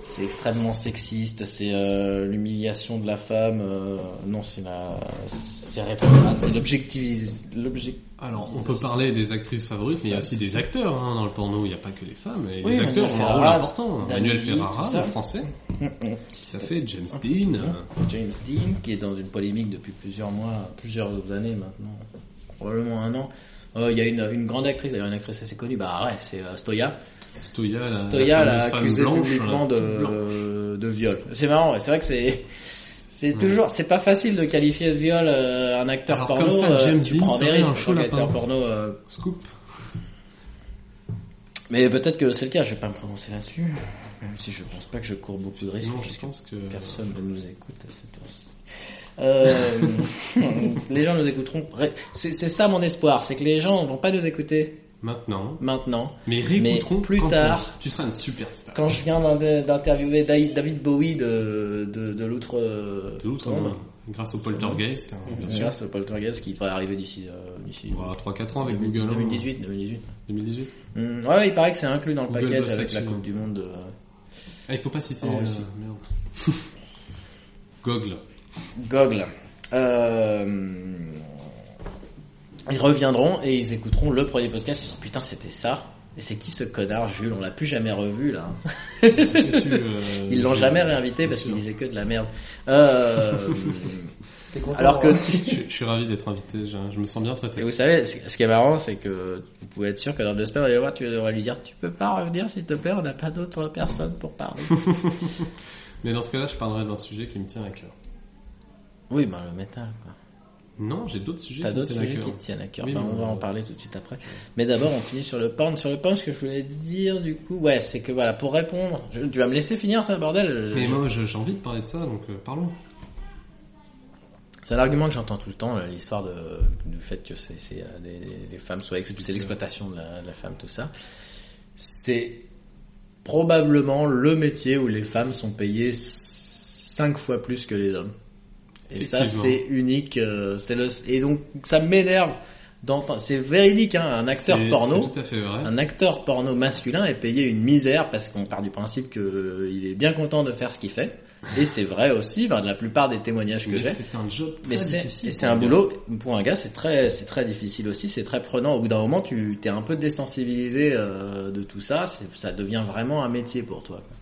Speaker 1: c'est extrêmement sexiste, c'est euh, l'humiliation de la femme, euh, non, c'est la, c'est rétrograde, c'est l'objectivis, l'objectif.
Speaker 2: Alors, on peut parler des actrices favorites, mais il y a aussi des acteurs hein, dans le porno. Il n'y a pas que les femmes. Et
Speaker 1: Oui,
Speaker 2: les
Speaker 1: Manuel
Speaker 2: acteurs ont un rôle
Speaker 1: Ferrara,
Speaker 2: important.
Speaker 1: Danny
Speaker 2: Manuel
Speaker 1: Lee, tout
Speaker 2: Ferrara,
Speaker 1: ça.
Speaker 2: le français,
Speaker 1: Mm,
Speaker 2: ça fait James
Speaker 1: Ah,
Speaker 2: Dean.
Speaker 1: ouais.
Speaker 2: euh,
Speaker 1: James Dean, qui est dans une polémique depuis plusieurs mois, plusieurs années maintenant, probablement un an. Euh, Il y a une, une grande actrice, d'ailleurs une actrice assez connue, bah ouais, c'est euh, Stoya.
Speaker 2: Stoya, Euh, la,
Speaker 1: Stoya l'a
Speaker 2: fameuse femme
Speaker 1: accusée
Speaker 2: blanche,
Speaker 1: publiquement
Speaker 2: hein,
Speaker 1: de,
Speaker 2: toute blanche.
Speaker 1: de viol. C'est marrant, ouais, c'est vrai que c'est... C'est
Speaker 2: Ouais.
Speaker 1: toujours, c'est pas facile de qualifier de viol euh, un acteur
Speaker 2: Alors,
Speaker 1: porno.
Speaker 2: comme ça,
Speaker 1: euh,
Speaker 2: James
Speaker 1: tu
Speaker 2: Dean
Speaker 1: prends des
Speaker 2: serait un
Speaker 1: risques
Speaker 2: chaud
Speaker 1: en tant qu'acteur
Speaker 2: lapin.
Speaker 1: porno. euh,
Speaker 2: Scoop.
Speaker 1: mais peut-être que c'est le cas. Je vais pas me prononcer là-dessus, même si je pense pas que je cours beaucoup de risques.
Speaker 2: Sinon, je
Speaker 1: puisque-
Speaker 2: pense que
Speaker 1: Personne ne nous écoute à cette heure-ci. Euh, les gens nous écouteront. C'est c'est ça mon espoir, c'est que les gens vont pas nous écouter
Speaker 2: maintenant,
Speaker 1: maintenant.
Speaker 2: mais réécouterons
Speaker 1: plus
Speaker 2: quand
Speaker 1: tard.
Speaker 2: on- Tu seras une superstar.
Speaker 1: Quand je viens d'in- d'interviewer Dai- David Bowie de, de, de l'outre euh,
Speaker 2: De l'autre,
Speaker 1: tombe,
Speaker 2: euh, grâce au poltergeist, hein, bien sûr.
Speaker 1: grâce au Poltergeist qui devrait arriver d'ici euh, d'ici
Speaker 2: Il y aura 3-4 ans avec Google. hein.
Speaker 1: 2018, 2018.
Speaker 2: 2018.
Speaker 1: Hum, ouais, il paraît que c'est inclus dans le
Speaker 2: Google
Speaker 1: package
Speaker 2: Docs
Speaker 1: avec la
Speaker 2: là-dessus.
Speaker 1: Coupe du Monde. euh, de-
Speaker 2: Ah, il faut pas citer.
Speaker 1: En
Speaker 2: euh,
Speaker 1: Russie.
Speaker 2: merde.
Speaker 1: *laughs*
Speaker 2: Google.
Speaker 1: Gogle. Euh, ils reviendront et ils écouteront le premier podcast. Ils diront putain c'était ça. Et c'est qui ce connard Jules On l'a plus jamais revu là.
Speaker 2: euh,
Speaker 1: Ils l'ont jamais réinvité parce qu'il disait que de la merde. Euh,
Speaker 3: T'es content,
Speaker 1: alors que
Speaker 3: hein
Speaker 2: Je, je suis ravi d'être invité, je, je me sens bien
Speaker 1: et
Speaker 2: traité.
Speaker 1: vous savez, ce ce qui est marrant, c'est que vous pouvez être sûr que dans deux semaines, on va aller voir, tu vas lui dire, tu peux pas revenir, s'il te plaît, on n'a pas d'autres personnes pour parler.
Speaker 2: Mais dans ce cas-là, je parlerai d'un sujet qui me tient à cœur.
Speaker 1: oui, ben le métal. Quoi.
Speaker 2: Non, j'ai d'autres sujets
Speaker 1: T'as
Speaker 2: qui me
Speaker 1: d'autres
Speaker 2: tiennent à
Speaker 1: sujets
Speaker 2: cœur.
Speaker 1: qui te tiennent à cœur.
Speaker 2: Oui,
Speaker 1: Bah,
Speaker 2: mais
Speaker 1: on va
Speaker 2: on-
Speaker 1: en parler tout de suite après. Mais d'abord, on finit sur le porn. Sur le porn, ce que je voulais dire, du coup, ouais, c'est que voilà, pour répondre, je- tu vas me laisser finir ça, bordel.
Speaker 2: Mais
Speaker 1: Je-
Speaker 2: moi, je- j'ai envie de parler de ça, donc euh, parlons.
Speaker 1: C'est l'argument que j'entends tout le temps, là, l'histoire de, du fait que c'est, c'est, euh, des, des femmes soient exploitées, c'est l'exploitation de la, de la femme, tout ça. C'est probablement le métier où les femmes sont payées cinq fois plus que les hommes. Et ça, c'est
Speaker 2: Effectivement.
Speaker 1: unique. euh, c'est le, et donc, ça m'énerve. d'entendre- C'est véridique, hein, un acteur
Speaker 2: C'est-
Speaker 1: porno.
Speaker 2: C'est tout à fait vrai.
Speaker 1: Un acteur porno masculin est payé une misère parce qu'on part du principe qu'il est bien content de faire ce qu'il fait. Et c'est vrai aussi, enfin, de la plupart des témoignages que
Speaker 2: Mais
Speaker 1: j'ai.
Speaker 2: c'est un job très
Speaker 1: Mais c'est
Speaker 2: difficile.
Speaker 1: et c'est un boulot, pour un gars, c'est très, c'est très difficile aussi, c'est très prenant. Au bout d'un moment, tu t'es un peu désensibilisé euh, de tout ça, c'est- ça devient vraiment un métier pour toi. quoi.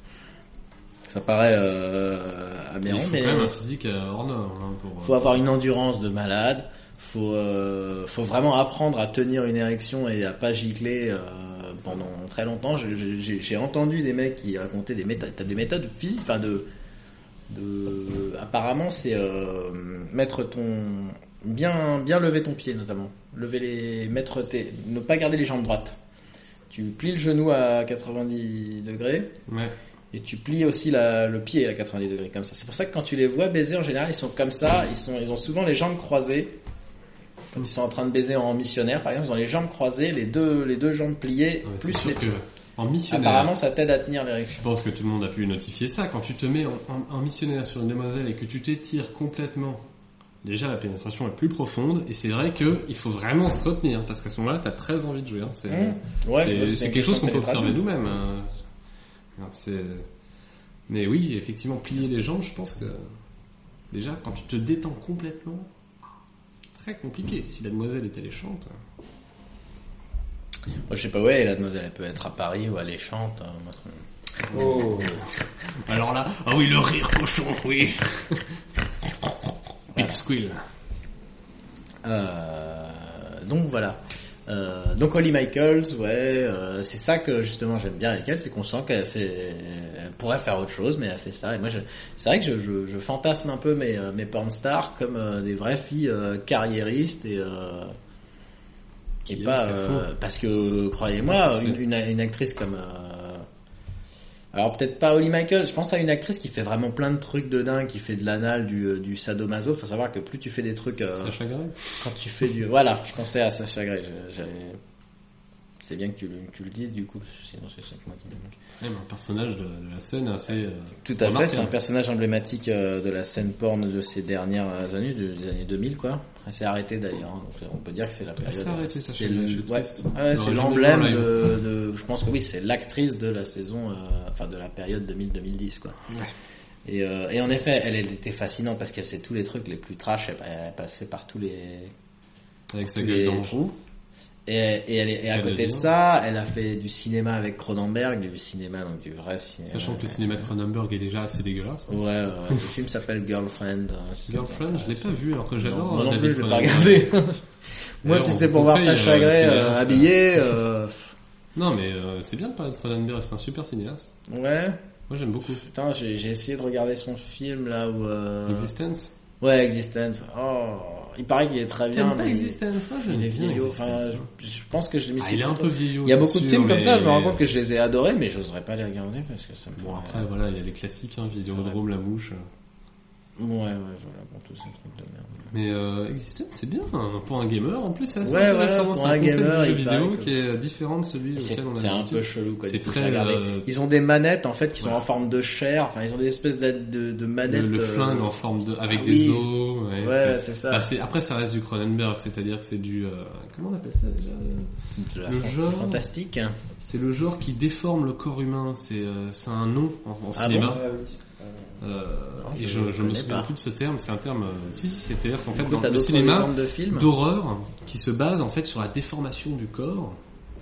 Speaker 1: Ça paraît euh,
Speaker 2: Il
Speaker 1: aberrant,
Speaker 2: faut
Speaker 1: mais
Speaker 2: quand même un physique euh, hors norme. hein, pour, euh,
Speaker 1: faut avoir une endurance de malade, faut euh, faut vraiment apprendre à tenir une érection et à pas gicler euh, pendant très longtemps. Je- je- J'ai j'ai entendu des mecs qui racontaient des méthodes, t'as des méthodes physiques, enfin de de apparemment c'est euh, mettre ton bien bien lever ton pied notamment, lever les mettre tes ne pas garder les jambes droites. Tu plies le genou à 90 degrés
Speaker 2: euh, Ouais.
Speaker 1: et tu plies aussi la- le pied à 90 degrés comme ça. C'est pour ça que quand tu les vois baiser en général, ils sont comme ça, ils, sont, ils ont souvent les jambes croisées. Quand ils sont en train de baiser en missionnaire, par exemple, ils ont les jambes croisées, les deux, les deux jambes pliées,
Speaker 2: Ouais, c'est
Speaker 1: plus
Speaker 2: sûr
Speaker 1: les
Speaker 2: que en missionnaire,
Speaker 1: Apparemment, ça t'aide à tenir l'érection.
Speaker 2: je pense que tout le monde a pu notifier ça. Quand tu te mets en, en- en missionnaire sur une demoiselle et que tu t'étires complètement, déjà la pénétration est plus profonde. Et c'est vrai que il faut vraiment se retenir parce qu'à ce moment-là, t'as très envie de jouer. hein. C'est
Speaker 1: Mmh. Ouais,
Speaker 2: c'est-
Speaker 1: je pense que
Speaker 2: c'est
Speaker 1: une
Speaker 2: quelque
Speaker 1: question
Speaker 2: chose qu'on
Speaker 1: de
Speaker 2: peut
Speaker 1: pénétration.
Speaker 2: observer nous-mêmes. hein. Alors, c'est- euh, Mais oui, effectivement, plier les jambes, je pense que déjà quand tu te détends complètement, c'est très compliqué. Si la demoiselle est alléchante.
Speaker 1: Moi, je sais pas, ouais, la demoiselle, elle peut être à Paris ou alléchante. euh, moi, ça me-
Speaker 3: Oh.
Speaker 2: euh, Alors là, ah oui, le rire cochon, oui. Big squeal.
Speaker 1: Euh, donc voilà. Euh, donc Holly Michaels, ouais, euh, c'est ça que justement j'aime bien avec elle, c'est qu'on sent qu'elle fait, elle pourrait faire autre chose, mais elle fait ça. Et moi, je- c'est vrai que je, je, je fantasme un peu mes euh, mes porn stars comme euh, des vraies filles euh, carriéristes et euh, et
Speaker 2: Qui aiment
Speaker 1: pas
Speaker 2: ce qu'elles
Speaker 1: euh, parce que croyez-moi,
Speaker 2: C'est-
Speaker 1: une, une, une actrice comme euh, Alors peut-être pas Holly Michael, je pense à une actrice qui fait vraiment plein de trucs de dingue, qui fait de l'anal, du, euh, du sadomaso. Faut savoir que plus tu fais des trucs... euh,
Speaker 2: Sacha Grey
Speaker 1: quand tu fais du... Voilà, je pensais à Sacha Grey. je- j'allais- C'est bien que tu, le- que tu le dises du coup, sinon c'est ça que moi qui me manque.
Speaker 2: Ouais, mais Un personnage de, de la scène assez. euh,
Speaker 1: Tout à fait,
Speaker 2: remarquable.
Speaker 1: c'est un personnage emblématique euh, de la scène porn de ces dernières euh, années, de- des années 2000 quoi. Elle s'est arrêtée d'ailleurs, hein, donc on peut dire que c'est la période... euh,
Speaker 2: s'est arrêtée, Sacha
Speaker 1: c'est
Speaker 2: Grey,
Speaker 1: le-
Speaker 2: je suis
Speaker 1: ouais, ah
Speaker 2: triste.
Speaker 1: ouais,
Speaker 2: J'aurais
Speaker 1: c'est
Speaker 2: jamais
Speaker 1: l'emblème
Speaker 2: vu en live.
Speaker 1: de, de- Je pense que oui, c'est l'actrice de la saison, euh, enfin de la période 2000-2010 quoi. Et, euh, et en effet, elle, elle était fascinante parce qu'elle faisait tous les trucs les plus trash, elle, elle passait par tous les,
Speaker 2: Avec sa
Speaker 1: tous
Speaker 2: gueule
Speaker 1: les
Speaker 2: d'ange.
Speaker 1: trous. Et, et, elle, est- et à
Speaker 2: Qu'elle
Speaker 1: côté de
Speaker 2: devient.
Speaker 1: ça, elle a fait du cinéma avec Cronenberg, du cinéma, donc du vrai cinéma.
Speaker 2: Sachant que le cinéma de Cronenberg est déjà assez dégueulasse.
Speaker 1: Ouais, ouais, ouais. le film s'appelle Girlfriend. hein, je sais
Speaker 2: Girlfriend,
Speaker 1: pas.
Speaker 2: je l'ai pas vu alors que
Speaker 1: Non,
Speaker 2: j'adore. hein,
Speaker 1: moi non
Speaker 2: David
Speaker 1: plus, je l'ai pas
Speaker 2: Cronenberg.
Speaker 1: regardé. *laughs* Moi,
Speaker 2: D'ailleurs,
Speaker 1: si
Speaker 2: on
Speaker 1: c'est
Speaker 2: vous
Speaker 1: pour voir
Speaker 2: conseille,
Speaker 1: Sacha
Speaker 2: euh, le
Speaker 1: Grey euh,
Speaker 2: cinéaste,
Speaker 1: habillé, euh,
Speaker 2: Non, mais euh, c'est bien de parler de Cronenberg, c'est un super cinéaste.
Speaker 1: ouais.
Speaker 2: Moi j'aime beaucoup.
Speaker 1: Putain, j'ai j'ai essayé de regarder son film là où. euh,
Speaker 2: Existence
Speaker 1: Ouais, Existence. Oh, il paraît qu'il est très bien. mais
Speaker 2: Moi
Speaker 1: Il est
Speaker 2: bien
Speaker 1: vieillot.
Speaker 2: Existence.
Speaker 1: Enfin, je, je pense que je l'ai mis.
Speaker 2: Ah,
Speaker 1: sur
Speaker 2: il est un
Speaker 1: le
Speaker 2: peu vieillot.
Speaker 1: Il y a
Speaker 2: c'est
Speaker 1: beaucoup de
Speaker 2: sûr,
Speaker 1: films
Speaker 2: mais-
Speaker 1: comme ça, je me rends
Speaker 2: mais-
Speaker 1: compte que je les ai adorés, mais j'oserais pas les regarder parce que ça me.
Speaker 2: Bon, après, Ah, voilà, il y a les classiques, hein, Vidéodrome, La Mouche.
Speaker 1: Ouais, ouais, voilà, bon, tous ces trucs de merde.
Speaker 2: Mais euh, Existence, c'est bien hein, pour un gamer. En plus, c'est assez
Speaker 1: Ouais,
Speaker 2: intéressant. hein,
Speaker 1: voilà,
Speaker 2: c'est
Speaker 1: pour
Speaker 2: un
Speaker 1: un
Speaker 2: concept
Speaker 1: gamer,
Speaker 2: de jeu
Speaker 1: il
Speaker 2: vidéo
Speaker 1: paraît que-
Speaker 2: qui est différent de celui
Speaker 1: C'est
Speaker 2: auquel on a
Speaker 1: c'est un peu
Speaker 2: l'habitude.
Speaker 1: chelou, quoi.
Speaker 2: C'est
Speaker 1: du coup,
Speaker 2: très,
Speaker 1: j'ai regardé.
Speaker 2: euh,
Speaker 1: Ils ont des manettes, en fait, qui sont
Speaker 2: voilà.
Speaker 1: en forme de chair, enfin, ils ont des espèces de, de, de
Speaker 2: Le,
Speaker 1: manettes.
Speaker 2: le
Speaker 1: euh,
Speaker 2: flingue en forme de, avec
Speaker 1: ah
Speaker 2: des
Speaker 1: oui.
Speaker 2: os.
Speaker 1: Ouais,
Speaker 2: Ouais, c'est-
Speaker 1: c'est ça.
Speaker 2: Bah, c'est- après, ça reste du Cronenberg, c'est-à-dire que c'est du, euh, comment on appelle ça déjà euh,
Speaker 1: De la
Speaker 2: le
Speaker 1: fan-
Speaker 2: genre.
Speaker 1: Fantastique.
Speaker 2: C'est le genre qui déforme le corps humain. C'est, euh, c'est un nom en, en
Speaker 1: Ah
Speaker 2: cinéma.
Speaker 3: Ah oui. Euh,
Speaker 2: Euh,
Speaker 1: Non, je
Speaker 2: et je, je me
Speaker 1: connais
Speaker 2: souviens
Speaker 1: pas.
Speaker 2: plus de ce terme. C'est un terme. euh, si, si, c'est-à-dire qu'en fait,
Speaker 1: Du coup,
Speaker 2: dans
Speaker 1: t'as
Speaker 2: le
Speaker 1: d'autres
Speaker 2: cinéma,
Speaker 1: exemples de films.
Speaker 2: d'horreur qui se base en fait sur la déformation du corps,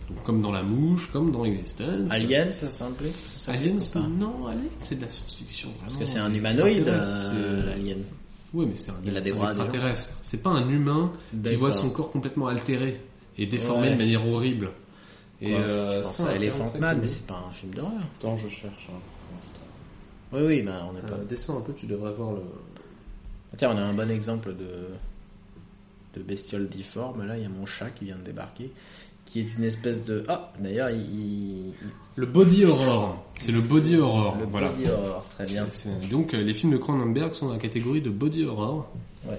Speaker 2: donc comme dans La Mouche, comme dans Existence.
Speaker 1: Alien, ça s'appelait ça s'appelait
Speaker 2: Aliens,
Speaker 1: ou pas
Speaker 2: non, Alien, c'est de la science-fiction vraiment.
Speaker 1: Parce que c'est un humanoïde,
Speaker 2: Extraterrestre,
Speaker 1: euh,
Speaker 2: c'est-
Speaker 1: l'alien.
Speaker 2: Oui, mais c'est un,
Speaker 1: Il a des
Speaker 2: c'est un
Speaker 1: bras, des jambes.
Speaker 2: extraterrestre. C'est pas un humain qui
Speaker 1: D'accord.
Speaker 2: voit son corps complètement altéré et déformé
Speaker 1: Ouais.
Speaker 2: de manière horrible.
Speaker 1: Quoi,
Speaker 2: Et euh,
Speaker 1: je pense
Speaker 2: ça,
Speaker 1: à
Speaker 2: en
Speaker 1: Elephant
Speaker 2: fait,
Speaker 1: Man,
Speaker 2: euh,
Speaker 1: mais c'est pas un film d'horreur.
Speaker 3: Attends, je cherche. hein, pour l'instant.
Speaker 1: Oui, oui, bah, on est pas.
Speaker 2: euh, Descends un peu, tu devrais voir le.
Speaker 1: Tiens, on a un bon exemple de, de bestiole difforme. Là, il y a mon chat qui vient de débarquer, qui est une espèce de... Ah, d'ailleurs, il... il-
Speaker 2: Le body horror. C'est le body horror.
Speaker 1: le
Speaker 2: voilà.
Speaker 1: body horror, très bien.
Speaker 2: C'est- Donc euh, les films de Cronenberg sont dans la catégorie de body horror.
Speaker 1: Ouais.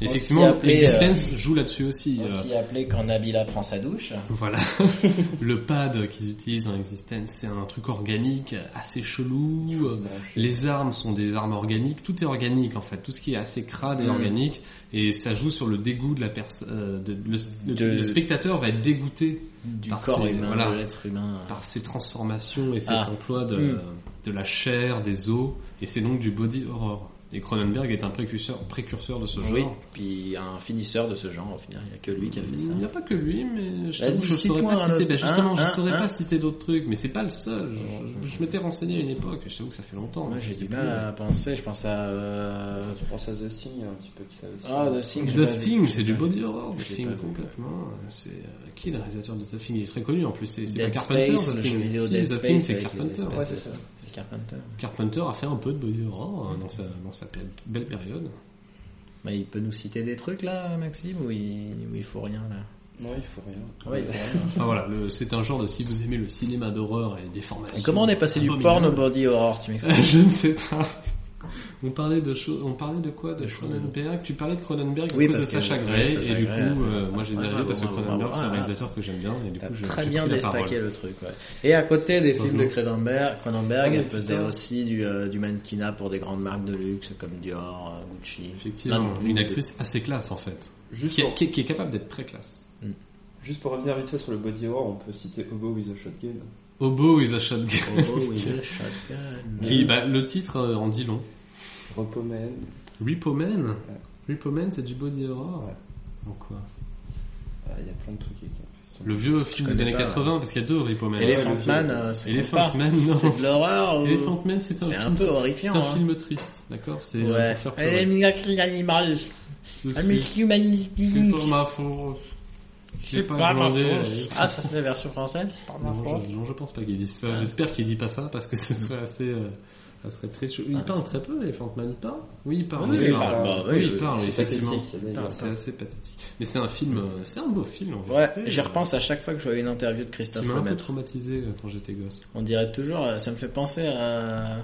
Speaker 2: Et Effectivement,
Speaker 1: Aussi appelé,
Speaker 2: Existence joue là-dessus aussi. euh,
Speaker 1: Aussi appelé quand Nabila prend sa douche.
Speaker 2: Voilà. *laughs* le pad qu'ils utilisent dans Existence, c'est un truc organique assez chelou. euh, Les armes sont des armes organiques, tout est organique en fait, tout ce qui est assez crade est
Speaker 1: Mm.
Speaker 2: organique et ça joue sur le dégoût de la personne. le, le-
Speaker 1: De-
Speaker 2: le spectateur va être dégoûté
Speaker 1: Du
Speaker 2: Par
Speaker 1: corps
Speaker 2: ses-
Speaker 1: humain,
Speaker 2: voilà.
Speaker 1: de l'être humain.
Speaker 2: par ces transformations et cet
Speaker 1: Ah.
Speaker 2: emploi de,
Speaker 1: Mm.
Speaker 2: de la chair, des os et c'est donc du body horror. Et Cronenberg est un précurseur, précurseur de ce genre.
Speaker 1: Oui, puis un finisseur de ce genre, au final. Il n'y a que lui qui a fait ça.
Speaker 2: Il n'y a pas que lui, mais je
Speaker 1: Vas-y,
Speaker 2: t'avoue, je saurais
Speaker 1: cite-moi
Speaker 2: pas
Speaker 1: un
Speaker 2: citer.
Speaker 1: autre.
Speaker 2: ben justement,
Speaker 1: Hein,
Speaker 2: je
Speaker 1: hein,
Speaker 2: saurais
Speaker 1: hein.
Speaker 2: pas citer d'autres trucs, mais c'est pas le seul. Je, je- je m'étais renseigné à une époque, et je t'avoue que ça fait longtemps.
Speaker 1: Moi,
Speaker 2: hein, je
Speaker 1: j'ai
Speaker 2: sais
Speaker 1: du
Speaker 2: plus.
Speaker 1: mal à penser. Je pense à... euh,
Speaker 3: Je pense à The Thing, un petit peu de ça aussi.
Speaker 1: Ah, The Thing. j'ai pas
Speaker 2: The
Speaker 1: vu,
Speaker 2: Thing,
Speaker 1: j'ai
Speaker 2: c'est
Speaker 1: pas
Speaker 2: du
Speaker 1: vu.
Speaker 2: body horror. The
Speaker 1: J'ai
Speaker 2: Thing,
Speaker 1: pas vu.
Speaker 2: complètement. C'est euh, qui est le réalisateur de The Thing Il est très connu en plus. C'est c'est pas
Speaker 1: Dead
Speaker 2: Carpenter.
Speaker 1: Space,
Speaker 2: The
Speaker 1: le
Speaker 2: Thing.
Speaker 1: jeu vidéo
Speaker 2: Si,
Speaker 1: Dead
Speaker 2: The
Speaker 1: Space
Speaker 2: Thing, c'est
Speaker 1: avec les
Speaker 2: Carpenter.
Speaker 1: espèces.
Speaker 3: Ouais, c'est ça.
Speaker 1: C'est Carpenter.
Speaker 2: Carpenter a fait un peu de body horror euh, dans sa dans sa belle- belle période.
Speaker 1: Mais il peut nous citer des trucs, là, Maxime, ou il, ou il faut rien, là
Speaker 3: Non, il faut rien.
Speaker 1: Ah Ouais, il faut rien.
Speaker 2: Enfin Ah, voilà, le- c'est un genre de si vous aimez le cinéma d'horreur et les
Speaker 1: Et
Speaker 2: déformations.
Speaker 1: comment on est passé du porn au
Speaker 2: *laughs* abominables,
Speaker 1: body horror, tu m'expliques *laughs*
Speaker 2: Je ne sais pas. On parlait de cho- on parlait de quoi de
Speaker 1: De choses
Speaker 2: Cronenberg. Tu parlais de Cronenberg à
Speaker 1: Oui,
Speaker 2: cause de
Speaker 1: parce que-
Speaker 2: Sacha
Speaker 1: ouais,
Speaker 2: Grey
Speaker 1: Sacha
Speaker 2: et du coup
Speaker 1: Grey,
Speaker 2: euh, moi j'ai
Speaker 1: ouais,
Speaker 2: dérivé
Speaker 1: bravo,
Speaker 2: parce que
Speaker 1: bravo,
Speaker 2: Cronenberg
Speaker 1: bravo.
Speaker 2: c'est un
Speaker 1: Ah,
Speaker 2: réalisateur que j'aime bien et du
Speaker 1: T'as
Speaker 2: coup j'ai
Speaker 1: très
Speaker 2: j'ai
Speaker 1: bien
Speaker 2: pris la parole.
Speaker 1: déstaqué le truc, ouais. Et à côté des films de
Speaker 2: Heureusement.
Speaker 1: Cronenberg, Cronenberg,
Speaker 2: Ah,
Speaker 1: elle
Speaker 2: mais
Speaker 1: faisait
Speaker 2: putain.
Speaker 1: aussi du, euh, du mannequinat pour des grandes marques de luxe comme Dior, euh, Gucci.
Speaker 2: Effectivement,
Speaker 1: Plein de-
Speaker 2: une actrice assez classe en fait,
Speaker 3: Juste
Speaker 2: qui, est-
Speaker 3: pour,
Speaker 2: qui est- qui est capable d'être très classe.
Speaker 3: *laughs* juste pour revenir vite fait sur le body horror, on peut citer Hobo with a Shotgun.
Speaker 2: Obo is a shotgun.
Speaker 1: Oh, *laughs* with a shotgun.
Speaker 2: Qui, bah, le titre euh, en dit long.
Speaker 3: Repo Man.
Speaker 2: Repo Man. Repo Man, c'est du body horror.
Speaker 3: Ouais.
Speaker 2: Donc, quoi.
Speaker 3: Ah, Il y a plein de trucs qui sont-
Speaker 2: Le vieux film des
Speaker 1: connais
Speaker 2: années
Speaker 1: pas,
Speaker 2: 80 parce qu'il y a deux Repo Man.
Speaker 1: Elephant
Speaker 3: Ouais, le-
Speaker 1: Man, euh, ça compte
Speaker 2: Elephant
Speaker 1: pas.
Speaker 2: Man, non.
Speaker 1: *laughs* C'est de l'horreur ou...
Speaker 2: *laughs* Elephant Man, c'est un
Speaker 1: C'est un
Speaker 2: film
Speaker 1: peu
Speaker 2: C'est
Speaker 1: horrifiant.
Speaker 2: un
Speaker 1: hein.
Speaker 2: film triste, d'accord C'est euh,
Speaker 1: Ouais.
Speaker 2: pour faire
Speaker 1: Elle est
Speaker 2: pleurer.
Speaker 1: miracle animal. Elle est humanité.
Speaker 2: C'est pas ma faute. Je l'ai
Speaker 1: C'est
Speaker 2: pas
Speaker 1: pas ma
Speaker 2: demandé,
Speaker 1: faute. Ah, ça c'est la version française. C'est pas ma
Speaker 2: Non,
Speaker 1: faute.
Speaker 2: je, non, je pense pas qu'il dise ça. J'espère qu'il dit pas ça parce que ce serait assez euh, Ça serait très chaud. Il parle très peu, Elephant Man, il parle Oui, il parle.
Speaker 1: Oui,
Speaker 2: oui,
Speaker 1: il parle. Bah,
Speaker 2: Oui,
Speaker 1: oui,
Speaker 2: il parle,
Speaker 3: c'est
Speaker 2: effectivement.
Speaker 3: pathétique, il y a des-
Speaker 2: Putain, C'est assez pathétique. Mais c'est un film, euh, c'est un beau film en
Speaker 1: Ouais,
Speaker 2: vérité.
Speaker 1: j'y repense à chaque fois que je vois une interview de
Speaker 2: Il
Speaker 1: Christophe
Speaker 2: m'a un peu
Speaker 1: Lemaitre.
Speaker 2: traumatisé euh, quand j'étais gosse.
Speaker 1: On dirait toujours, euh, ça me fait penser à,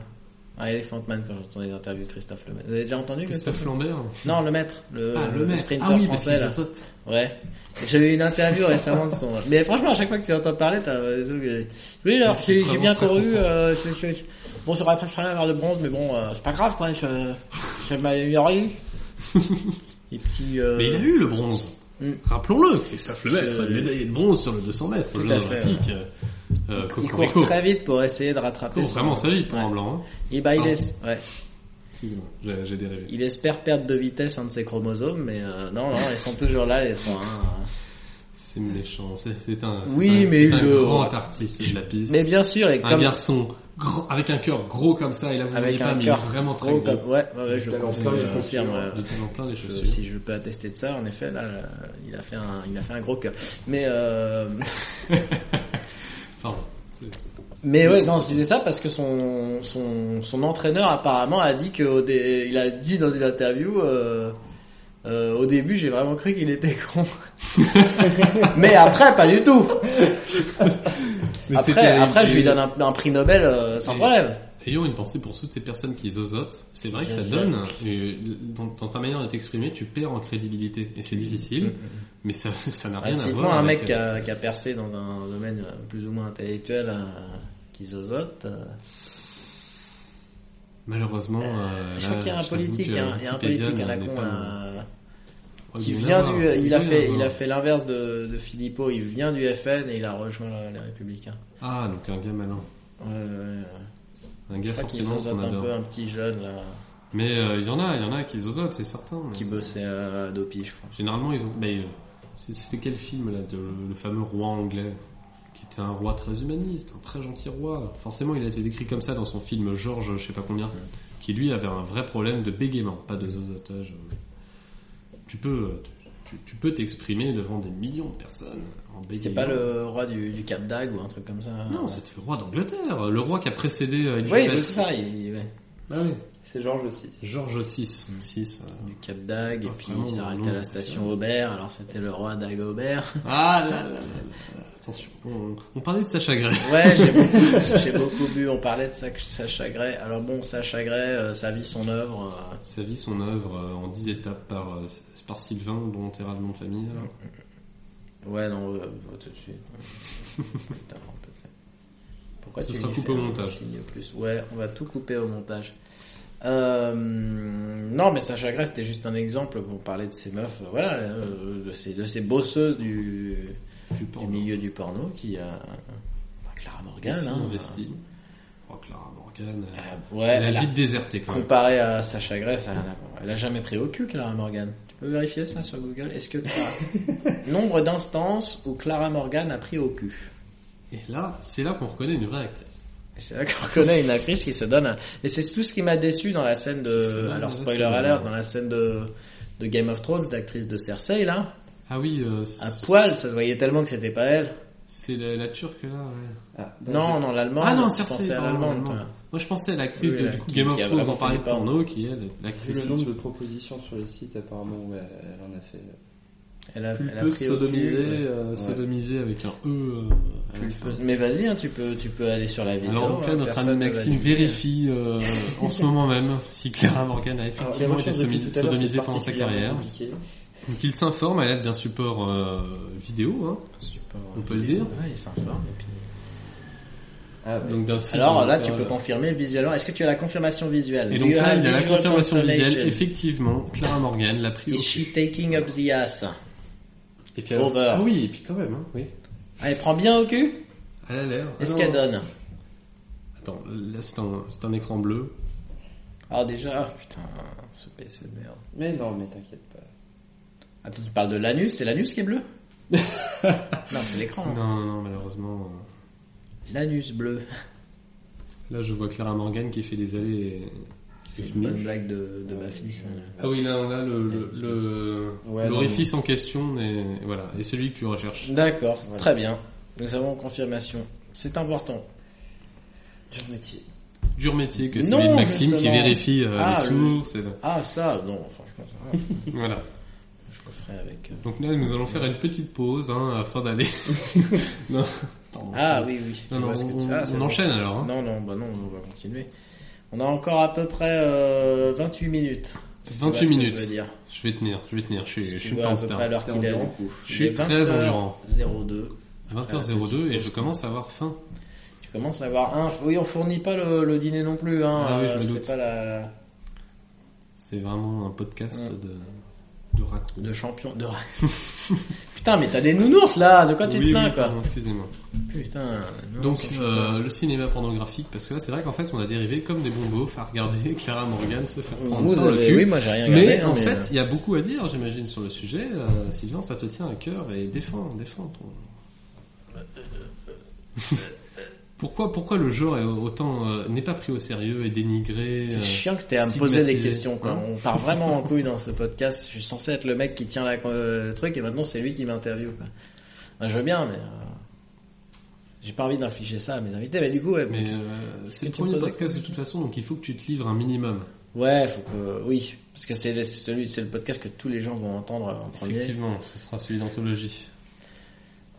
Speaker 1: à Elephant Man quand j'entends les interviews de Christophe Lemaitre. Vous avez déjà entendu
Speaker 2: Christophe Lambert.
Speaker 1: Non, le maître, le,
Speaker 2: ah, le mec.
Speaker 1: sprinter
Speaker 2: Ah oui, parce
Speaker 1: français
Speaker 2: qu'il
Speaker 1: là.
Speaker 2: saute.
Speaker 1: Ouais. J'ai eu une interview récemment de son. Mais franchement, à chaque fois que tu l'entends parler, t'as. Oui, alors
Speaker 2: C'est
Speaker 1: j'ai j'ai
Speaker 2: vraiment
Speaker 1: bien
Speaker 2: très
Speaker 1: couru.
Speaker 2: content.
Speaker 1: Euh, je- je- je- Bon, j'aurais préféré avoir le bronze, mais bon, euh, c'est pas grave, quoi. Je, je
Speaker 2: *laughs*
Speaker 1: m'amélioré. Et puis. Euh...
Speaker 2: Mais il a eu le bronze.
Speaker 1: Hmm.
Speaker 2: Rappelons-le, Christophe Lemaître,
Speaker 1: Euh,
Speaker 2: une médaillé de bronze sur le 200 mètres,
Speaker 1: Tout
Speaker 2: aux
Speaker 1: à
Speaker 2: Jeux
Speaker 1: fait,
Speaker 2: Olympiques. Euh,
Speaker 1: Il
Speaker 2: Cocorico.
Speaker 1: court très vite pour essayer de
Speaker 2: Il
Speaker 1: rattraper.
Speaker 2: court
Speaker 1: son-
Speaker 2: vraiment très vite pour
Speaker 1: Ouais.
Speaker 2: un blanc. hein.
Speaker 1: Et bah, il,
Speaker 2: Pardon.
Speaker 1: es- ouais.
Speaker 2: Excusez-moi, j'ai- j'ai dérivé.
Speaker 1: il espère perdre de vitesse un de ses chromosomes, mais euh, non, non, ils sont toujours là, les trois. hein.
Speaker 2: C'est méchant, c'est c'est un, c'est
Speaker 1: Oui,
Speaker 2: un-
Speaker 1: mais
Speaker 2: c'est un
Speaker 1: le-
Speaker 2: grand artiste de la piste.
Speaker 1: Mais bien sûr, et
Speaker 2: un
Speaker 1: comme.
Speaker 2: garçon grand, avec un cœur gros comme ça, et là vous ne voyez
Speaker 1: Avec
Speaker 2: pas,
Speaker 1: un
Speaker 2: mais Ah, il est
Speaker 1: cœur
Speaker 2: vraiment très
Speaker 1: gros
Speaker 2: gros.
Speaker 1: comme- Ouais, ouais, ouais, je
Speaker 3: Tout à
Speaker 1: confirme.
Speaker 3: l'heure,
Speaker 2: on
Speaker 1: Je
Speaker 2: parlait de
Speaker 1: confirme
Speaker 3: chaussures,
Speaker 1: ouais.
Speaker 2: Il est toujours plein les chaussures.
Speaker 1: Je- si je peux attester de ça, en effet, là, là, il a fait un, il a fait un gros cœur. Mais, euh,
Speaker 2: Pardon.
Speaker 1: mais ouais, non, je disais ça parce que son, son, son entraîneur apparemment a dit que, au dé- il a dit dans une interview, euh, euh, au début, j'ai vraiment cru qu'il était *laughs*
Speaker 2: *laughs*
Speaker 1: con. mais après, pas du tout. Après, après, je lui donne un, un prix Nobel euh, sans
Speaker 2: Et-
Speaker 1: problème.
Speaker 2: Ayons une pensée pour toutes ces personnes qui zozotent. C'est vrai que ça
Speaker 1: Zozotent.
Speaker 2: donne, euh, dans, dans ta manière de t'exprimer, tu perds en crédibilité. Et c'est difficile, mais ça *laughs* ça n'a
Speaker 1: Ah,
Speaker 2: rien à
Speaker 1: c'est
Speaker 2: voir
Speaker 1: un
Speaker 2: avec,
Speaker 1: mec qui
Speaker 2: euh,
Speaker 1: a, qui a percé dans un domaine euh, plus ou moins intellectuel, euh, qui zozote. euh,
Speaker 2: Malheureusement, euh,
Speaker 1: je crois
Speaker 2: là,
Speaker 1: qu'il y a un
Speaker 2: je t'avoue
Speaker 1: politique,
Speaker 2: que euh,
Speaker 1: il y a un- il y a un
Speaker 2: Wikipédia
Speaker 1: politique à la
Speaker 2: n'est
Speaker 1: con
Speaker 2: pas le-
Speaker 1: là,
Speaker 2: Oh,
Speaker 1: qui
Speaker 2: doit y en
Speaker 1: vient
Speaker 2: avoir.
Speaker 1: du, il a
Speaker 2: doit y
Speaker 1: fait,
Speaker 2: en
Speaker 1: il a
Speaker 2: avoir.
Speaker 1: fait l'inverse de, de Philippot, il vient du FN et il a rejoint la- les Républicains.
Speaker 2: Ah, donc un gars malin.
Speaker 1: Ouais, ouais, ouais. je
Speaker 2: Un gars
Speaker 1: crois qu'ils
Speaker 2: forcément
Speaker 1: zozotent
Speaker 2: qu'on
Speaker 1: un peu
Speaker 2: adore.
Speaker 1: un petit jeune là,
Speaker 2: Mais euh, il y en a, il y en a qui zozotent, c'est certain. mais
Speaker 1: qui
Speaker 2: ça-
Speaker 1: bossait euh, à Dopi, je crois.
Speaker 2: Généralement, ils ont. Mais euh, c'est- c'était quel film là, de, le fameux roi anglais qui était un roi très humaniste, un très gentil roi. Forcément, il a été décrit comme ça dans son film Georges, je sais pas combien, qui lui avait un vrai problème de bégaiement, pas de zozotage. euh. Tu peux, euh, tu, tu peux t'exprimer devant des millions de personnes en bégayant.
Speaker 1: C'était pas le roi du, du Cap d'Agde ou un truc comme ça.
Speaker 2: Non, c'était le roi d'Angleterre, le roi qui a précédé euh,
Speaker 1: Oui,
Speaker 2: Élisabeth.
Speaker 1: mais c'est ça, il, ouais.
Speaker 2: Ah oui.
Speaker 3: C'est Georges VI.
Speaker 2: Georges VI. VI, euh,
Speaker 1: du Cap d'Agde et
Speaker 2: Ah,
Speaker 1: puis
Speaker 2: vraiment,
Speaker 1: il s'arrête
Speaker 2: non.
Speaker 1: à la station Aubert. Alors c'était le roi
Speaker 2: *laughs*
Speaker 1: d'Agobert.
Speaker 2: Ah là là là là. Attention, on, on parlait de Sacha Gray.
Speaker 1: Ouais, j'ai beaucoup, j'ai beaucoup bu. On parlait de Sa- Sacha Gray. Alors bon, Sacha Gray, euh, sa vie, son œuvre. euh,
Speaker 2: Sa vie, son œuvre euh, en 10 étapes par, euh, par Sylvain, dont on taira le nom de famille. hein, alors.
Speaker 1: Ouais, non, euh, euh, tout de suite.
Speaker 2: *laughs*
Speaker 1: Plus tard, peut-être. Pourquoi
Speaker 2: Ce
Speaker 1: tu
Speaker 2: sera
Speaker 1: lui
Speaker 2: coupé
Speaker 1: fais
Speaker 2: au
Speaker 1: un
Speaker 2: montage.
Speaker 1: signe plus Ouais, on va tout couper au montage. Euh, non, mais Sacha Gray, c'était juste un exemple pour parler de ces meufs, euh, voilà, euh, de ces, de ces bosseuses du,
Speaker 2: Plus
Speaker 1: du
Speaker 2: porno.
Speaker 1: milieu du porno qui a. Clara
Speaker 2: Des
Speaker 1: Morgan,
Speaker 2: filles
Speaker 1: hein.
Speaker 2: investies. Oh, Clara Morgan.
Speaker 1: Euh,
Speaker 2: euh,
Speaker 1: ouais,
Speaker 2: Elle
Speaker 1: elle
Speaker 2: a
Speaker 1: a-
Speaker 2: vite déserté quand même.
Speaker 1: comparé à Sacha Gray, ça, n'a rien à voir. elle a jamais pris au cul, Clara Morgan. Tu peux vérifier ça sur Google Est-ce que
Speaker 2: *laughs*
Speaker 1: t'as- nombre d'instances où Clara Morgan a pris au cul
Speaker 2: Et là, c'est là qu'on reconnaît une vraie actrice.
Speaker 1: C'est là qu'on reconnaît une actrice qui se donne. un- Mais c'est tout ce qui m'a déçu dans la scène
Speaker 2: Qui se
Speaker 1: de.
Speaker 2: donne
Speaker 1: Alors
Speaker 2: un
Speaker 1: spoiler
Speaker 2: assez-
Speaker 1: alert, dans la scène de, de Game of Thrones, l'actrice de Cersei là,
Speaker 2: Ah oui, euh,
Speaker 1: à
Speaker 2: c'est-
Speaker 1: poil, ça se voyait tellement que c'était pas elle.
Speaker 2: C'est la, la turque là, ouais.
Speaker 3: Ah, bah,
Speaker 1: Non, non, l'allemande.
Speaker 2: Ah non,
Speaker 1: je
Speaker 2: Cersei,
Speaker 1: pensais à
Speaker 2: pardon,
Speaker 1: l'allemande.
Speaker 2: l'allemande.
Speaker 1: toi.
Speaker 2: Moi je pensais à l'actrice
Speaker 1: Oui,
Speaker 2: de
Speaker 1: la-
Speaker 2: du coup,
Speaker 1: qui-
Speaker 2: Game
Speaker 1: qui a
Speaker 2: of Thrones
Speaker 1: vraiment
Speaker 2: en parlait
Speaker 1: fait
Speaker 2: de
Speaker 1: des pornos.
Speaker 2: porno, qui est
Speaker 3: Vu
Speaker 2: l'actrice
Speaker 3: le nombre de
Speaker 2: turque.
Speaker 3: propositions sur les sites, apparemment, ouais, elle en a fait.
Speaker 1: Elle a, elle a
Speaker 2: Pulpeuse
Speaker 1: pris au
Speaker 2: sodomisée,
Speaker 1: cul.
Speaker 2: euh, sodomisée avec un E. euh, à la fin.
Speaker 1: Pulpeuse. Mais vas-y, hein, tu peux, tu peux aller sur la vidéo.
Speaker 2: Alors donc là,
Speaker 1: hein,
Speaker 2: notre
Speaker 1: personne
Speaker 2: ami
Speaker 1: ne va hein,
Speaker 2: Maxime
Speaker 1: juger.
Speaker 2: vérifie euh, en ce moment même
Speaker 1: *laughs*
Speaker 2: si Clara Morgan a
Speaker 3: Alors,
Speaker 2: effectivement été somi- sodomisée pendant sa carrière. Donc il s'informe à l'aide d'un support euh, vidéo, hein,
Speaker 1: Support,
Speaker 2: On
Speaker 1: euh,
Speaker 2: peut le
Speaker 1: vidéo.
Speaker 2: dire.
Speaker 1: Ouais, il s'informe. et puis-
Speaker 3: Ah, ouais.
Speaker 2: donc d'un site
Speaker 1: Alors là, tu
Speaker 2: amateur,
Speaker 1: peux confirmer visuellement. Est-ce que tu as la confirmation visuelle
Speaker 2: Et
Speaker 1: Do
Speaker 2: donc
Speaker 1: you
Speaker 2: là,
Speaker 1: have
Speaker 2: il y a la
Speaker 1: visual
Speaker 2: confirmation visuelle.
Speaker 1: confirmation?
Speaker 2: Effectivement, Clara Morgan l'a pris. au-
Speaker 1: Is she taking up the ass
Speaker 2: Et puis
Speaker 1: Over.
Speaker 2: Ah oui, et puis quand même, hein, oui.
Speaker 1: Ah, Elle prend bien au cul
Speaker 2: Elle a l'air.
Speaker 1: Qu'est-ce
Speaker 2: Ah
Speaker 1: qu'elle
Speaker 2: non.
Speaker 1: donne
Speaker 2: Attends, là c'est un, c'est un écran bleu.
Speaker 1: Ah déjà, ah, putain, ce PC de merde.
Speaker 3: Mais non, mais t'inquiète pas.
Speaker 1: Attends, tu parles de l'anus, c'est l'anus qui est
Speaker 2: *laughs*
Speaker 1: bleu Non, c'est l'écran.
Speaker 2: Non, non, non, malheureusement. euh,
Speaker 1: L'anus bleu.
Speaker 2: Là, je vois Clara Morgan qui fait des allées. et-
Speaker 1: C'est une
Speaker 2: fini.
Speaker 1: bonne blague de, de ma fille, ça.
Speaker 2: Ah oui, là, là le- le- le-
Speaker 3: Ouais,
Speaker 2: l'orifice en question est, voilà, est celui que tu recherches.
Speaker 1: D'accord,
Speaker 3: Voilà.
Speaker 1: très bien. Nous avons confirmation. C'est important.
Speaker 3: Dur métier.
Speaker 2: dur métier que
Speaker 1: Non,
Speaker 2: celui de Maxime qui
Speaker 1: justement.
Speaker 2: vérifie euh,
Speaker 1: Ah,
Speaker 2: les
Speaker 1: le-
Speaker 2: sources. et le-
Speaker 1: Ah, ça, non, franchement, ça va.
Speaker 2: Voilà.
Speaker 1: je le ferai avec. euh,
Speaker 2: Donc là, nous allons faire une petite pause hein, afin
Speaker 1: *laughs*
Speaker 2: d'aller. non, pardon.
Speaker 1: Ah, oui, oui. je
Speaker 2: Non, non,
Speaker 1: vois ce que tu-
Speaker 2: on,
Speaker 1: Ah, c'est
Speaker 2: on
Speaker 1: bon.
Speaker 2: enchaîne alors. hein.
Speaker 1: Non, non, bah non, on va continuer. On a encore à peu près euh, 28 minutes. Tu vois ce
Speaker 2: 28
Speaker 1: que
Speaker 2: minutes.
Speaker 1: Je veux dire.
Speaker 2: Je vais tenir, je vais tenir. Je suis, je
Speaker 1: Tu
Speaker 2: suis
Speaker 1: vois
Speaker 2: pas
Speaker 1: à
Speaker 2: en
Speaker 1: peu
Speaker 2: star.
Speaker 1: près l'heure
Speaker 3: T'es
Speaker 1: qu'il est.
Speaker 3: en coup.
Speaker 2: Je suis très endurant.
Speaker 1: 02.
Speaker 2: À 20h02 et je commence à avoir faim.
Speaker 1: Tu commences à avoir un. Oui, on fournit pas le, le dîner non plus. Hein.
Speaker 2: Ah oui, je me
Speaker 1: c'est
Speaker 2: doute.
Speaker 1: pas la
Speaker 2: C'est vraiment un podcast
Speaker 1: Ouais.
Speaker 2: de de raconte.
Speaker 1: de champion de. *laughs* Putain, mais t'as des nounours là. De quoi tu te
Speaker 2: oui,
Speaker 1: plains
Speaker 2: oui,
Speaker 1: quoi
Speaker 2: pardon, excusez-moi.
Speaker 1: Putain. non,
Speaker 2: Donc
Speaker 1: ça change
Speaker 2: euh, le cinéma pornographique, parce que là c'est vrai qu'en fait on a dérivé comme des bons beaufs à regarder *laughs* Clara Morgan se faire
Speaker 1: pas.
Speaker 2: prendre
Speaker 1: Vous
Speaker 2: par le
Speaker 1: avez.
Speaker 2: cul.
Speaker 1: Oui, moi j'ai rien regardé.
Speaker 2: mais
Speaker 1: hein,
Speaker 2: en fait il y a beaucoup à dire j'imagine sur le sujet. Euh, Sylvain ça te tient à cœur et défends, défends ton...
Speaker 1: *laughs*
Speaker 2: pourquoi, pourquoi le genre est autant euh, n'est pas pris au sérieux et dénigré
Speaker 1: C'est
Speaker 2: euh,
Speaker 1: chiant que t'aies à me poser des
Speaker 2: stigmatisé.
Speaker 1: questions, quoi.
Speaker 2: Hein
Speaker 1: On part vraiment en couille dans ce podcast. Je suis censé être le mec qui tient la, euh, le truc et maintenant c'est lui qui m'interviewe, quoi. Enfin, je veux bien, mais euh, j'ai pas envie d'infliger ça à mes invités. Mais du coup, ouais,
Speaker 2: Mais
Speaker 1: donc-
Speaker 2: euh, c'est
Speaker 1: que
Speaker 2: le
Speaker 1: tu me
Speaker 2: premier
Speaker 1: poses la
Speaker 2: podcast de toute façon, donc il faut que tu te livres un minimum.
Speaker 1: ouais, faut que, oui, parce que c'est le- c'est celui, c'est le podcast que tous les gens vont entendre en premier. Et
Speaker 2: Effectivement, ce sera celui d'anthologie.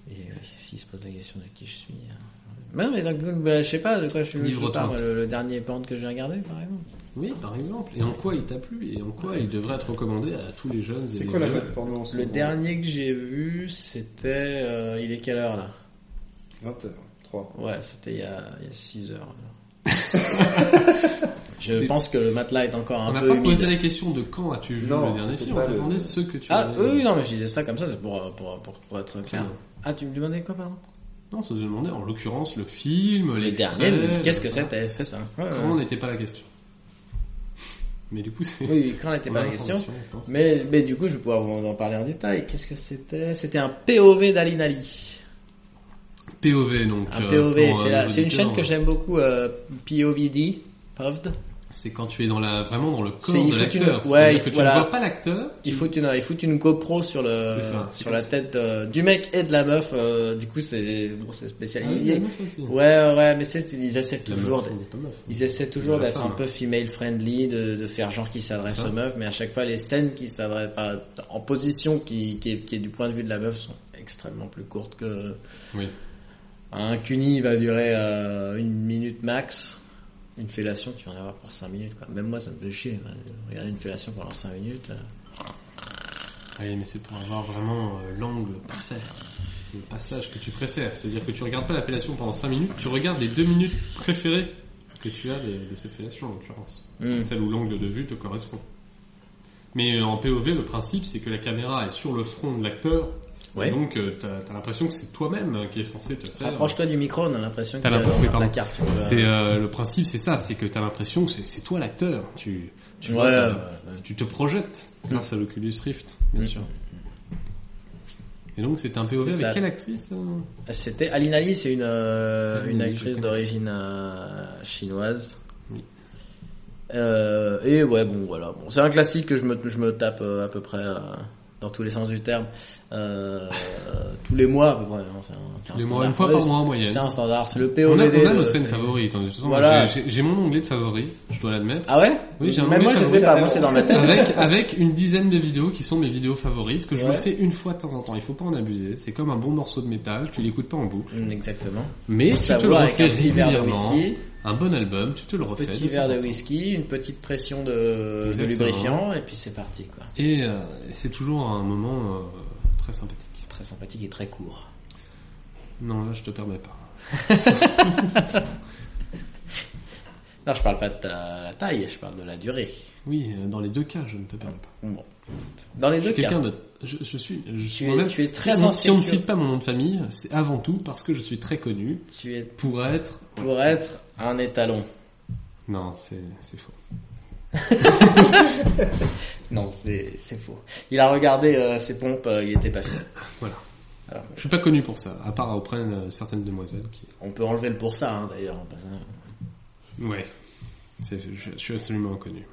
Speaker 1: oui, s'ils se posent la question de qui je suis. euh, Non, mais donc, bah, je sais pas de quoi je, je
Speaker 2: Livre-toi.
Speaker 1: parle. Le, le dernier porn que j'ai regardé, par exemple.
Speaker 2: Oui, par exemple. Et en quoi il t'a plu et en quoi il devrait être recommandé à tous les jeunes et
Speaker 3: C'est
Speaker 2: les
Speaker 3: quoi la
Speaker 2: vieux
Speaker 3: mode porno en ce
Speaker 1: Le
Speaker 3: moment
Speaker 1: dernier que j'ai vu, c'était, euh, il est quelle heure là
Speaker 3: 20h, 3.
Speaker 1: Ouais, c'était il y a 6 heures. alors.
Speaker 2: *laughs*
Speaker 1: je pense que le matelas est encore
Speaker 2: On
Speaker 1: un
Speaker 2: n'a
Speaker 1: peu
Speaker 2: pas
Speaker 1: humide.
Speaker 2: posé la question de quand as-tu vu
Speaker 3: Non,
Speaker 2: le dernier
Speaker 3: c'était
Speaker 2: film. On
Speaker 3: pas
Speaker 2: t'a
Speaker 3: le-
Speaker 2: demandé ce que tu
Speaker 1: Ah
Speaker 2: avais-
Speaker 1: oui, non, mais je disais ça comme ça, c'est pour, euh, pour, pour, pour être clair.
Speaker 2: bien.
Speaker 1: Ah, tu me demandais quoi, pardon
Speaker 2: Non, ça te demandait en l'occurrence le film,
Speaker 1: Le
Speaker 2: l'extrait,
Speaker 1: dernier, mais qu'est-ce que
Speaker 2: voilà.
Speaker 1: c'était Fais ça. Ouais, ouais.
Speaker 2: Comment n'était pas la question *laughs* Mais du coup, c'est.
Speaker 1: Oui, oui, quand n'était
Speaker 2: on
Speaker 1: pas
Speaker 2: a
Speaker 1: la question.
Speaker 2: l'information, je pense.
Speaker 1: Mais, mais du coup, je vais pouvoir vous en parler en détail. Qu'est-ce que c'était C'était un POV d'Ali Nali.
Speaker 2: POV donc.
Speaker 1: Un
Speaker 2: euh,
Speaker 1: POV,
Speaker 2: pour, euh,
Speaker 1: c'est la-
Speaker 2: nos
Speaker 1: c'est une
Speaker 2: auditeurs,
Speaker 1: chaîne que
Speaker 2: hein.
Speaker 1: j'aime beaucoup, euh, POVD. Proved.
Speaker 2: euh, C'est quand tu es dans la vraiment dans le corps
Speaker 1: C'est- il
Speaker 2: de
Speaker 1: faut une-
Speaker 2: l'acteur.
Speaker 1: ouais,
Speaker 2: C'est-à-dire
Speaker 1: il
Speaker 2: que
Speaker 1: faut-
Speaker 2: tu
Speaker 1: voilà.
Speaker 2: ne vois pas l'acteur.
Speaker 1: Il faut une, il faut une GoPro sur le,
Speaker 2: C'est ça, c'est
Speaker 1: sur la
Speaker 2: comme ça.
Speaker 1: tête euh, du mec et de la meuf. euh, du coup, c'est, bon, c'est
Speaker 2: Ah
Speaker 1: spécial.
Speaker 2: oui,
Speaker 1: Il-
Speaker 2: la meuf aussi.
Speaker 1: Ouais, ouais, mais c'est, ils essaient
Speaker 2: La
Speaker 1: toujours,
Speaker 2: meuf,
Speaker 1: d'être-
Speaker 2: on est pas meuf.
Speaker 1: ils essaient toujours
Speaker 2: La hein.
Speaker 1: d'être un
Speaker 2: femme.
Speaker 1: peu female friendly, de, de faire genre qu'ils s'adressent
Speaker 2: C'est ça.
Speaker 1: aux meufs, mais à chaque fois les scènes qui s'adressent par- en position qui, qui, est, qui est du point de vue de la meuf sont extrêmement plus courtes que
Speaker 2: Oui.
Speaker 1: un cuni va durer euh, une minute max. Une fellation, tu vas en avoir pour 5 minutes. Quoi. Même moi, ça me fait chier. hein. Regarder une fellation pendant 5 minutes. euh.
Speaker 2: Oui, mais c'est pour avoir vraiment euh, l'angle parfait, le passage que tu préfères. C'est-à-dire que tu regardes pas la fellation pendant 5 minutes, tu regardes les 2 minutes préférées que tu as de, de cette fellation en l'occurrence.
Speaker 1: Hmm.
Speaker 2: Celle où l'angle de vue te correspond. Mais euh, en POV, le principe c'est que la caméra est sur le front de l'acteur,
Speaker 1: Ouais.
Speaker 2: et donc euh, t'as as, l'impression que c'est toi-même euh, qui est censé te faire.
Speaker 1: Rapproche-toi du micro, on a l'impression que
Speaker 2: T'as l'impression- oui,
Speaker 1: dans un
Speaker 2: pardon.
Speaker 1: placard. faut, euh,
Speaker 2: C'est euh, le principe, c'est ça, c'est que t'as l'impression que c'est- c'est toi l'acteur. Tu, tu,
Speaker 1: Ouais,
Speaker 2: vois, t'as-
Speaker 1: ouais,
Speaker 2: tu te projettes grâce à l'Oculus Rift, bien
Speaker 1: Mm.
Speaker 2: sûr. Et donc c'était un POV
Speaker 1: C'est
Speaker 2: avec
Speaker 1: ça.
Speaker 2: quelle actrice euh
Speaker 1: C'était Aline Ali, c'est une, euh,
Speaker 2: Aline
Speaker 1: une
Speaker 2: Ali, je
Speaker 1: actrice
Speaker 2: connais.
Speaker 1: d'origine euh, chinoise.
Speaker 2: Oui.
Speaker 1: Euh, et ouais, bon, voilà. Bon, c'est un classique que je me, je me tape euh, à peu près euh, dans tous les sens du terme. Euh, tous les mois, à peu près. hein, c'est un- c'est un
Speaker 2: Les
Speaker 1: standard.
Speaker 2: mois, une fois
Speaker 1: Ouais,
Speaker 2: par
Speaker 1: c'est-
Speaker 2: mois en
Speaker 1: C'est
Speaker 2: moyenne.
Speaker 1: un standard, c'est le
Speaker 2: On a,
Speaker 1: POVD.
Speaker 2: on a
Speaker 1: de-
Speaker 2: nos scènes favoris. attends, de toute façon,
Speaker 1: Voilà.
Speaker 2: moi, j'ai- J'ai j'ai mon onglet de favoris, je dois l'admettre.
Speaker 1: Ah ouais
Speaker 2: Oui, j'ai un
Speaker 1: Même
Speaker 2: onglet
Speaker 1: moi, je sais
Speaker 2: favori.
Speaker 1: pas, moi c'est dans ma tête. *laughs*
Speaker 2: Avec, avec une dizaine de vidéos qui sont mes vidéos favorites, que je
Speaker 1: Ouais.
Speaker 2: me fais une fois de temps en temps. Il faut pas en abuser. C'est comme un bon morceau de métal, tu l'écoutes pas en boucle.
Speaker 1: Mm, Exactement. Faut
Speaker 2: Mais tu te le
Speaker 1: savoir avec
Speaker 2: refais
Speaker 1: un petit verre de
Speaker 2: régulièrement.
Speaker 1: whisky,
Speaker 2: Un bon album, tu te le refais.
Speaker 1: petit
Speaker 2: temps
Speaker 1: verre
Speaker 2: en
Speaker 1: de
Speaker 2: temps.
Speaker 1: whisky, une petite pression de, de
Speaker 2: Exactement.
Speaker 1: lubrifiant, et puis c'est parti, quoi.
Speaker 2: Et euh, c'est toujours un moment euh, très sympathique.
Speaker 1: Très sympathique et très court.
Speaker 2: Non, là, je te permets pas.
Speaker 1: Non, je parle pas de ta la taille, je parle de la durée.
Speaker 2: Oui, euh, dans les deux cas, je ne te permets pas.
Speaker 1: Bon. Dans les deux
Speaker 2: Quelqu'un
Speaker 1: cas,
Speaker 2: de... Je, je suis... Je suis
Speaker 1: tu es,
Speaker 2: moi-même-
Speaker 1: tu es très
Speaker 2: si, on- si on ne
Speaker 1: insécure.
Speaker 2: cite pas mon nom de famille, c'est avant tout parce que je suis très connu
Speaker 1: Tu es
Speaker 2: pour être...
Speaker 1: pour être un étalon.
Speaker 2: Non, c'est c'est faux.
Speaker 1: Non, c'est c'est faux. Il a regardé euh, ses pompes, euh, il était pas fini.
Speaker 2: Voilà.
Speaker 1: Alors,
Speaker 2: Je suis pas connu pour ça, à part auprès de certaines demoiselles qui...
Speaker 1: on peut enlever le pour ça, hein, d'ailleurs. en passant.
Speaker 2: Ouais. C'est- Je, je suis absolument inconnu.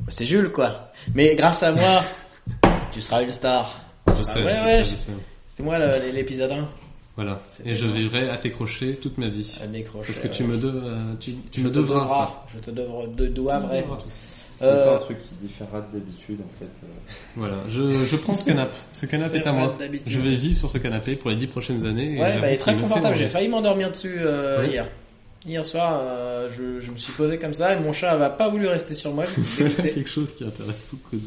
Speaker 1: Bah, C'est Jules, quoi. Mais grâce à moi, tu seras une star.
Speaker 2: Je
Speaker 1: ouais,
Speaker 2: sais, je
Speaker 1: Ah ouais,
Speaker 2: sais,
Speaker 1: je-
Speaker 2: je sais.
Speaker 1: C'était moi le- l'épisode 1.
Speaker 2: Voilà. Et je vivrai à tes crochets toute ma vie.
Speaker 1: À mes crochets,
Speaker 2: Parce que tu
Speaker 1: ouais.
Speaker 2: me, de- euh, tu, tu
Speaker 1: Euh, Je
Speaker 2: me
Speaker 1: te
Speaker 2: devras,
Speaker 1: devras,
Speaker 2: ça.
Speaker 1: Je te devre, de, doivrai.
Speaker 2: Tu me devras.
Speaker 3: C'est
Speaker 1: Euh,
Speaker 3: pas un truc qui diffère d'habitude en fait. euh.
Speaker 2: Voilà. Je, je prends ce canapé. Ce canapé est à moi.
Speaker 1: D'habitude.
Speaker 2: Je vais vivre sur ce canapé pour les dix prochaines années. et
Speaker 1: Ouais,
Speaker 2: j'avoue
Speaker 1: bah, il est
Speaker 2: qu'il
Speaker 1: très
Speaker 2: me fait
Speaker 1: confortable.
Speaker 2: mon
Speaker 1: J'ai
Speaker 2: rêve.
Speaker 1: failli m'endormir dessus euh,
Speaker 2: Ouais.
Speaker 1: hier. Hier soir, euh, je, je me suis posé comme ça et mon chat n'a pas voulu rester sur moi.
Speaker 2: *laughs*
Speaker 1: Je me suis
Speaker 2: Voilà
Speaker 1: dégoûté.
Speaker 2: quelque chose qui intéresse beaucoup de-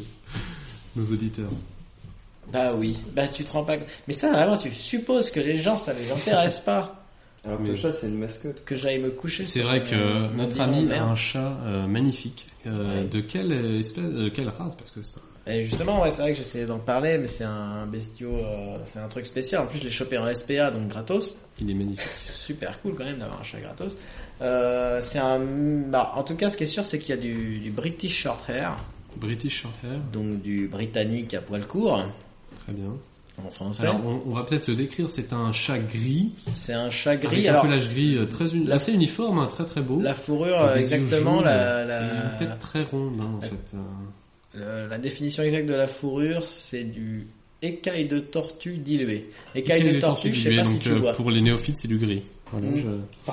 Speaker 2: nos auditeurs.
Speaker 1: bah oui, bah tu te rends pas. Mais ça, vraiment, tu supposes que les gens, ça les intéresse pas
Speaker 3: Alors que
Speaker 2: Mais-
Speaker 3: le chat c'est une mascotte.
Speaker 1: que j'aille me coucher.
Speaker 2: C'est
Speaker 1: sur
Speaker 2: vrai
Speaker 1: mon-
Speaker 2: que
Speaker 1: mon
Speaker 2: notre
Speaker 1: divan
Speaker 2: ami a
Speaker 1: vert.
Speaker 2: un chat euh, magnifique. Euh,
Speaker 1: Euh, Ouais.
Speaker 2: De quelle espèce, de quelle race Parce que c'est un-
Speaker 1: Et justement, ouais, c'est vrai que j'essayais d'en parler, mais c'est un bestiau, euh, c'est un truc spécial. En plus, je l'ai chopé en SPA, donc gratos.
Speaker 2: il est magnifique.
Speaker 1: Super cool quand même d'avoir un chat gratos. Euh, c'est un, bah, en tout cas, ce qui est sûr, c'est qu'il y a du, du British Short Hair,
Speaker 2: British Shorthair,
Speaker 1: donc du britannique à poil court
Speaker 2: très bien.
Speaker 1: en français.
Speaker 2: Alors on, on va peut-être le décrire. C'est un chat gris,
Speaker 1: C'est un chat
Speaker 2: avec
Speaker 1: gris.
Speaker 2: un
Speaker 1: Alors
Speaker 2: pelage gris euh, très uni-
Speaker 1: La-
Speaker 2: assez uniforme, hein, très très beau.
Speaker 1: la euh, fourrure,
Speaker 2: Avec
Speaker 1: euh,
Speaker 2: des yeux
Speaker 1: exactement
Speaker 2: jaunes
Speaker 1: la,
Speaker 2: et une
Speaker 1: la,
Speaker 2: tête très ronde hein, en
Speaker 1: la-
Speaker 2: fait. Euh,
Speaker 1: le- la définition exacte de la fourrure, c'est du écaille de tortue diluée. Écaille
Speaker 2: quelle est
Speaker 1: de
Speaker 2: la
Speaker 1: tortue,
Speaker 2: du
Speaker 1: je sais
Speaker 2: blé
Speaker 1: pas si
Speaker 2: Donc,
Speaker 1: tu
Speaker 2: euh,
Speaker 1: vois.
Speaker 2: Pour les néophytes, c'est du gris. Voilà,
Speaker 1: Mm.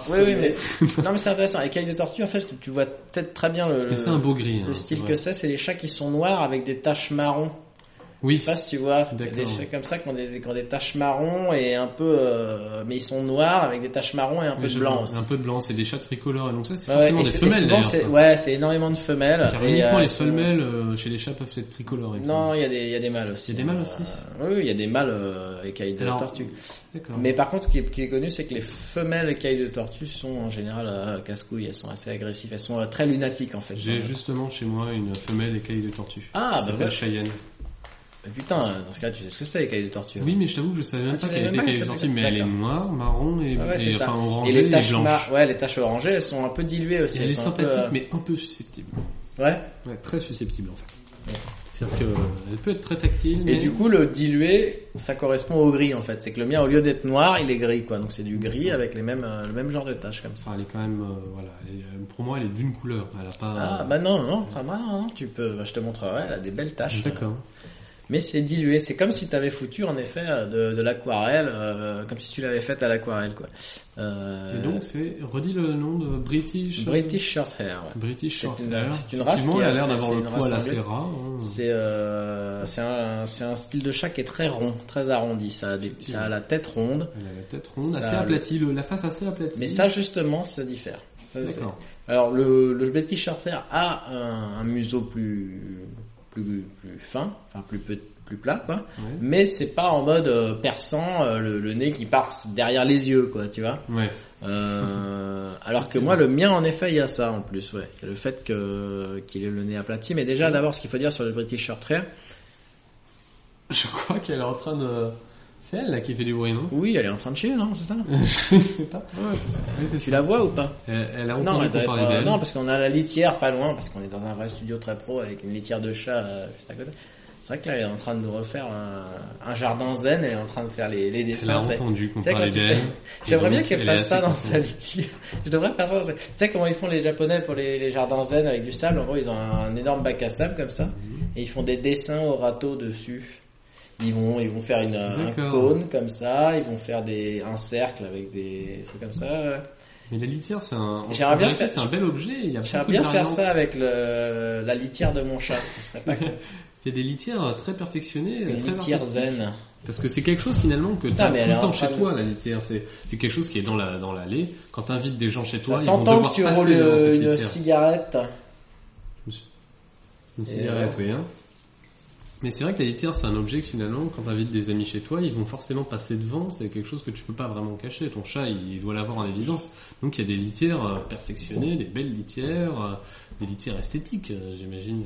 Speaker 2: je-
Speaker 1: Oui, oui, mais non, mais c'est intéressant. Écaille de tortue, en fait, tu vois peut-être très bien le,
Speaker 2: Mais c'est un
Speaker 1: le,
Speaker 2: beau gris. hein,
Speaker 1: le style
Speaker 2: ouais.
Speaker 1: que c'est. C'est les chats qui sont noirs avec des taches marron. Je
Speaker 2: Oui,
Speaker 1: sais pas si tu vois,
Speaker 2: D'accord,
Speaker 1: des chats
Speaker 2: ouais.
Speaker 1: comme ça qui ont des, qui ont des taches marron et un peu, euh, mais ils sont noirs avec des taches marron et un peu
Speaker 2: Oui, je-
Speaker 1: blanc aussi.
Speaker 2: Un peu de blanc, c'est des chats tricolores. Et donc ça, c'est
Speaker 1: Ouais,
Speaker 2: forcément
Speaker 1: et
Speaker 2: des
Speaker 1: c'est- et
Speaker 2: femelles
Speaker 1: souvent,
Speaker 2: d'ailleurs.
Speaker 1: c'est-
Speaker 2: ça.
Speaker 1: Ouais, c'est énormément de femelles.
Speaker 2: Car
Speaker 1: Et,
Speaker 2: uniquement
Speaker 1: euh,
Speaker 2: les
Speaker 1: elles sont-
Speaker 2: femelles euh, chez les chats peuvent être tricolores. il me
Speaker 1: Non, il y a des, il y a des mâles aussi.
Speaker 2: euh, Il y a des mâles aussi
Speaker 1: Euh, oui, oui, il y a des mâles euh, écailles de
Speaker 2: Alors,
Speaker 1: tortue.
Speaker 2: semble. D'accord.
Speaker 1: Mais par contre, ce qui est, qui est connu, c'est que les femelles écailles de tortue sont en général euh, casse-couilles. Elles sont assez agressives. Elles sont euh, très lunatiques en fait.
Speaker 2: J'ai
Speaker 1: Donc,
Speaker 2: justement chez moi une femelle écaille de tortue.
Speaker 1: Ah,
Speaker 2: Elle
Speaker 1: bah
Speaker 2: s'appelle
Speaker 1: voilà.
Speaker 2: Cheyenne.
Speaker 1: Mais Putain, euh, dans ce cas, tu sais ce que c'est écailles de tortue.
Speaker 2: Oui, mais je t'avoue que je savais même
Speaker 1: Ah, tu
Speaker 2: pas
Speaker 1: savais
Speaker 2: qu'elle
Speaker 1: même
Speaker 2: était
Speaker 1: pas
Speaker 2: écaille de
Speaker 1: qu'elle
Speaker 2: tortue, mais
Speaker 1: s'appelait-
Speaker 2: elle est
Speaker 1: D'accord.
Speaker 2: noire, marron et,
Speaker 1: Ah ouais, c'est
Speaker 2: et,
Speaker 1: ça.
Speaker 2: enfin
Speaker 1: Et
Speaker 2: orangée et,
Speaker 1: les taches,
Speaker 2: blanche.
Speaker 1: mar- ouais, les taches orangées, elles sont un peu diluées aussi.
Speaker 2: Et elle
Speaker 1: elles
Speaker 2: est
Speaker 1: sont un peu,
Speaker 2: sympathique,
Speaker 1: euh,
Speaker 2: mais un peu susceptible.
Speaker 1: Ouais.
Speaker 2: Ouais, très susceptible en fait. C'est-à-dire qu'elle peut être très tactile, mais
Speaker 1: Et du coup, le dilué, ça correspond au gris en fait. C'est que le mien, au lieu d'être noir, il est gris quoi. Donc c'est du gris avec les mêmes, euh, le même genre de taches comme ça.
Speaker 2: Enfin, elle est quand même, euh, voilà, elle est- euh, pour moi, elle est d'une couleur. Elle a pas. euh,
Speaker 1: Ah bah non, non, pas mal, non, tu peux, bah, je te montrerai, elle a des belles taches.
Speaker 2: D'accord.
Speaker 1: Mais c'est dilué, c'est comme si t'avais foutu en effet euh, de, de l'aquarelle, euh, comme si tu l'avais faite à l'aquarelle quoi. Euh,
Speaker 2: Et donc, c'est redis le nom de British.
Speaker 1: British Short Hair, ouais.
Speaker 2: British Short
Speaker 1: C'est une-
Speaker 2: Hair.
Speaker 1: c'est une race
Speaker 2: Effectivement,
Speaker 1: qui est
Speaker 2: elle a l'air
Speaker 1: assez-
Speaker 2: d'avoir
Speaker 1: c'est
Speaker 2: le
Speaker 1: une race
Speaker 2: poil assez
Speaker 1: anglaise.
Speaker 2: rare. hein.
Speaker 1: C'est euh, c'est un, c'est un style de chat qui est très rond, très arrondi, ça a, des- ça a la tête ronde.
Speaker 2: Elle a la tête ronde,
Speaker 1: Ça,
Speaker 2: assez aplatie, le- la face assez aplatie.
Speaker 1: Mais ça justement, ça diffère. Ça, c'est-
Speaker 2: D'accord.
Speaker 1: Alors le, le British Shorthair a un, un museau plus, plus plus fin, enfin plus peu- plus plat quoi,
Speaker 2: Ouais.
Speaker 1: mais c'est pas en mode euh, perçant euh, le, le nez qui part derrière les yeux quoi, tu vois.
Speaker 2: Ouais.
Speaker 1: Euh, alors que moi le mien en effet il y a ça en plus ouais, le fait que qu'il ait le nez aplati. Mais déjà d'abord ce qu'il faut dire sur le British Shorthair,
Speaker 2: Je crois qu'elle est en train de. C'est elle là qui fait du bruit, non *laughs*
Speaker 1: oui elle est en train de chier non c'est ça
Speaker 2: Je sais pas. Ouais, c'est
Speaker 1: Tu
Speaker 2: ça.
Speaker 1: la vois ou pas
Speaker 2: Elle, elle a
Speaker 1: Non,
Speaker 2: entendu
Speaker 1: elle doit
Speaker 2: qu'on
Speaker 1: être,
Speaker 2: parlait
Speaker 1: euh,
Speaker 2: d'elle.
Speaker 1: non, parce qu'on a la litière pas loin, parce qu'on est dans un vrai studio très pro avec une litière de chat euh, juste à côté. C'est vrai que là, elle est en train de nous refaire un, un jardin zen, elle est en train de faire les, les
Speaker 2: Elle a
Speaker 1: dessins. tu sais.
Speaker 2: entendu qu'on
Speaker 1: C'est
Speaker 2: parlait
Speaker 1: quand tu
Speaker 2: d'elle.
Speaker 1: fais-
Speaker 2: Et
Speaker 1: J'aimerais
Speaker 2: donc,
Speaker 1: bien qu'elle
Speaker 2: elle est
Speaker 1: fasse ça
Speaker 2: assez
Speaker 1: dans sa litière. *laughs* Je devrais faire ça. dans sa- Tu sais comment ils font les japonais pour les, les jardins zen avec du sable En gros, ils ont un, énorme bac à sable comme ça, et ils font des dessins au râteau dessus. Ils vont, ils vont faire une, un
Speaker 2: D'accord.
Speaker 1: cône comme ça, ils vont faire des, un cercle avec des trucs comme ça.
Speaker 2: Mais la litière, c'est un. en
Speaker 1: J'aimerais bien
Speaker 2: réalité,
Speaker 1: faire-
Speaker 2: C'est un bel objet. Il y a
Speaker 1: J'aimerais
Speaker 2: beaucoup de
Speaker 1: bien faire
Speaker 2: variantes.
Speaker 1: ça avec le, la litière de mon chat, ce
Speaker 2: *laughs*
Speaker 1: serait pas con.
Speaker 2: Il y a des litières très perfectionnées,
Speaker 1: Une
Speaker 2: très
Speaker 1: litière
Speaker 2: artistiques.
Speaker 1: zen.
Speaker 2: Parce que c'est quelque chose finalement que t'as
Speaker 1: Putain,
Speaker 2: tout
Speaker 1: mais elle
Speaker 2: le
Speaker 1: est
Speaker 2: temps
Speaker 1: en
Speaker 2: chez
Speaker 1: train de-
Speaker 2: toi, la litière. C'est c'est quelque chose qui est dans la dans l'allée. Quand t'invites des gens chez toi,
Speaker 1: Ça
Speaker 2: ils vont
Speaker 1: s'entend
Speaker 2: devoir
Speaker 1: que tu
Speaker 2: passer
Speaker 1: roules
Speaker 2: devant
Speaker 1: euh,
Speaker 2: cette
Speaker 1: une
Speaker 2: litière.
Speaker 1: cigarette.
Speaker 2: Une cigarette, oui. hein. Mais c'est vrai que la litière, c'est un objet que finalement, quand t'invites des amis chez toi, ils vont forcément passer devant. C'est quelque chose que tu peux pas vraiment cacher. Ton chat, il, doit l'avoir en évidence. Donc il y a des litières euh, perfectionnées, des belles litières, euh, des litières esthétiques, euh, j'imagine.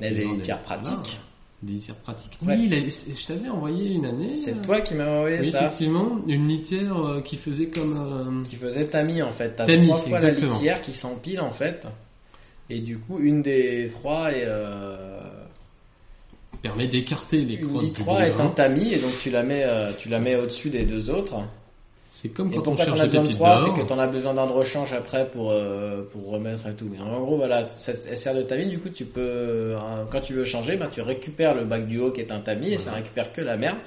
Speaker 1: Elle
Speaker 2: Des
Speaker 1: des
Speaker 2: gens, des-
Speaker 1: litières
Speaker 2: voilà.
Speaker 1: pratiques.
Speaker 2: Des litières pratiques.
Speaker 1: Ouais.
Speaker 2: Oui, la- je t'avais envoyé une année.
Speaker 1: C'est
Speaker 2: euh,
Speaker 1: toi qui m'as envoyé
Speaker 2: oui,
Speaker 1: ça.
Speaker 2: effectivement, une litière euh, qui faisait comme... euh,
Speaker 1: Qui faisait tamis en fait. T'as
Speaker 2: Tamis,
Speaker 1: trois fois
Speaker 2: exactement.
Speaker 1: la litière qui s'empile en fait. Et du coup, une des trois est, euh,
Speaker 2: euh, permet d'écarter les
Speaker 1: une
Speaker 2: crottes
Speaker 1: des
Speaker 2: du
Speaker 1: trois est
Speaker 2: bourrin.
Speaker 1: un tamis et donc tu la mets, euh, tu la mets au-dessus des deux autres.
Speaker 2: C'est comme
Speaker 1: Et
Speaker 2: quand on
Speaker 1: pourquoi
Speaker 2: cherche
Speaker 1: t'en as
Speaker 2: des
Speaker 1: besoin de
Speaker 2: pépites
Speaker 1: trois,
Speaker 2: d'or.
Speaker 1: c'est que t'en as besoin d'un de rechange après pour euh, pour remettre et tout. Mais en gros, voilà, ça, elle sert de tamis. Du coup, tu peux euh, quand tu veux changer, ben tu récupères le bac du haut qui est un tamis et ça récupère que la merde.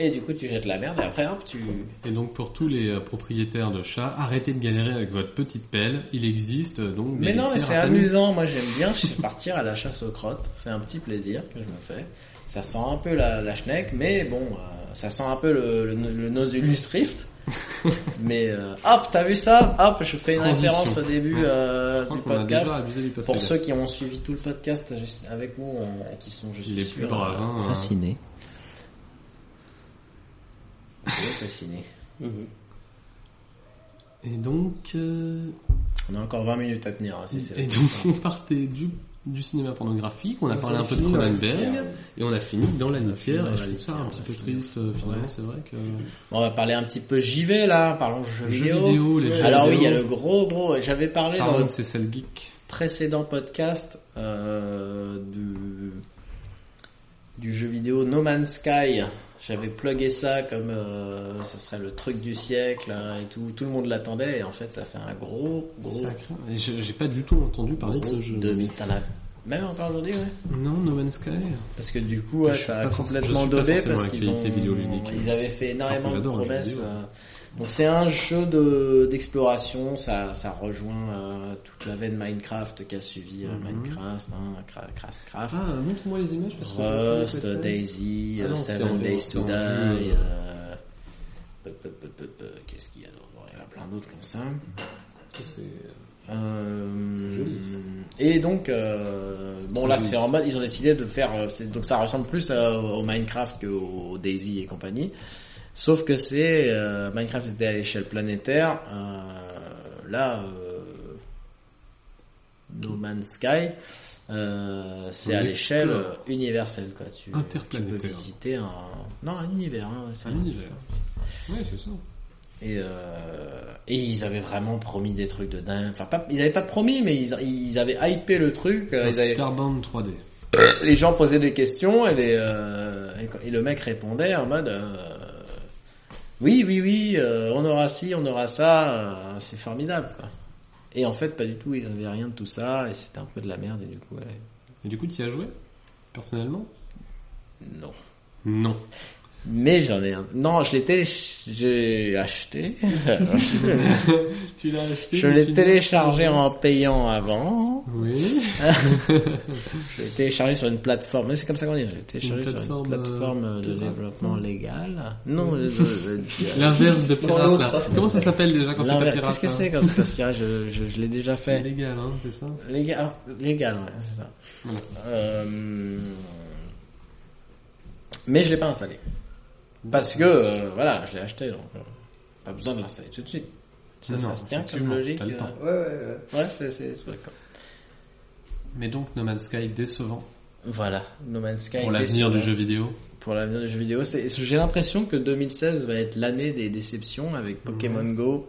Speaker 1: Et du coup, tu jettes la merde et après, hop, tu.
Speaker 2: Et donc pour tous les euh, propriétaires de chats, arrêtez de galérer avec votre petite pelle. Il existe euh, donc des
Speaker 1: Mais non, mais
Speaker 2: litières
Speaker 1: c'est
Speaker 2: à tamis.
Speaker 1: amusant. Moi, j'aime bien *laughs* partir à la chasse aux crottes. C'est un petit plaisir que je me fais. Ça sent un peu la, la schneck, mais bon, euh, ça sent un peu le, le, le Nautilus
Speaker 2: *laughs*
Speaker 1: Rift. mais euh, hop, t'as vu ça Hop, je fais une
Speaker 2: Transition.
Speaker 1: référence au début euh,
Speaker 2: Je crois
Speaker 1: du
Speaker 2: qu'on a
Speaker 1: podcast.
Speaker 2: déjà abusé du passé.
Speaker 1: Pour ceux qui ont suivi tout le podcast juste avec nous, euh, qui sont, je suis
Speaker 2: Les plus
Speaker 1: sûr,
Speaker 2: braves,
Speaker 1: euh,
Speaker 2: hein.
Speaker 1: fascinés. Oui, fascinés. Mhm.
Speaker 2: Et donc, euh,
Speaker 1: On a encore 20 minutes à tenir. hein, si Ah, c'est
Speaker 2: et
Speaker 1: la-
Speaker 2: donc *laughs* on partait du, du cinéma pornographique, on a parlé un peu de Cronenberg, et on a fini dans la litière.
Speaker 1: dans la
Speaker 2: Je trouve ça
Speaker 1: litière,
Speaker 2: un
Speaker 1: on
Speaker 2: petit
Speaker 1: a
Speaker 2: peu
Speaker 1: fini.
Speaker 2: triste euh, finalement.
Speaker 1: Ouais.
Speaker 2: C'est vrai que
Speaker 1: Bon, on va parler un petit peu JV là, parlons jeux
Speaker 2: jeux
Speaker 1: vidéo.
Speaker 2: vidéo, les
Speaker 3: Ouais.
Speaker 2: jeux
Speaker 1: Alors oui, il
Speaker 2: vidéo.
Speaker 1: y a le gros gros. euh, J'avais parlé dans
Speaker 2: Ah, Pardon,
Speaker 1: le
Speaker 2: c'est celle geek.
Speaker 1: précédent podcast euh, du du jeu vidéo No Man's Sky. J'avais plugué ça comme euh, ce serait le truc du siècle hein, et tout. Tout le monde l'attendait et en fait ça fait un gros gros
Speaker 2: Sacré. Et je- J'ai pas du tout entendu parler de ce jeu.
Speaker 1: demi. T'en as même encore aujourd'hui, ouais.
Speaker 2: Non, No Man's Sky.
Speaker 1: Parce que du coup, ouais,
Speaker 2: Je suis
Speaker 1: ça a
Speaker 2: pas forc-
Speaker 1: complètement
Speaker 2: je suis pas
Speaker 1: daubé
Speaker 2: forcément
Speaker 1: parce
Speaker 2: la
Speaker 1: qu'ils ont,
Speaker 2: qualité vidéoludique.
Speaker 1: ils avaient fait énormément de
Speaker 2: Alors qu'on adore les jeux
Speaker 1: promesses.
Speaker 2: vidéo.
Speaker 1: euh. Donc c'est un jeu de d'exploration, ça ça rejoint euh, toute la veine Minecraft qui a suivi euh,
Speaker 2: Mhm.
Speaker 1: Minecraft, hein, Cra- Craft, Craft,
Speaker 2: Ah, montre-moi les images. parce que
Speaker 1: Rust,
Speaker 2: je-
Speaker 1: Daisy,
Speaker 2: Ah
Speaker 1: euh,
Speaker 2: non, c'est en
Speaker 1: Seven
Speaker 2: vidéo,
Speaker 1: Days
Speaker 2: c'est
Speaker 1: to
Speaker 2: en
Speaker 1: Die.
Speaker 2: vidéo.
Speaker 1: euh, peu, peu, peu, peu, peu, Qu'est-ce qu'il y a d'autre Il y en a plein d'autres comme ça.
Speaker 2: C'est-
Speaker 1: Euh,
Speaker 2: joli.
Speaker 1: et donc, euh, bon là c'est en mode, ils ont décidé de faire, euh, c'est- donc ça ressemble plus à- au Minecraft qu'au Daisy et compagnie, sauf que c'est euh, Minecraft était à l'échelle planétaire, euh, là euh, No Man's Sky, euh, c'est à
Speaker 2: Oui,
Speaker 1: l'échelle
Speaker 2: couleur.
Speaker 1: euh, universelle quoi. Tu,
Speaker 2: Interplanétaire.
Speaker 1: Tu peux visiter un, non un univers. hein,
Speaker 2: C'est un univers. Ouais, c'est ça.
Speaker 1: et, euh, et ils avaient vraiment promis des trucs de dingue. Enfin, pas, ils avaient pas promis, mais ils, ils avaient hypé le truc. euh,
Speaker 2: Un
Speaker 1: ils avaient-
Speaker 2: Starbound 3D.
Speaker 1: les gens posaient des questions et, les, euh, et, quand- et le mec répondait en mode euh, oui, oui, oui, euh, on aura ci, on aura ça, euh, c'est formidable. Quoi. Et en fait, pas du tout. Ils avaient rien de tout ça et c'était un peu de la merde. Et du coup, ouais,
Speaker 2: Et du coup, tu y as joué Personnellement
Speaker 1: non.
Speaker 2: Non.
Speaker 1: *laughs*
Speaker 2: *laughs*
Speaker 1: Mais j'en ai un. Non, je l'ai télé... j'ai acheté.
Speaker 2: tu l'as acheté
Speaker 1: je
Speaker 2: mais
Speaker 1: l'ai
Speaker 2: tu-
Speaker 1: téléchargé en payant avant.
Speaker 2: Oui.
Speaker 1: Je l'ai téléchargé sur une plateforme, mais c'est comme ça qu'on dit, je l'ai téléchargé
Speaker 2: Une
Speaker 1: sur une
Speaker 2: plateforme, euh,
Speaker 1: plateforme euh, de
Speaker 2: pirate.
Speaker 1: développement légal. Non, je-
Speaker 2: *laughs*
Speaker 1: je- je-
Speaker 2: L'inverse de
Speaker 3: Dans
Speaker 2: pirate,
Speaker 3: l'autre.
Speaker 2: là. Comment ça s'appelle déjà quand c'est pas
Speaker 1: L'inverse,
Speaker 2: pirate
Speaker 1: qu'est-ce que
Speaker 2: là
Speaker 1: c'est quand c'est pas pirate Je, je, je l'ai déjà
Speaker 2: C'est
Speaker 1: fait.
Speaker 2: légal, hein, c'est ça
Speaker 1: Légal, ah, légal ouais, c'est ça.
Speaker 2: Voilà.
Speaker 1: Euh, Mais je l'ai pas installé. Parce que,
Speaker 2: Bah,
Speaker 1: euh, voilà, je l'ai acheté, donc euh, pas besoin de l'installer tout de suite. Ça,
Speaker 2: Non,
Speaker 1: ça se tient comme
Speaker 2: effectivement,
Speaker 1: logique.
Speaker 2: t'as le
Speaker 1: euh,
Speaker 2: temps.
Speaker 3: Ouais, ouais, ouais.
Speaker 1: Ouais, c'est, c'est, c'est d'accord.
Speaker 2: Mais donc, No Man's Sky décevant
Speaker 1: Voilà, No Man's Sky.
Speaker 2: pour
Speaker 1: était
Speaker 2: l'avenir
Speaker 1: sur-
Speaker 2: du jeu vidéo.
Speaker 1: pour l'avenir du jeu vidéo. C'est- J'ai l'impression que 2016 va être l'année des déceptions avec Pokémon Go.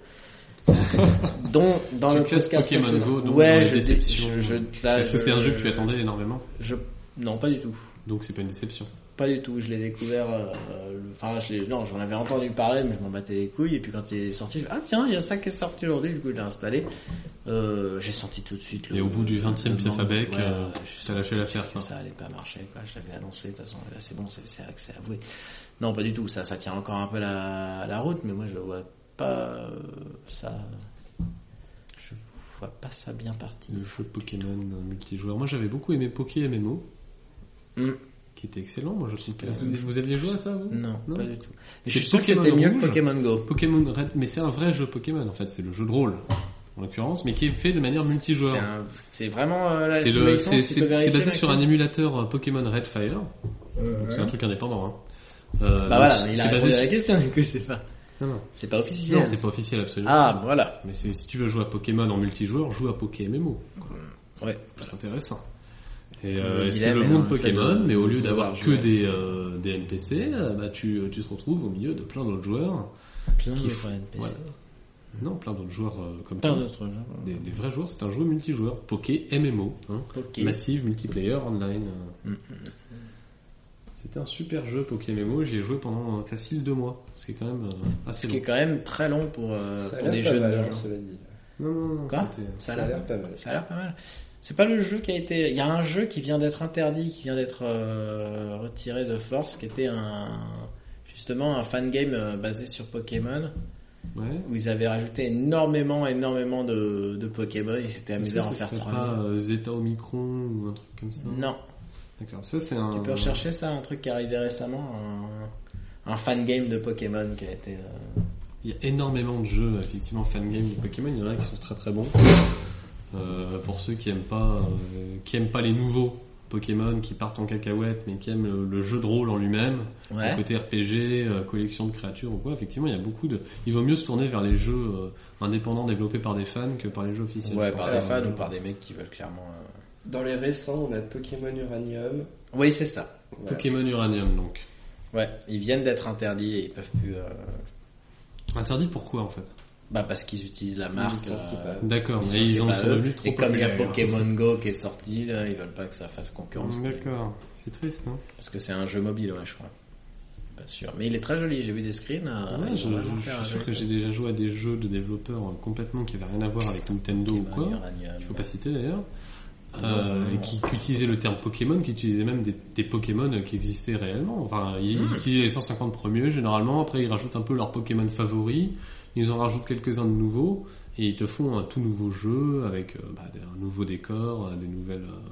Speaker 1: *laughs* dont dans
Speaker 2: Tu
Speaker 1: le
Speaker 2: classes
Speaker 1: podcast
Speaker 2: Pokémon
Speaker 1: précédent.
Speaker 2: Go, donc, dans
Speaker 1: ouais,
Speaker 2: les
Speaker 1: je, dé-
Speaker 2: déceptions.
Speaker 1: je, je, là,
Speaker 2: Parce que
Speaker 1: Ah, je-
Speaker 2: c'est un jeu que tu attendais énormément.
Speaker 1: je- non, pas du tout.
Speaker 2: Donc, c'est pas une déception.
Speaker 1: Pas du tout. Je l'ai découvert. euh, le- Enfin, je l'ai- non, j'en avais entendu parler, mais je m'en battais les couilles. Et puis quand il est sorti, je ah tiens, il y a ça qui est sorti aujourd'hui. Du coup, je l'ai installé. Euh, j'ai senti tout de suite. Le,
Speaker 2: Et au bout du 20e
Speaker 1: le
Speaker 2: piaf à
Speaker 1: manque.
Speaker 2: bec,
Speaker 1: j'ai
Speaker 2: euh, t'as
Speaker 1: senti
Speaker 2: lâché
Speaker 1: tout de
Speaker 2: l'affaire,
Speaker 1: suite
Speaker 2: quoi.
Speaker 1: Que ça allait pas marcher. Quoi. Je l'avais annoncé. De toute façon, là, c'est bon, c'est c'est c'est avoué. Non, pas du tout. Ça, ça tient encore un peu la, la route, mais moi, je vois pas euh, ça. Je vois pas ça bien parti.
Speaker 2: Le jeu Pokémon euh, multijoueur. Moi, j'avais beaucoup aimé Poké MMO.
Speaker 1: Mm.
Speaker 2: Qui était excellent, moi, je trouve.
Speaker 1: C'était-
Speaker 2: Vous, vous aviez joué à ça, vous
Speaker 1: Non,
Speaker 2: Non.
Speaker 1: pas du tout.
Speaker 2: C'est
Speaker 1: Je suis sûr que
Speaker 2: Pokémon
Speaker 1: c'était mieux que
Speaker 2: Rouge
Speaker 1: Pokémon Go.
Speaker 2: Pokémon Red, mais c'est un vrai jeu Pokémon en fait, c'est le jeu de rôle en l'occurrence, mais qui est fait de manière multijoueur.
Speaker 1: C'est un- C'est vraiment euh, la
Speaker 2: C'est
Speaker 1: sous
Speaker 2: le-
Speaker 1: licence,
Speaker 2: c'est-
Speaker 1: tu peux
Speaker 2: c'est-
Speaker 1: vérifier
Speaker 2: c'est basé sur un
Speaker 1: l'action.
Speaker 2: émulateur euh, Pokémon Red Fire, donc c'est un truc indépendant. Hein. Euh,
Speaker 1: Bah
Speaker 2: donc,
Speaker 1: voilà, il a
Speaker 2: c'est basé
Speaker 1: répondu à la
Speaker 2: sur-
Speaker 1: question, du coup, c'est pas,
Speaker 2: Non, non.
Speaker 1: c'est pas officiel.
Speaker 2: Non, c'est pas officiel absolument.
Speaker 1: Ah, voilà.
Speaker 2: Mais c'est- si tu veux jouer à Pokémon en multijoueur, joue à Pokémon.
Speaker 1: Ouais.
Speaker 2: C'est intéressant. Et
Speaker 1: Le
Speaker 2: euh, c'est
Speaker 1: dilemme
Speaker 2: le
Speaker 1: est
Speaker 2: monde
Speaker 1: dans le fait
Speaker 2: Pokémon,
Speaker 1: de-
Speaker 2: mais au
Speaker 1: de
Speaker 2: lieu
Speaker 1: vouloir
Speaker 2: d'avoir que
Speaker 1: jouer.
Speaker 2: des, euh, des NPC, euh, bah, tu, tu te retrouves au milieu de plein d'autres joueurs.
Speaker 1: Plein
Speaker 2: Qui
Speaker 1: de
Speaker 2: font-
Speaker 1: fois NPC.
Speaker 2: voilà. Non, plein d'autres joueurs euh, comme
Speaker 1: Plein
Speaker 2: toi.
Speaker 1: d'autres jeux.
Speaker 2: Des, des vrais joueurs, c'est un jeu multijoueur, Poké MMO, hein,
Speaker 1: Ok.
Speaker 2: massive multiplayer online. euh.
Speaker 1: Mm,
Speaker 2: C'est C'était un super jeu Pokémon. J'y ai joué pendant euh, facile deux mois. Ce qui est quand même euh,
Speaker 1: Mm. Ce
Speaker 2: assez
Speaker 1: qui
Speaker 2: long.
Speaker 1: est quand même très long pour, euh,
Speaker 3: Ça a
Speaker 1: pour
Speaker 3: l'air
Speaker 1: des
Speaker 3: pas
Speaker 1: jeunes
Speaker 3: mal,
Speaker 1: de
Speaker 3: hein,
Speaker 1: gens.
Speaker 3: cela dit.
Speaker 2: Non, non, non.
Speaker 1: Quoi
Speaker 2: c'était-
Speaker 1: Ça
Speaker 3: Ça
Speaker 1: a
Speaker 3: a
Speaker 1: l'air-
Speaker 3: l'air pas mal.
Speaker 1: ça a l'air pas mal. C'est pas le jeu qui a été. Il y a un jeu qui vient d'être interdit, qui vient d'être euh, retiré de force, qui était un justement un fan game euh, basé sur Pokémon,
Speaker 2: Ouais.
Speaker 1: où ils avaient rajouté énormément, énormément de, de Pokémon. Ils s'étaient
Speaker 2: Est-ce
Speaker 1: amusés
Speaker 2: que
Speaker 1: à en
Speaker 2: ce
Speaker 1: faire
Speaker 2: serait
Speaker 1: 3000.
Speaker 2: pas euh, Zeta Omicron ou un truc comme ça
Speaker 1: Non,
Speaker 2: D'accord. Ça, c'est un.
Speaker 1: tu peux rechercher ça, un truc qui est arrivé récemment, un, un fan game de Pokémon qui a été. euh,
Speaker 2: Il y a énormément de jeux, effectivement, fangame de Pokémon. Il y en a qui sont très très bons. Euh, pour ceux qui aiment pas, euh, qui aiment pas les nouveaux Pokémon, qui partent en cacahuète, mais qui aiment le, le jeu de rôle en lui-même, le côté RPG, euh, collection de créatures ou quoi. Effectivement, il y a beaucoup de. Il vaut mieux se tourner vers les jeux euh, indépendants développés par des fans que par les jeux officiels.
Speaker 1: Ouais,
Speaker 2: Je
Speaker 1: par
Speaker 2: pense
Speaker 1: des
Speaker 2: que-
Speaker 1: fans ou par des mecs qui veulent clairement. euh,
Speaker 3: Dans les récents, on a Pokémon Uranium.
Speaker 1: Oui, c'est ça.
Speaker 3: Voilà.
Speaker 2: Pokémon Uranium, donc.
Speaker 1: Ouais, ils viennent d'être interdits et ils peuvent plus. euh,
Speaker 2: Interdit pourquoi en fait
Speaker 1: Bah parce qu'ils utilisent la marque. euh,
Speaker 3: licence qui est pas-
Speaker 2: D'accord,
Speaker 1: ils
Speaker 2: mais
Speaker 1: ont
Speaker 2: ils
Speaker 1: acheté
Speaker 2: en
Speaker 1: pas
Speaker 2: sont
Speaker 1: eux.
Speaker 2: devenus trop
Speaker 1: Et comme il y a
Speaker 2: populaires. hein. Mm,
Speaker 1: Pokémon Go qui est sorti, là, ils veulent pas que ça fasse concurrence.
Speaker 2: D'accord, c'est triste, hein. non
Speaker 1: Parce que c'est un jeu mobile, ouais, je crois. Pas sûr. Mais il est très joli, j'ai vu des screens. euh,
Speaker 2: Ouais,
Speaker 1: ils
Speaker 2: je,
Speaker 1: vont vraiment
Speaker 2: je- je
Speaker 1: faire un
Speaker 2: suis sûr
Speaker 1: jeu
Speaker 2: que j'ai déjà joué à des jeux de développeurs euh, complètement qui avaient rien à voir avec Nintendo ou
Speaker 1: Pokémon,
Speaker 2: quoi,
Speaker 1: Uranium.
Speaker 2: qu'il faut pas citer d'ailleurs, euh, et qui, qui utilisaient le terme Pokémon, qui utilisaient même des, des Pokémon euh, qui existaient réellement. Enfin, ils
Speaker 1: Mm.
Speaker 2: utilisaient les 150 premiers généralement, après ils rajoutent un peu leurs Pokémon favoris, ils en rajoutent quelques-uns de nouveaux, et ils te font un tout nouveau jeu avec euh, bah, des- un nouveau décor, euh, des nouvelles... euh,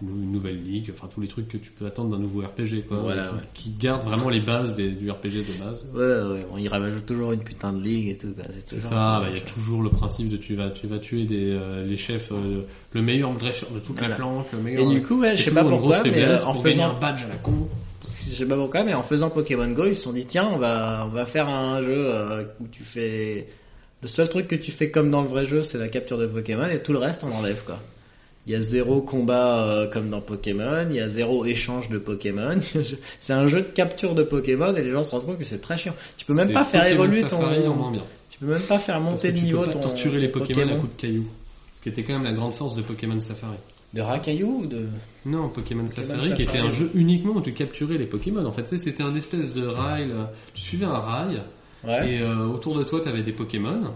Speaker 2: des nou- une nouvelle ligue, enfin tous les trucs que tu peux attendre d'un nouveau RPG quoi,
Speaker 1: Voilà,
Speaker 2: qui,
Speaker 1: ouais.
Speaker 2: qui garde vraiment les bases des- du RPG de base.
Speaker 1: Ouais, ouais, bon, ils ravagent toujours une putain de ligue et tout. quoi, C'est
Speaker 2: C'est
Speaker 1: toujours
Speaker 2: ça,
Speaker 1: un
Speaker 2: bah,
Speaker 1: peu
Speaker 2: il y a
Speaker 1: chaud.
Speaker 2: toujours le principe de tu vas, tu vas tuer des, euh, les chefs, euh, le meilleur dresseur de toutes
Speaker 1: Voilà.
Speaker 2: les planques, le meilleur.
Speaker 1: Et du coup, ouais,
Speaker 2: c'est
Speaker 1: je sais pas
Speaker 2: toujours une
Speaker 1: pourquoi,
Speaker 2: grosse
Speaker 1: mais
Speaker 2: faiblesse
Speaker 1: euh, en
Speaker 2: pour gagner
Speaker 1: faisant
Speaker 2: un badge à la con.
Speaker 1: Je sais pas pourquoi, mais en faisant Pokémon Go, ils se sont dit tiens, on va on va faire un jeu euh, où tu fais le seul truc que tu fais comme dans le vrai jeu, c'est la capture de Pokémon et tout le reste on enlève quoi. Il y a zéro combat euh, comme dans Pokémon, il y a zéro échange de Pokémon. *laughs* c'est un jeu de capture de Pokémon et les gens se rendent compte que c'est très chiant. Tu peux même
Speaker 2: C'est
Speaker 1: pas faire
Speaker 2: Pokémon
Speaker 1: évoluer
Speaker 2: Safari en moins
Speaker 1: ton,
Speaker 2: bien.
Speaker 1: tu peux même pas faire
Speaker 2: Parce
Speaker 1: monter
Speaker 2: que
Speaker 1: de
Speaker 2: tu
Speaker 1: niveau
Speaker 2: peux pas
Speaker 1: ton
Speaker 2: torturer les
Speaker 1: ton
Speaker 2: Pokémon, à coups de cailloux. Ce qui était quand même la grande force de Pokémon Safari.
Speaker 1: de Rakaillou ou de
Speaker 2: Non, Pokémon, Safari, qui était
Speaker 1: Safari.
Speaker 2: un jeu uniquement où tu capturais les Pokémon. En fait, tu sais, c'était un espèce de rail. euh, Tu suivais un rail
Speaker 1: ouais.
Speaker 2: Et euh, autour de toi, t'avais des Pokémon.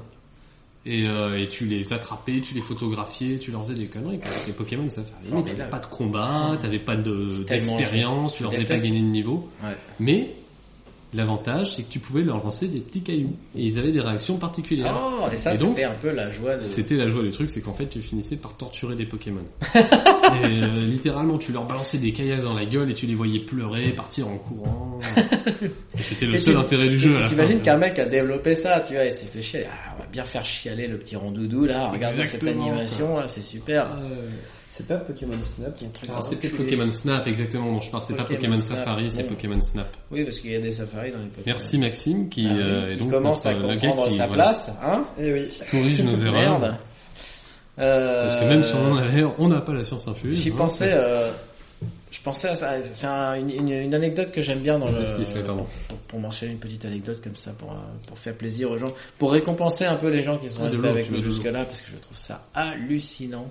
Speaker 2: Et, euh, et tu les attrapais, tu les photographiais, tu leur faisais des conneries. quoi. Parce que les Pokémon, ça fait rien.
Speaker 1: Formidable. Mmh.
Speaker 2: T'avais pas de combat, t'avais pas de-
Speaker 1: C'est tellement
Speaker 2: d'expérience, tu
Speaker 1: Je
Speaker 2: leur faisais pas
Speaker 1: déteste.
Speaker 2: gagner de niveau.
Speaker 1: Ouais.
Speaker 2: Mais l'avantage, c'est que tu pouvais leur lancer des petits cailloux. Et ils avaient des réactions particulières.
Speaker 1: Oh, et ça
Speaker 2: Et donc,
Speaker 1: c'était un peu la joie de
Speaker 2: C'était la joie du truc, c'est qu'en fait tu finissais par torturer
Speaker 1: *laughs*
Speaker 2: des Pokémon. et, euh, littéralement, tu leur balançais des caillasses dans la gueule et tu les voyais pleurer, partir en courant.
Speaker 1: *laughs*
Speaker 2: Et C'était le
Speaker 1: Et
Speaker 2: seul
Speaker 1: tu-
Speaker 2: intérêt du
Speaker 1: Et
Speaker 2: jeu.
Speaker 1: tu
Speaker 2: à la fin,
Speaker 1: t'imagines
Speaker 2: tu
Speaker 1: qu'un mec a développé ça, tu vois, et s'est fait chier. Ah, on va bien faire chialer le petit rondoudou là, regardez cette
Speaker 2: Exactement,
Speaker 1: animation là, c'est super.
Speaker 2: vois. Ouais.
Speaker 3: C'est pas Pokémon Snap qui est un
Speaker 1: Ah
Speaker 3: truc
Speaker 2: Alors, Ah, c'est
Speaker 3: enculé.
Speaker 2: peut-être Pokémon Snap, exactement, dont je parle. C'est pas
Speaker 1: Pokémon
Speaker 2: Pokémon
Speaker 1: Snap,
Speaker 2: Safari, c'est
Speaker 1: bon.
Speaker 2: Pokémon Snap.
Speaker 1: Oui, parce qu'il y a des safaris dans les Pokémon.
Speaker 2: Merci Maxime, qui,
Speaker 1: Ah oui,
Speaker 2: euh, est
Speaker 1: qui
Speaker 2: donc
Speaker 1: commence à
Speaker 2: notre- le gars
Speaker 1: comprendre
Speaker 2: qui,
Speaker 1: sa
Speaker 2: voilà,
Speaker 1: place, hein
Speaker 3: Eh oui.
Speaker 2: corrige nos
Speaker 1: *laughs*
Speaker 2: erreurs.
Speaker 1: Merde. Euh,
Speaker 2: Parce que même si on en a l'air, on n'a pas la science infuse.
Speaker 1: J'y
Speaker 2: hein,
Speaker 1: pensais,
Speaker 2: c'est-
Speaker 1: euh, je pensais à ça. C'est un- une, une- une anecdote que j'aime bien dans le.
Speaker 2: Justice, ouais, pardon.
Speaker 1: pour, pour mentionner une petite anecdote comme ça, pour, euh, pour faire plaisir aux gens, pour récompenser un peu les gens qui sont
Speaker 2: Ah, de
Speaker 1: restés
Speaker 2: l'eau,
Speaker 1: avec
Speaker 2: tu veux
Speaker 1: nous
Speaker 2: de l'eau.
Speaker 1: jusque-là, parce que je trouve ça hallucinant.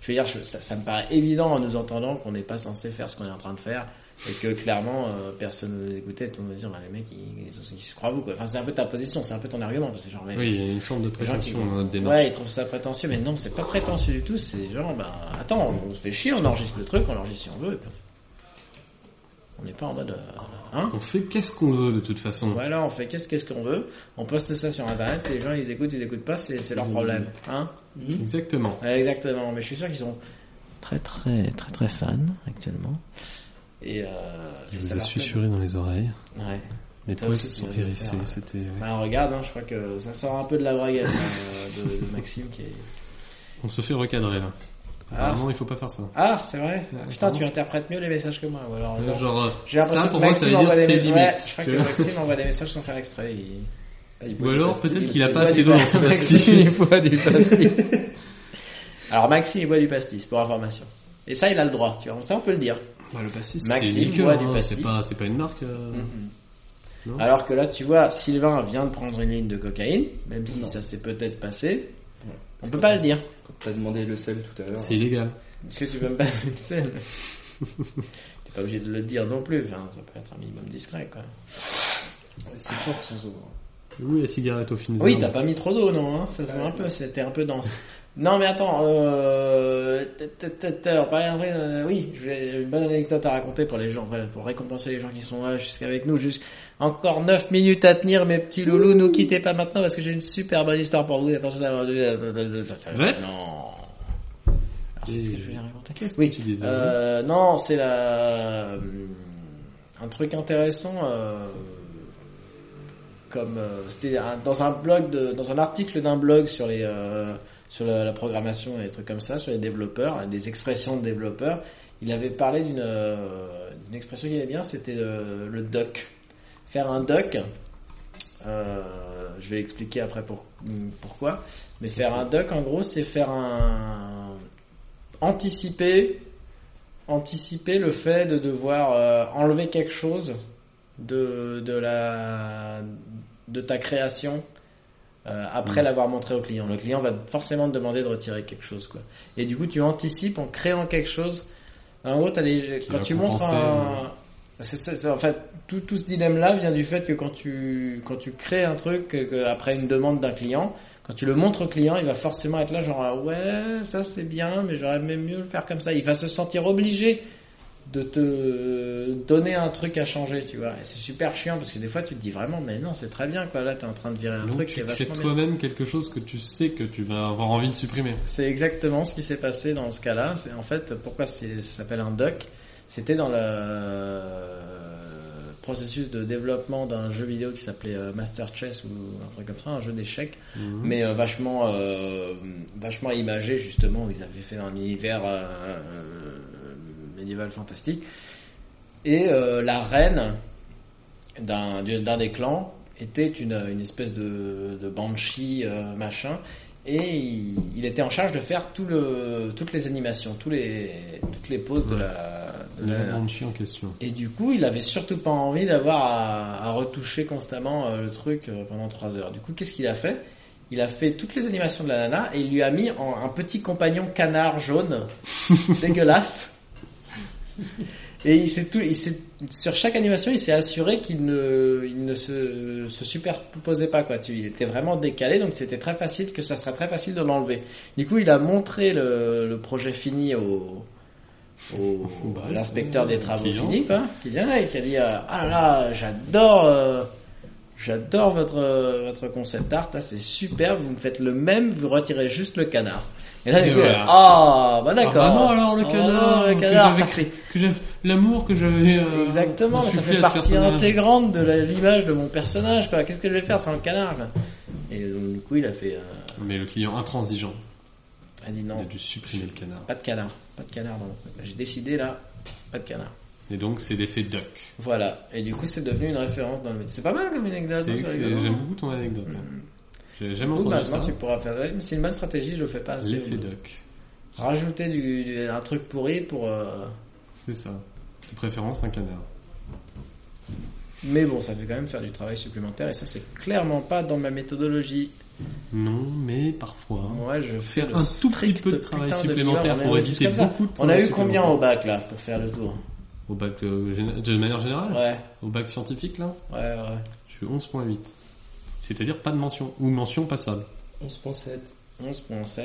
Speaker 1: Je veux dire, je- ça, ça me paraît évident en nous entendant qu'on n'est pas censé faire ce qu'on est en train de faire et que clairement euh, personne ne nous écoutait. Tout le monde disait, Bah, les mecs, ils, ils- ils se croient vous quoi. Enfin, c'est un peu ta position, c'est un peu ton argument. C'est genre, mais
Speaker 2: Oui, il y a une forme de hein,
Speaker 1: les gens qui-
Speaker 2: prétention dans notre démarche.
Speaker 1: Ouais, ils trouvent ça prétentieux, mais non, c'est pas prétentieux du tout, c'est genre, bah, attends, on se fait chier, on enregistre le truc, on enregistre si on veut, et puis on n'est pas en mode, euh, hein
Speaker 2: On fait qu'est-ce qu'on veut de toute façon.
Speaker 1: Voilà, on fait qu'est-ce qu'est-ce qu'on veut, on poste ça sur internet, les gens ils écoutent, ils écoutent pas, c'est c'est leur problème, hein
Speaker 2: Hmm.
Speaker 3: Mhm.
Speaker 2: Exactement.
Speaker 1: Ouais, Exactement, mais je suis sûr qu'ils sont très très très très fans, actuellement, et euh... et ça
Speaker 2: Je vous ai
Speaker 1: leur plaît.
Speaker 2: susurré dans les oreilles.
Speaker 1: Ouais.
Speaker 2: Mes
Speaker 1: Toi
Speaker 2: poils
Speaker 1: aussi,
Speaker 2: se sont
Speaker 1: tu vas le
Speaker 2: hérissés.
Speaker 1: faire.
Speaker 2: C'était. ouais.
Speaker 1: Bah regarde, hein, je crois que ça sort un peu de la braguette hein, de, de Maxime qui est...
Speaker 2: On se fait recadrer là.
Speaker 1: Ah.
Speaker 2: Apparemment, il faut pas faire ça.
Speaker 1: Ah, c'est vrai
Speaker 2: Ouais,
Speaker 1: Putain, tu
Speaker 2: vraiment.
Speaker 1: interprètes mieux les messages que moi. Ou alors, Ah non.
Speaker 2: Genre, euh,
Speaker 1: J'ai l'impression
Speaker 2: ça
Speaker 1: que
Speaker 2: pour moi,
Speaker 1: Maxime
Speaker 2: ça veut dire
Speaker 1: envoie
Speaker 2: c'est
Speaker 1: des messages. Ouais,
Speaker 2: limite.
Speaker 1: je crois
Speaker 2: tu
Speaker 1: que
Speaker 2: vois.
Speaker 1: Maxime envoie des messages sans faire exprès. il-
Speaker 3: Ah, il
Speaker 2: Ou
Speaker 3: boit
Speaker 2: alors,
Speaker 3: des pastilles.
Speaker 2: peut-être qu'il a
Speaker 1: Il
Speaker 2: pas
Speaker 1: boit
Speaker 2: assez
Speaker 1: du
Speaker 2: d'eau dans
Speaker 1: pastis. *laughs*
Speaker 2: son plastique.
Speaker 1: Il boit du pastis. Alors Maxime, il boit du pastis, pour information. Et ça, il a le droit, tu vois. Ça, on peut le dire.
Speaker 2: Bah, le pastis, c'est
Speaker 1: Maxime
Speaker 2: une liqueur,
Speaker 1: boit du
Speaker 2: hein,
Speaker 1: pastis. Mm.
Speaker 2: c'est pas, c'est pas une marque. euh,
Speaker 3: Mm-hmm.
Speaker 2: Non.
Speaker 1: Alors que là, tu vois, Sylvain vient de prendre une ligne de cocaïne, même si
Speaker 3: Non.
Speaker 1: ça s'est peut-être passé.
Speaker 3: Ouais.
Speaker 1: On peut pas le dire.
Speaker 3: Quand t'as demandé le sel tout à l'heure.
Speaker 2: C'est illégal.
Speaker 1: Est-ce que tu peux me passer le sel *laughs* T'es pas obligé de le dire non plus. Enfin, ça peut être un minimum discret, quoi.
Speaker 3: C'est fort hein. sans eau.
Speaker 2: Où est la cigarette au fin
Speaker 1: Oui, t'as pas mis trop d'eau, non hein Ça se voit un peu, c'était un peu dense. Non, mais attends, euh... t- t- t- t- on parlait d'un truc, euh, Oui, je voulais- une bonne anecdote à raconter pour les gens, voilà, pour récompenser les gens qui sont là jusqu'avec nous. Juste encore 9 minutes à tenir, mes petits loulous, nous quittez pas maintenant parce que j'ai une super bonne histoire pour vous. Attention, ça va-
Speaker 2: Ouais.
Speaker 1: non. Alors, qu'est-ce que je voulais raconter
Speaker 2: Qu'est-ce
Speaker 1: Oui,
Speaker 2: que tu disais
Speaker 1: euh, non, c'est la hum, un truc intéressant euh, comme euh, c'était un- dans un blog de dans un article d'un blog sur les euh, sur la, la programmation et des trucs comme ça sur les développeurs, euh, des expressions de développeurs, il avait parlé d'une euh, d'une expression qui allait bien, c'était le, le doc. Faire un doc euh, je vais expliquer après pour- pourquoi. Mais faire un doc, en gros, c'est faire un anticiper anticiper le fait de devoir euh, enlever quelque chose de de la de ta création euh, après
Speaker 2: Mhm.
Speaker 1: l'avoir montré au client. Le client va forcément te demander de retirer quelque chose, quoi. Et du coup, tu anticipes en créant quelque chose. En gros, t'as les- quand
Speaker 2: va
Speaker 1: tu montres
Speaker 2: compenser,
Speaker 1: un- c'est ça, c'est- en fait, tout, tout ce dilemme-là vient du fait que quand tu, quand tu crées un truc, que- que après une demande d'un client, quand tu le montres au client, il va forcément être là, genre, ah ouais, ça c'est bien, mais j'aurais même mieux le faire comme ça. Il va se sentir obligé de te donner un truc à changer, tu vois. Et c'est super chiant parce que des fois tu te dis vraiment, mais non, c'est très bien, quoi. Là, t'es en train de virer un
Speaker 2: Donc,
Speaker 1: truc qui est
Speaker 2: tu crées
Speaker 1: vachement bien.
Speaker 2: toi-même quelque chose que tu sais que tu vas avoir envie de supprimer.
Speaker 1: C'est exactement ce qui s'est passé dans ce cas-là. C'est en fait pourquoi c'est- ça s'appelle un doc. C'était dans le euh, processus de développement d'un jeu vidéo qui s'appelait euh, Master Chess ou un truc comme ça, un jeu d'échecs,
Speaker 2: Mmh.
Speaker 1: mais euh, vachement, euh, vachement imagé justement. Ils avaient fait un univers euh, euh, médiéval fantastique. Et euh, la reine d'un d'une- d'un des clans était une, une espèce de, de banshee euh, machin et il, il était en charge de faire tout le, toutes les animations, tous les, toutes les poses de la. de
Speaker 2: La
Speaker 1: la-
Speaker 2: banshee en question.
Speaker 1: Et du coup, il avait surtout pas envie d'avoir à, à retoucher constamment euh, le truc euh, pendant trois heures. Du coup, qu'est-ce qu'il a fait Il a fait toutes les animations de la nana et il lui a mis en- un petit compagnon canard
Speaker 2: *laughs*
Speaker 1: jaune dégueulasse. Et il s'est tout, il s'est, sur chaque animation, il s'est assuré qu'il ne, il ne se, se superposait pas, quoi. Tu, il était vraiment décalé, donc c'était très facile, que ça serait très facile de l'enlever. Du coup, il a montré le, le projet fini au, au,
Speaker 2: Bah,
Speaker 1: à l'inspecteur
Speaker 2: c'est-
Speaker 1: des travaux
Speaker 2: client.
Speaker 1: Philippe, hein, qui vient là et qui a dit, euh, ah là là, j'adore, euh, j'adore votre, euh, votre concept art, là, c'est superbe, vous me faites le même, vous retirez juste le canard. Et là,
Speaker 2: Et
Speaker 1: il dit,
Speaker 2: voilà.
Speaker 1: ah, bah
Speaker 2: Ah
Speaker 1: d'accord.
Speaker 2: bah non, alors le
Speaker 1: Oh,
Speaker 2: canard,
Speaker 1: le
Speaker 2: que
Speaker 1: canard,
Speaker 2: j'avais
Speaker 1: ça fait-
Speaker 2: que j'ai- l'amour que j'avais. euh,
Speaker 1: Exactement, mais ça
Speaker 2: insufflé
Speaker 1: fait
Speaker 2: à ce
Speaker 1: partie
Speaker 2: personnage.
Speaker 1: intégrante de la- l'image de mon personnage, quoi. Qu'est-ce que je vais faire sans le canard quoi Et donc, du coup, il a fait, euh,
Speaker 2: Mais le client intransigeant
Speaker 1: a dit
Speaker 2: il a
Speaker 1: non,
Speaker 2: dû supprimer le canard.
Speaker 1: pas de canard, pas de canard. non. J'ai décidé là, pas de canard.
Speaker 2: Et donc c'est l'effet duck.
Speaker 1: Voilà. Et du coup, c'est devenu une référence dans le métier. C'est pas mal comme anecdote.
Speaker 2: C'est-
Speaker 1: hein,
Speaker 2: c'est-
Speaker 1: rigolo.
Speaker 2: J'aime beaucoup ton anecdote. hein. J'ai jamais
Speaker 1: Hmm. Du coup,
Speaker 2: entendu
Speaker 1: bah, maintenant,
Speaker 2: ça.
Speaker 1: tu pourras faire. ouais, mais C'est une bonne stratégie. Je le fais pas assez.
Speaker 2: L'effet duck.
Speaker 1: Rajouter du, du- un truc pourri pour. euh,
Speaker 2: C'est ça. De préférence un canard.
Speaker 1: Mais bon, ça fait quand même faire du travail supplémentaire. Et ça, c'est clairement pas dans ma méthodologie.
Speaker 2: Non, mais parfois.
Speaker 1: Moi, je fais
Speaker 2: Hein Faire
Speaker 1: le
Speaker 2: un tout petit
Speaker 1: strict
Speaker 2: peu de travail
Speaker 1: putain
Speaker 2: supplémentaire
Speaker 1: minimum.
Speaker 2: pour
Speaker 1: On a eu
Speaker 2: éviter
Speaker 1: comme ça.
Speaker 2: beaucoup de
Speaker 1: On a
Speaker 2: travail
Speaker 1: eu combien
Speaker 2: supplémentaire.
Speaker 1: au bac là pour faire le tour
Speaker 2: Au bac euh, géné- de manière générale
Speaker 1: Ouais,
Speaker 2: Au bac scientifique là
Speaker 1: ouais, ouais.
Speaker 2: Je suis 11.8. C'est-à-dire pas de mention ou mention passable.
Speaker 3: 11.7.
Speaker 1: 11.7.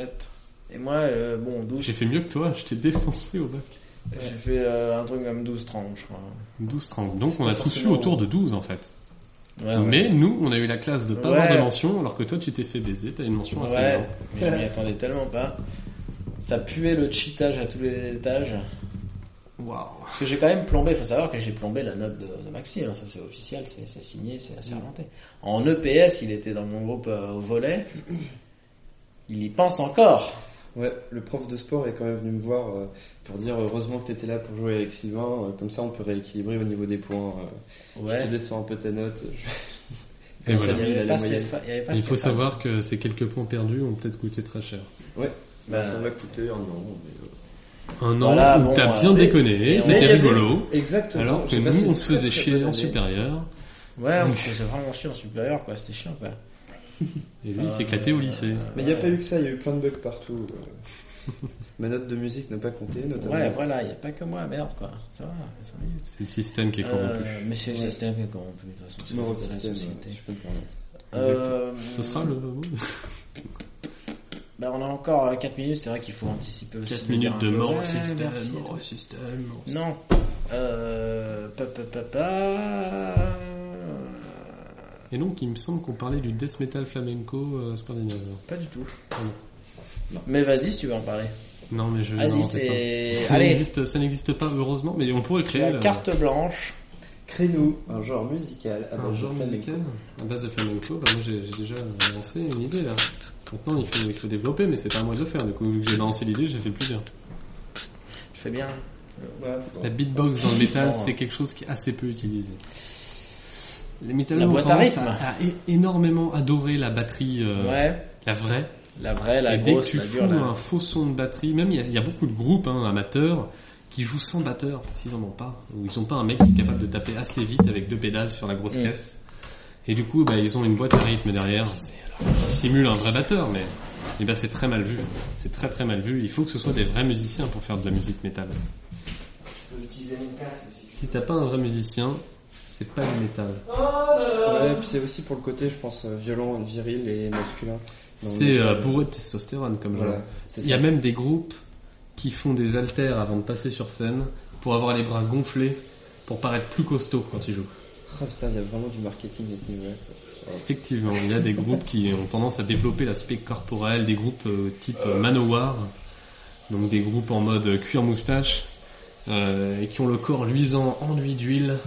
Speaker 1: Et moi, euh, bon, 12.
Speaker 2: J'ai fait mieux que toi, je t'ai défoncé au bac.
Speaker 1: J'ai fait euh, un truc comme 12-30, je crois.
Speaker 2: 12 30. Donc
Speaker 3: C'est
Speaker 2: on
Speaker 3: pas
Speaker 2: a tous eu
Speaker 3: forcément-
Speaker 2: autour de 12 en fait.
Speaker 1: Ah Ouais, ouais.
Speaker 2: Mais nous, on a eu la classe de pas
Speaker 1: Ouais.
Speaker 2: avoir de mention, alors que toi tu t'es fait baiser, t'as une mention assez
Speaker 1: Ouais,
Speaker 2: bien.
Speaker 1: mais je m'y attendais tellement pas. Ça puait le cheatage à tous les étages.
Speaker 2: Waouh.
Speaker 1: Parce que j'ai quand même plombé, faut savoir que j'ai plombé la note de, de Maxi, hein, ça c'est officiel, c'est c'est signé, c'est assermenté. En EPS, il était dans mon groupe euh, au volet. Il y pense encore.
Speaker 3: Ouais, le prof de sport est quand même venu me voir euh, pour dire heureusement que t'étais là pour jouer avec Sylvain, euh, comme ça on peut rééquilibrer au niveau des points. euh. Je te
Speaker 1: Ouais.
Speaker 3: laisse en un peu ta note. Je-
Speaker 2: Et
Speaker 1: Il
Speaker 2: voilà.
Speaker 1: y
Speaker 3: Il a
Speaker 1: avait
Speaker 3: la
Speaker 1: pas
Speaker 3: moyenne.
Speaker 1: Stéphane- il y avait Ah, pas
Speaker 2: Il faut
Speaker 1: Stéphane.
Speaker 2: savoir que ces quelques points perdus ont peut-être coûté très cher.
Speaker 1: Bah,
Speaker 3: ça va coûter un an. mais, euh.
Speaker 2: Un an
Speaker 1: Voilà,
Speaker 2: où
Speaker 1: bon,
Speaker 2: t'as
Speaker 1: euh,
Speaker 2: bien
Speaker 1: mais- mais
Speaker 2: déconné,
Speaker 1: on-
Speaker 3: Mais il y
Speaker 2: c'était
Speaker 3: a-
Speaker 2: rigolo.
Speaker 3: euh, Exactement.
Speaker 2: Alors que
Speaker 3: J'ai passé
Speaker 2: nous, on
Speaker 3: une
Speaker 2: se
Speaker 3: très,
Speaker 2: faisait
Speaker 3: très
Speaker 2: chier
Speaker 3: bonne
Speaker 2: en
Speaker 3: année.
Speaker 1: Bah,
Speaker 2: supérieur.
Speaker 1: Ouais, on faisait vraiment chier en supérieur, quoi, c'était chiant, quoi.
Speaker 2: Et lui, il s'est éclaté au lycée.
Speaker 3: Mais il
Speaker 1: Euh,
Speaker 3: n'y a pas eu que ça, il y a eu plein de bugs partout.
Speaker 1: *laughs*
Speaker 3: euh. Ma note de musique n'a pas compté, notamment.
Speaker 1: Ouais, voilà, il n'y a pas que moi, merde, quoi. Ça va, 5 minutes.
Speaker 2: C'est le système qui est corrompu.
Speaker 1: Euh, mais c'est le
Speaker 3: Ouais.
Speaker 1: système qui est corrompu, de toute façon. c'est
Speaker 3: Numéro
Speaker 1: la
Speaker 3: de système,
Speaker 1: société.
Speaker 3: si je peux me permettre.
Speaker 1: Euh,
Speaker 2: Ce sera le.
Speaker 1: Bah, on a encore 4 minutes, c'est vrai qu'il faut anticiper aussi.
Speaker 2: 4 minutes de mort au système.
Speaker 1: merci.
Speaker 2: mort au système, mort au
Speaker 1: Non. Euh, pa, pa, pa, pa.
Speaker 2: système. Et donc, il me semble qu'on parlait du death metal flamenco euh, scandinave.
Speaker 1: Pas du tout.
Speaker 2: Non.
Speaker 1: Non. Mais vas-y si tu veux en parler.
Speaker 2: Non, mais je.
Speaker 1: Vas-y,
Speaker 2: non, c'est
Speaker 1: c'est...
Speaker 2: ça. Ça
Speaker 1: Allez,
Speaker 2: n'existe- Ça n'existe pas, heureusement, mais on pourrait le créer.
Speaker 1: la
Speaker 2: là.
Speaker 1: carte blanche.
Speaker 3: Crée-nous un genre musical à
Speaker 2: Un
Speaker 3: base de
Speaker 2: genre
Speaker 3: flamenco.
Speaker 2: musical à base de flamenco, bah moi j'ai j'ai déjà lancé une idée là. Maintenant il faut, il faut développer, mais c'est pas à moi de le faire. Du coup, vu que j'ai lancé l'idée, j'ai fait plusieurs.
Speaker 1: Je fais bien.
Speaker 3: Ouais,
Speaker 2: La beatbox dans le métal,
Speaker 1: Bon.
Speaker 2: c'est quelque chose qui est assez peu utilisé. Les métalleux
Speaker 1: La
Speaker 2: ont
Speaker 1: boîte à
Speaker 2: tendance
Speaker 1: rythme.
Speaker 2: à, à é- énormément adorer la batterie, euh,
Speaker 1: Ouais.
Speaker 2: la vraie.
Speaker 1: La vraie, la
Speaker 2: Et dès que
Speaker 1: grosse,
Speaker 2: tu
Speaker 1: la
Speaker 2: fous
Speaker 1: dure, la...
Speaker 2: un faux son de batterie, même il y a- il y, a beaucoup de groupes hein, amateurs qui jouent sans batteur, s'ils en ont pas, ou ils ont pas un mec qui est capable de taper assez vite avec deux pédales sur la grosse
Speaker 1: Mm.
Speaker 2: caisse. Et du coup, bah, ils ont une boîte à rythme derrière qui simule un vrai batteur, mais eh ben, c'est très mal vu. C'est très très mal vu. Il faut que ce soit des vrais musiciens pour faire de la musique métal. Si t'as pas un vrai musicien, c'est pas du métal.
Speaker 3: Ouais, puis c'est aussi pour le côté, je pense, euh, violent, viril et masculin. Dans le
Speaker 2: C'est
Speaker 3: métal.
Speaker 2: euh, bourré de testostérone comme genre.
Speaker 3: Voilà. c'est
Speaker 2: Il y a
Speaker 3: ça.
Speaker 2: même des groupes qui font des haltères avant de passer sur scène pour avoir les bras gonflés, pour paraître plus costaud quand ils jouent.
Speaker 3: Oh, putain, il y a vraiment du marketing à ce niveau-là. quoi.
Speaker 2: Effectivement, il y a des groupes qui ont tendance à développer l'aspect corporel, des groupes euh, type euh, Manowar, donc des groupes en mode cuir moustache, euh, et qui ont le corps luisant, enduit d'huile,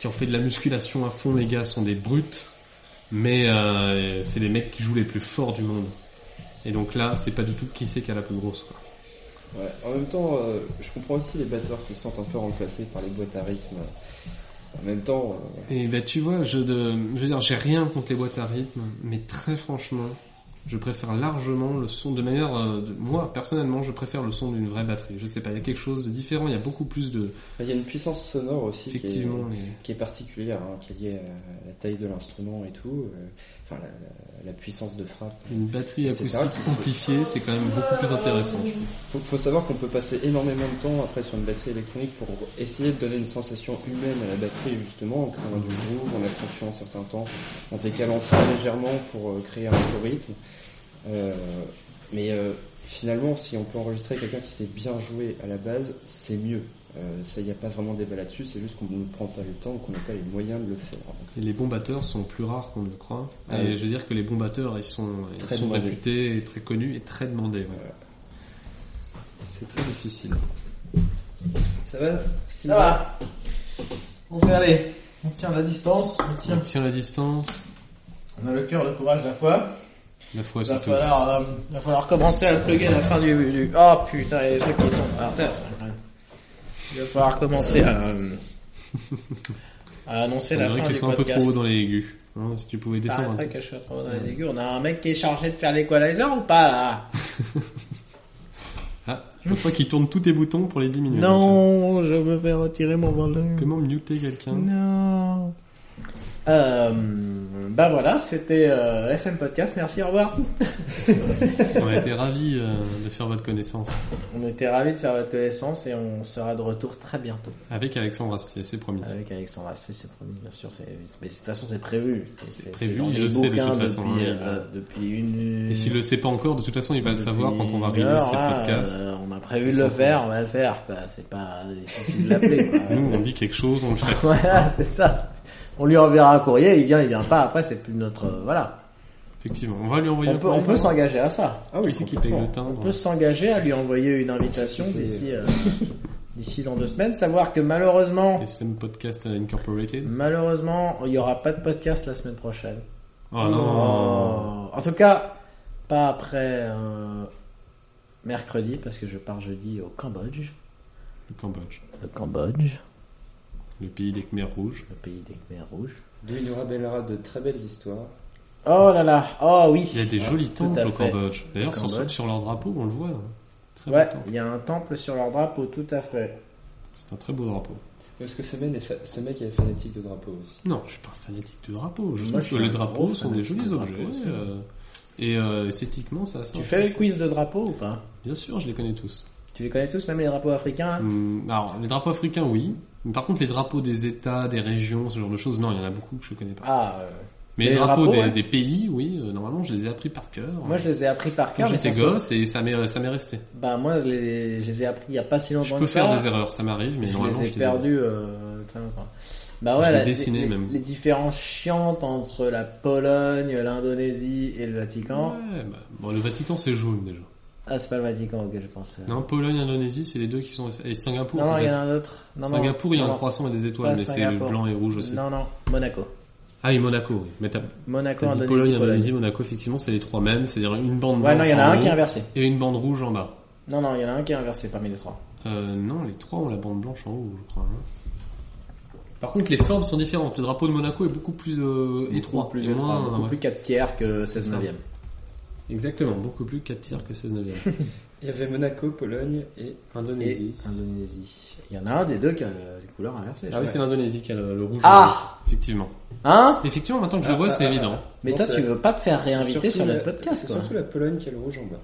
Speaker 2: qui ont fait de la musculation à fond, les gars sont des brutes, mais euh, c'est les mecs qui jouent les plus forts du monde. Et donc là, c'est pas du tout qui c'est qui a la plus grosse. Quoi.
Speaker 3: Ouais. En même temps, euh, je comprends aussi les batteurs qui se sentent un peu remplacés par les boîtes à rythme. En même temps, euh,
Speaker 2: Et ben tu vois, je, de, je veux dire, j'ai rien contre les boîtes à rythme, mais très franchement, je préfère largement le son de manière, euh, de- moi personnellement, je préfère le son d'une vraie batterie. Je sais pas, il y a quelque chose de différent, il y a beaucoup plus de,
Speaker 3: il y a une puissance sonore aussi qui est,
Speaker 2: effectivement, les-
Speaker 3: qui est particulière, hein, qui est liée à la taille de l'instrument et tout, euh, enfin la, la- la puissance de frappe.
Speaker 2: une batterie
Speaker 3: C'est
Speaker 2: acoustique
Speaker 3: vrai qu'il se-
Speaker 2: amplifiée, c'est quand même beaucoup plus intéressant. je trouve.
Speaker 3: Faut, faut savoir qu'on peut passer énormément de temps après sur une batterie électronique pour essayer de donner une sensation humaine à la batterie justement, en créant du groove, en accentuant un certain temps, en décalant très légèrement pour euh, créer un nouveau rythme. Euh, mais euh, finalement, si on peut enregistrer quelqu'un qui sait bien jouer à la base, c'est mieux. Euh, ça, il n'y a pas vraiment débat là-dessus, c'est juste qu'on ne prend pas le temps, qu'on n'a pas les moyens de le faire.
Speaker 2: Et les bons batteurs sont plus rares qu'on ne le croit.
Speaker 3: Ah
Speaker 2: et
Speaker 3: oui.
Speaker 2: je veux dire que les bons batteurs, ils sont, ils
Speaker 3: Très
Speaker 2: sont
Speaker 3: demandés.
Speaker 2: réputés, et très connus et très demandés. ouais.
Speaker 3: Voilà.
Speaker 2: C'est très difficile.
Speaker 3: Ça va
Speaker 1: Ça va. On fait aller. On tient la distance. On
Speaker 2: On
Speaker 1: tient.
Speaker 2: tient la distance,
Speaker 1: On a le cœur, le courage, la foi.
Speaker 2: la
Speaker 3: Bah,
Speaker 2: foi
Speaker 1: Il va,
Speaker 2: surtout.
Speaker 1: falloir, euh, il va falloir commencer à plugger la fin du... du... Oh putain, il y a des trucs qui tombent par terre. ça, quand même. Il va falloir commencer à, euh, à annoncer
Speaker 2: On
Speaker 1: la
Speaker 2: dirait
Speaker 1: fin
Speaker 2: qu'ils
Speaker 1: du
Speaker 2: sont un peu trop
Speaker 1: podcast.
Speaker 2: haut dans les aigus. Hein, si tu pouvais
Speaker 3: Bah,
Speaker 1: Ah,
Speaker 2: descendre. un
Speaker 1: après
Speaker 2: peu.
Speaker 1: que je suis trop dans les dégueux, on a un mec qui est chargé de faire l'équalizer ou pas là
Speaker 2: Ah, je crois qu'ils tournent tous tes boutons pour les diminuer.
Speaker 1: Non, je me fais retirer mon volume.
Speaker 2: Comment muter quelqu'un
Speaker 1: Non. Euh, bah voilà, c'était euh, SM Podcast, merci, au revoir.
Speaker 2: On a été ravis euh, de faire votre connaissance
Speaker 1: On était ravis de faire votre connaissance et on sera de retour très bientôt.
Speaker 2: avec Alexandre Astier, c'est promis.
Speaker 1: Avec Alexandre Astier, c'est promis, bien sûr. c'est- Mais de toute façon, c'est prévu. C'est
Speaker 2: prévu,
Speaker 1: c'est dans
Speaker 2: il
Speaker 1: les
Speaker 2: le sait de
Speaker 1: bouquins
Speaker 2: toute façon,
Speaker 1: Depuis,
Speaker 2: hein, il-
Speaker 1: euh, depuis une.
Speaker 2: Et s'il le sait pas encore, de toute façon, il va le
Speaker 1: depuis
Speaker 2: savoir quand on va
Speaker 1: une
Speaker 2: release
Speaker 1: heure,
Speaker 2: ces
Speaker 1: là,
Speaker 2: podcasts.
Speaker 1: euh, on a prévu de le faire, on va le faire. quoi. C'est pas. Il suffit de l'appeler. quoi.
Speaker 2: *laughs*
Speaker 1: *laughs*
Speaker 2: Nous, on dit quelque chose, on le fait.
Speaker 1: voilà, c'est ça. On lui enverra un courrier, il vient, il vient pas. Après, c'est plus notre. euh, voilà.
Speaker 2: Effectivement, on va lui envoyer
Speaker 1: On
Speaker 2: un
Speaker 1: peut, on
Speaker 2: courrier.
Speaker 1: peut s'engager à ça.
Speaker 3: Ah
Speaker 2: Qui c'est qui paye le
Speaker 1: On
Speaker 2: timbre
Speaker 1: peut s'engager à lui envoyer une invitation
Speaker 3: C'est-
Speaker 1: d'ici euh, d'ici dans deux semaines. Savoir que malheureusement,
Speaker 2: SM Podcast euh, Incorporated.
Speaker 1: malheureusement, il y aura pas de podcast la semaine prochaine.
Speaker 2: Oh non
Speaker 1: Oh. En tout cas, pas après euh, mercredi, parce que je pars jeudi au Cambodge.
Speaker 2: Le Cambodge,
Speaker 1: Le Cambodge,
Speaker 2: le pays des Khmers rouges.
Speaker 1: le pays des Khmers rouges.
Speaker 3: D'où il nous rappellera de très belles histoires.
Speaker 1: Oh là là, oh oui.
Speaker 2: Il y a des
Speaker 1: Ah,
Speaker 2: jolis
Speaker 1: tout
Speaker 2: temples
Speaker 1: à
Speaker 2: au
Speaker 1: fait.
Speaker 2: Cambodge. D'ailleurs, sur-
Speaker 1: Cambodge.
Speaker 2: sur leur drapeau, on le voit. hein. Très
Speaker 1: Ouais,
Speaker 2: beau temple.
Speaker 1: il y a un temple sur leur drapeau, tout à fait.
Speaker 2: C'est un très beau drapeau.
Speaker 3: Parce que ce mec est, fa- ce mec est fanatique de drapeau aussi.
Speaker 2: Non, je suis pas un fanatique de drapeau. Je
Speaker 1: Moi,
Speaker 2: trouve
Speaker 1: je
Speaker 2: que
Speaker 1: suis
Speaker 2: les
Speaker 1: un
Speaker 2: drapeaux
Speaker 1: gros
Speaker 2: sont des
Speaker 1: fanatique
Speaker 2: jolis
Speaker 1: de drapeau
Speaker 2: objets.
Speaker 1: aussi.
Speaker 2: euh, Et euh, esthétiquement, ça.
Speaker 1: Tu fais les quiz de drapeaux ou pas
Speaker 2: Bien sûr, je les connais tous.
Speaker 1: Tu les connais tous, même les drapeaux africains hein là
Speaker 2: Hum, alors, les drapeaux africains, oui. Mais par contre, les drapeaux des États, des régions, ce genre de choses, non, il y en a beaucoup que je connais pas.
Speaker 1: Ah, euh,
Speaker 2: Mais
Speaker 1: les
Speaker 2: les drapeaux,
Speaker 1: drapeaux,
Speaker 2: des,
Speaker 1: ouais.
Speaker 2: des pays, oui, euh, normalement, je les ai appris par cœur.
Speaker 1: moi je les ai appris par
Speaker 2: quand
Speaker 1: cœur. mais
Speaker 2: j'étais
Speaker 1: ça se-
Speaker 2: gosse et ça m'est ça m'est resté.
Speaker 1: Bah moi les- je les ai appris il y a pas si longtemps.
Speaker 2: Je peux
Speaker 1: que
Speaker 2: faire
Speaker 1: ça.
Speaker 2: des erreurs, ça m'arrive, mais
Speaker 1: je
Speaker 2: normalement
Speaker 1: les ai
Speaker 2: je les ai.
Speaker 1: perdus euh, très longtemps. Bah
Speaker 2: Je
Speaker 1: ouais,
Speaker 2: les
Speaker 1: la-
Speaker 2: dessinais
Speaker 1: les,
Speaker 2: même.
Speaker 1: les différences chiantes entre la Pologne, l'Indonésie et le Vatican.
Speaker 2: Ouais, bah, bon, le Vatican c'est jaune déjà.
Speaker 1: Ah, c'est pas le Vatican auquel je pensais.
Speaker 2: Non, Pologne, Indonésie, c'est les deux qui sont. Et Singapour.
Speaker 1: non, non, il y en
Speaker 2: peut-être.
Speaker 1: a un autre. Non, non,
Speaker 2: Singapour, il y a
Speaker 1: non,
Speaker 2: un croissant et des étoiles,
Speaker 1: Pas
Speaker 2: mais c'est
Speaker 1: Singapour.
Speaker 2: blanc et rouge aussi.
Speaker 1: Non, non, Monaco.
Speaker 2: Ah, et Monaco, oui. Mais t'as
Speaker 1: Monaco,
Speaker 2: t'as dit
Speaker 1: Indonésie,
Speaker 2: Pologne,
Speaker 1: Pologne.
Speaker 2: Indonésie, Monaco, effectivement, c'est les trois mêmes, c'est-à-dire une bande
Speaker 1: Ouais, non,
Speaker 2: blanche
Speaker 1: il y en a
Speaker 2: en
Speaker 1: un
Speaker 2: haut
Speaker 1: qui est inversé.
Speaker 2: et une bande rouge en bas.
Speaker 1: Non, non, il y en a un qui est inversé parmi les trois.
Speaker 2: Euh, non, les trois ont la bande blanche en haut, je crois. hein. Par contre, les formes sont différentes. Le drapeau de Monaco est beaucoup plus euh, étroit.
Speaker 1: Beaucoup plus
Speaker 2: et moins,
Speaker 1: étroit, beaucoup
Speaker 2: ouais.
Speaker 1: plus 4 tiers que 16
Speaker 2: Non.
Speaker 1: neuvième.
Speaker 2: Exactement, beaucoup plus 4 tiers que
Speaker 1: *laughs*
Speaker 2: 16 neuvième.
Speaker 3: Il y avait Monaco, Pologne et
Speaker 1: Et
Speaker 2: Indonésie.
Speaker 1: Indonésie. Il y en a un des deux qui a les couleurs inversées. je
Speaker 2: Ah
Speaker 1: crois.
Speaker 2: oui, c'est l'Indonésie qui a le, le rouge.
Speaker 1: Ah
Speaker 2: en haut. Effectivement.
Speaker 1: Hein
Speaker 2: Effectivement, maintenant que je le
Speaker 3: Ah,
Speaker 2: vois,
Speaker 3: ah,
Speaker 2: c'est
Speaker 3: ah,
Speaker 2: évident.
Speaker 1: Mais
Speaker 3: Non,
Speaker 1: toi,
Speaker 3: c'est-
Speaker 1: tu veux pas te faire réinviter
Speaker 3: Surtout
Speaker 1: sur
Speaker 3: la-
Speaker 1: notre podcast,
Speaker 3: c'est
Speaker 1: toi
Speaker 3: Surtout la Pologne qui a le rouge en bas.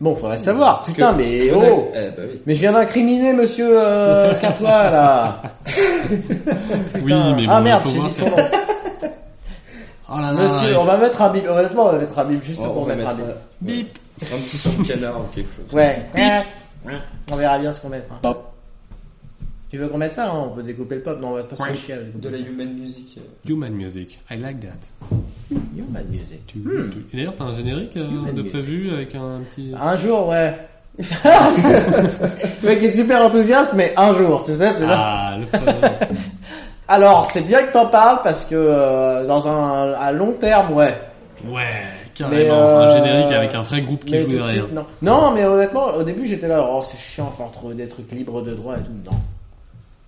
Speaker 1: Bon, faudrait savoir. Putain,
Speaker 3: Que-
Speaker 1: mais
Speaker 3: Monaco-
Speaker 1: oh
Speaker 3: Eh bah oui.
Speaker 1: Mais je viens d'incriminer monsieur
Speaker 3: *laughs*
Speaker 1: euh, Cartois, là
Speaker 2: Oui,
Speaker 1: Putain.
Speaker 2: mais bon,
Speaker 1: Ah merde,
Speaker 2: faut
Speaker 1: j'ai
Speaker 2: voir
Speaker 1: dit
Speaker 2: si-
Speaker 1: son nom.
Speaker 2: Oh là là.
Speaker 1: Monsieur,
Speaker 2: il-
Speaker 1: on va mettre un bip. Honnêtement, on va mettre un bip juste
Speaker 3: Oh, on
Speaker 1: pour
Speaker 3: va
Speaker 1: mettre un bip.
Speaker 3: mettre un- ouais. Un petit son de canard ou quelque chose.
Speaker 1: Ouais. On verra bien ce qu'on mettra. Tu veux qu'on mette ça hein On peut découper le pop. Non, on va pas se faire
Speaker 2: Ouais.
Speaker 1: chier avec
Speaker 3: De la human
Speaker 2: Bah,
Speaker 3: music. euh.
Speaker 2: Human music. I like that.
Speaker 1: Human music.
Speaker 2: Tu- tu- Et d'ailleurs, t'as un générique euh,
Speaker 1: Hmm. Human
Speaker 2: de
Speaker 1: music.
Speaker 2: prévu avec un petit.
Speaker 1: Un jour, ouais. *laughs* le mec est super enthousiaste, mais un jour, tu sais, c'est ça.
Speaker 2: Ah, le fameux.
Speaker 1: *laughs* Alors, c'est bien que t'en parles parce que euh, dans un à long terme, ouais.
Speaker 2: Ouais,
Speaker 1: Mais,
Speaker 2: carrément.
Speaker 1: euh,
Speaker 2: Un générique avec un vrai groupe qui
Speaker 1: Mais
Speaker 2: joue
Speaker 1: tout de
Speaker 2: derrière.
Speaker 1: suite, non. Non, mais honnêtement, au début, j'étais là, oh, c'est chiant, enfin, entre des trucs libres de droit et tout. Non.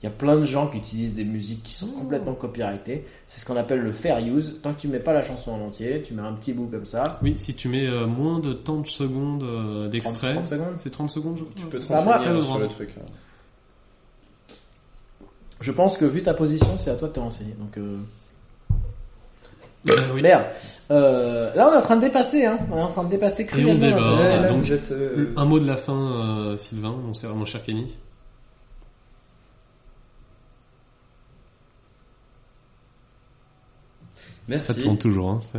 Speaker 1: Il y a plein de gens qui utilisent des musiques qui sont complètement copyrightées. C'est ce qu'on appelle le fair use. Tant que tu mets pas la chanson en entier, tu mets un petit bout comme ça.
Speaker 2: Oui, si tu mets euh, moins de tant de secondes euh, d'extrait.
Speaker 1: 30 secondes.
Speaker 2: C'est 30 secondes, je crois.
Speaker 3: Tu peux te
Speaker 1: pas moi,
Speaker 3: renseigner
Speaker 2: t'as le
Speaker 3: hein, sur
Speaker 2: droit.
Speaker 3: le truc. hein.
Speaker 1: Je pense que vu ta position, c'est à toi de te renseigner. Donc, euh...
Speaker 2: Ah oui.
Speaker 1: merde. Euh, là, on est en train de dépasser, hein. On est en train de dépasser cruellement.
Speaker 2: débat.
Speaker 1: notre-
Speaker 3: Ouais,
Speaker 2: bah,
Speaker 3: là,
Speaker 2: donc,
Speaker 3: vous êtes, euh,
Speaker 2: Un mot de la fin, euh, Sylvain, mon, cher- mon cher Kenny. Ça te
Speaker 3: Merci.
Speaker 2: tourne toujours, hein. ça.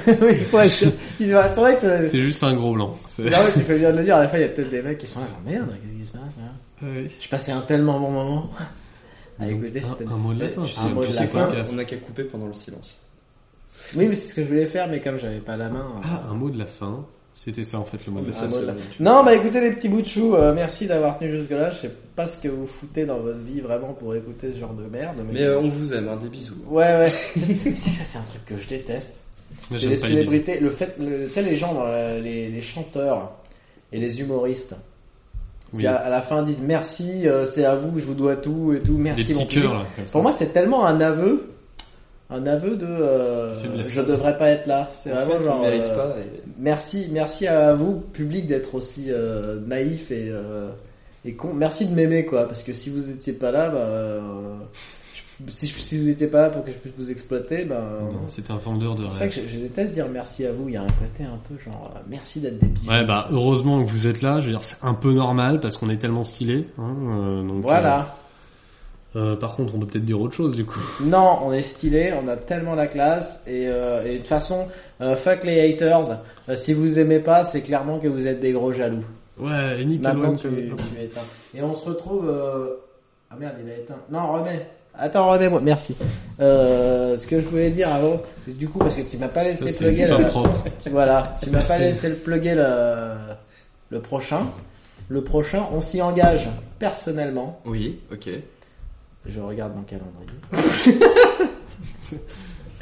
Speaker 1: *laughs* oui, ouais, je- ils ont- c'est vrai que c'est-
Speaker 2: C'est juste un gros blanc. C'est- *laughs*
Speaker 1: Non, mais tu fais bien de le dire. À la fin, il y a peut-être des mecs qui sont là, genre, merde, qu'est-ce qui se passe, hein Je passais un tellement bon moment. À
Speaker 2: Donc,
Speaker 1: écouter, c'était
Speaker 2: un, un mot de la
Speaker 3: Eh,
Speaker 2: fin.
Speaker 3: tu
Speaker 2: c'est
Speaker 1: sais-
Speaker 2: un
Speaker 1: mot de
Speaker 2: petit
Speaker 1: la fin,
Speaker 2: podcast.
Speaker 3: On n'a qu'à couper pendant le silence.
Speaker 1: Oui, mais c'est ce que je voulais faire, mais comme j'avais pas la main. euh.
Speaker 2: Ah, un mot de la fin. C'était ça en fait le mot de la
Speaker 1: Un
Speaker 2: fin.
Speaker 1: mot de la-
Speaker 3: c'est-
Speaker 1: Non, bah écoutez les petits bouts de chou, euh, merci d'avoir tenu jusque-là. Je sais pas ce que vous foutez dans votre vie vraiment pour écouter ce genre de merde. Mais,
Speaker 3: Mais euh, on vous aime, hein, des bisous.
Speaker 1: ouais, *laughs* ouais. c'est ça, c'est un truc que je déteste.
Speaker 2: Moi,
Speaker 1: C'est
Speaker 2: j'aime
Speaker 1: les
Speaker 2: pas les bisous.
Speaker 1: célébrités, le fait, le- tu sais les gens, dans la- les, les chanteurs et les humoristes.
Speaker 2: Oui.
Speaker 1: Qui à, à la fin disent merci, euh, c'est à vous, je vous dois tout et tout,
Speaker 2: Des
Speaker 1: merci mon
Speaker 2: petits
Speaker 1: public.
Speaker 2: cœurs là. comme ça.
Speaker 1: Pour moi, c'est tellement un aveu, un aveu de euh,
Speaker 2: Faiblesse.
Speaker 1: je devrais pas être là. C'est
Speaker 3: En
Speaker 1: vraiment
Speaker 3: fait,
Speaker 1: genre
Speaker 3: on mérite
Speaker 1: euh,
Speaker 3: pas. et-
Speaker 1: merci, merci à vous public d'être aussi euh, naïf et euh, et con. Merci de m'aimer quoi, parce que si vous étiez pas là, bah, euh, je- si, je- si vous étiez pas là pour que je puisse vous exploiter, ben
Speaker 2: Non, C'était un vendeur de
Speaker 1: c'est pour ça
Speaker 2: rêve.
Speaker 1: que je, je déteste dire merci à vous. Il y a un côté un peu genre euh, merci d'être des petits.
Speaker 2: Ouais, bah heureusement que vous êtes là. Je veux dire, c'est un peu normal parce qu'on est tellement stylé. Hein, euh, donc,
Speaker 1: Voilà.
Speaker 2: euh, euh, par contre, on peut peut-être dire autre chose du coup.
Speaker 1: Non, on est stylé, on a tellement la classe et, euh, et de toute façon, euh, fuck les haters. Euh, si vous aimez pas, c'est clairement que vous êtes des gros jaloux.
Speaker 2: Ouais, et nickel.
Speaker 1: Maintenant,
Speaker 2: ouais,
Speaker 1: tu,
Speaker 2: tu-
Speaker 1: tu éteins. Et on se retrouve. euh, Ah merde, il a éteint. Non, remets. Attends, remets-moi. Merci. Euh, ce que je voulais dire avant, du coup, parce que tu m'as pas
Speaker 2: Ça,
Speaker 1: laissé
Speaker 2: c'est une
Speaker 1: plugger.
Speaker 2: fin
Speaker 1: la-
Speaker 2: propre.
Speaker 1: tu- Voilà, tu m'as pas
Speaker 2: C'est-
Speaker 1: laissé le plugger le le prochain. Le prochain, on s'y engage personnellement.
Speaker 3: Oui, ok.
Speaker 1: Je regarde mon calendrier.
Speaker 2: *laughs*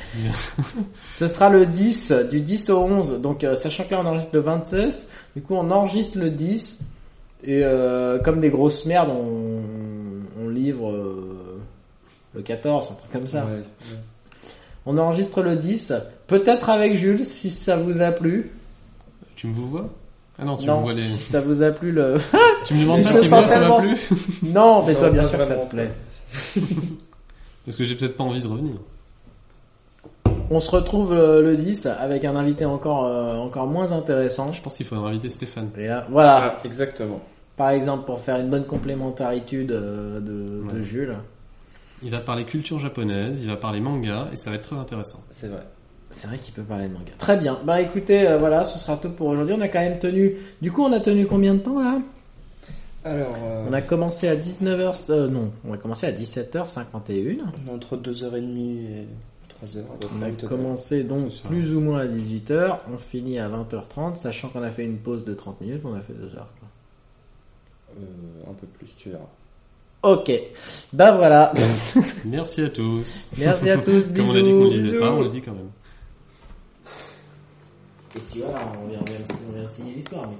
Speaker 1: Ce sera le 10, du 10 au 11. Donc, euh, sachant que là, on enregistre le 26. Du coup, on enregistre le 10. Et euh, comme des grosses merdes, on, on livre euh, le 14, un truc comme ça.
Speaker 3: Ouais.
Speaker 1: On enregistre le 10. Peut-être avec Jules, si ça vous a plu.
Speaker 2: *laughs* Tu me vous vois Ah non, tu me
Speaker 1: non,
Speaker 2: vois des.
Speaker 1: si ça vous a plu le... *laughs*
Speaker 2: Tu me demandes
Speaker 1: Mais
Speaker 2: pas
Speaker 1: ça
Speaker 2: si moi
Speaker 1: sent
Speaker 2: ça m'a
Speaker 1: tellement-
Speaker 2: plu
Speaker 1: non, mais
Speaker 3: Ça
Speaker 1: toi,
Speaker 3: va
Speaker 1: bien
Speaker 3: pas
Speaker 1: sûr que ça
Speaker 3: vraiment.
Speaker 1: te plaît.
Speaker 2: Parce que j'ai peut-être pas envie de revenir.
Speaker 1: On se retrouve euh, le 10 avec un invité encore euh, encore moins intéressant.
Speaker 2: Je pense qu'il faut inviter Stéphane.
Speaker 1: Et là, voilà,
Speaker 3: Ah, exactement.
Speaker 1: par exemple pour faire une bonne complémentaritude euh, de, de
Speaker 2: Ouais.
Speaker 1: Jules.
Speaker 2: Il va parler culture japonaise, il va parler manga, et ça va être très intéressant.
Speaker 3: C'est vrai.
Speaker 1: C'est vrai qu'il peut parler de manga. Très bien. Bah écoutez, euh, voilà, ce sera tout pour aujourd'hui. On a quand même tenu. Du coup, on a tenu combien de temps là
Speaker 3: Alors, euh,
Speaker 1: On a commencé à 19h. euh, non, on a commencé à 17h51.
Speaker 3: entre 2h30 et 3h.
Speaker 1: On a commencé donc
Speaker 2: C'est ça.
Speaker 1: plus ou moins à 18h, on finit à 20h30, sachant qu'on a fait une pause de 30 minutes, on a fait 2 heures. quoi.
Speaker 3: Euh, un peu plus, tu verras.
Speaker 1: Ok, bah
Speaker 2: *laughs*
Speaker 1: voilà,
Speaker 2: Merci à tous.
Speaker 1: merci
Speaker 2: *laughs*
Speaker 1: à tous,
Speaker 2: Comme on a dit qu'on
Speaker 1: bisous,
Speaker 2: le disait pas,
Speaker 1: bisous.
Speaker 2: on le dit quand même.
Speaker 1: Et tu vois, là, on vient, on vient- on vient signer l'histoire, mais...